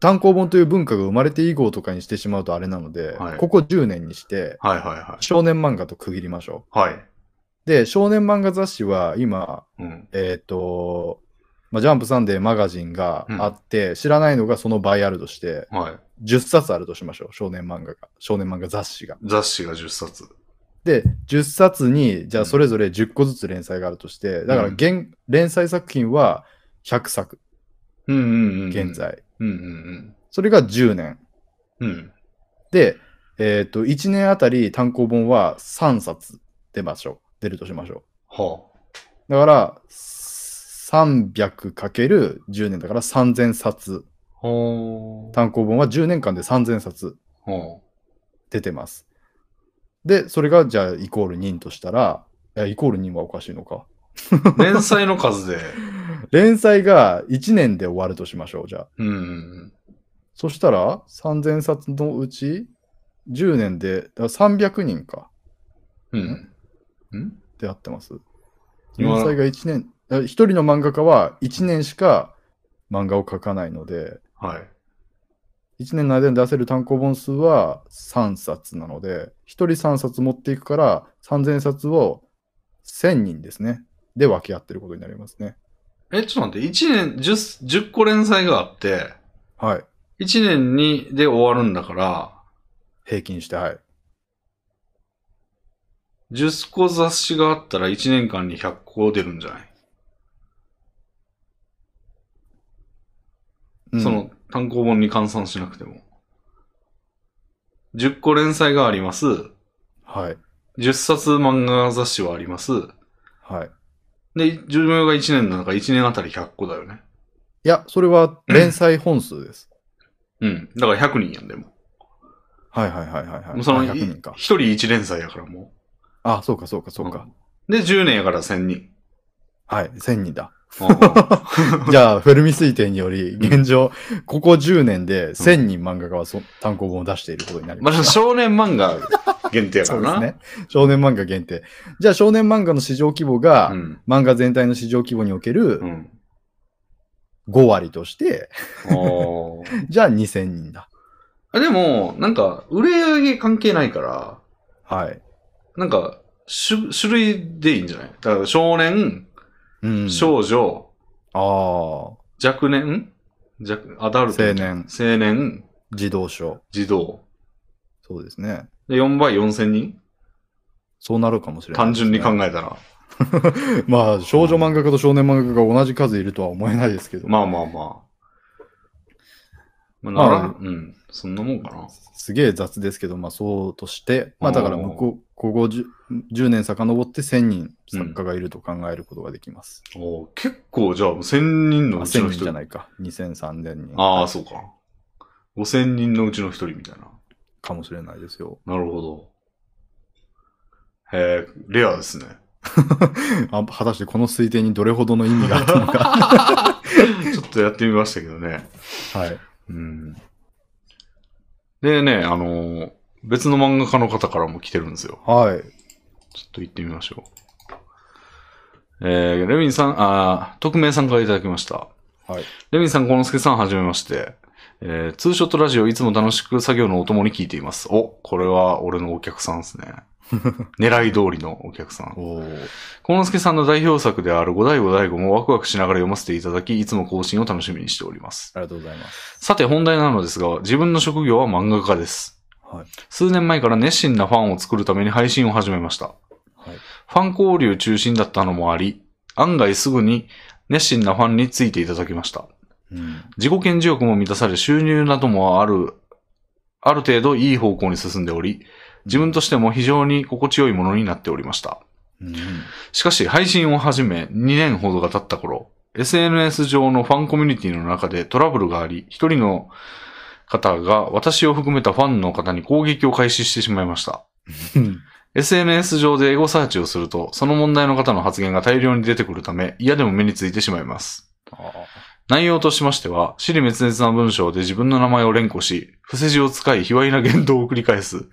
Speaker 2: 単行本という文化が生まれて以降とかにしてしまうとあれなので、
Speaker 1: はい
Speaker 2: ここ10年にして、
Speaker 1: はいはいは
Speaker 2: 少年漫画と区切りましょ
Speaker 1: い。はい。
Speaker 2: う。で、少年漫画雑誌は今、
Speaker 1: うん。
Speaker 2: えっ、と、まあ、ジャンプサンデーマガジンがあって、知らないのがその倍あるとして、
Speaker 1: はい。
Speaker 2: 10冊あるとしましょう。少年漫画が。少年漫画雑誌が。
Speaker 1: 雑誌が10冊。
Speaker 2: で、10冊に、じ
Speaker 1: う
Speaker 2: ゃ
Speaker 1: ん
Speaker 2: あそれぞれ10個ずつ連載があるとして、だから
Speaker 1: うん
Speaker 2: 現、連載作品は100作、
Speaker 1: うんうんうん。
Speaker 2: 現。在。
Speaker 1: うんうん
Speaker 2: それが10年。
Speaker 1: うん。うん。
Speaker 2: で、えっ、と、1年あたり単行本は3冊出ましょう。出るとしましょ
Speaker 1: は
Speaker 2: う。だから、300×10 年だから3000冊。
Speaker 1: あ。は
Speaker 2: 単行本は10年間で3000冊
Speaker 1: あ。は
Speaker 2: 出てます。で、それがじゃあイコール2としたら、いや、イコール2はおかしいのか。
Speaker 1: あ。連載の数で。
Speaker 2: 連載が1年で終わるとしましょう、じゃあ。
Speaker 1: うんうん
Speaker 2: そしたら、3000冊のうち、10年で、だから300人か。
Speaker 1: うん。うん。ん
Speaker 2: って合ってます連
Speaker 1: 今
Speaker 2: 載が1年、あ一人の漫画家は1年しか漫画を描かないので、
Speaker 1: はい。
Speaker 2: 1年の間に出せる単行本数は3冊なので、1人3冊持っていくから、3000冊を1000人ですね。で分け合ってることになりますね。
Speaker 1: え、ちょっと待って、1年10、10個連載があって、
Speaker 2: はい。
Speaker 1: 1年にで終わるんだから、
Speaker 2: 平均して、はい。
Speaker 1: 10個雑誌があったら1年間に100個出るんじゃない、
Speaker 2: うん
Speaker 1: その単行本に換算しなくても。10個連載があります。
Speaker 2: はい。
Speaker 1: 10冊漫画雑誌はあります。
Speaker 2: はい。
Speaker 1: で、寿命が1年だから1年あたり100個だよね。
Speaker 2: いや、それは連載本数です。
Speaker 1: うん。だから100人やん、でも。
Speaker 2: はいはいはいはい、は
Speaker 1: もう
Speaker 2: い。
Speaker 1: その、
Speaker 2: あ
Speaker 1: い
Speaker 2: 100人
Speaker 1: 1
Speaker 2: か。
Speaker 1: 人1連載やからも
Speaker 2: あ、そうかそうかそうか。
Speaker 1: う。で、10年やから1000人。
Speaker 2: はい、1000人だ。
Speaker 1: あー
Speaker 2: じゃあ、フェルミ推定により、現状、ここ10年で1000人漫画家はそ単行本を出していることにな り
Speaker 1: ま
Speaker 2: ま
Speaker 1: あ、
Speaker 2: した。
Speaker 1: 少年漫画限定やか
Speaker 2: そ
Speaker 1: ら
Speaker 2: う
Speaker 1: な。
Speaker 2: ですね。少年漫画限定。じゃあ、少年漫画の市場規模が、
Speaker 1: うん。
Speaker 2: 漫画全体の市場規模におけ
Speaker 1: う
Speaker 2: る
Speaker 1: ん。
Speaker 2: 5割として、
Speaker 1: ああ。
Speaker 2: じゃあ2000人だ。
Speaker 1: あでも、なんか、売り上げ関係ないから、
Speaker 2: はい。
Speaker 1: なんか、種種類でいいんじゃないだから、少年、
Speaker 2: うん。
Speaker 1: 少女、
Speaker 2: ああ、青
Speaker 1: 若年若、アダルト。
Speaker 2: 年、
Speaker 1: 青年、
Speaker 2: 児童書。
Speaker 1: 児童。
Speaker 2: そうですね。
Speaker 1: で、4倍4000人
Speaker 2: そうなるかもしれない、
Speaker 1: 単純に考
Speaker 2: え。
Speaker 1: えたら。
Speaker 2: まあ、少女漫画家と少年漫画家が同じ数いるとは思えないですけど。
Speaker 1: まあまあまあ。まあ、なら、うん。そんなもんかな。
Speaker 2: すげえ雑ですけど、まあそうとして、まあだから向こう、ここ 10, 10年遡って1000人作家がいると考えることができます。
Speaker 1: おー結構、じゃあ、1000人
Speaker 2: あ
Speaker 1: のうち
Speaker 2: 1000
Speaker 1: の
Speaker 2: 人
Speaker 1: 一
Speaker 2: じゃな
Speaker 1: 人。
Speaker 2: いか。2000、3000人
Speaker 1: ああ、そうか。5000人のうちの一人みたいな。
Speaker 2: かもしれないですよ。
Speaker 1: なるほど。へえ、レアですね。
Speaker 2: あ果たしてこの推定にどれほどの意味があった のか。
Speaker 1: ちょっとやってみましたけどね。
Speaker 2: はい。
Speaker 1: うん。でね、あのー別の漫画家の方からも来てるんですよ。
Speaker 2: はい。
Speaker 1: ちょっと行ってみましょう。えー、レミンさん、あー匿名さんからいただきました。
Speaker 2: はい。
Speaker 1: レミンさん、コノスケさん、はじめまして。えー、ツーショットラジオ、いつも楽しく作業のお供に聞いています。お、これは俺のお客さんです ね。狙い通りのお客さん。
Speaker 2: おー
Speaker 1: コ之助さんの代表作である五代五代五もワクワクしながら読ませていただき、いつも更新を楽しみにしております。
Speaker 2: ありがとうございます。
Speaker 1: さて本題なのですが、自分の職業は漫画家です。
Speaker 2: はい。
Speaker 1: 数年前から熱心なファンを作るために配信を始めました。
Speaker 2: はい。
Speaker 1: ファン交流中心だったのもあり、案外すぐに熱心なファンについていただきました。
Speaker 2: うん。
Speaker 1: 自己顕示欲も満たされ、収入などもある、ある程度いい方向に進んでおり、自分としても非常に心地よいものになっておりました。
Speaker 2: うん。
Speaker 1: しかし、配信を始め2年ほどが経った頃、SNS 上のファンコミュニティの中でトラブルがあり、一人の方が私を含めたファンの方に攻撃を開始してしまいました。
Speaker 2: うん。
Speaker 1: SNS 上でエゴサーチをすると、その問題の方の発言が大量に出てくるため、嫌でも目についてしまいます。
Speaker 2: あ
Speaker 1: 内容としましては、死に滅裂な文章で自分の名前を連呼し、伏せ字を使い、卑猥な言動を繰り返す。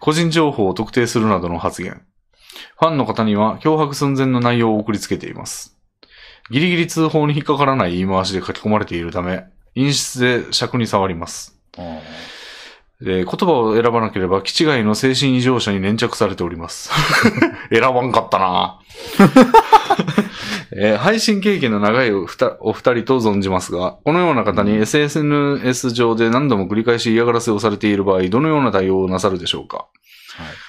Speaker 1: 個人情報を特定するなどの発言。ファンの方には脅迫寸前の内容を送りつけています。ギリギリ通報に引っかからない言い回しで書き込まれているため、陰湿で尺に触ります。
Speaker 2: あ
Speaker 1: えー言葉を選ばなければ、基地外の精神異常者に粘着されており ます。選ばんかったな、 えー配信経験の長いお二お二人と存じますが、このような方に SNS 上で何度も繰り返し嫌がらせをされている場合、どのような対応をなさるでしょうか
Speaker 2: はい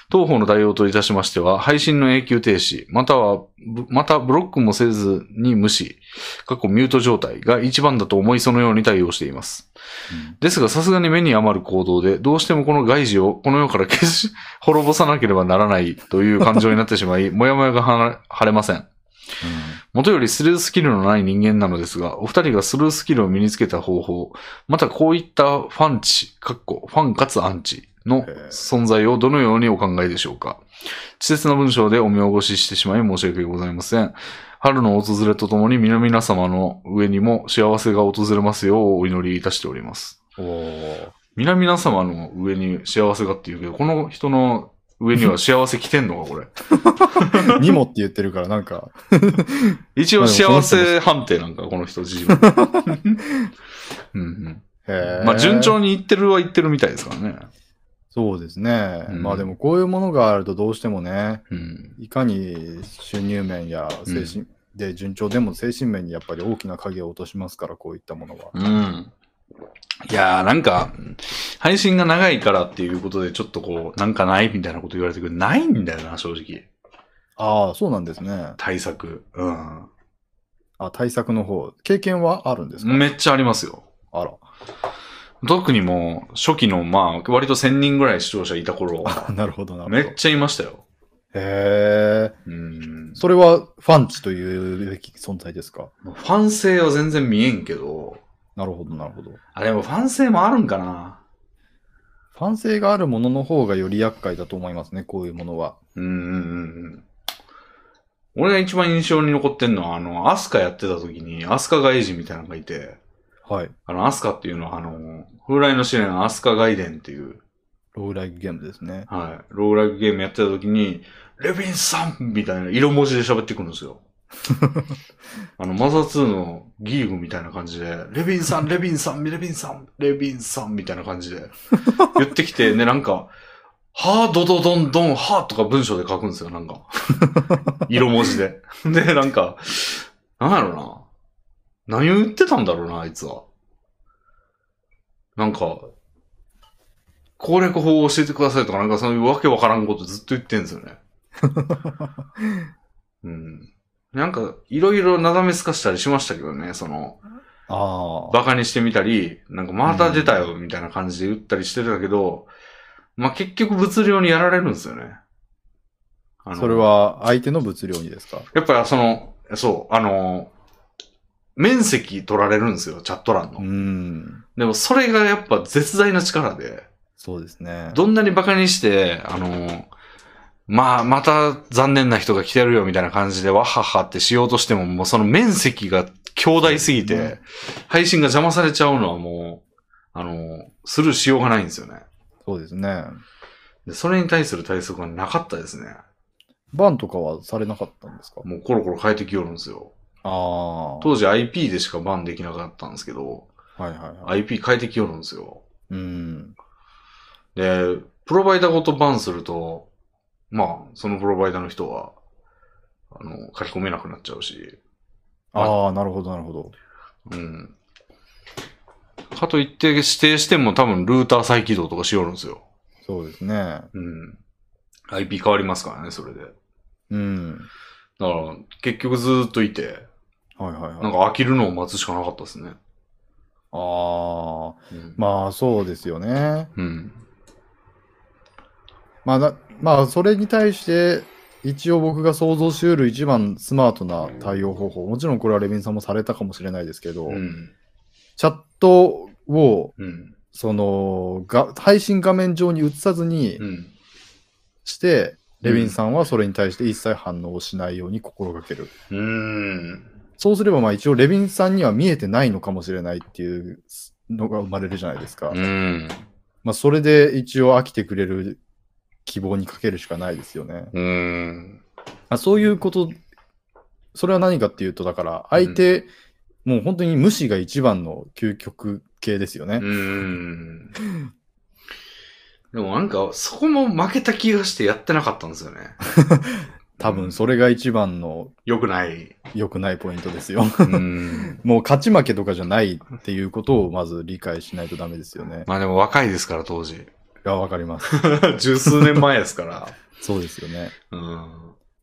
Speaker 1: 当方の対応といたしましては、配信の永久停止、または、ぶまたブロックもせずに無視、過去ミュート状態が一番だと思いそのように対応しています。ですが、さすがに目に余る行動で、どうしてもこの外事をこの世から消し、滅ぼさなければならないという感情になってしまい、 もやもやがは晴れません。もとよりスルースキルのない人間なのですが、お二人がスルースキルを身につけた方法、またこういったファンチ、かっこ、ファンかつアンチの存在をどのようにお考えでしょうか。稚拙な文章でお見汚ししてしまい申し訳ございません。春の訪れとともに皆々様の上にも幸せが訪れますようお祈りいたしております。
Speaker 2: うんおー
Speaker 1: 皆々様の上に幸せがって言うけど、この人の上には幸せ来てんのか、これ。
Speaker 2: にもって言ってるから、なんか、
Speaker 1: 一応幸せ判定なんか、この人自身は。うん
Speaker 2: へ
Speaker 1: うん、
Speaker 2: ー
Speaker 1: まあ、順調にいってるは言ってるみたいですからね。
Speaker 2: そうですね。
Speaker 1: うん
Speaker 2: まあでもこういうものがあるとどうしてもね、
Speaker 1: うん。
Speaker 2: いかに収入面や精神、で順調でも精神面にやっぱり大きな影を落としますから、こういったものは。
Speaker 1: うん。いやー、なんか、配信が長いからっていうことで、ちょっとこう、なんかないみたいなこと言われてくる。ないんだよな、正直。
Speaker 2: ああ、そうなんですね。
Speaker 1: 対策。うん。
Speaker 2: あ対策の方、経験はあるんですか、
Speaker 1: めっちゃありますよ。
Speaker 2: あら
Speaker 1: 特にもう、初期の、まあ、割と1000人ぐらい視聴者いた頃、
Speaker 2: あ。なるほど、なるほど。
Speaker 1: め
Speaker 2: へ
Speaker 1: っちゃいましたよ。
Speaker 2: え。
Speaker 1: うん。
Speaker 2: それはファンチというべき存在ですか
Speaker 1: ファン性は全然見えんけど、
Speaker 2: なるほど、なるほど。フ
Speaker 1: あ、でもファン性もあるんかな。
Speaker 2: ァン性があるものの方がより厄介だと思いますね、こういうものは。
Speaker 1: うんうんうんうん。俺が一番印象に残ってんのは、あの、アスカやってた時に、アスカ外人みたいなのがいて、
Speaker 2: はい。
Speaker 1: あの、アスカっていうのは、あの、風来の試練アスカ外伝っていう、
Speaker 2: ローグライクゲームですね。
Speaker 1: はい、ローグライクゲームやってた時に、レヴィンさんみたいな色文字で喋ってくるんですよ。あの、マザー2のギーグみたいな感じで、レヴィンさん、レヴィンさん、レヴィンさん、レヴィンさんみたいな感じで言ってきて、ね、なんか、はードドドンドン、はーとか文章で書くんですよ、なんか。色文字で。で、なんか、なんやろな。何を言ってたんだろうな、あいつは。なんか、攻略法を教えてくださいとか、なんかそういうわけわからんことずっと言ってんですよ ね。うん。なんか、いろいろなだめすかしたりしましたけどね、その、
Speaker 2: ああ。
Speaker 1: バカにしてみたり、なんかまた出たよ、みたいな感じで言ったりしてたけど、まあ、結局物量にやられるんですよね。あの
Speaker 2: それは相手の物量にですか
Speaker 1: やっぱその、そう、あの、面積取られるんですよ、チャット欄の。
Speaker 2: うん。
Speaker 1: でもそれがやっぱ絶大な力で、
Speaker 2: そうですね。
Speaker 1: どんなにバカにして、あの、まあ、また残念な人が来てるよみたいな感じで、わははってしようとしても、もうその面積が強大すぎ
Speaker 2: うん
Speaker 1: て、配信が邪魔されちゃうのはもう、あの、スルーしようがないんですよね。
Speaker 2: そうですね。
Speaker 1: でそれに対する対策がなかったですね。
Speaker 2: バンとかはされなかったんですか
Speaker 1: もうコロコロ変えてきよるんですよ。
Speaker 2: ああ。
Speaker 1: 当時 IP でしかバンできなかったんですけど、
Speaker 2: はいはいはい。
Speaker 1: IP 変えてきよるんですよ。
Speaker 2: うん。
Speaker 1: で、プロバイダーごとバンすると、まあ、そのプロバイダーの人は、あの、書き込めなくなっちゃうし、
Speaker 2: ああ、なるほどなるほど。
Speaker 1: うん。かといって指定しても多分ルーター再起動とかしよるんですよ。
Speaker 2: そうですね。
Speaker 1: うん。IP 変わりますからね、それで。だか
Speaker 2: うん。
Speaker 1: ら、結局ずーっといて、
Speaker 2: はいはいはい。
Speaker 1: なんか飽きるのを待つしかなかったですね。
Speaker 2: ああ。
Speaker 1: うん。
Speaker 2: まあそうですよね。
Speaker 1: うん。
Speaker 2: まあな、まあそれに対して、一応僕が想像しうる一番スマートな対応方法、もちろんこれはレビンさんもされたかもしれないですけど、
Speaker 1: うん。
Speaker 2: チャットを、
Speaker 1: うん。
Speaker 2: その、が配信画面上に映さずに
Speaker 1: うん。
Speaker 2: して、レビンさんはそれに対して一切反応をしないように心がける。
Speaker 1: うーん。
Speaker 2: そうすれば、まあ一応、レビンさんには見えてないのかもしれないっていうのが生まれるじゃないですか。
Speaker 1: うん。
Speaker 2: まあそれで一応飽きてくれる希望にかけるしかないですよね。
Speaker 1: うん。
Speaker 2: まあ、そういうことそれは何かっていうと、だから、相手、もう本当に無視が一番の究極系ですよね。
Speaker 1: うーん。でもなんか、そこも負けた気がしてやってなかったんですよね。
Speaker 2: 多分、それが一番の
Speaker 1: 良くない。
Speaker 2: 良くないポイントですよ。
Speaker 1: うん。
Speaker 2: もう勝ち負けとかじゃないっていうことをまず理解しないとダメですよね。
Speaker 1: まあでも若いですから、当時。
Speaker 2: いや、わかります。
Speaker 1: 十数年前ですから。
Speaker 2: そうですよね。
Speaker 1: うん。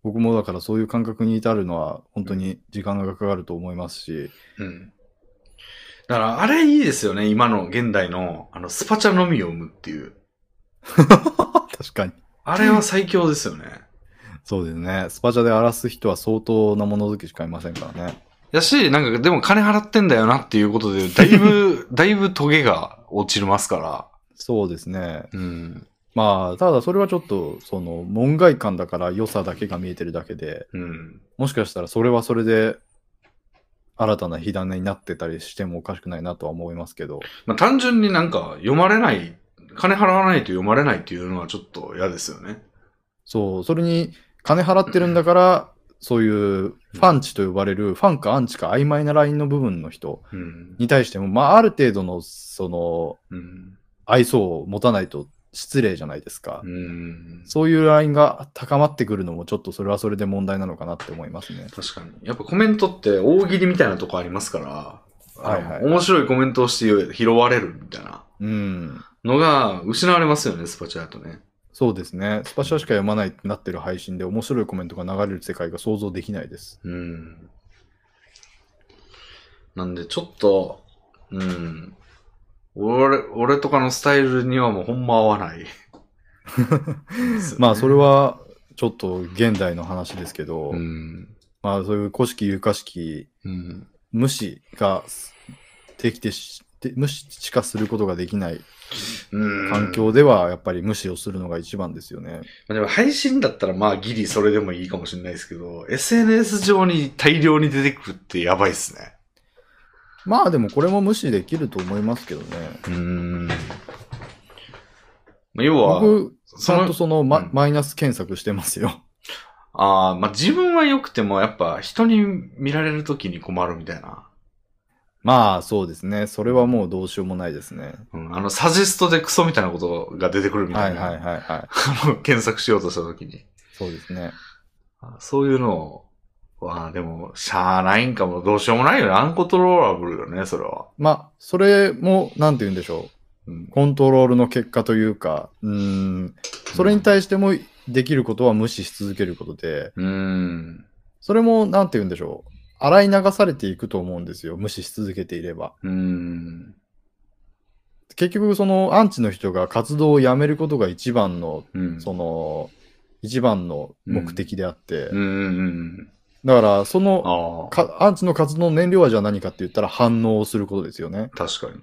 Speaker 2: 僕もだからそういう感覚に至るのは本当に時間がかかると思いますし、
Speaker 1: うん。だから、あれいいですよね。今の現代の、あの、スパチャのみを生むっていう。
Speaker 2: 確かに。
Speaker 1: あれは最強ですよね。
Speaker 2: そうですね。スパチャで荒らす人は相当なもの好きしかいませんからね。
Speaker 1: やし、なんか、でも金払ってんだよなっていうことで、だいぶ、 だいぶトゲが落ちますか
Speaker 2: そうですね。
Speaker 1: ら。うん。
Speaker 2: まあ、ただそれはちょっと、その、門外観だから良さだけが見えてるだけで、
Speaker 1: うん。
Speaker 2: もしかしたらそれはそれで、新たな火種になってたりしてもおかしくないなとは思いますけど、
Speaker 1: まあ、単純になんか、読まれない、金払わないと読まれないっていうのはちょっと嫌ですよね。
Speaker 2: そう、それに金払ってるんだから、そういうファンチと呼ばれる、ファンかアンチか曖昧なラインの部分の人
Speaker 1: うん。
Speaker 2: に対しても、まあ、ある程度の、その、
Speaker 1: うん。
Speaker 2: 愛想を持たないと失礼じゃないですか。
Speaker 1: うん。
Speaker 2: そういうラインが高まってくるのも、ちょっとそれはそれで問題なのかなって思いますね。
Speaker 1: 確かに。やっぱコメントって大喜利みたいなとこありますから、
Speaker 2: はいはい
Speaker 1: あの面白いコメントをして拾われるみたいな
Speaker 2: うん。
Speaker 1: のが失われますよね、スパチャだとね。
Speaker 2: そうですね。スパシャしか読まないってなってる配信で面白いコメントが流れる世界が想像できないです。
Speaker 1: うん。なんでちょっと、うん。俺、俺とかのスタイルにはもうほんま合わない。
Speaker 2: まあそれ。はちょっと現代の話ですけど、
Speaker 1: うん。
Speaker 2: まあそういう古式、有価式、
Speaker 1: うん。
Speaker 2: 無視ができてし、で無視化することができない
Speaker 1: うん
Speaker 2: 環境では、やっぱり無視をするのが一番ですよ
Speaker 1: ま
Speaker 2: ね。
Speaker 1: あでも配信だったらまあギリそれでもいいかもしれないですけど、SNS 上に大量に出てくるってやばいっすね。
Speaker 2: まあでもこれも無視できると思いますけどね。
Speaker 1: うーん。まあ要は、
Speaker 2: 僕、ち
Speaker 1: そ
Speaker 2: ゃん
Speaker 1: の
Speaker 2: と、その、ま
Speaker 1: うん
Speaker 2: マイナス検索してますよ。
Speaker 1: ああ、まあ自分は良くてもやっぱ人に見られるときに困るみたいな。
Speaker 2: まあそうですね。それはもうどうしようもないですね。
Speaker 1: うん、あの、サジェストでクソみたいなことが出てくるみ
Speaker 2: は
Speaker 1: た
Speaker 2: い
Speaker 1: いな。
Speaker 2: はいはいはい。
Speaker 1: あの、 検索しようとしたときに。
Speaker 2: そうですね。
Speaker 1: あそういうのは、でも、しゃあないんかも、どうしようもないよね。アンコントローラブルよね、それは。
Speaker 2: まあ、それも、なんて言うんでしょ
Speaker 1: うん
Speaker 2: う。。コントロールの結果というか、うーん、それに対してもできることは無視し続けることで、
Speaker 1: うーん。
Speaker 2: それも、なんて言うんでしょう。洗い流されていくと思うんですよ。無視し続けていれば。
Speaker 1: うーん。
Speaker 2: 結局、その、アンチの人が活動をやめることが一番の、
Speaker 1: うん。
Speaker 2: その、一番の目的であって、
Speaker 1: うんうんうん。
Speaker 2: だから、その、
Speaker 1: ああ。
Speaker 2: かアンチの活動の燃料はじゃあ何かって言ったら反応をすることですよね。だか
Speaker 1: 確かに。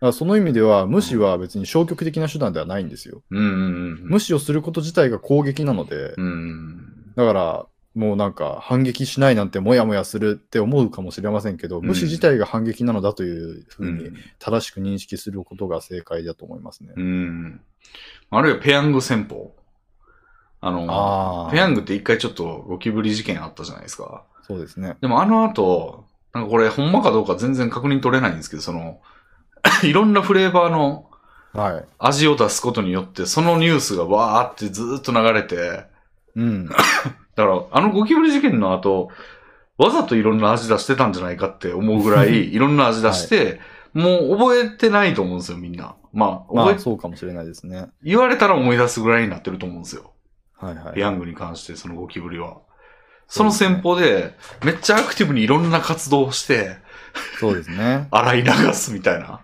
Speaker 2: らその意味では、無視は別に消極的な手段ではないんですよ。
Speaker 1: うんうんうん。
Speaker 2: 無視をすること自体が攻撃なので、
Speaker 1: うん。
Speaker 2: だから、もうなんか反撃しないなんてもやもやするって思うかもしれませんけど、
Speaker 1: うん
Speaker 2: 無視自体が反撃なのだというふ
Speaker 1: う
Speaker 2: うに
Speaker 1: ん。
Speaker 2: 正しく認識することが正解だと思いますね。
Speaker 1: うん。あるいはペヤング戦法。あの、
Speaker 2: あ
Speaker 1: ペヤ
Speaker 2: あ、
Speaker 1: ングって一回ちょっとゴキブリ事件あったじゃないですか。
Speaker 2: そうですね。
Speaker 1: でもあの後、なんかこれほんまかどうか全然確認取れないんですけど、その、 いろんなフレーバーの
Speaker 2: はい。
Speaker 1: 味を出すことによって、そのニュースがわーってずーっと流れて、
Speaker 2: うん。
Speaker 1: だからあのゴキブリ事件の後、わざといろんな味出してたんじゃないかって思うぐらい、いろんな味出して、もう覚えてないと思うんですよ、みんな。まあ、
Speaker 2: ま
Speaker 1: 覚え
Speaker 2: あ、そうかもしれないですね。
Speaker 1: 言われたら思い出すぐらいになってると思うんですよ。
Speaker 2: はいはい。
Speaker 1: ヤングに関して、そのゴキブリは。その戦法で、めっちゃアクティブにいろんな活動をして、
Speaker 2: そうですね。
Speaker 1: 洗い流すみたいな。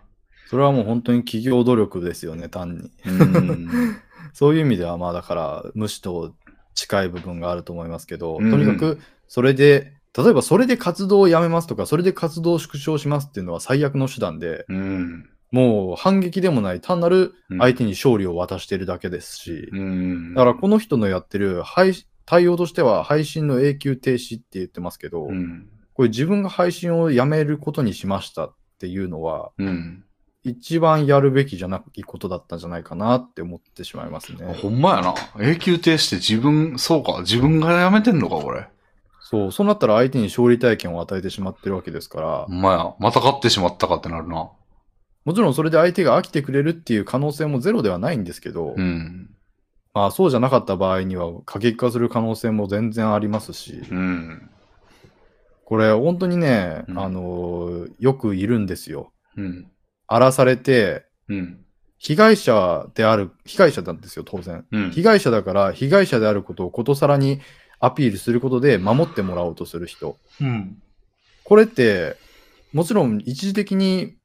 Speaker 2: それはもう本当に企業努力ですよね、単に。
Speaker 1: うん。
Speaker 2: そういう意味では、まあだから、無視と近い部分があると思いますけど、
Speaker 1: うん
Speaker 2: とにかく、それで、例えばそれで活動をやめますとか、それで活動を縮小しますっていうのは最悪の手段で、
Speaker 1: うん。
Speaker 2: もう反撃でもない、単なる
Speaker 1: うん
Speaker 2: 相手に勝利を渡しているだけですし、
Speaker 1: うん。
Speaker 2: だからこの人のやってる配対応としては、配信の永久停止って言ってますけど、
Speaker 1: うん。
Speaker 2: これ自分が配信をやめることにしましたっていうのは、
Speaker 1: うん。
Speaker 2: 一番やるべきじゃないことだったんじゃないかなって思ってしまいますね。
Speaker 1: ほんまやな。永久停止って自分、そうか、自分がやめてんのか、これ。
Speaker 2: そう、そうなったら相手に勝利体験を与えてしまってるわけですから、
Speaker 1: ほんまや、また勝ってしまったかってなるな。
Speaker 2: もちろんそれで相手が飽きてくれるっていう可能性もゼロではないんですけど、
Speaker 1: うん。
Speaker 2: まあそうじゃなかった場合には過激化する可能性も全然ありますし、
Speaker 1: うん。
Speaker 2: これ本当にね、
Speaker 1: うん
Speaker 2: あのーよくいるんですよ。
Speaker 1: うん。
Speaker 2: 荒らされて、
Speaker 1: うん。
Speaker 2: 被害者である、被害者なんですよ、当然。
Speaker 1: うん
Speaker 2: 被。害者だから、被害者であることをことさらにアピールすることで守ってもらおうとする人。
Speaker 1: うん。
Speaker 2: これって、もちろん一時的に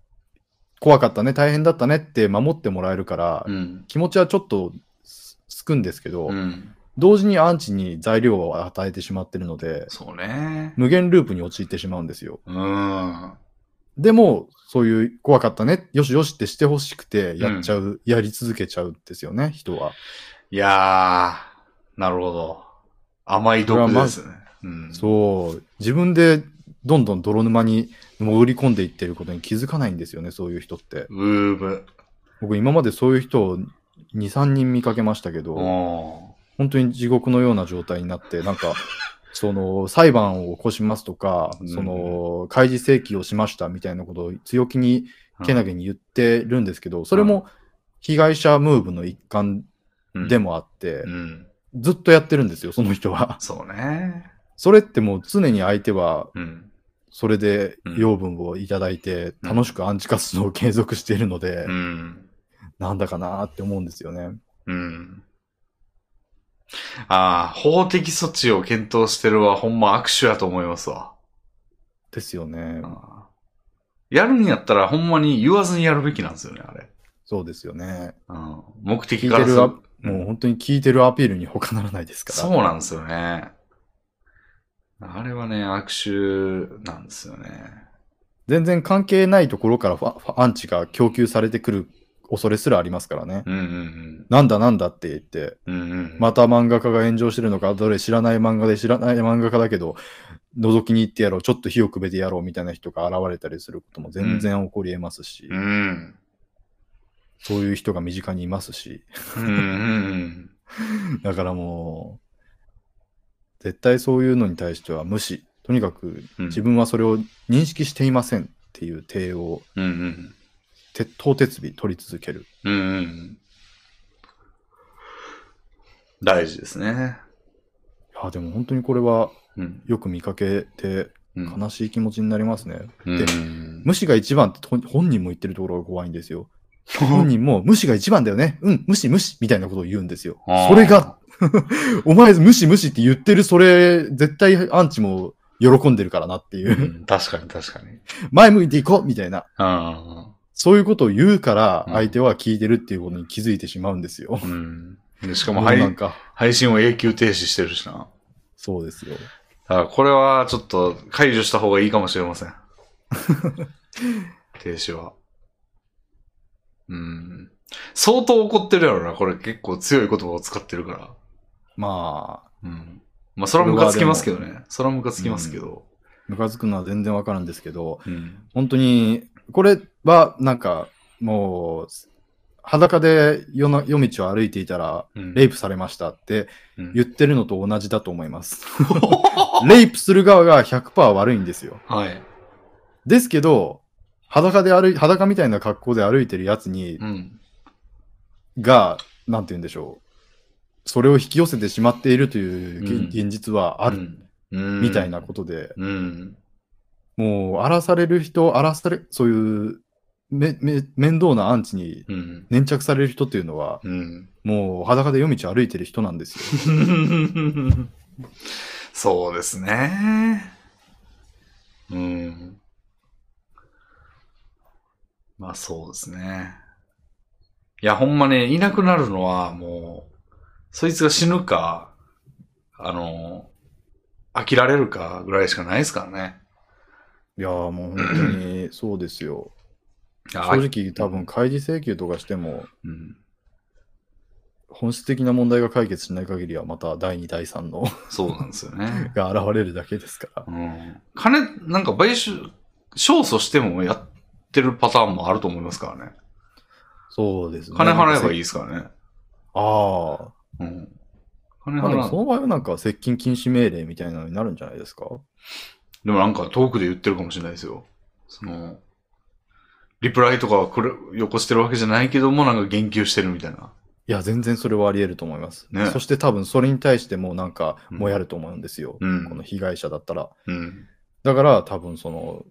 Speaker 2: 怖かったね、大変だったねって守ってもらえるから、
Speaker 1: うん。
Speaker 2: 気持ちはちょっとすすくんですけど、
Speaker 1: うん。
Speaker 2: 同時にアンチに材料を与えてしまってるので、
Speaker 1: そうね。
Speaker 2: 無限ループに陥ってしまうんですよ。
Speaker 1: うん。
Speaker 2: でも、そういう怖かったね、よしよしってしてほしくて、やっちゃう、やり続けちゃうんですよね、人は。
Speaker 1: いやー、なるほど。甘い毒ですね。うん。
Speaker 2: そう、自分でどんどん泥沼に潜り込んでいってることに気づかないんですよね、そういう人って。
Speaker 1: うーぶ。
Speaker 2: 僕、今までそういう人を2、3人見かけましたけど、
Speaker 1: お
Speaker 2: 本当に地獄のような状態になって、なんか、 その裁判を起こしますとか、
Speaker 1: うん
Speaker 2: その開示請求をしましたみたいなことを強気に、
Speaker 1: ー
Speaker 2: けなげに言ってるんですけど、それも被害者ムーブの一環で。もあって
Speaker 1: う、んうん。
Speaker 2: ずっとやってるんですよ、その人は。
Speaker 1: そうね。
Speaker 2: それってもう常に相手は
Speaker 1: うん。
Speaker 2: それで
Speaker 1: うん
Speaker 2: 養分をいただいて、
Speaker 1: うん
Speaker 2: 楽しくアンチ活動を継続しているので、
Speaker 1: うん。
Speaker 2: なんだかなーって思うんですよね。
Speaker 1: うん。ああ、法的措置を検討してるはほんま握手やと思いますわ。
Speaker 2: ですよね。
Speaker 1: あーやるんやったらほんまに言わずにやるべきなんですよね、あれ。
Speaker 2: そうですよね。
Speaker 1: うん、目的から
Speaker 2: 聞いてるわ
Speaker 1: うん
Speaker 2: もう本当に聞いてるアピールに他ならないですから。
Speaker 1: そうなんですよね。あれはね、握手なんですよね。
Speaker 2: 全然関係ないところからファファアンチが供給されてくる恐れすらありますからね。
Speaker 1: うん
Speaker 2: なんだなんだって言って、
Speaker 1: うんうん。うんうん。
Speaker 2: また漫画家が炎上してるのか、どれ知らない漫画で知らない漫画家だけど、覗きに行ってやろう、ちょっと火をくべてやろうみたいな人が現れたりすることも全然起こり得ますし、
Speaker 1: うん。
Speaker 2: そういう人が身近にいますし、
Speaker 1: うんうん
Speaker 2: だからもう、絶対そういうのに対しては無視。とにかく
Speaker 1: うん。
Speaker 2: 自分はそれを認識していませんっていう体を
Speaker 1: うんうん。
Speaker 2: 鉄頭鉄尾取り続ける。
Speaker 1: うんうん。大事ですね。
Speaker 2: いや、でも本当にこれは
Speaker 1: うん。
Speaker 2: よく見かけて
Speaker 1: うん
Speaker 2: 悲しい気持ちになりますね。で
Speaker 1: うん
Speaker 2: 無視が一番って本本人も言ってるところが怖いんで すよ。本人も無視が一番だよね。うん、無視無視みたいなことを言うんですよ
Speaker 1: あ。ー
Speaker 2: それが、 お前無視無視って言ってるそれ、絶対アンチも喜んでるからなっていうう。
Speaker 1: ん確かに確かに。
Speaker 2: 前向いていこうみたいな。
Speaker 1: うん
Speaker 2: そういうことを言うから、
Speaker 1: うん
Speaker 2: 相手は聞いてるっていうことに気づいてしまうんですよ。
Speaker 1: うん。でしかも
Speaker 2: もうな
Speaker 1: 配
Speaker 2: んか、
Speaker 1: 配信を永久停止してるしな。
Speaker 2: そうですよ。
Speaker 1: だからこれはちょっと解除した方がいいかもしれま せん。停止は。うん。相当怒ってるやろな。これ結構強い言葉を使ってるから。
Speaker 2: まあ、
Speaker 1: うん。まあそれはムカつきますけどね。それはムカつきますけど。
Speaker 2: ムカつくのは全然わかるんですけど、
Speaker 1: うん。
Speaker 2: 本当に、これはなんか、もう、裸で夜な夜道を歩いていたら、
Speaker 1: うん
Speaker 2: レイプされましたって
Speaker 1: うん
Speaker 2: 言ってるのと同じだと思い ます。レイプする側が100%悪いんですよ。
Speaker 1: はい。
Speaker 2: ですけど、裸で歩い、裸みたいな格好で歩いてるやつに
Speaker 1: う、ん。
Speaker 2: が、なんて言うんでしょう。それを引き寄せてしまっているという
Speaker 1: うん
Speaker 2: 現現実はある、
Speaker 1: うん。
Speaker 2: みたいなことで、
Speaker 1: うん。
Speaker 2: もう荒らされる人、荒らされ、そういうめめ面倒なアンチに
Speaker 1: うん。
Speaker 2: 粘着される人っていうのは、
Speaker 1: うん。
Speaker 2: もう裸で夜道歩いてる人なんですよ。
Speaker 1: そうですね。うん。まあそうですね。いや、ほんまね、いなくなるのはもう、そいつが死ぬか、あの、飽きられるかぐらいしかないですからね。
Speaker 2: いやーもう本当にそうですよ。
Speaker 1: あ
Speaker 2: 正直多分開示請求とかしても、
Speaker 1: うん、
Speaker 2: 本質的な問題が解決しない限りはまた第2、第3の
Speaker 1: そうなんですよね。
Speaker 2: が現れるだけですから。
Speaker 1: うん、金、なんか買収、勝訴してもやってるパターンもあると思いますからね。
Speaker 2: そうですね。
Speaker 1: 金払えばいい
Speaker 2: い。
Speaker 1: ですからね。
Speaker 2: ああ、
Speaker 1: うん。金
Speaker 2: ま
Speaker 1: 払
Speaker 2: あ、で
Speaker 1: う
Speaker 2: もその場合はなんか接近禁止命令みたいなのになるんじゃないですか
Speaker 1: でもなんかトークで言ってるかもしれないですよ。その、リプライとかはこれ、よこしてるわけじゃないけども、なんか言及してるみたいな。
Speaker 2: いや、全然それはあり得ると思います。
Speaker 1: ね
Speaker 2: そして多分それに対してもなんか、
Speaker 1: うん
Speaker 2: もやると思うんですよ。
Speaker 1: うん
Speaker 2: この被害者だったら。
Speaker 1: うん。
Speaker 2: だから多分その、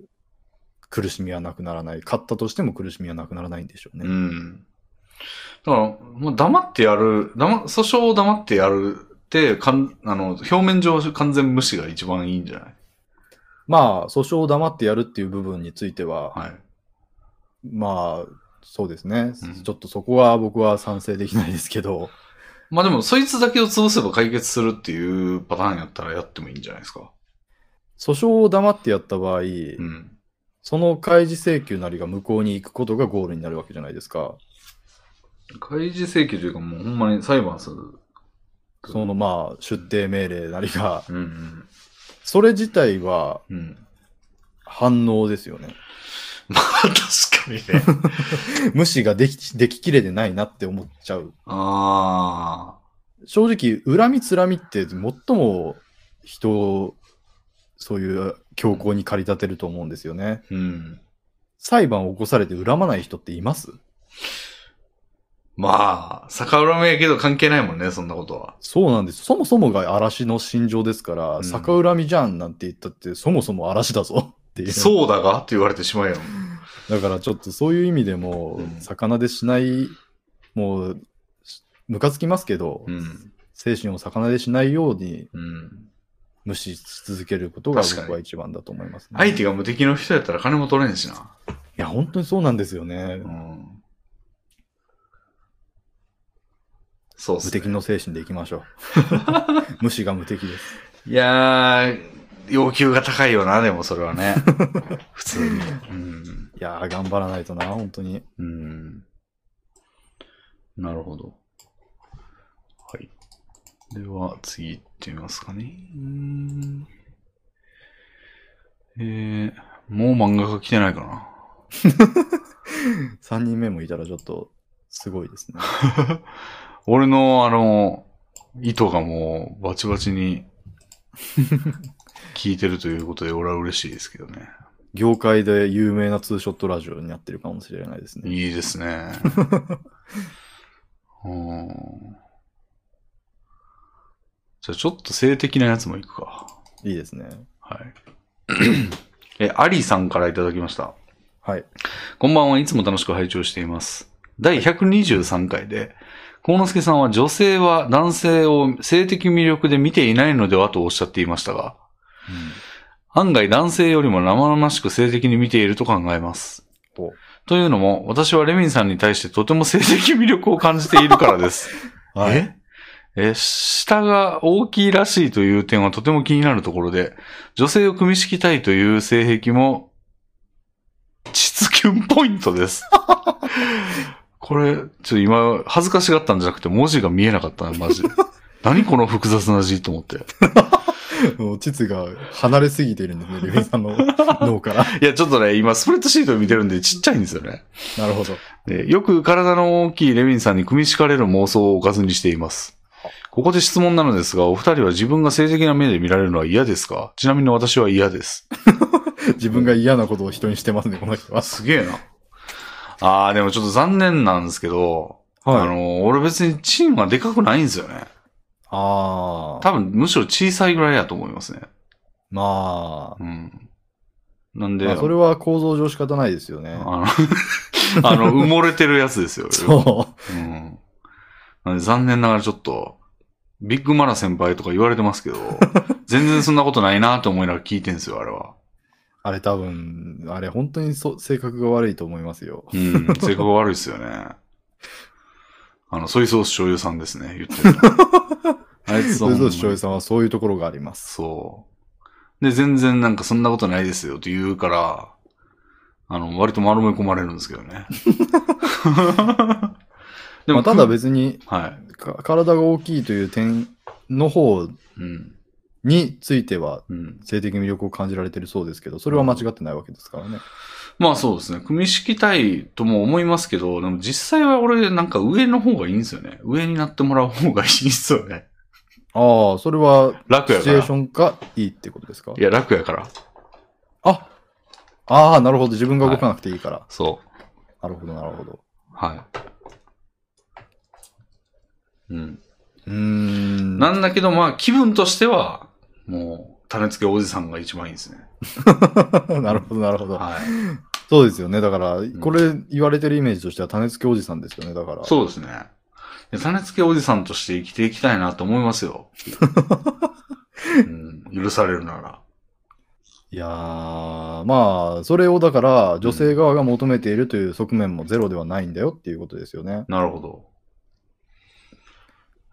Speaker 2: 苦しみはなくならない。勝ったとしても苦しみはなくならないんでしょうね。
Speaker 1: うん。だから、まあ、黙ってやる、黙訴訟を黙ってやるって、かんあの表面上完全無視が一番いいんじゃない
Speaker 2: まあ、訴訟を黙ってやるっていう部分については、
Speaker 1: はい。
Speaker 2: まあ、そうですね、
Speaker 1: うん
Speaker 2: ちょっとそこは僕は賛成できないですけど、
Speaker 1: まあでも、そいつだけを潰せば解決するっていうパターンやったらやってもいいんじゃないですか。
Speaker 2: 訴訟を黙ってやった場合、
Speaker 1: うん。
Speaker 2: その開示請求なりが無効に行くことがゴールになるわけじゃないですか。
Speaker 1: 開示請求というか、もうほんまに裁判する。
Speaker 2: そのまあ、出廷命令なりが、
Speaker 1: うん
Speaker 2: それ自体は
Speaker 1: うん。うん。
Speaker 2: 反応ですよね。
Speaker 1: まあ、 確かにね。
Speaker 2: 無視ができ、でききれてないなって思っちゃう。
Speaker 1: あ
Speaker 2: 正直、恨みつらみって最も人を、そういう強行に駆り立てると思うんですよね
Speaker 1: あ。。うん。
Speaker 2: 裁判を起こされて恨まない人っています
Speaker 1: まあ、逆恨みやけど関係ないもんね、そんなことは。
Speaker 2: そうなんです。そもそもが嵐の心情ですから、
Speaker 1: うん
Speaker 2: 逆恨みじゃんなんて言ったって、そもそも嵐だぞっていう。
Speaker 1: そうだがって言われてしまうよ。
Speaker 2: だからちょっとそういう意味でも
Speaker 1: う、ん
Speaker 2: 魚でしない、もう、しムカつきますけど、
Speaker 1: うん。
Speaker 2: 精神を魚でしないように
Speaker 1: うん。
Speaker 2: 無視し続けることが
Speaker 1: 確かに
Speaker 2: 僕は一番だと思います、ね。
Speaker 1: 相
Speaker 2: い
Speaker 1: 手が無敵の人やったら金も取れんしな。
Speaker 2: や、本当にそうなんですよね
Speaker 1: う。ん。そうっ
Speaker 2: 無
Speaker 1: すね
Speaker 2: 敵。の精神でいきましょ う。 無視が無敵です。
Speaker 1: いやー、要求が高いよな、でもそれは ね。普通に。うん。
Speaker 2: いやー、頑張らないとな、本当に。
Speaker 1: うん。なるほど。はい。では、次行ってみますかね。うーんえー、もう漫画が来てないかな。
Speaker 2: 3人目もいたらちょっと、すごいですね。
Speaker 1: 俺の、あの、糸がもう、バチバチに、効いてるということで、俺は嬉しいですけどね。
Speaker 2: 業界で有名なツーショットラジオになってるかもしれないですね。
Speaker 1: いいです ね。うんじゃあちょっと性的なやつもいくか。
Speaker 2: いいですね。
Speaker 1: はい。 え、アリさんからいただきました。
Speaker 2: はい。
Speaker 1: こんばんはいつも楽しく拝聴しています。第123回で、幸之助さんは女性は男性を性的魅力で見ていないのではとおっしゃっていましたが、案外男性よりも生々しく性的に見ていると考えます。
Speaker 2: お
Speaker 1: というのも、私はレミンさんに対してとても性的魅力を感じているからです。
Speaker 2: はい、
Speaker 1: ええ、下が大きいらしいという点はとても気になるところで、女性を組み敷きたいという性癖も、実キュンポイント です。これ、ちょっと今、恥ずかしがったんじゃなくて文字が見えなかったな、マ ジで。何この複雑な字と思って。
Speaker 2: もう膣が離れすぎているん ですね、レビンさんの脳から。
Speaker 1: いや、ちょっとね、今、スプレッドシート見てるんでちっちゃいんですよね。
Speaker 2: なるほど。
Speaker 1: でよく体の大きいレビンさんに組み敷かれる妄想をおかずにしています。ここで質問なのですが、お二人は自分が性的な目で見られるのは嫌ですかちなみに私は嫌です。
Speaker 2: 自分が嫌なことを人にしてますね、この人は。
Speaker 1: すげえな。あー、でもちょっと残念なんですけど、あ
Speaker 2: い。
Speaker 1: の、俺別にチームはでかくないんですよね。
Speaker 2: ああ。
Speaker 1: 多分むしろ小さいぐらいやと思いますね。
Speaker 2: ま
Speaker 1: うん。なん
Speaker 2: あ、
Speaker 1: で、
Speaker 2: まあ、それは構造上仕方ないですよね。
Speaker 1: あの、 あの埋もれてるやつですよ。
Speaker 2: そう。
Speaker 1: うん。なんで残念ながらちょっと、ビッグマラ先輩とか言われて ますけど、全然そんなことないなと思いながら聞いてんすよ、あれは。
Speaker 2: あれ多分、あれ本当にそ性格が悪いと思いますよ。
Speaker 1: うん、 性格悪いっすよね。あの、ソイソース醤油さんですね、言ってるの。 あいつ
Speaker 2: そ
Speaker 1: は
Speaker 2: れ
Speaker 1: ほんま
Speaker 2: ぞれ
Speaker 1: に
Speaker 2: しょうゆさんはそういうところがあります。
Speaker 1: そう。で、全然なんかそんなことないですよって言うから、あの、割と丸め込まれるんですけどね。 で
Speaker 2: まあ、ただ別に、
Speaker 1: は
Speaker 2: か体が大きいという点の方
Speaker 1: い。うん。
Speaker 2: については、
Speaker 1: うん。
Speaker 2: 性的魅力を感じられてるそうですけど、それは間違ってないわけですからね。
Speaker 1: まあそうですね。組み敷きたいとも思いますけど、でも実際は俺なんか上の方がいいんですよね。上になってもらう方がいいんですよね。
Speaker 2: ああ、それは、
Speaker 1: 楽や
Speaker 2: シチ
Speaker 1: か
Speaker 2: ュエー
Speaker 1: ら
Speaker 2: シ。ョンがいいってことですか
Speaker 1: いや、楽やから。
Speaker 2: あああ、なるほど。自分が動かなくていいから。
Speaker 1: そ
Speaker 2: なるほど、なるほど。
Speaker 1: う。はい。うん。
Speaker 2: うーん。
Speaker 1: なんだけど、まあ、気分としては、もう、種付けおじさんが一番いいですね。
Speaker 2: なるほど、なるほど。
Speaker 1: はい。
Speaker 2: そうですよね。だから、これ言われてるイメージとしては、種付けおじさんですよね。だから。
Speaker 1: そうですね。で種付けおじさんとして生きていきたいなと思います よ。うん、許されるなら。
Speaker 2: いやー、まあ、それをだから、女性側が求めているという側面もゼロではないんだよっていうことですよね。
Speaker 1: なるほど。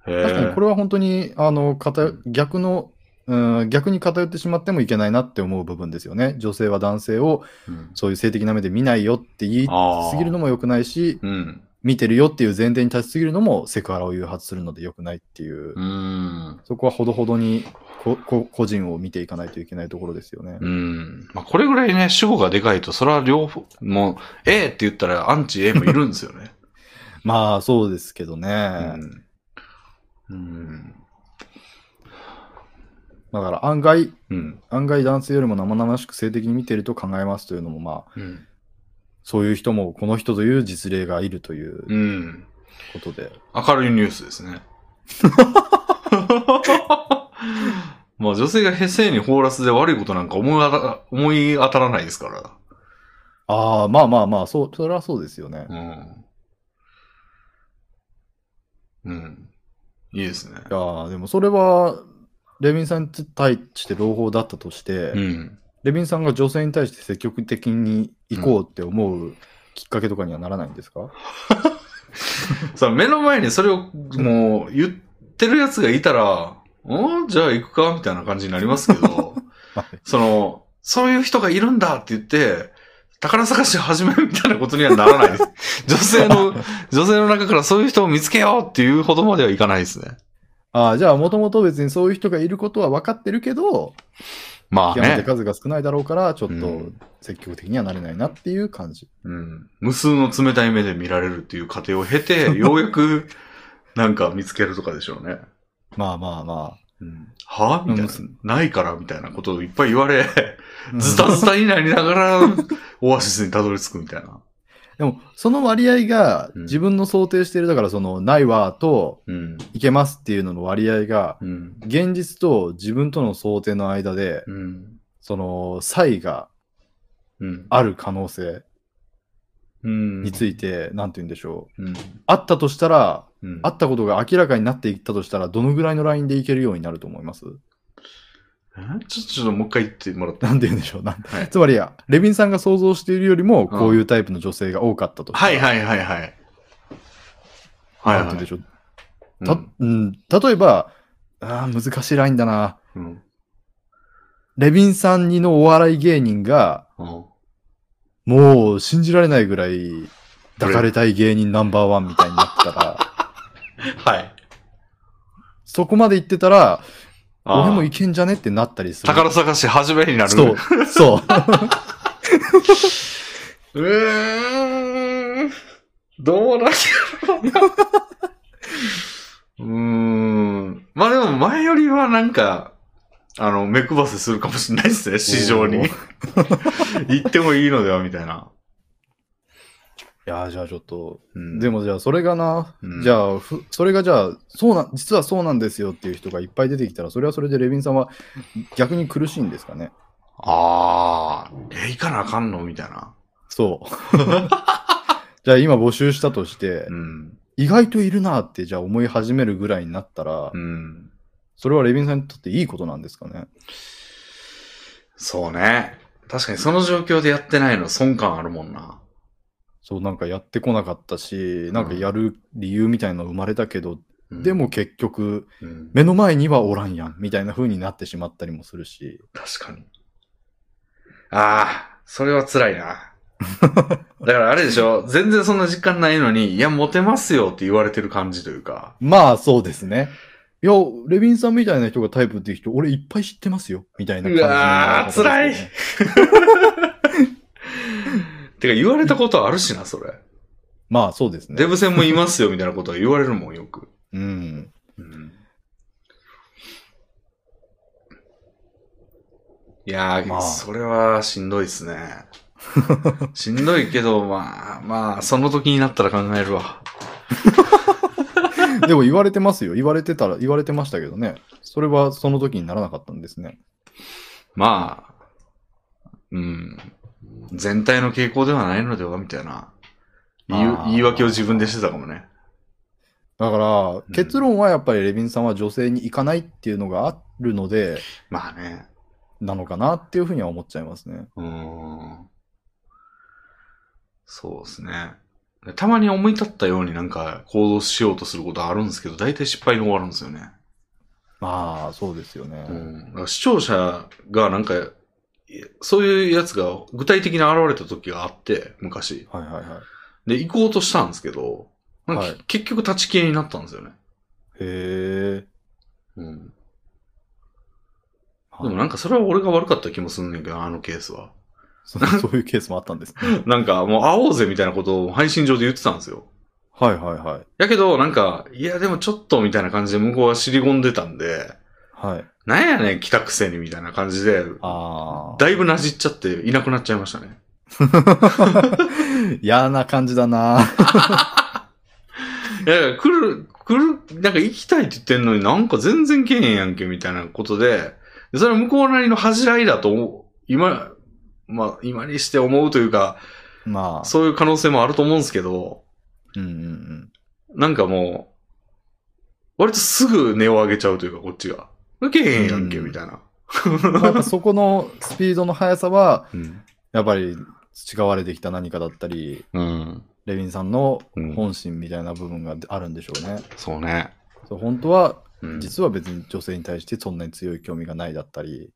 Speaker 1: へ
Speaker 2: 確かに、
Speaker 1: え
Speaker 2: こ。れは本当に、あの、
Speaker 1: う
Speaker 2: 偏
Speaker 1: ん
Speaker 2: 逆の、うん、逆に偏ってしまってもいけないなって思う部分ですよね。女性は男性を
Speaker 1: うん
Speaker 2: そういう性的な目で見ないよって言い
Speaker 1: あー
Speaker 2: すぎるのも良くないし、
Speaker 1: うん。
Speaker 2: 見てるよっていう前提に立ちすぎるのもセクハラを誘発するので良くないっていう、
Speaker 1: うん。
Speaker 2: そこはほどほどにここ個人を見ていかないといけないところですよね。
Speaker 1: うん。まあ、これぐらいね、主語がでかいと、それは両方、もう、A って言ったらアンチ A もいるんですよね。
Speaker 2: まあそうですけどね。
Speaker 1: うん。うん。
Speaker 2: だから案外、
Speaker 1: うん。
Speaker 2: 案外男性よりも生々しく性的に見ていると考えますというのも、まあ
Speaker 1: うん。
Speaker 2: そういう人もこの人という実例がいるという
Speaker 1: うん。
Speaker 2: ことで。
Speaker 1: 明るいニュースですね。 まあ女性が平成に放らすで悪いことなんか思いあた思い当たらないですか
Speaker 2: ああ、まあまあまあ、そう、それはそうですよね。
Speaker 1: ら。うん。うん。いいですね。
Speaker 2: いやーでもそれは、レビンさんに対して朗報だったとして、
Speaker 1: うん。
Speaker 2: レビンさんが女性に対して積極的に行こうって思うきっかけとかにはならないんですか、
Speaker 1: さ、目の前にそれをもう言ってるやつがいたら、おじゃあ行くかみたいな感じになりますけ ど、その、そういう人がいるんだって言って、宝探しを始めるみたいなことにはならない です。女性の、女性の中からそういう人を見つけようっていうほどまではいかないですね。
Speaker 2: ああ、じゃあもともと別にそういう人がいることは分かってるけど、
Speaker 1: まあ
Speaker 2: 極めて
Speaker 1: ね。
Speaker 2: 数が少ないだろうから、ちょっ
Speaker 1: う
Speaker 2: と
Speaker 1: ん
Speaker 2: 積極的にはなれないなっていう感じ。
Speaker 1: うん。無数の冷たい目で見られるっていう過程を経 て、ようやく、なんか見つけるとかでしょうね。
Speaker 2: まあまあま
Speaker 1: うん、はみたいな
Speaker 2: う。
Speaker 1: ないからみたいなことをいっぱい言われ、
Speaker 2: あ。
Speaker 1: ズタズタになりながら、 オアシスにたどり着くみたいな。
Speaker 2: でも、その割合が
Speaker 1: うん
Speaker 2: 自分の想定している、だからその、ないわと、
Speaker 1: うん。
Speaker 2: いけますっていうのの割合が、
Speaker 1: うん。
Speaker 2: 現実と自分との想定の間で、
Speaker 1: うん。
Speaker 2: その、差異が
Speaker 1: うん。
Speaker 2: ある可能性
Speaker 1: うん
Speaker 2: について、なんて言うんでしょう。
Speaker 1: うん。
Speaker 2: あったとしたら、
Speaker 1: うん。
Speaker 2: あったことが明らかになっていったとしたら、どのぐらいのラインでいけるようになると思います
Speaker 1: えちょっと、ちょっともう一回言ってもらって。
Speaker 2: なんて言うんでしょうなん
Speaker 1: はい
Speaker 2: つまりや、レビンさんが想像しているよりも、こういうタイプの女性が多かったとした
Speaker 1: は
Speaker 2: ら。
Speaker 1: いはいはいはい。はい
Speaker 2: な
Speaker 1: は
Speaker 2: んて言うんで
Speaker 1: い。
Speaker 2: しょう。
Speaker 1: う
Speaker 2: た
Speaker 1: ん
Speaker 2: うん、例えば、あー難しいラインだな。
Speaker 1: うん。
Speaker 2: レビンさんにのお笑い芸人が、
Speaker 1: うん
Speaker 2: もう信じられないぐらい抱かれたい芸人ナンバーワンみたいになった ら、
Speaker 1: はい。
Speaker 2: そこまで行ってたら、
Speaker 1: あー
Speaker 2: 俺もいけんじゃねってなったりする。
Speaker 1: 宝探し始めになる。
Speaker 2: そう
Speaker 1: う。、
Speaker 2: そう。
Speaker 1: ーん。どうなるうーん。まあでも前よりはなんか、あの、目配せするかもしれないですね、市場
Speaker 2: お
Speaker 1: に。 行ってもいいのでは、みたいな。
Speaker 2: いやー、じゃあちょっと、
Speaker 1: うん、
Speaker 2: でもじゃあそれがな、
Speaker 1: うん
Speaker 2: じゃあふ、それがじゃあ、そうな、実はそうなんですよっていう人がいっぱい出てきたら、それはそれでレビンさんは逆に苦しいんですかね。
Speaker 1: ああ、え、行かなあかんのみたいな。
Speaker 2: そう。 じゃあ今募集したとして
Speaker 1: う、ん。
Speaker 2: 意外といるなってじゃあ思い始めるぐらいになったら
Speaker 1: う、ん。
Speaker 2: それはレビンさんにとっていいことなんですかね。
Speaker 1: そうね。確かにその状況でやってないの損感あるもんな。
Speaker 2: そう、なんかやってこなかったし、なんかやる理由みたいなの生まれたけど、
Speaker 1: うん
Speaker 2: でも、結局、
Speaker 1: うん、
Speaker 2: 目の前にはおらんやん、みたいな風になってしまったりもするし、
Speaker 1: 確かに。ああ、それは辛い な。だからあれでしょ全然そんな実感ないのに、いや、モテますよって言われてる感じというか。
Speaker 2: まあそうですね。いや、レビンさんみたいな人がタイプっていう人、俺いっぱい知ってますよ、みたいな感じの
Speaker 1: うわー辛いてか言われたことあるしな、それ。
Speaker 2: まあそうですね
Speaker 1: デ。ブ戦もいますよみたいなことは言われるもん、よく。
Speaker 2: うん。
Speaker 1: うん。いやー、
Speaker 2: まあ
Speaker 1: それはしんどいですね。しんどいけど、まあ、まあ、その時になったら考えるわ。
Speaker 2: でも言われてますよ。言われてたら、言われてましたけどね。それはその時にならなかったんですね。
Speaker 1: まあ、うん。全体の傾向ではないのでは、みたいな。言い
Speaker 2: あー
Speaker 1: 言い訳を自分でしてたかもね。
Speaker 2: だから、
Speaker 1: ん
Speaker 2: 結論はやっぱりレビンさんは女性に行かないっていうのがあるので、
Speaker 1: まあね。
Speaker 2: なのかなっていうふうには思っちゃいますね。
Speaker 1: うーん。そうですね。でたまに思い立ったようになんか行動しようとすることあるんですけど、大体失敗に終わるんですよね。
Speaker 2: まあ、そうですよね。
Speaker 1: うん、だから視聴者がなんか、いそういうやつが具体的に現れた時があって、昔。
Speaker 2: はいはいはい。
Speaker 1: で、行こうとしたんですけど、なんか
Speaker 2: はい
Speaker 1: 結局立ち消えになったんですよね。
Speaker 2: へえ。
Speaker 1: うん、
Speaker 2: は
Speaker 1: で
Speaker 2: い
Speaker 1: もなんかそれは俺が悪かった気もすんねんけど、あのケースは。
Speaker 2: そそういうケースもあったんですね。
Speaker 1: なんかもう会おうぜみたいなことを配信上で言ってたんですよ。
Speaker 2: はいはいはい。
Speaker 1: やけど、なんか、いやでもちょっとみたいな感じで向こうは尻込んでたんで、
Speaker 2: はい。
Speaker 1: なんやねん来たくせにみたいな感じで、
Speaker 2: ああ。
Speaker 1: だいぶなじっちゃっていなくなっちゃいましたね。
Speaker 2: 嫌な感じだな。
Speaker 1: いやいや、来る、来る、なんか行きたいって言ってんのになんか全然来へんやんけみたいなことで、でそれは向こうなりの恥じらいだと思う、今、まあ今にして思うというか、
Speaker 2: まあ。
Speaker 1: そういう可能性もあると思うんですけど、
Speaker 2: うんうんうん。
Speaker 1: なんかもう、割とすぐ値を上げちゃうというかこっちが。来へんやんけ
Speaker 2: うん
Speaker 1: みたいな。
Speaker 2: まあやっぱそこのスピードの速さは、
Speaker 1: うん。
Speaker 2: やっぱり培われてきた何かだったり、
Speaker 1: うん。
Speaker 2: レヴィンさんの
Speaker 1: うん、
Speaker 2: 本心みたいな部分があるんでしょうね。
Speaker 1: そうね。
Speaker 2: そう本当は、
Speaker 1: うん。そ
Speaker 2: 実は別に女性に対してそんなに強い興味がないだったり。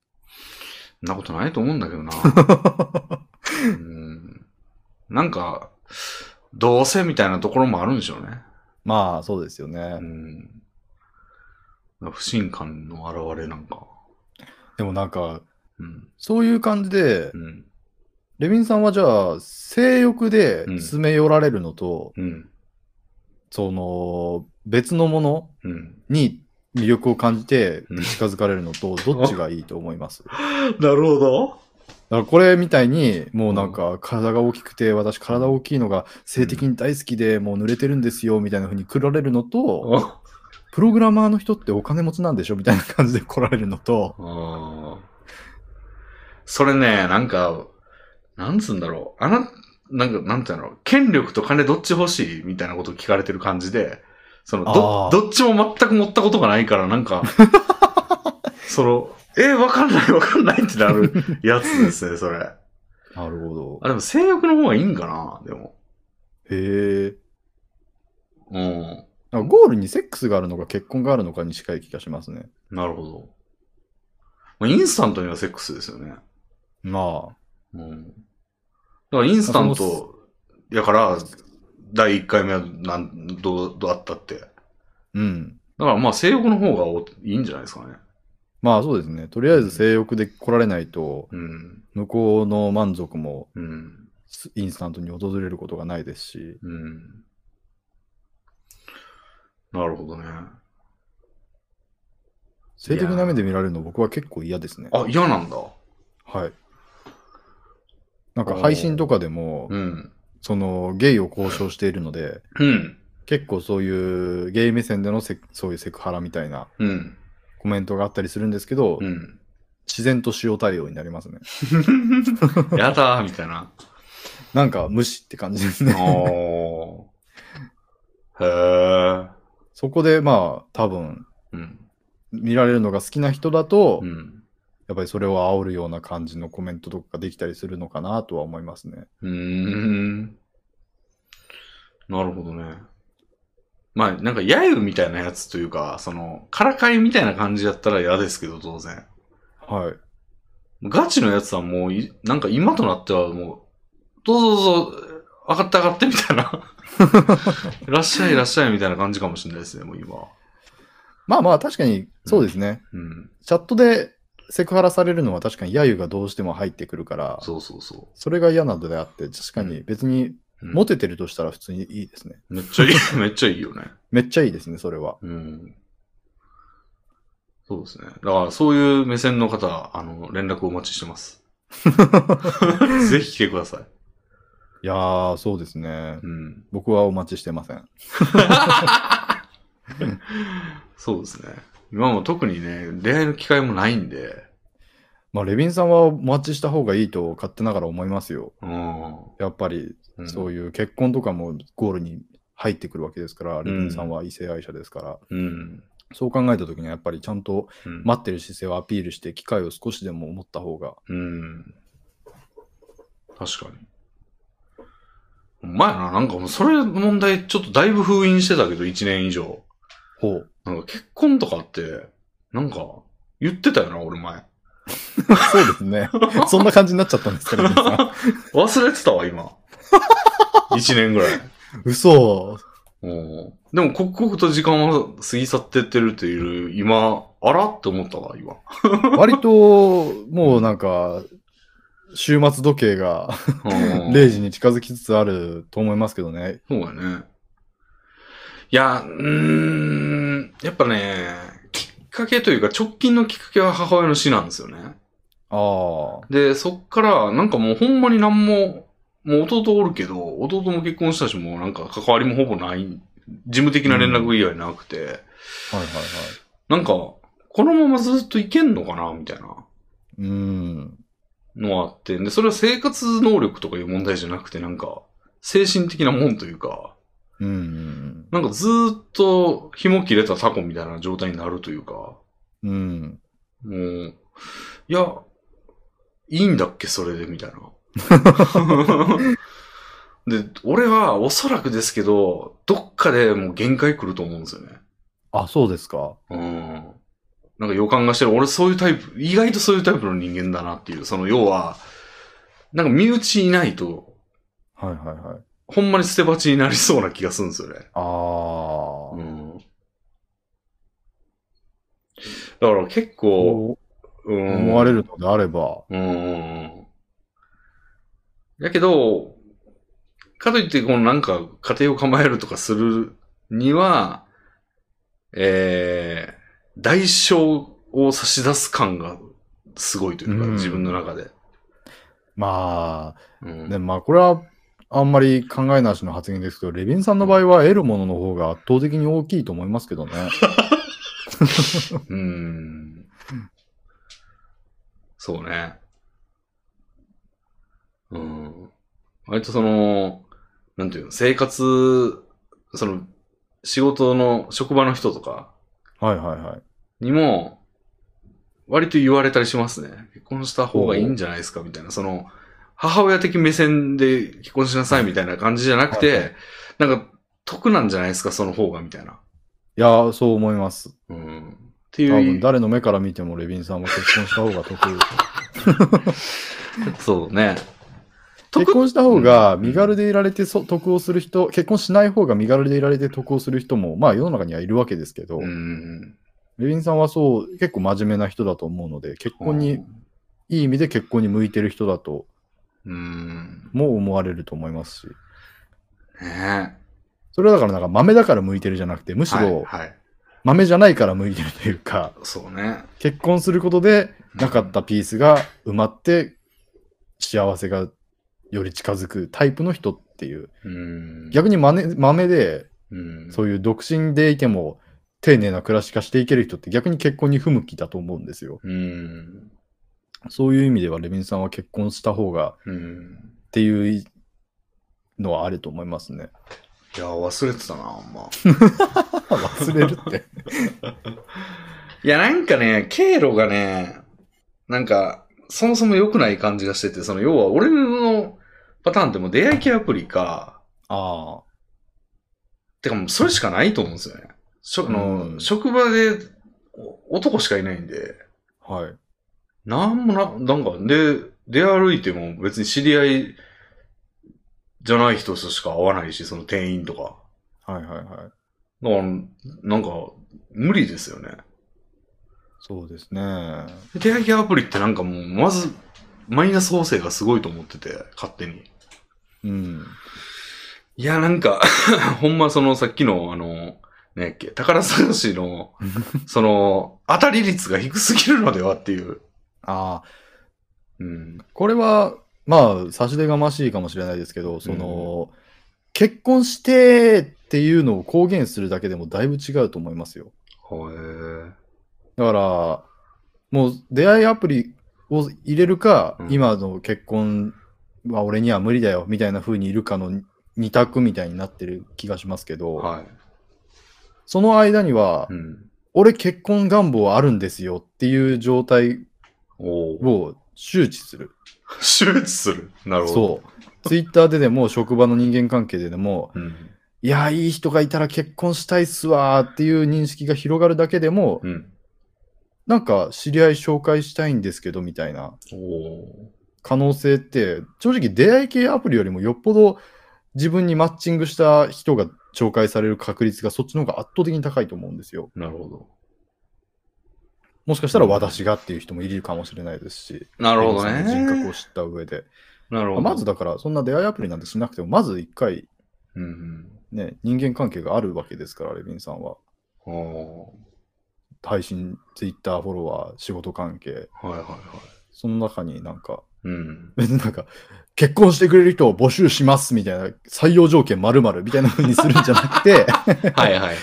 Speaker 1: んなことないと思うんだ けどな。うん。なんか、どうせみたいなところもあるんでしょうね。
Speaker 2: まあ、そうですよね。
Speaker 1: うん。不信感の表れなんか。
Speaker 2: でもなんか、
Speaker 1: うん。
Speaker 2: そういう感じで、
Speaker 1: うん。
Speaker 2: レヴィンさんはじゃあ、性欲で詰め寄られるのと、
Speaker 1: うん。
Speaker 2: その、別のもの
Speaker 1: うん。
Speaker 2: に魅力を感じて
Speaker 1: うん
Speaker 2: 近づかれるのと、どっちがいいと思いますだか
Speaker 1: なるほど。
Speaker 2: らこれみたいに、もうなんか体が大きくて、私体大きいのが性的に大好きで、もう濡れてるんですよ、みたいな風に来られるの と、
Speaker 1: あ
Speaker 2: プログラマーの人ってお金持ちなんでしょみたいな感じで来られるのと、
Speaker 1: あ。それね、なんか、なんつうんだろう。あな、なんか、なんていうの権力と金どっち欲しいみたいなことを聞かれてる感じで、その、ど
Speaker 2: あ、ー
Speaker 1: どっちも全く持ったことがないから、なんか、 その、え、わかんないわかんないってな るやつですね、それ。
Speaker 2: なるほど。
Speaker 1: あ、でも性欲の方がいいんかな、でも。
Speaker 2: へえ。
Speaker 1: うん。
Speaker 2: なんかゴールにセックスがあるのか結婚があるのかに近い気がしますね。
Speaker 1: なるほど。まあ、インスタントにはセックスですよね。
Speaker 2: まあ、
Speaker 1: うん。だからインスタン
Speaker 2: あそ
Speaker 1: ト、やから、第1回目はなんどう、どうあったって。だ
Speaker 2: うん。
Speaker 1: からまあ性欲の方がおいいんじゃないですかね。
Speaker 2: まあそうですね。とりあえず性欲で来られないと、
Speaker 1: うん。
Speaker 2: 向こうの満足も
Speaker 1: うん。
Speaker 2: すインスタントに訪れることがないですし、
Speaker 1: うん。なるほどね。
Speaker 2: 性的な目で見られるの僕は結構嫌ですね。
Speaker 1: あ、嫌なんだ。
Speaker 2: はい。なんか配信とかでも、
Speaker 1: うん。
Speaker 2: そのゲイを交渉しているので、
Speaker 1: うん。
Speaker 2: 結構そういうゲイ目線でのセクそういうセクハラみたいな
Speaker 1: うん。
Speaker 2: コメントがあったりするんですけど、
Speaker 1: うん。
Speaker 2: 自然と使用対応になりますね。
Speaker 1: やだー、みたいな。
Speaker 2: なんか無視って感じですね。
Speaker 1: おー。へえ。
Speaker 2: そこでまあ多分
Speaker 1: うん。
Speaker 2: 見られるのが好きな人だと、
Speaker 1: うん。
Speaker 2: やっぱりそれを煽るような感じのコメントとかができたりするのかなとは思いますね。
Speaker 1: うーん。なるほどね。まあ、なんか、揶揄みたいなやつというか、その、からかいみたいな感じやったら嫌ですけど、当然。
Speaker 2: はい。
Speaker 1: ガチのやつはもうい、なんか今となってはもう、どうぞどうぞ、上がって上がってみたいな。いらっしゃいいらっしゃいみたいな感じかもしれないですね、もう今は。
Speaker 2: まあまあ確かにそうですね。
Speaker 1: うん。
Speaker 2: チャットでセクハラされるのは確かに揶揄がどうしても入ってくるから、
Speaker 1: そうそうそ
Speaker 2: それが嫌なのであって、確かに別に
Speaker 1: う。うん
Speaker 2: モテてるとしたら普通にいいですね。
Speaker 1: めっちゃいい、めっちゃいいよね。
Speaker 2: めっちゃいいですね、それは。
Speaker 1: うん。そうですね。だから、そういう目線の方、あの、連絡お待ちして ます。ぜひ来てください。
Speaker 2: いやー、そうですね。
Speaker 1: うん。
Speaker 2: 僕はお待ちしてません。
Speaker 1: そうですね。今も特にね、恋愛の機会もないんで、
Speaker 2: まあ、レビンさんはお待ちした方がいいと勝手ながら思いますよ。
Speaker 1: うん。
Speaker 2: やっぱり、
Speaker 1: うん
Speaker 2: そういう結婚とかもゴールに入ってくるわけですから、レビンさんは異性愛者ですから、
Speaker 1: うん。
Speaker 2: そう考えたときにはやっぱりちゃんと
Speaker 1: うん、
Speaker 2: 待ってる姿勢をアピールして、機会を少しでも持った方が、
Speaker 1: うん。確かに。ほんまやな、なんかもうそれ問題ちょっとだいぶ封印してたけど、1年以上。
Speaker 2: ほう。
Speaker 1: なんか結婚とかって、なんか言ってたよな、俺前。
Speaker 2: そうです ね。そんな感じになっちゃったんですか、レビンさん。
Speaker 1: 忘れてたわ、 今。1年ぐらい。
Speaker 2: 嘘。
Speaker 1: うんでも刻々と時間は過ぎ去ってってるっていう、今、あらって思ったわ、 今。
Speaker 2: 割と、もうなんか、週末時計が
Speaker 1: うん
Speaker 2: 0時に近づきつつあると思いますけどね。
Speaker 1: そうだね。いや、うーん、やっぱね、きっかけというか、直近のきっかけは母親の死なんですよね。
Speaker 2: ああ。
Speaker 1: で、そっから、なんかもうほんまになんも、もう弟おるけど、弟も結婚したし、もうなんか関わりもほぼない、事務的な連絡以外なくて、
Speaker 2: はいはいはい。
Speaker 1: なんか、このままずっといけんのかな、みたいな
Speaker 2: うん。
Speaker 1: のはあって、で、それは生活能力とかいう問題じゃなくて、なんか、精神的なもんというか、
Speaker 2: うんうん
Speaker 1: なんかずーっと紐切れたタコみたいな状態になるというか、も
Speaker 2: うん。うん。
Speaker 1: う、いや、いいんだっけ、それで、みたいな。で、俺はおそらくですけど、どっかでもう限界来ると思うんですよね。
Speaker 2: あ、そうですか。
Speaker 1: うん。なんか予感がしてる。俺そういうタイプ、意外とそういうタイプの人間だなっていう、その要は、なんか身内いないと、
Speaker 2: はいはいはい。
Speaker 1: ほんまに捨て鉢になりそうな気がするんですよね。
Speaker 2: ああ。
Speaker 1: うん。だから結構、
Speaker 2: こ
Speaker 1: うん
Speaker 2: う思われるのであれば、
Speaker 1: うんうんうん。だけど、かといって、このなんか家庭を構えるとかするには、えー、代償を差し出す感がすごいというか、
Speaker 2: うん
Speaker 1: 自分の中で。
Speaker 2: ま
Speaker 1: う
Speaker 2: あ、
Speaker 1: ん
Speaker 2: ね、まあこれはあんまり考えなしの発言ですけど、レビンさんの場合は得るものの方が圧倒的に大きいと思いますけどね。
Speaker 1: うん。そうね。うん。割とその、なんていうの、生活、その、仕事の、職場の人とか
Speaker 2: はいはいはい。
Speaker 1: にも、割と言われたりしますね。結婚した方がいいんじゃないですかみたいな。その、母親的目線で結婚しなさいみたいな感じじゃなく
Speaker 2: はいは
Speaker 1: て、なんか、得なんじゃないですかその方がみたいな。
Speaker 2: いや、そう思います。
Speaker 1: うん。ってい
Speaker 2: 多
Speaker 1: う。
Speaker 2: 分誰の目から見てもレビンさんは結婚した 方が得。
Speaker 1: そうね。
Speaker 2: 結婚した方が身軽でいられてそ得をする人、結婚しない方が身軽でいられて得をする人も、まあ世の中にはいるわけですけど、
Speaker 1: うん。
Speaker 2: レビンさんはそう、結構真面目な人だと思うので、結婚に、いい意味で結婚に向いてる人だと
Speaker 1: うん。
Speaker 2: も思われると思いますし、
Speaker 1: ね
Speaker 2: それはだからなんか豆だから向いてるじゃなくて、む
Speaker 1: え。
Speaker 2: し
Speaker 1: はい。
Speaker 2: ろ
Speaker 1: はい。
Speaker 2: 豆じゃないから向いてるというか、
Speaker 1: そうね。
Speaker 2: 結婚することでなかったピースが埋まって、幸せがより近づくタイプの人っていう。
Speaker 1: うん。
Speaker 2: 逆に豆豆で、
Speaker 1: うん。
Speaker 2: そういう独身でいても、丁寧な暮らし化していける人って逆に結婚に不向きだと思うんですよ。
Speaker 1: うん。
Speaker 2: そういう意味では、レビンさんは結婚した方が
Speaker 1: うん。
Speaker 2: っていうのはあると思いますね。
Speaker 1: いや、忘れてたな、あんま。
Speaker 2: 忘れるって。
Speaker 1: いや、なんかね、経路がね、なんか、そもそも良くない感じがしてて、その、要は、俺のパターンってもう出会い系アプリか、
Speaker 2: ああ。
Speaker 1: てかもうそれしかないと思うんですよね。しょあの
Speaker 2: うん
Speaker 1: 職場でお男しかいないんで、
Speaker 2: はい。
Speaker 1: なんもな、なんか、で、出歩いても別に知り合いじゃない人としか会わないし、その店員とか。
Speaker 2: はいはいはい。
Speaker 1: だから、なんか、無理ですよね。
Speaker 2: そうですね。あ
Speaker 1: 出会い系アプリってなんかもう、まず、マイナス補正がすごいと思ってて、勝手に。
Speaker 2: うん。
Speaker 1: いや、なんか、ほんまそのさっきの、あの、ねっけ、宝探し の、その、当たり率が低すぎるのではっていう。
Speaker 2: ああ、
Speaker 1: うん。
Speaker 2: これは、まあ、差し出がましいかもしれないですけど、その、結婚してっていうのを公言するだけでもだいぶ違うと思いますよ。
Speaker 1: ほえー。
Speaker 2: だから、もう出会いアプリを入れるか、
Speaker 1: うん
Speaker 2: 今の結婚は俺には無理だよみたいな風にいるかの二択みたいになってる気がしますけど、
Speaker 1: はい。
Speaker 2: その間には、
Speaker 1: うん。
Speaker 2: 俺結婚願望あるんですよっていう状態
Speaker 1: おお。
Speaker 2: を周知する。
Speaker 1: 周知する。なるほど。
Speaker 2: そう。ツイッターででも、職場の人間関係ででも、
Speaker 1: う。うん。
Speaker 2: いや、いい人がいたら結婚したいっすわーっていう認識が広がるだけでも、
Speaker 1: うん。
Speaker 2: なんか知り合い紹介したいんですけどみたいな
Speaker 1: おお。
Speaker 2: 可能性って、正直出会い系アプリよりもよっぽど自分にマッチングした人が紹介される確率がそっちの方が圧倒的に高いと思うんですよ。
Speaker 1: なるほど。
Speaker 2: もしかしたら私がっていう人もいるかもしれないですし、
Speaker 1: なるほどね。
Speaker 2: エリさんの人格を知った上で。
Speaker 1: なるほど。
Speaker 2: まずだから、そんな出会いアプリなんてしなくても、まず一回
Speaker 1: うんうん。
Speaker 2: ね、人間関係があるわけですから、レビンさんは。
Speaker 1: おお
Speaker 2: 配信、ツイッターフォロワー、仕事関係、
Speaker 1: ー。はいはいはい。
Speaker 2: その中になんか、
Speaker 1: うん。
Speaker 2: 別になんか、結婚してくれる人を募集しますみたいな、採用条件まるみたいな風にするんじゃな くて、
Speaker 1: はいはいはい。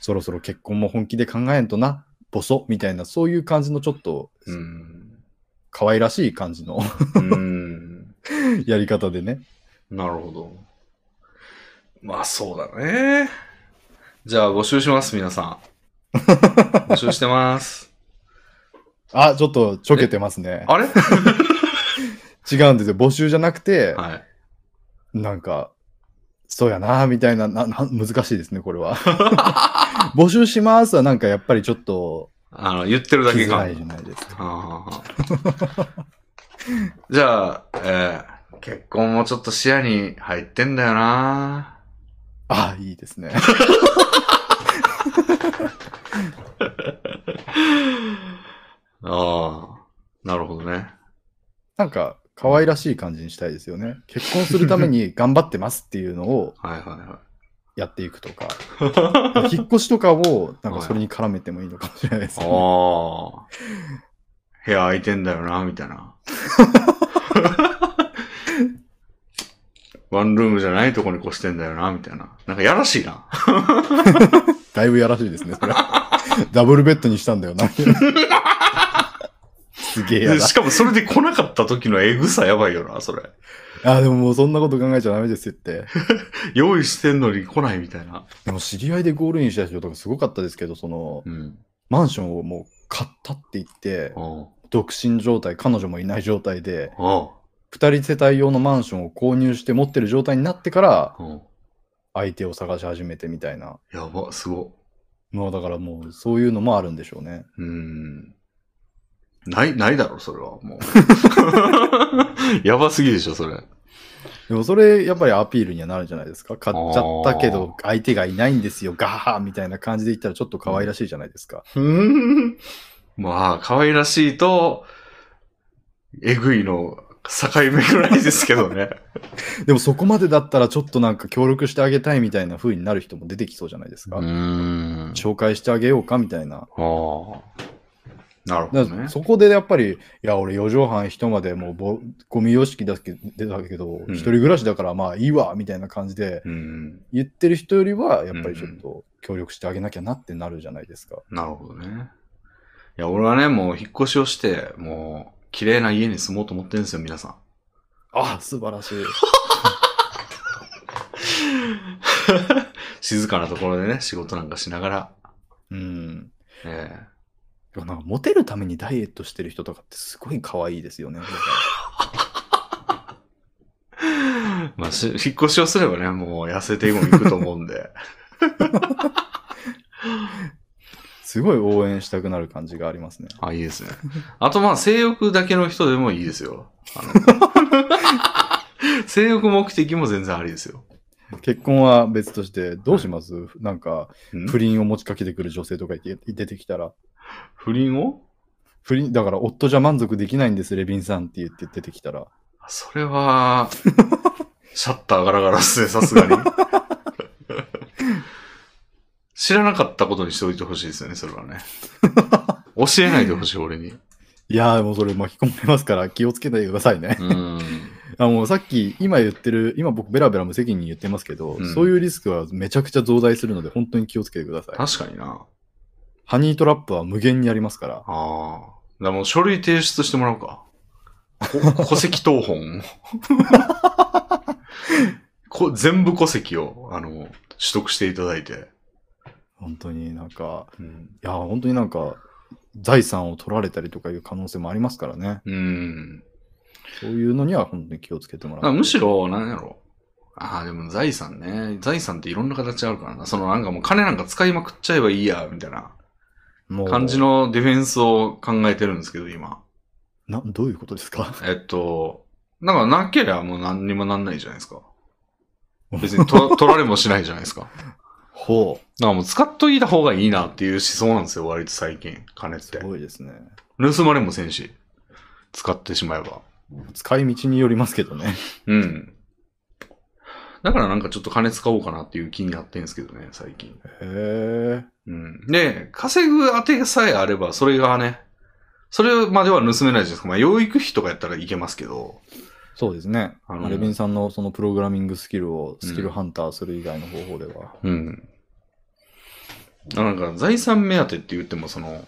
Speaker 2: そろそろ結婚も本気で考えんとな、ボソみたいな、そういう感じのちょっと、
Speaker 1: うん。
Speaker 2: 可愛らしい感じの
Speaker 1: うん。
Speaker 2: やり方でね。
Speaker 1: なるほど。まあそうだね。じゃあ募集します、皆さん。募集してます。
Speaker 2: あ、ちょっとちょけてますね。
Speaker 1: あれ
Speaker 2: 違うんですよ。募集じゃなくて、
Speaker 1: はい。
Speaker 2: なんか、そうやな、みたいななな、難しいですね、これは。 募集しますは、なんかやっぱりちょっと、
Speaker 1: あの、言ってるだ
Speaker 2: 気
Speaker 1: け
Speaker 2: づ
Speaker 1: か。
Speaker 2: らいじゃないですか。
Speaker 1: はあはあはあじゃあ、えー結婚もちょっと視野に入ってんだよな。
Speaker 2: ああ、いいですね。
Speaker 1: ああ、なるほどね。
Speaker 2: なんか、可愛らしい感じにしたいですよね。結婚するために頑張ってますっていうのを
Speaker 1: はいはい
Speaker 2: やっていくとか、
Speaker 1: はい。
Speaker 2: 引っ越しとかを、なんかそれに絡めてもいいのかもしれないですよね。
Speaker 1: ああ。部屋空いてんだよな、みたいな。ワンルームじゃないとこに越してんだよな、みたいな。なんかやらしいな。
Speaker 2: だいぶやらしいですね、それ。ダブルベッドにしたんだよな。すげえや
Speaker 1: でしかもそれで来なかった時のエグさやばいよな、それ。
Speaker 2: だ。あー、でももうそんなこと考えちゃダメですよって。
Speaker 1: 用意してんのに来ないみたいな。
Speaker 2: でも知り合いでゴールインした人とかすごかったですけど、その、
Speaker 1: うん。
Speaker 2: マンションをもう買ったって言って、
Speaker 1: あ
Speaker 2: 独身状態、彼女もいない状態で、
Speaker 1: あ。あ
Speaker 2: 二人世帯用のマンションを購入して持ってる状態になってから、
Speaker 1: あ。
Speaker 2: 相手を探し始めてみたいな。
Speaker 1: やば、すご。
Speaker 2: もうだからもう、そういうのもあるんでしょうね。
Speaker 1: うん。ない、ないだろ、それは。もう。やばすぎでしょ、それ。
Speaker 2: でもそれ、やっぱりアピールにはなるじゃないですか。買っちゃったけど、相手がいないんですよ、ガハーみたいな感じで言ったらちょっと可愛らしいじゃないですか。
Speaker 1: うーん まあ、可愛らしいと、えぐいの境目ぐらいですけどね。
Speaker 2: でもそこまでだったらちょっとなんか協力してあげたいみたいな風になる人も出てきそうじゃないですか。
Speaker 1: ん
Speaker 2: 紹介してあげようかみたいな。
Speaker 1: ああ。なるほ
Speaker 2: だ
Speaker 1: ど
Speaker 2: から
Speaker 1: ね。
Speaker 2: そこでやっぱり、いや、俺、四畳半一間でもうぼ、ゴミ様式だけ出たけど、
Speaker 1: ん
Speaker 2: 一人暮らしだからまあいいわ、みたいな感じで
Speaker 1: うん。
Speaker 2: 言ってる人よりは、やっぱりちょっと協力してあげなきゃなってなるじゃないですか。
Speaker 1: なるほどね。いや、俺はね、もう引っ越しをして、もう、綺麗な家に住もうと思ってるんですよ、皆さん。
Speaker 2: あ、素晴らしい。
Speaker 1: 静かなところでね、仕事なんかしながら。
Speaker 2: うん。
Speaker 1: ええ
Speaker 2: でもなんかモテるためにダイエットしてる人とかってすごい可愛いですよね。
Speaker 1: まあ、し引っ越しをすればね、もう痩せていくと思うんで。
Speaker 2: すごい応援したくなる感じがありますね。
Speaker 1: あ、いいですね。あとまあ、性欲だけの人でもいいですよ。あの性欲目的も全然ありですよ。
Speaker 2: 結婚は別として、どうします、なんか、
Speaker 1: ん
Speaker 2: 不倫を持ちかけてくる女性とかいて出てきたら、
Speaker 1: 不倫を
Speaker 2: 不倫、だから夫じゃ満足できないんです、レビンさんって言って出てきたら。
Speaker 1: それは、シャッターガラガラっすね、さすがに。知らなかったことにしておいてほしいですよね、それはね。教えないでほしい、俺に。
Speaker 2: いやー、もうそれ巻き込まれますから気をつけてくださいね。
Speaker 1: うん。
Speaker 2: あもうさっき、今言ってる、今僕ベラベラ無責任に言ってますけど、
Speaker 1: うん
Speaker 2: そういうリスクはめちゃくちゃ増大するので、本当に気をつけてください。
Speaker 1: 確かにな。
Speaker 2: ハニートラップは無限にありますから
Speaker 1: あ。あ。だからもう書類提出してもらうか。こ 戸籍謄本こ全部戸籍を、あの、取得していただいて。
Speaker 2: 本当になんか、
Speaker 1: うん。
Speaker 2: いやー、本当になんか、財産を取られたりとかいう可能性もありますからね。
Speaker 1: うん。
Speaker 2: そういうのには本当に気をつけても
Speaker 1: だ
Speaker 2: ら
Speaker 1: から
Speaker 2: う。
Speaker 1: むしろ、なんやろ。ああ、でも財産ね。財産っていろんな形あるからな。そのなんかもう金なんか使いまくっちゃえばいいや、みたいな
Speaker 2: もう
Speaker 1: 感じのディフェンスを考えてるんですけど、今。
Speaker 2: な。どういうことですか
Speaker 1: えっと、なんかなければもう何にもなんないじゃないですか。別にと取られもしないじゃないですか。だか
Speaker 2: ほう。
Speaker 1: らもう使っといた方がいいなっていう思想なんですよ、割と最近、金っ
Speaker 2: す
Speaker 1: て。
Speaker 2: ごいですね。
Speaker 1: 盗まれもせんし、使ってしまえば。
Speaker 2: 使い道によりますけどね。
Speaker 1: うん。だからなんかちょっと金使おうかなっていう気になってんですけどね、最近。
Speaker 2: へえ。
Speaker 1: うん。で、稼ぐ当てさえあれば、それがね、それまでは盗めないじゃないですか。まあ、養育費とかやったらいけますけど。
Speaker 2: そうですね。
Speaker 1: あの
Speaker 2: アルビンさんのそのプログラミングスキルをスキルハンターする以外の方法では。
Speaker 1: うん。あなんか財産目当てって言ってもその、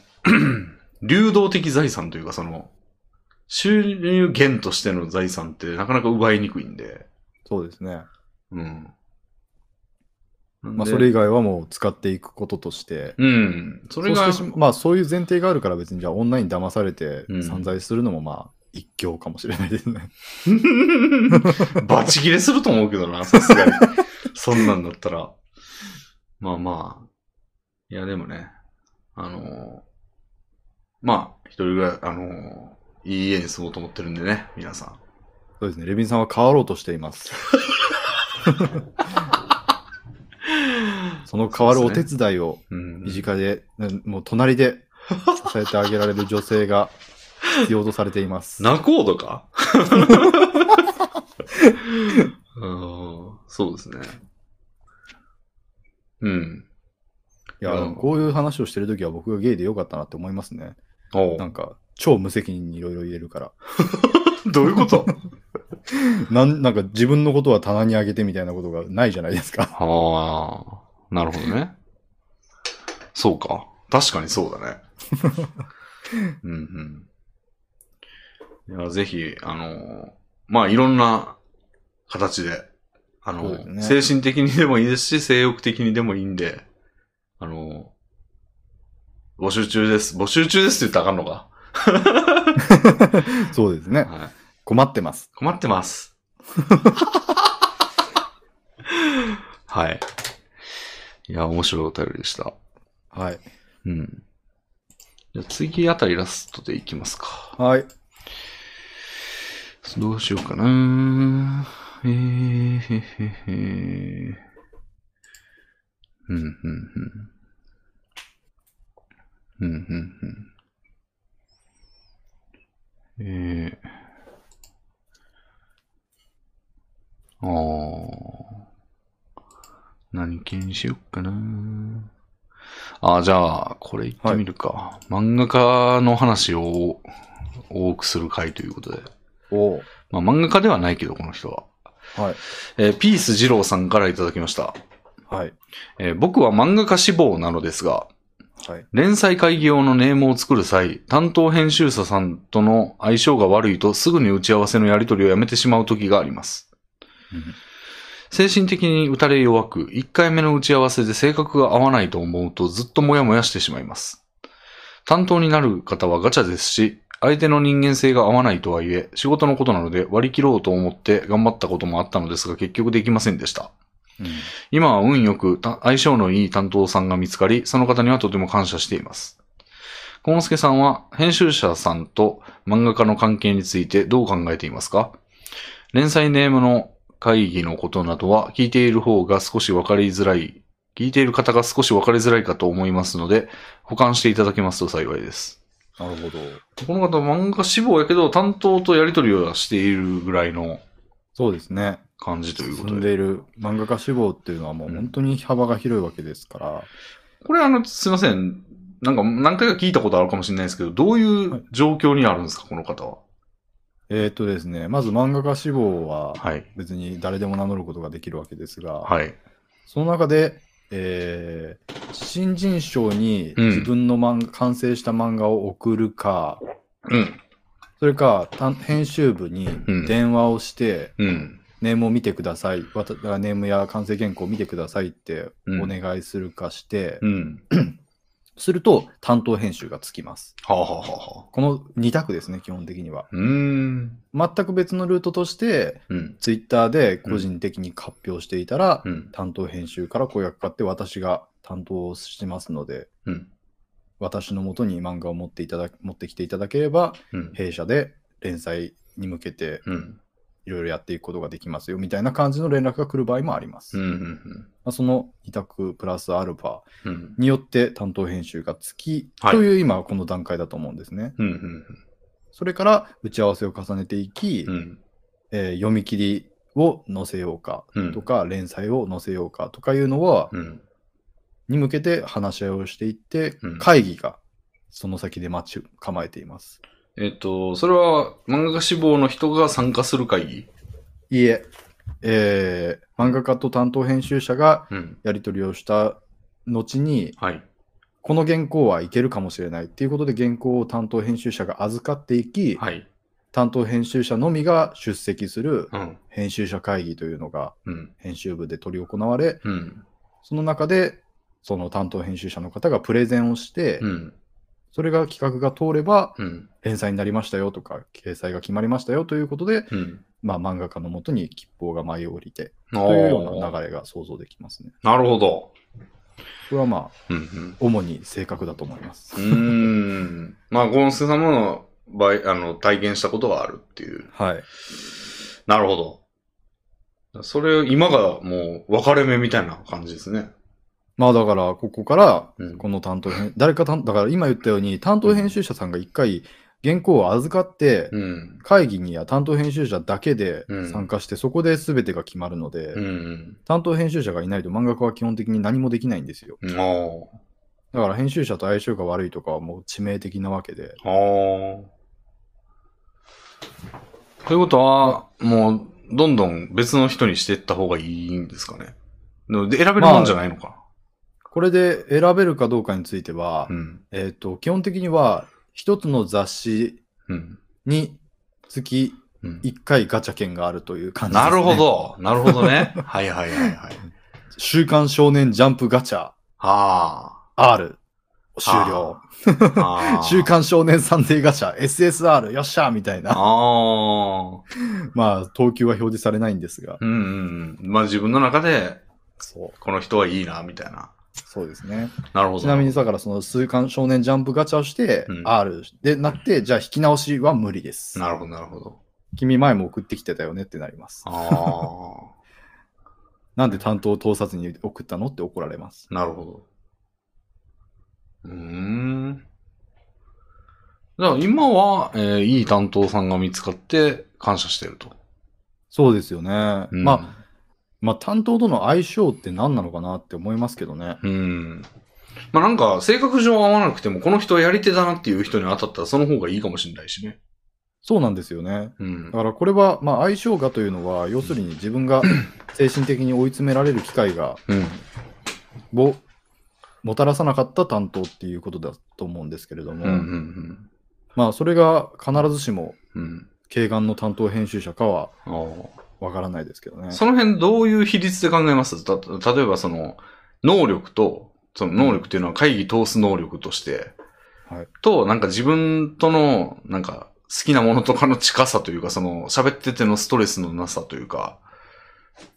Speaker 1: 流動的財産というかその、収入源としての財産ってなかなか奪いにくいんで。
Speaker 2: そうですね。
Speaker 1: うん。
Speaker 2: ま
Speaker 1: ま
Speaker 2: あ、それ以外はもう使っていくこととして。
Speaker 1: うん。そ
Speaker 2: そ
Speaker 1: れが、
Speaker 2: うしてしままあ、そういう前提があるから別にじゃあオンライン騙されて
Speaker 1: うん
Speaker 2: 散財するのもまあ一興かもしれないですね。
Speaker 1: バチ切れすると思うけどな、 さすがに。そんなんだったら。まあまあ。いや、でもね。あのーまあ、一人ぐらい、あのーいい家に住もうと思ってるんでね、皆さん。
Speaker 2: そうですね。レビンさんは変わろうとして います。その変わるお手伝いを
Speaker 1: うん
Speaker 2: 身。近で、うんもう隣で 支えてあげられる女性が 必要とされています。
Speaker 1: ナコード かうんそうですね。うん。
Speaker 2: いや、
Speaker 1: うん
Speaker 2: こういう話をしてるときは僕がゲイでよかったなって思いますね。
Speaker 1: おう
Speaker 2: なんか、超無責任にいろいろ言えるから。
Speaker 1: どういうこと
Speaker 2: なんなんか自分のことは棚にあげてみたいなことがないじゃないで すか。
Speaker 1: ああ、なるほどね。 そうか。確かにそう だね。うんうん。いや、ぜひ、あのーまあ、いろんな形で、あの
Speaker 2: そうで
Speaker 1: ー
Speaker 2: すね
Speaker 1: 精神的にでもいいですし、性欲的にでもいいんで、あのー募集中です。募集中ですって言ったらあかんのか。
Speaker 2: そうですね。
Speaker 1: はい。
Speaker 2: 困ってます。
Speaker 1: 困って ます。はい。いや、面白いお便りでした。
Speaker 2: はい。
Speaker 1: うん。じゃあ次あたりラストでいきますか。
Speaker 2: はい。
Speaker 1: どうしようかな。えー、へへへ。うん、うん、うん。うん、うん、うん。えー。ああ。何系にしよっかな。ああ、じゃあ、これいってみるか。漫画家の話を多くする回ということで。
Speaker 2: おう
Speaker 1: まあ、漫画家ではないけど、この人は。
Speaker 2: はい。
Speaker 1: えーピース二郎さんからいただきました。
Speaker 2: はい。
Speaker 1: えー僕は漫画家志望なのですが、
Speaker 2: はい。
Speaker 1: 連載会議用のネームを作る際、担当編集者さんとの相性が悪いとすぐに打ち合わせのやり取りをやめてしまう時があります。精神的に打たれ弱く、1回目の打ち合わせで性格が合わないと思うとずっとモヤモヤしてしまいます。担当になる方はガチャですし、相手の人間性が合わないとはいえ、仕事のことなので割り切ろうと思って頑張ったこともあったのですが結局できませんでした。
Speaker 2: うん
Speaker 1: 今は運よくた相性のいい担当さんが見つかり、その方にはとても感謝しています。コ之助さんは編集者さんと漫画家の関係についてどう考えていますか連載ネームの会議のことなどは聞いている方が少しわかりづらい、聞いている方が少しわかりづらいかと思いますので、保管していただけますと幸いです。
Speaker 2: なるほど。
Speaker 1: この方漫画志望やけど担当とやりとりをしているぐらいの
Speaker 2: そうですね。
Speaker 1: 感じというこ
Speaker 2: 進
Speaker 1: と
Speaker 2: ん
Speaker 1: で。
Speaker 2: でいる漫画家志望っていうのはもう本当に幅が広いわけですから、
Speaker 1: これあの、すいません。なんか何回か聞いたことあるかもしれないですけど、どういう状況にあるんですか、この方は。
Speaker 2: えーっとですね、まず漫画家志望は
Speaker 1: はい。
Speaker 2: 別に誰でも名乗ることができるわけですが、
Speaker 1: はい。
Speaker 2: その中で、えー新人賞に
Speaker 1: うん
Speaker 2: 自分の漫画、完成した漫画を送るか、
Speaker 1: うん。
Speaker 2: それかた編集部に
Speaker 1: うん
Speaker 2: 電話をして、
Speaker 1: うん。
Speaker 2: ネームを見てください、わたネームや完成原稿を見てくださいって
Speaker 1: うん
Speaker 2: お願いするかして、
Speaker 1: うん。
Speaker 2: すると担当編集がつきます。
Speaker 1: はあ、はあはあはあ、
Speaker 2: この2択ですね、基本的には。
Speaker 1: うーん。
Speaker 2: 全く別のルートとして、
Speaker 1: うん。
Speaker 2: ツイッターで個人的に発表していたら、
Speaker 1: うん。
Speaker 2: 担当編集から声がかかって私が担当してますので、
Speaker 1: うん。
Speaker 2: 私のもとに漫画を持っていただ持ってきていただければ、
Speaker 1: うん。
Speaker 2: 弊社で連載に向けて
Speaker 1: うん。
Speaker 2: いろいろやっていくことができますよみたいな感じの連絡が来る場合もあります。
Speaker 1: うん。
Speaker 2: ま
Speaker 1: うん
Speaker 2: あ、その委託プラスアルファ
Speaker 1: うん。
Speaker 2: によって担当編集がつき、
Speaker 1: はい
Speaker 2: という今この段階だと思うんですね。
Speaker 1: うん。うん。
Speaker 2: それから打ち合わせを重ねていき、
Speaker 1: うん。
Speaker 2: えー読み切りを載せようか
Speaker 1: うん。
Speaker 2: とか、連載を載せようかとかいうのは、
Speaker 1: うん。
Speaker 2: に向けて話し合いをしていって、
Speaker 1: うん
Speaker 2: 会議がその先で待ち構えています。
Speaker 1: えっと、それは漫画家志望の人が参加する会議
Speaker 2: いいえ、えー漫画家と担当編集者が
Speaker 1: うん。
Speaker 2: やり取りをした後に、
Speaker 1: はい。
Speaker 2: この原稿はいけるかもしれないっていうことで原稿を担当編集者が預かっていき、
Speaker 1: はい。
Speaker 2: 担当編集者のみが出席する
Speaker 1: うん。
Speaker 2: 編集者会議というのが
Speaker 1: うん。
Speaker 2: 編集部で執り行われ、
Speaker 1: うん。
Speaker 2: その中でその担当編集者の方がプレゼンをして、
Speaker 1: うん。
Speaker 2: それが企画が通れば
Speaker 1: うん。
Speaker 2: 連載になりましたよとか、掲載が決まりましたよということで、
Speaker 1: うん。
Speaker 2: まあ、漫画家のもとに吉報が舞い降りて
Speaker 1: あ
Speaker 2: というような
Speaker 1: あ。
Speaker 2: 流れが想像できますね。
Speaker 1: なるほど。
Speaker 2: これはまあ、
Speaker 1: うん。うん。
Speaker 2: 主に性格だと思います
Speaker 1: う。ーん。まあ、ゴンスケ様の場合、あの、体験したことがあるっていう。
Speaker 2: はい。
Speaker 1: なるほど。それ、今がもう分かれ目みたいな感じですね。
Speaker 2: まあだから、ここから
Speaker 1: うん、
Speaker 2: この担当編、誰か担、だから今言ったように、担当編集者さんが一回原稿を預かって、
Speaker 1: うん。
Speaker 2: 会議には担当編集者だけで
Speaker 1: うん
Speaker 2: 参加して、そこで全てが決まるので、
Speaker 1: うん。
Speaker 2: 担当編集者がいないと漫画家は基本的に何もできないんですよ。
Speaker 1: うん。あ
Speaker 2: だから編集者と相性が悪いとかはもう致命的なわけで、
Speaker 1: あ。ああ。ということは、もう、どんどん別の人にしていった方がいいんですかね。で選べるもんじゃないのか。
Speaker 2: これで選べるかどうかについては、
Speaker 1: うん。
Speaker 2: えっ、と、基本的には、一つの雑誌
Speaker 1: うん。
Speaker 2: につき
Speaker 1: うん。
Speaker 2: 1回ガチャ券があるという感じです、
Speaker 1: な
Speaker 2: ね。
Speaker 1: るほ。ど。なるほどね。はいはいは いはい。
Speaker 2: 週刊少年ジャンプガチャ
Speaker 1: あ
Speaker 2: R 終了。
Speaker 1: ー あー。
Speaker 2: 週刊少年サンデーガチャ SSR よっしゃーみたいな。
Speaker 1: ああ。
Speaker 2: まあ、等級は表示されないんですが。
Speaker 1: うんうんうん。まあ自分の中で、
Speaker 2: そう。
Speaker 1: この人はいいな、みたいな。
Speaker 2: そうですね。
Speaker 1: なるほど。
Speaker 2: ちなみに、だからその週刊少年ジャンプガチャをして
Speaker 1: うん
Speaker 2: R でなって、じゃあ引き直しは無理です。
Speaker 1: なるほど、なるほど。
Speaker 2: 君前も送ってきてたよねってなります。
Speaker 1: あ
Speaker 2: なんで担当を通さずに送ったのって怒られます。
Speaker 1: あ、 なるほど。うーん。じゃあ今は、えーいい担当さんが見つかって感謝してると。
Speaker 2: そうですよね。
Speaker 1: うん
Speaker 2: まあ、まあ、担当との相性って何なのかなって思いますけどね。
Speaker 1: うん。まあなんか、性格上合わなくても、この人はやり手だなっていう人に当たったら、その方がいいかもしれないしね。
Speaker 2: そうなんですよね。
Speaker 1: うん
Speaker 2: だ。からこれは、まあ、相性がというのは、要するに自分が 精神的に追い詰められる機会が、
Speaker 1: うん。
Speaker 2: をもたらさなかった担当っていうことだと思うんですけれども、
Speaker 1: うん。うん。
Speaker 2: まあ、それが必ずしも、
Speaker 1: うん。
Speaker 2: 軽眼の担当編集者かは
Speaker 1: あー
Speaker 2: わからないですけどね。
Speaker 1: その辺どういう比率で考えますた例えばその、能力と、その能力っていうのは会議通す能力として、
Speaker 2: はい
Speaker 1: と、なんか自分との、なんか好きなものとかの近さというか、その喋っててのストレスのなさというか、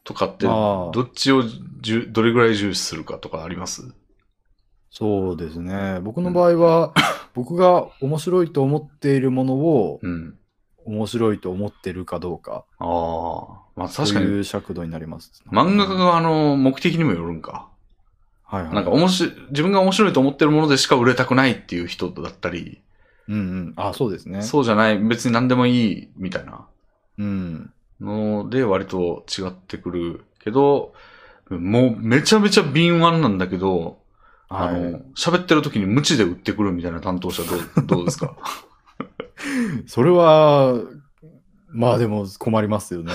Speaker 1: とかって、ど
Speaker 2: まあ、
Speaker 1: っちをじゅどれぐらい重視するかとかあります
Speaker 2: そうですね。僕の場合 は、僕が面白いと思っているものを、
Speaker 1: うん。
Speaker 2: 面白いと思ってるかどうか、
Speaker 1: ああ。まあ確
Speaker 2: そ
Speaker 1: か
Speaker 2: う
Speaker 1: に、
Speaker 2: いう尺度になります。
Speaker 1: 漫画家があの、目的にもよるんか。
Speaker 2: はいはい。
Speaker 1: なんか、おもし、自分が面白いと思ってるものでしか売れたくないっていう人だったり、
Speaker 2: うんうん。あ、そうですね。
Speaker 1: そうじゃない、別に何でもいい、みたいな
Speaker 2: うん。
Speaker 1: ので、割と違ってくるけど、もうめちゃめちゃ敏腕なんだけど、あ
Speaker 2: はい
Speaker 1: の、喋ってる時に無知で打ってくるみたいな担当者ど う、どうですか
Speaker 2: それは、まあでも困ります よね。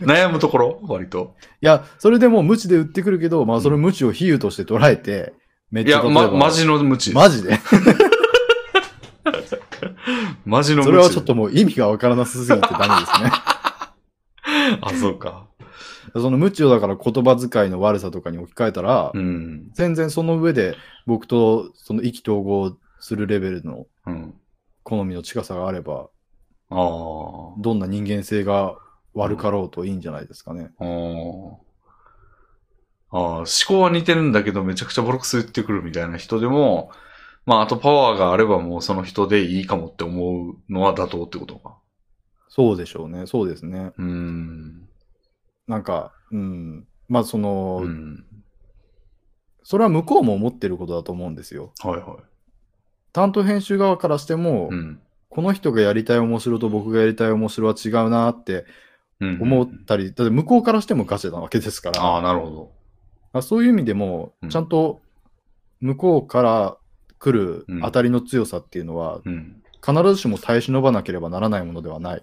Speaker 1: 悩むところ割と。
Speaker 2: いや、それでもう無知で売ってくるけど、まあそれ無知を比喩として捉えて、めっ
Speaker 1: い
Speaker 2: ちゃ
Speaker 1: や、
Speaker 2: 例えば
Speaker 1: ま、マジの無知です。
Speaker 2: マジで
Speaker 1: マジの無知。
Speaker 2: それはちょっ。ともう意味がわからなすすぎてダメですね。
Speaker 1: あ、そうか。
Speaker 2: その無知をだから言葉遣いの悪さとかに置き換えたら、
Speaker 1: うん。
Speaker 2: 全然その上で僕とその意気投合するレベルの
Speaker 1: うん。
Speaker 2: 好みの近さがあれば、
Speaker 1: ああ。
Speaker 2: どんな人間性が悪かろうといいんじゃないですかね。
Speaker 1: あーあー。思考は似てるんだけど、めちゃくちゃボロクス言ってくるみたいな人でも、まあ、あとパワーがあればもうその人でいいかもって思うのは妥当ってことか。
Speaker 2: そうでしょうね。そうですね。
Speaker 1: うーん。
Speaker 2: なんか、うん。まあその、
Speaker 1: うん。
Speaker 2: それは向こうも思ってることだと思うんですよ。
Speaker 1: はいはい。
Speaker 2: 担当編集側からしても、
Speaker 1: うん。
Speaker 2: この人がやりたい面白と僕がやりたい面白は違うなって
Speaker 1: うん。
Speaker 2: 思ったり、だって向こうからしてもガチなわけですから、
Speaker 1: ああ、なるほど。
Speaker 2: あそういう意味でも
Speaker 1: う、ん
Speaker 2: ちゃんと向こうから来る
Speaker 1: うん
Speaker 2: 当たりの強さっていうのは、
Speaker 1: うん。
Speaker 2: 必ずしも耐え忍ばなければならないものではない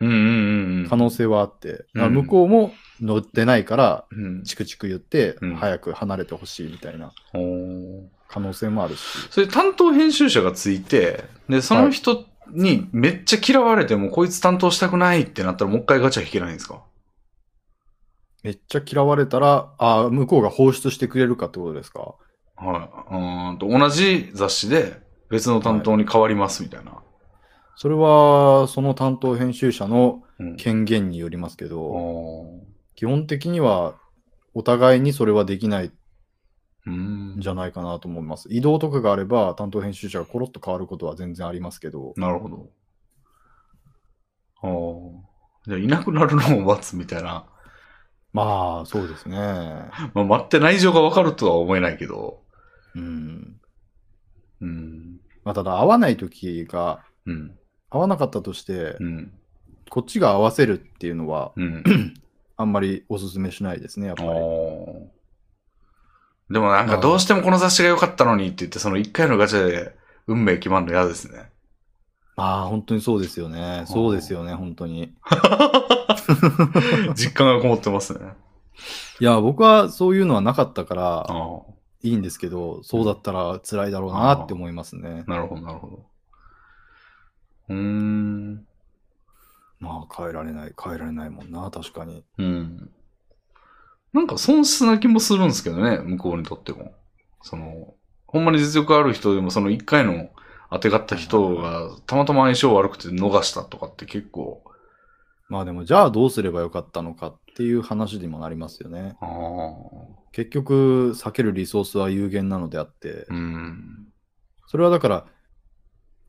Speaker 1: うんうんうんうん。
Speaker 2: 可能性はあって、だから
Speaker 1: うん
Speaker 2: 向こうも乗ってないから、
Speaker 1: うん。
Speaker 2: チクチク言って
Speaker 1: うん、
Speaker 2: 早く離れてほしいみたいな
Speaker 1: おー
Speaker 2: 可能性もあるし、
Speaker 1: それ担当編集者がついて、で、その人にめっちゃ嫌われても、こいつ担当したくないってなったらもう一回ガチャ引けないんですか
Speaker 2: めっちゃ嫌われたら、あ向こうが放出してくれるかってことですか
Speaker 1: はい。うーんと、同じ雑誌で別の担当に変わりますみたいな。
Speaker 2: それは、その担当編集者の
Speaker 1: うん。
Speaker 2: 権限によりますけ
Speaker 1: あ
Speaker 2: ど、
Speaker 1: ー
Speaker 2: 基本的には、お互いにそれはできない
Speaker 1: うん。
Speaker 2: じゃないかなと思います。移動とかがあれば、担当編集者がコロッと変わることは全然ありますけど、
Speaker 1: なるほど。ああ。じゃあ、いなくなるのを待つみたいな。
Speaker 2: まあ、そうですね。
Speaker 1: まあ、待って内情がわかるとは思えないけど。
Speaker 2: うん。
Speaker 1: うん。
Speaker 2: まあ、ただ、合わない時が、
Speaker 1: うん。
Speaker 2: 合わなかったとして
Speaker 1: う、ん。
Speaker 2: こっちが合わせるっていうのは、
Speaker 1: うん。
Speaker 2: あんまりお勧めしないですね、やっぱり。
Speaker 1: おーでもなんかどうしてもこの雑誌が良かったのにって言って、その一回のガチャで運命決まるの嫌です ね。
Speaker 2: まあ、本当にそうですよね。そうですよね、本当に。
Speaker 1: 実感がこもってますね。
Speaker 2: いや、僕はそういうのはなかったか
Speaker 1: あ
Speaker 2: ら、
Speaker 1: ー
Speaker 2: いいんですけど、そうだったら辛いだろうなって思いますね。
Speaker 1: なるほど、なるほど。うーん。
Speaker 2: まあ、変えられない、変えられないもんな、確かに。
Speaker 1: うん。なんか損失な気もするんですけどね、向こうにとっても。その、ほんまに実力ある人でも、その一回の当てがった人が、たまたま相性悪くて逃したとかって結構、
Speaker 2: まあでも、じゃあどうすればよかったのかっていう話にもなりますよね。
Speaker 1: ああ、
Speaker 2: 結局、避けるリソースは有限なのであって
Speaker 1: う、ん、
Speaker 2: それはだから、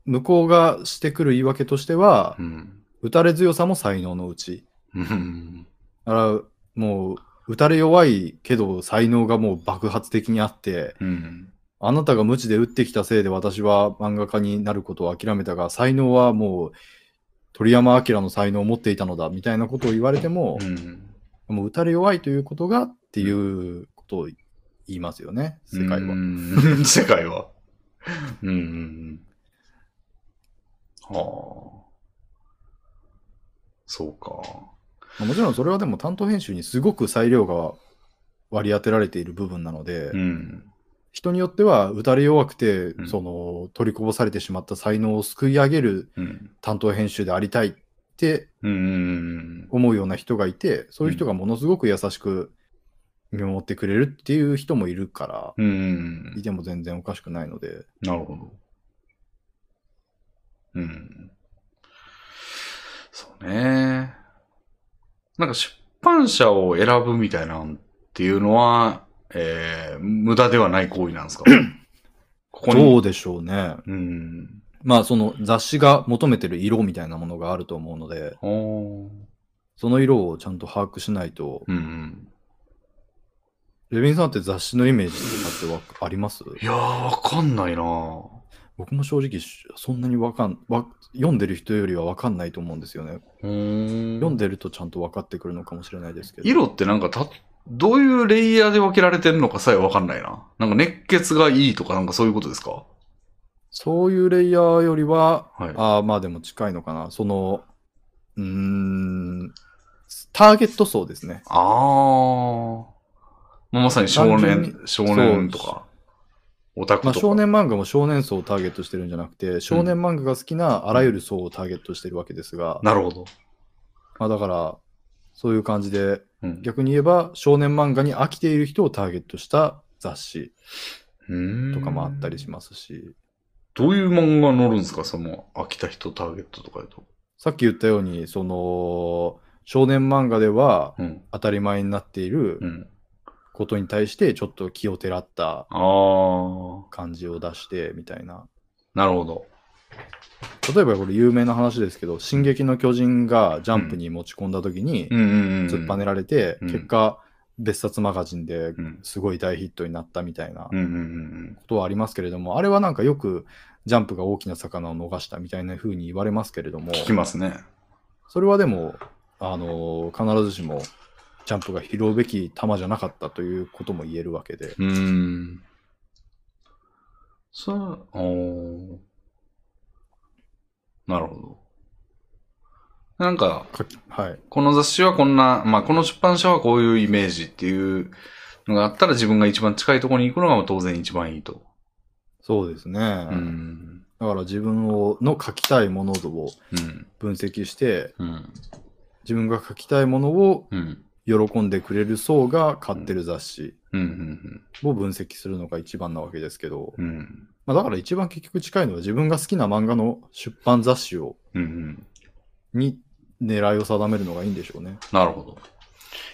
Speaker 2: 向こうがしてくる言い訳としては
Speaker 1: う、ん、
Speaker 2: 打たれ強さも才能のうち。
Speaker 1: うん。
Speaker 2: だから、もう、打たれ弱いけど、才能がもう爆発的にあって、
Speaker 1: うん。
Speaker 2: あなたが無知で打ってきたせいで私は漫画家になることを諦めたが、才能はもう鳥山明の才能を持っていたのだみたいなことを言われても
Speaker 1: う、ん。
Speaker 2: もう打たれ弱いということがっていうことを言いますよね、世界は。
Speaker 1: は。世界は。うんうんうん。はあ。そうか。
Speaker 2: まあもちろんそれはでも担当編集にすごく裁量が割り当てられている部分なので、
Speaker 1: うん。
Speaker 2: 人によっては打たれ弱くて、
Speaker 1: ん
Speaker 2: その取りこぼされてしまった才能をすくい上げる
Speaker 1: うん。
Speaker 2: 担当編集でありたいって
Speaker 1: うんうん
Speaker 2: 思うような人がいて、そういう人がものすごく優しく見守ってくれるっていう人もいるから、
Speaker 1: うん。うん
Speaker 2: い。ても全然おかしくないので、
Speaker 1: なるほど。うん。そうね。なんか出版社を選ぶみたいなんっていうのは、えー、無駄ではない行為なんですかここに。
Speaker 2: どうでしょうね。
Speaker 1: うん。
Speaker 2: まあその雑誌が求めてる色みたいなものがあると思うので、
Speaker 1: おー
Speaker 2: その色をちゃんと把握しないと、
Speaker 1: うんうん。
Speaker 2: レビンさんって雑誌のイメージとかってわあります
Speaker 1: いやー、わかんないなぁ
Speaker 2: 僕も正直しそんなにわかん、わ読んでる人よりはわかんないと思うんですよね。
Speaker 1: うーん
Speaker 2: 読んでるとちゃんと分かってくるのかもしれないですけど。
Speaker 1: 色ってなんかた、どういうレイヤーで分けられてるのかさえわかんないな。なんか熱血がいいとかなんかそういうことですか
Speaker 2: そういうレイヤーよりは、
Speaker 1: はい。
Speaker 2: あーまあでも近いのかな。その、うーん、ターゲット層ですね。
Speaker 1: あー。まあ、まさに少
Speaker 2: 単
Speaker 1: 年
Speaker 2: 純、
Speaker 1: 少年とか、オタク
Speaker 2: ま
Speaker 1: とか。
Speaker 2: あ、少年漫画も少年層をターゲットしてるんじゃなくて、少年漫画が好きなあらゆる層をターゲットしてるわけですが、
Speaker 1: なるほど。
Speaker 2: まあだから、そういう感じで、
Speaker 1: うん。
Speaker 2: 逆に言えば少年漫画に飽きている人をターゲットした雑誌
Speaker 1: うーん
Speaker 2: とかもあったりしますし、
Speaker 1: どういう漫画載るんですかその、飽きた人ターゲットとかでと。
Speaker 2: さっき言ったように、その、少年漫画では
Speaker 1: うん。
Speaker 2: 当たり前になっている
Speaker 1: うん。
Speaker 2: ことに対してちょっと気をてらった
Speaker 1: あー。
Speaker 2: 感じを出してみたいな。
Speaker 1: なるほど。
Speaker 2: 例えばこれ有名な話ですけど、進撃の巨人がジャンプに持ち込んだ時に
Speaker 1: うんうんうん。
Speaker 2: 突っぱねられて、
Speaker 1: うん
Speaker 2: 結果、別冊マガジンで
Speaker 1: うん。
Speaker 2: すごい大ヒットになったみたいな
Speaker 1: うんうんうん
Speaker 2: ことはありますけれども、あれはなんかよくジャンプが大きな魚を逃したみたいな風に言われますけれども
Speaker 1: うん。、聞きますね。
Speaker 2: それはでも、あの必ずしもジャンプが拾うべき球じゃなかったということも言えるわけで、
Speaker 1: うーん。そう、おーなるほど。なんか、
Speaker 2: かはい、
Speaker 1: この雑誌はこんな、まあ、この出版社はこういうイメージっていうのがあったら自分が一番近いところに行くのが当然一番いいと。
Speaker 2: そうですね。
Speaker 1: うん。
Speaker 2: だから自分をの書きたいものを
Speaker 1: うん。
Speaker 2: 分析して、
Speaker 1: うん。
Speaker 2: 自分が書きたいものを
Speaker 1: うん。
Speaker 2: 喜んでくれる層が買ってる雑誌
Speaker 1: うん。うん。
Speaker 2: を分析するのが一番なわけですけど、
Speaker 1: うん。うん
Speaker 2: まあ、だから一番結局近いのは自分が好きな漫画の出版雑誌を
Speaker 1: うん。うん。
Speaker 2: に狙いを定めるのがいいんでしょうね。
Speaker 1: なるほど。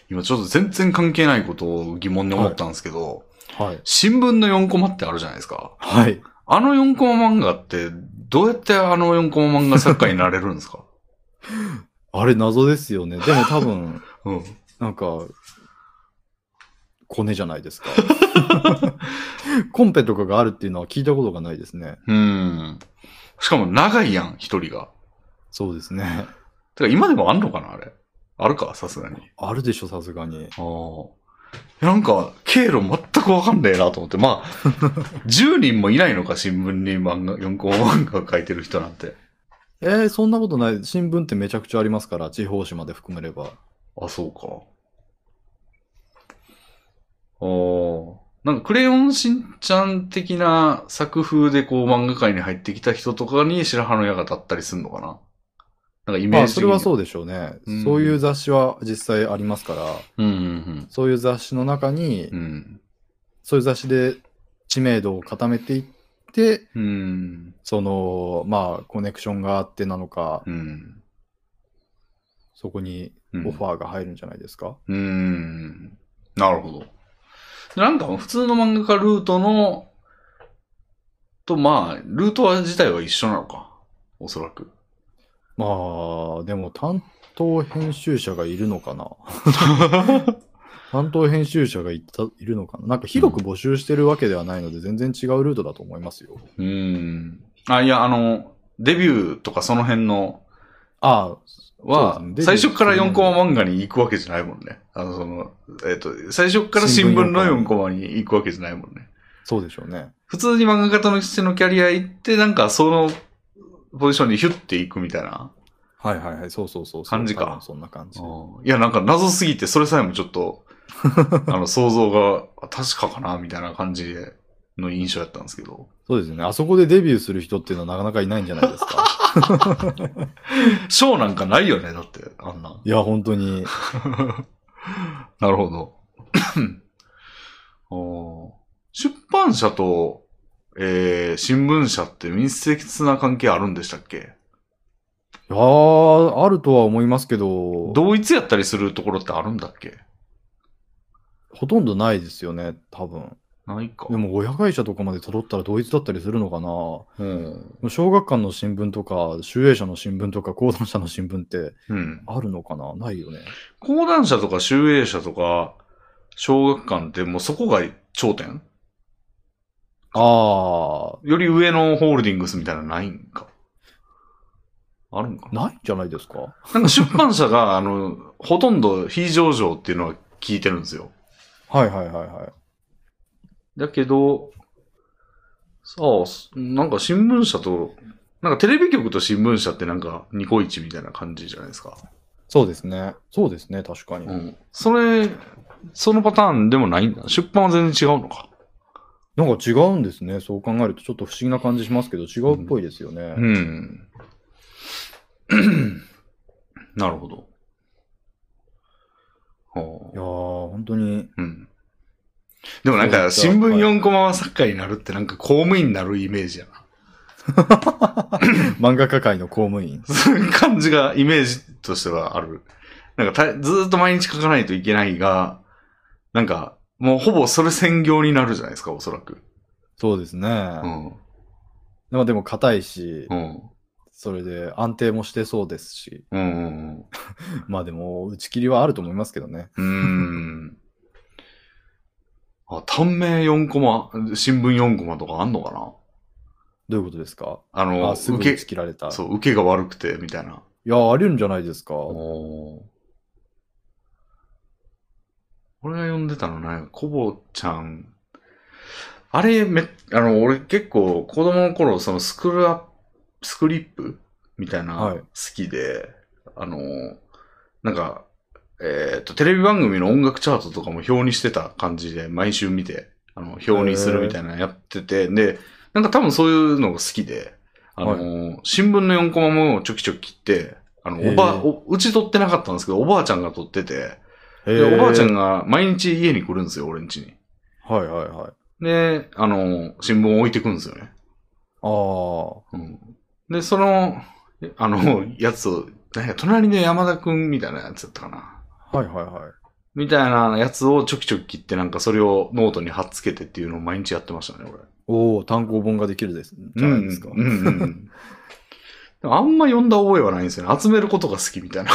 Speaker 1: 今ちょっと全然関係ないことを疑問に思ったんですけど、
Speaker 2: はい。
Speaker 1: 新聞の4コマってあるじゃないですか。
Speaker 2: はい。
Speaker 1: あの4コマ漫画って、どうやってあの4コマ漫画作家になれるんですか
Speaker 2: あれ謎ですよね。でも多分、
Speaker 1: うん。
Speaker 2: なんか、コネじゃない ですか。コンペとかがあるっていうのは聞いたことがないですね。
Speaker 1: うん。しかも長いやん、一人が。
Speaker 2: そうですね。
Speaker 1: てか今でもあんのかな、あれ。あるか、さすがに。
Speaker 2: あるでしょ、さすがに。
Speaker 1: ああ。なんか、経路全くわかんねえなと思って。まあ、10人もいないのか、新聞に漫画、4コマ漫画書いてる人なんて。
Speaker 2: えー、そんなことない。新聞ってめちゃくちゃありますから、地方紙まで含めれば。
Speaker 1: あ、そうか。おなんか、クレヨンしんちゃん的な作風でこう漫画界に入ってきた人とかに白羽の矢が立ったりするのかななんかイメ
Speaker 2: ま
Speaker 1: ー
Speaker 2: あ、
Speaker 1: ジ
Speaker 2: そ
Speaker 1: 的
Speaker 2: れ
Speaker 1: に。。
Speaker 2: はそううでしょうね。
Speaker 1: うん
Speaker 2: そういう雑誌は実際ありますから、
Speaker 1: うんうん
Speaker 2: そういう雑誌の中に、
Speaker 1: うん。うん。
Speaker 2: そういう雑誌で知名度を固めていって、
Speaker 1: うん。
Speaker 2: その、まあ、コネクションがあってなのか、
Speaker 1: うん。
Speaker 2: そこに
Speaker 1: うん
Speaker 2: オファーが入るんじゃないですか。
Speaker 1: うーん。なるほど。なんか普通の漫画家ルートの、とまあ、ルートは自体は一緒なのか。おそらく。
Speaker 2: まあ、でも担当編集者がいるの かな。担当編集者がいたいるのかな。なんか広く募集してるわけではないので、全然違うルートだと思いますよ。
Speaker 1: うーん。あ、いや、あの、デビューとかその辺の
Speaker 2: あ
Speaker 1: は、
Speaker 2: そうですね
Speaker 1: 最初から
Speaker 2: デビュー
Speaker 1: 4コマ漫画に行くわけじゃないもんね。あの、その、えっ、と、最初から新聞の4コマに行くわけじゃないもんね。
Speaker 2: あ、そうでしょうね。
Speaker 1: 普通に漫画家としてのキャリア行って、なんかそのポジションにヒュッて行くみたいな。
Speaker 2: はいはいはい、そうそうそうそう。
Speaker 1: 感じか
Speaker 2: 多分そんな感じ。
Speaker 1: いや、なんか謎すぎて、それさえもちょっと、 あの、想像があ確かかな、みたいな感じでの印象やったんですけど。
Speaker 2: そうですよね。あそこでデビューする人っていうのはなかなかいないんじゃないですか。
Speaker 1: ショーなんかないよね、だって、あんな。
Speaker 2: いや、本当に。
Speaker 1: なるほ どおー。出版社と、えー、新聞社って密接な関係あるんでしたっけ
Speaker 2: いやー、あるとは思いますけど、
Speaker 1: 同一やったりするところってあるんだっけ
Speaker 2: ほとんどないですよね、多分。
Speaker 1: ないか。
Speaker 2: でも、親会社とかまで辿ったら同一だったりするのかな
Speaker 1: うん。
Speaker 2: 小学館の新聞とか、集英社の新聞とか、講談社の新聞って
Speaker 1: うん。
Speaker 2: あるのかなないよね。
Speaker 1: 講談社とか集英社とか、小学館ってもうそこが頂点
Speaker 2: あ
Speaker 1: より上のホールディングスみたいなのないんか。あるんか
Speaker 2: ー、
Speaker 1: な
Speaker 2: ないんじゃないですか
Speaker 1: なんか出版社が、あの、ほとんど非上場っていうのは聞いてるんですよ。
Speaker 2: はいはいはいはい。
Speaker 1: だけど、さあ、すなんか新聞社と、なんかテレビ局と新聞社ってなんかニコイチみたいな感じじゃないですか。
Speaker 2: そうですね。そうですね、確かに。
Speaker 1: うん。それ、そのパターンでもないんだ。出版は全然違うのか。
Speaker 2: なんか違うんですね。そう考えるとちょっと不思議な感じしますけど、違うっぽいですよね。
Speaker 1: うん。 なるほど。はい
Speaker 2: やー、本当に。
Speaker 1: あ、うん。でもなんか、
Speaker 2: そうか
Speaker 1: 新聞4コマはサッカーになるってなんか公務員になるイメージやな。
Speaker 2: 漫画家界の公務員。
Speaker 1: そういう感じが、イメージとしてはある。なんかた、ずーっと毎日書かないといけないが、なんか、もうほぼそれ専業になるじゃないですか、おそらく。
Speaker 2: そうですね。
Speaker 1: うん。
Speaker 2: まあでも硬いし
Speaker 1: う、ん。
Speaker 2: それで安定もしてそうですし、
Speaker 1: うんうん
Speaker 2: まあでも打ち切りはあると思いますけどね。
Speaker 1: うん。うーん。あ、短命4コマ、新聞4コマとかあんのかな
Speaker 2: どういうことですか
Speaker 1: あの、
Speaker 2: あ、すぐ
Speaker 1: 受
Speaker 2: 打
Speaker 1: け
Speaker 2: ち、切られた。
Speaker 1: そ、
Speaker 2: いう
Speaker 1: 受けが悪くて、みたいな。
Speaker 2: やー、あり得るんじゃないですか。
Speaker 1: おー俺が読んでたのね、コボちゃん。あれ、め、あの、俺結構子供の頃、そのスクールアップ、スクリップみたいな、
Speaker 2: はい
Speaker 1: 好きで、あの、なんか、えっ、と、テレビ番組の音楽チャートとかも表にしてた感じで、毎週見て、あの、表にするみたいなのやってて、で、なんか多分そういうのが好きで、あの、新聞の4コマもちょきちょき切って、あの、
Speaker 2: へー
Speaker 1: おば、おうち撮ってなかったんですけど、おばあちゃんが撮ってて、
Speaker 2: へ
Speaker 1: で
Speaker 2: ー
Speaker 1: おばあちゃんが毎日家に来るんですよ、俺ん家に。
Speaker 2: はいはいはい。
Speaker 1: で、あの、新聞を置いてくんですよね。
Speaker 2: あー。
Speaker 1: うん。で、その、あの、やつを、なんか隣で山田くんみたいなやつだったかな。
Speaker 2: はいはいはい。
Speaker 1: みたいなやつをちょきちょき切ってなんかそれをノートに貼っつけてっていうのを毎日やってましたね、俺。
Speaker 2: おお単行本ができるです。じゃないですか。
Speaker 1: うんうんうんでもあんま読んだ覚えはないんですよね。集めることが好きみたいな。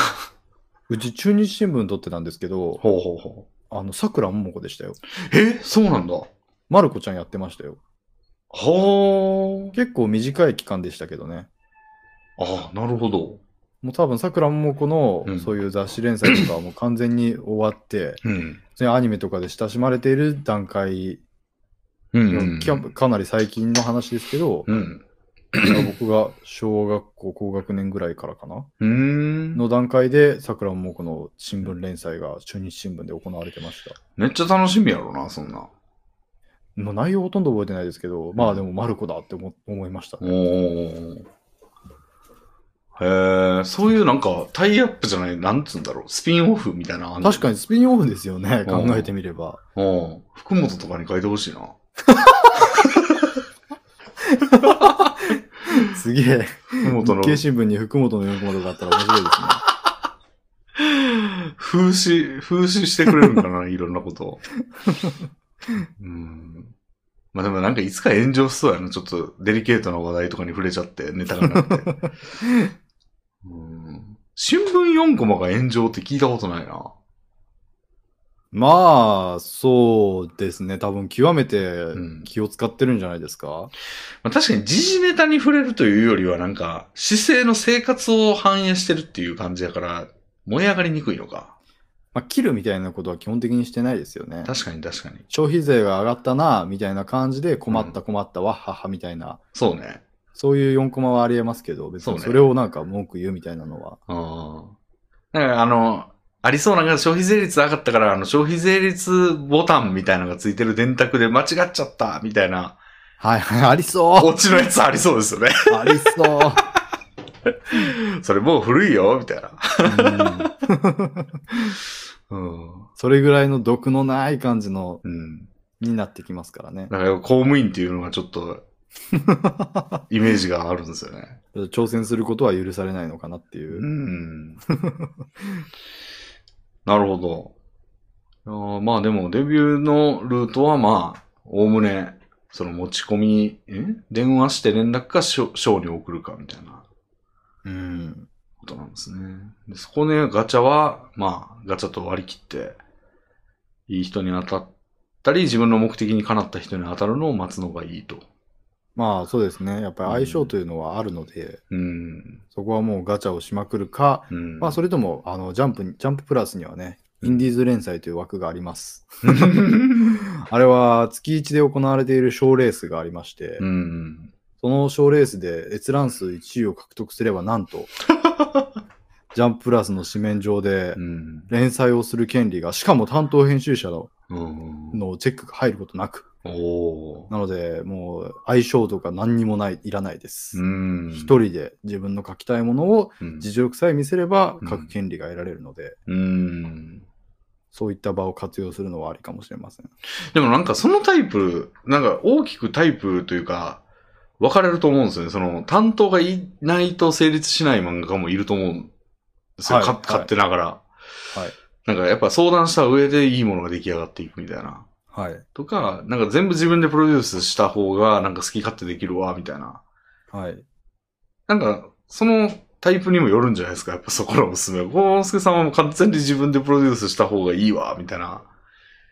Speaker 2: うち中日新聞撮ってたんですけど、
Speaker 1: ほうほうほう。
Speaker 2: あの、さくらももこでしたよ。
Speaker 1: えそうなんだ。
Speaker 2: まる子ちゃんやってましたよ。
Speaker 1: は
Speaker 2: 結構短い期間でしたけどね。
Speaker 1: あ。ああ、なるほど。
Speaker 2: もう多分さくらももこ
Speaker 1: う
Speaker 2: の
Speaker 1: ん
Speaker 2: そういう雑誌連載とかはもう完全に終わって、
Speaker 1: うん。
Speaker 2: 普通にアニメとかで親しまれている段階、
Speaker 1: うん、うん。
Speaker 2: きゃかなり最近の話ですけど、
Speaker 1: うん。
Speaker 2: 僕が小学校高学年ぐらいからかな
Speaker 1: うーん。
Speaker 2: の段階でさくらももこの新聞連載が中日新聞で行われてました。
Speaker 1: めっちゃ楽しみやろな、そんな。
Speaker 2: もう内容ほとんど覚えてないですけど、まあでもマルコだって思思いました
Speaker 1: お
Speaker 2: ね。
Speaker 1: ー。へえ、そういうなんかタイアップじゃない、なんつうんだろう、スピンオフみたいな。
Speaker 2: 確か
Speaker 1: に。
Speaker 2: にスピンオフですよね、
Speaker 1: う
Speaker 2: 考
Speaker 1: ん
Speaker 2: えてみれば。
Speaker 1: うん。福本とかに書いてほしいな。
Speaker 2: すげえ。
Speaker 1: 福本の
Speaker 2: 日経新聞に福本の4コマとかあったら面白いですね。
Speaker 1: 風刺、風刺してくれるんかな、 いろんなことを。うん。まあでもなんかいつか炎上しそうやな。ちょっとデリケートな話題とかに触れちゃって、ネタがなって。うん新聞4コマが炎上って聞いたことないな。
Speaker 2: まあ、そうですね。多分極めて
Speaker 1: ん
Speaker 2: 気を使ってるんじゃないですか。
Speaker 1: まあ、確かに時事ネタに触れるというよりはなんか、姿勢の生活を反映してるっていう感じやから、燃え上がりにくいのか。
Speaker 2: まあ、切るみたいなことは基本的にしてないですよね。
Speaker 1: 確かに確かに。
Speaker 2: 消費税が上がったな、みたいな感じで困った困ったわっはっはみたいな、
Speaker 1: そうね。
Speaker 2: そういう4コマはありえますけど、別
Speaker 1: そう
Speaker 2: に
Speaker 1: ね
Speaker 2: それをなんか文句言うみたいなのは。
Speaker 1: うん。だからあの、ありそうなのが消費税率上がったから、あの消費税率ボタンみたいなのがついてる電卓で間違っちゃったみたいな、
Speaker 2: はいはい、 ありそ
Speaker 1: オチのやつありそうですよね。
Speaker 2: うありそう
Speaker 1: それもう古いよ、みたいな。
Speaker 2: う
Speaker 1: う
Speaker 2: ん
Speaker 1: ん。
Speaker 2: それぐらいの毒のない感じの
Speaker 1: うん。
Speaker 2: になってきますからね。
Speaker 1: だから公務員っていうのがちょっと、イメージがあるんですよね。
Speaker 2: 挑戦することは許されないのかなっていうう。
Speaker 1: ん。 なるほどいやー。まあでもデビューのルートはまあ、おおむね、その持ち込み、え電話して連絡か賞賞に送るかみたいな
Speaker 2: うん。
Speaker 1: ことなんですね。でそこね、ガチャは、まあ、ガチャと割り切って、いい人に当たったり、自分の目的にかなった人に当たるのを待つのがいいと。
Speaker 2: まあそうですね。やっぱり相性というのはあるので、
Speaker 1: うん。
Speaker 2: そこはもうガチャをしまくるか、
Speaker 1: うん。
Speaker 2: まあそれとも、あの、ジャンプに、ジャンププラスにはね、インディーズ連載という枠があります。 あれは月1で行われている賞レースがありまして、
Speaker 1: うん。
Speaker 2: その賞レースで閲覧数1位を獲得すればなん と、ジャンププラスの紙面上で
Speaker 1: うん。
Speaker 2: 連載をする権利が、しかも担当編集者の
Speaker 1: うん。
Speaker 2: のチェックが入ることなく、
Speaker 1: おー。
Speaker 2: なのでもう相性とか何にもない、いらないです。
Speaker 1: うん。
Speaker 2: 一人で自分の書きたいものを
Speaker 1: うん。
Speaker 2: 実力さえ見せれば
Speaker 1: うん
Speaker 2: 書く権利が得られるので、
Speaker 1: うん。
Speaker 2: そういった場を活用するのはありかもしれません。
Speaker 1: でもなんかそのタイプ、なんか大きくタイプというか、分かれると思うんですよね。その担当がいないと成立しない漫画家もいると思うんですよ。
Speaker 2: はい
Speaker 1: か
Speaker 2: はい
Speaker 1: 勝手ながら。
Speaker 2: はい。
Speaker 1: なんかやっぱ相談した上でいいものが出来上がっていくみたいな。
Speaker 2: はい。
Speaker 1: とか、なんか全部自分でプロデュースした方がなんか好き勝手できるわ、みたいな。
Speaker 2: はい。
Speaker 1: なんか、そのタイプにもよるんじゃないですか。やっぱそこの娘は。ゴースケさんはもう完全に自分でプロデュースした方がいいわ、みたいな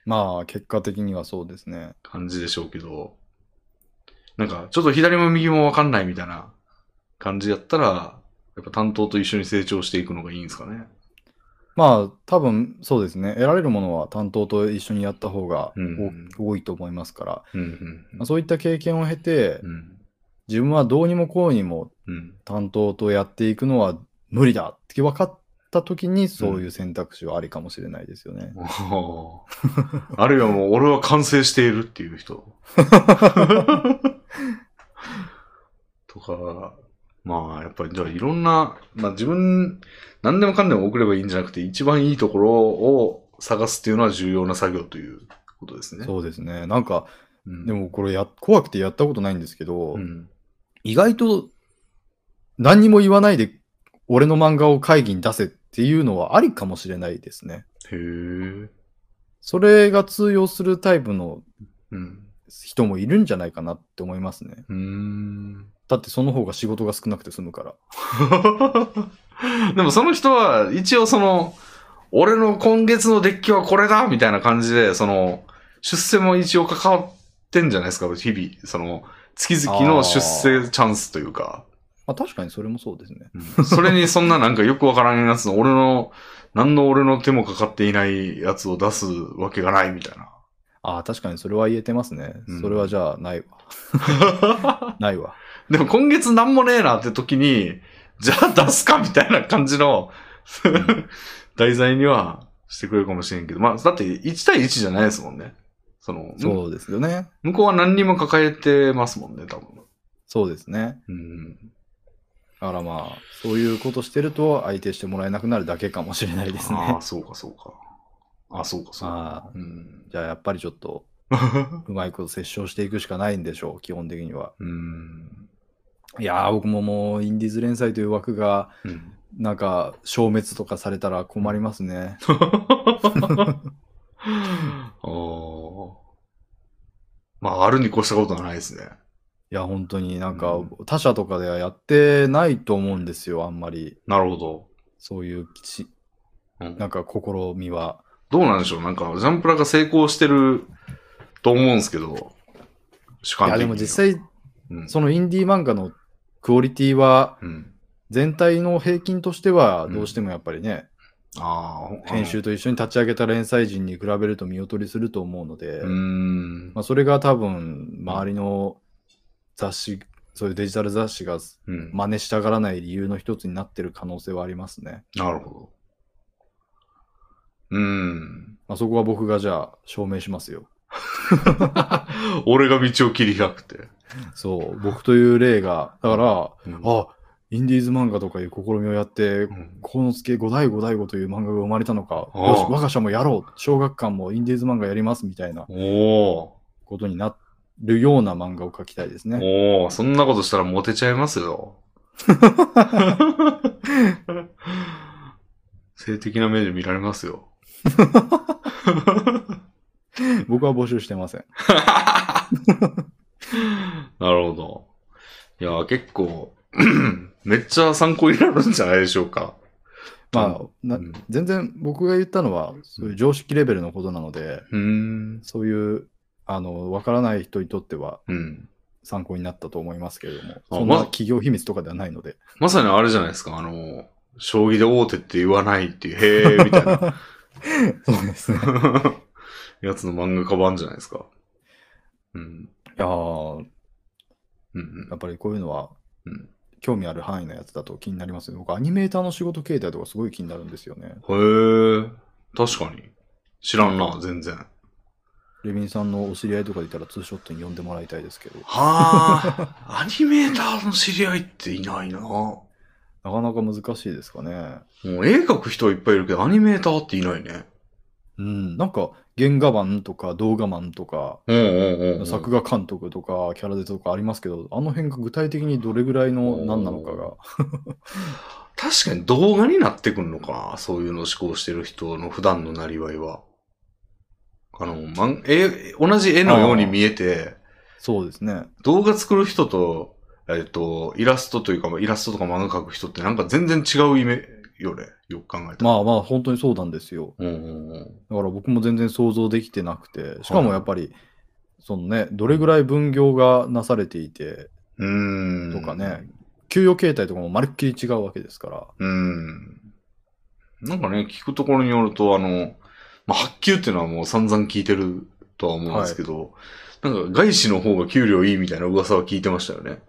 Speaker 2: まあ、結果的にはそうですね。
Speaker 1: 感じでしょうけど。なんか、ちょっと左も右もわかんないみたいな感じやったら、やっぱ担当と一緒に成長していくのがいいんですかね。
Speaker 2: まあ、多分そうですね。得られるものは担当と一緒にやった方が
Speaker 1: うん
Speaker 2: お多いと思いますから、
Speaker 1: うん、
Speaker 2: まあそういった経験を経て
Speaker 1: う、ん、
Speaker 2: 自分はどうにもこうにも
Speaker 1: うん、
Speaker 2: 担当とやっていくのは無理だって分かった時に、そういう選択肢はありかもしれないですよね。
Speaker 1: うん。おー あるいはもう、俺は完成しているっていう人。 とか、まあ、やっぱり、じゃあいろんな、まあ自分、何でもかんでも送ればいいんじゃなくて、一番いいところを探すっていうのは重要な作業ということですね。
Speaker 2: そうですね。なんか、
Speaker 1: うん
Speaker 2: で、もこれや、怖くてやったことないんですけど、
Speaker 1: うん。
Speaker 2: 意外と何にも言わないで、俺の漫画を会議に出せっていうのはありかもしれないですね。
Speaker 1: へえ。
Speaker 2: それが通用するタイプの
Speaker 1: うん。
Speaker 2: 人もいるんじゃないかなって思いますね。
Speaker 1: うーん。
Speaker 2: だってその方が仕事が少なくて済むから。
Speaker 1: でもその人は、一応その、俺の今月のデッキはこれだみたいな感じで、その、出世も一応関わってんじゃないですか、日々。その、月々の出世チャンスというか。
Speaker 2: まあ確かにそれもそうですね。
Speaker 1: うん それにそんななんかよくわからんやつの、俺の、何の俺の手もかかっていないやつを出すわけがないみたいな。
Speaker 2: ああ、確かにそれは言えてますね。
Speaker 1: うん
Speaker 2: それはじゃあないわ。 ないわ。
Speaker 1: でも今月なんもねえなって時に、じゃあ出すかみたいな感じの、題材にはしてくれるかもしれんけど、まあ、だって1対1じゃないですもんね。その、む
Speaker 2: そうですよね。
Speaker 1: 向こうは何にも抱えてますもんね、多分。
Speaker 2: そうですね。
Speaker 1: うん。
Speaker 2: だからまあ、そういうことしてると相手してもらえなくなるだけかもしれないです
Speaker 1: あ
Speaker 2: ね
Speaker 1: あ、。そうか、そうか。ああ、そうか、そうか。
Speaker 2: ああ。
Speaker 1: うん
Speaker 2: じゃあやっぱりちょっとうまいこと折衝していくしかないんでしょ う、基本的には。
Speaker 1: うん。
Speaker 2: いやー、僕ももう、インディーズ連載という枠が、
Speaker 1: うん
Speaker 2: なんか、消滅とかされたら困りますね。
Speaker 1: ああ。まあ、あるに越したことはないですね。
Speaker 2: いや、本当になんか、
Speaker 1: うん
Speaker 2: 他社とかではやってないと思うんですよ、あんまり。
Speaker 1: なるほど。
Speaker 2: そういうし、
Speaker 1: うん
Speaker 2: なんか、試みは。
Speaker 1: どうなんでしょうなんか、ジャンプラが成功してると思うんですけど、主
Speaker 2: い
Speaker 1: 観的
Speaker 2: や、
Speaker 1: に
Speaker 2: で
Speaker 1: は
Speaker 2: も実、際、
Speaker 1: うん、
Speaker 2: そのインディー漫画のクオリティは、
Speaker 1: うん。
Speaker 2: 全体の平均としては、どうしてもやっぱりね、
Speaker 1: ああ、
Speaker 2: 編集と一緒に立ち上げた連載陣に比べると見劣りすると思うので、
Speaker 1: うーん。
Speaker 2: まあ、それが多分、周りの雑誌、そういうデジタル雑誌が
Speaker 1: うん
Speaker 2: 真似したがらない理由の一つになってる可能性はありますね。
Speaker 1: なるほど。うーん。
Speaker 2: まあ、そこは僕がじゃあ証明しますよ。
Speaker 1: 俺が道を切り開くって。
Speaker 2: そう、僕という例が、だから、
Speaker 1: うん
Speaker 2: あ、インディーズ漫画とかいう試みをやって
Speaker 1: う、ん
Speaker 2: 幸之助五代五代五という漫画が生まれたのか、
Speaker 1: ああ
Speaker 2: よし、我が社もやろう、小学館もインディーズ漫画やりますみたいな
Speaker 1: お
Speaker 2: ことになるような漫画を描きたいです
Speaker 1: ー
Speaker 2: ね。
Speaker 1: おーそんなことしたらモテちゃいますよ。 性的な目で見られますよ。
Speaker 2: 僕は募集してません。
Speaker 1: なるほど。いや、結構、 めっちゃ参考になるんじゃないでしょうか。
Speaker 2: まあ、な
Speaker 1: うん
Speaker 2: 全然僕が言ったのは、そういう常識レベルのことなので、
Speaker 1: うーん。
Speaker 2: そういう、あの、わからない人にとっては
Speaker 1: うん。
Speaker 2: 参考になったと思いますけれども、
Speaker 1: あ
Speaker 2: そん
Speaker 1: ま
Speaker 2: な企業秘密とかではないので、
Speaker 1: まさにあれじゃないですか。あの、将棋で王手って言わないっていう、へえ、みたいな。
Speaker 2: そうですね。
Speaker 1: やつの漫画家版じゃないですか。うん。
Speaker 2: いやー
Speaker 1: うんうん
Speaker 2: やっぱりこういうのは、
Speaker 1: うん
Speaker 2: 興味ある範囲のやつだと気になりますね。僕、アニメーターの仕事形態とかすごい気になるんですよね。
Speaker 1: へえ、確かに。知らんな、全然。
Speaker 2: レビンさんのお知り合いとかでいたら、ツーショットに呼んでもらいたいですけど、な
Speaker 1: はあ、 アニメーターの知り合いっていないな。も
Speaker 2: かなか難しいですかね。
Speaker 1: う絵描く人はいっぱいいるけど、アニメーターっていないね。
Speaker 2: うん、なんか、原画版とか動画版とか、
Speaker 1: うんうんうんうん。
Speaker 2: 作画監督とか、キャラデザとかありますけど、あの辺が具体的にどれぐらいの何なのかが。
Speaker 1: 確かに動画になってくんのかなそういうのを思考してる人の普段のなりわいは。あの、まん、え、同じ絵のように見えて、
Speaker 2: そうですね。
Speaker 1: 動画作る人と、えっと、イラストというか、イラストとか漫画描く人ってなんか全然違うイメよね。よく考えたら。
Speaker 2: まあまあ、本当にそうなんですよ。
Speaker 1: うんうんうん。
Speaker 2: だから僕も全然想像できてなくて、しかもやっぱり、そのね、どれぐらい分業がなされていて、
Speaker 1: うーん。
Speaker 2: とかね。給与形態とかもまるっきり違うわけですから。
Speaker 1: うん。なんかね、聞くところによると、あの、まあ、発給っていうのはもう散々聞いてるとは思うんですけど、なんか外資の方が給料いいみたいな噂は聞いてましたよね。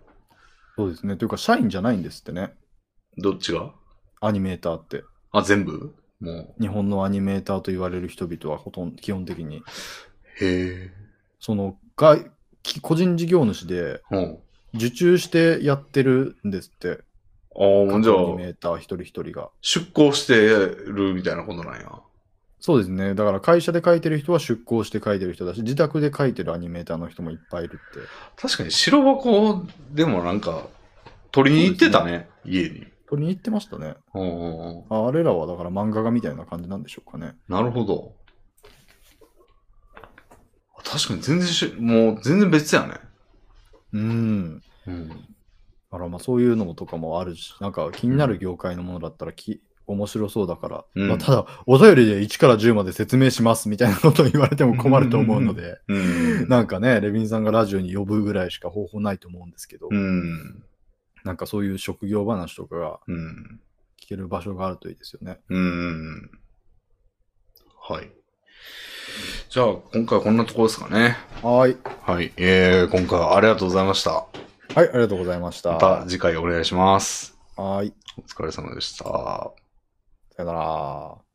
Speaker 2: そうですね。というか、社員じゃないんですってね、
Speaker 1: どっちが
Speaker 2: アニメーターって。
Speaker 1: あ、全部も
Speaker 2: 日本のアニメーターと言われる人々はほとんど基本的に、
Speaker 1: う。へえ。
Speaker 2: その外、き個人事業主で
Speaker 1: うん。
Speaker 2: 受注してやってるんですって、
Speaker 1: ああ、もうじゃ
Speaker 2: 各アニメ
Speaker 1: あ、
Speaker 2: ーター一人一人が。
Speaker 1: 出向してるみたいなことなんや。
Speaker 2: そうですね。だから会社で書いてる人は出向して書いてる人だし、自宅で書いてるアニメーターの人もいっぱいいるって。
Speaker 1: 確かに白箱でもなんか、取りに行ってたね、家に。
Speaker 2: 取りに行ってましたね。
Speaker 1: うんうんうん。
Speaker 2: ああれらはだから漫画家みたいな感じなんでしょうかね。
Speaker 1: なるほど。確かに全然し、もう全然別やね。
Speaker 2: うん。
Speaker 1: うん。
Speaker 2: だからまあそういうのとかもあるし、なんか気になる業界のものだったらき、面白そうだから、
Speaker 1: うん
Speaker 2: まあ、ただ、お便りで1から10まで説明しますみたいなことを言われても困ると思うので、
Speaker 1: うん。
Speaker 2: なんかね、レビンさんがラジオに呼ぶぐらいしか方法ないと思うんですけど、
Speaker 1: うん。
Speaker 2: なんかそういう職業話とかが
Speaker 1: うん。
Speaker 2: 聞ける場所があるといいですよね。
Speaker 1: うん。はい。じゃあ、今回はこんなところですかね。
Speaker 2: はい。
Speaker 1: はい。えー、今回はありがとうございました。
Speaker 2: はい、ありがとうございまし
Speaker 1: ま
Speaker 2: た。
Speaker 1: た次回お願いします。
Speaker 2: はい。
Speaker 1: お疲れ様でした。
Speaker 2: さよなら。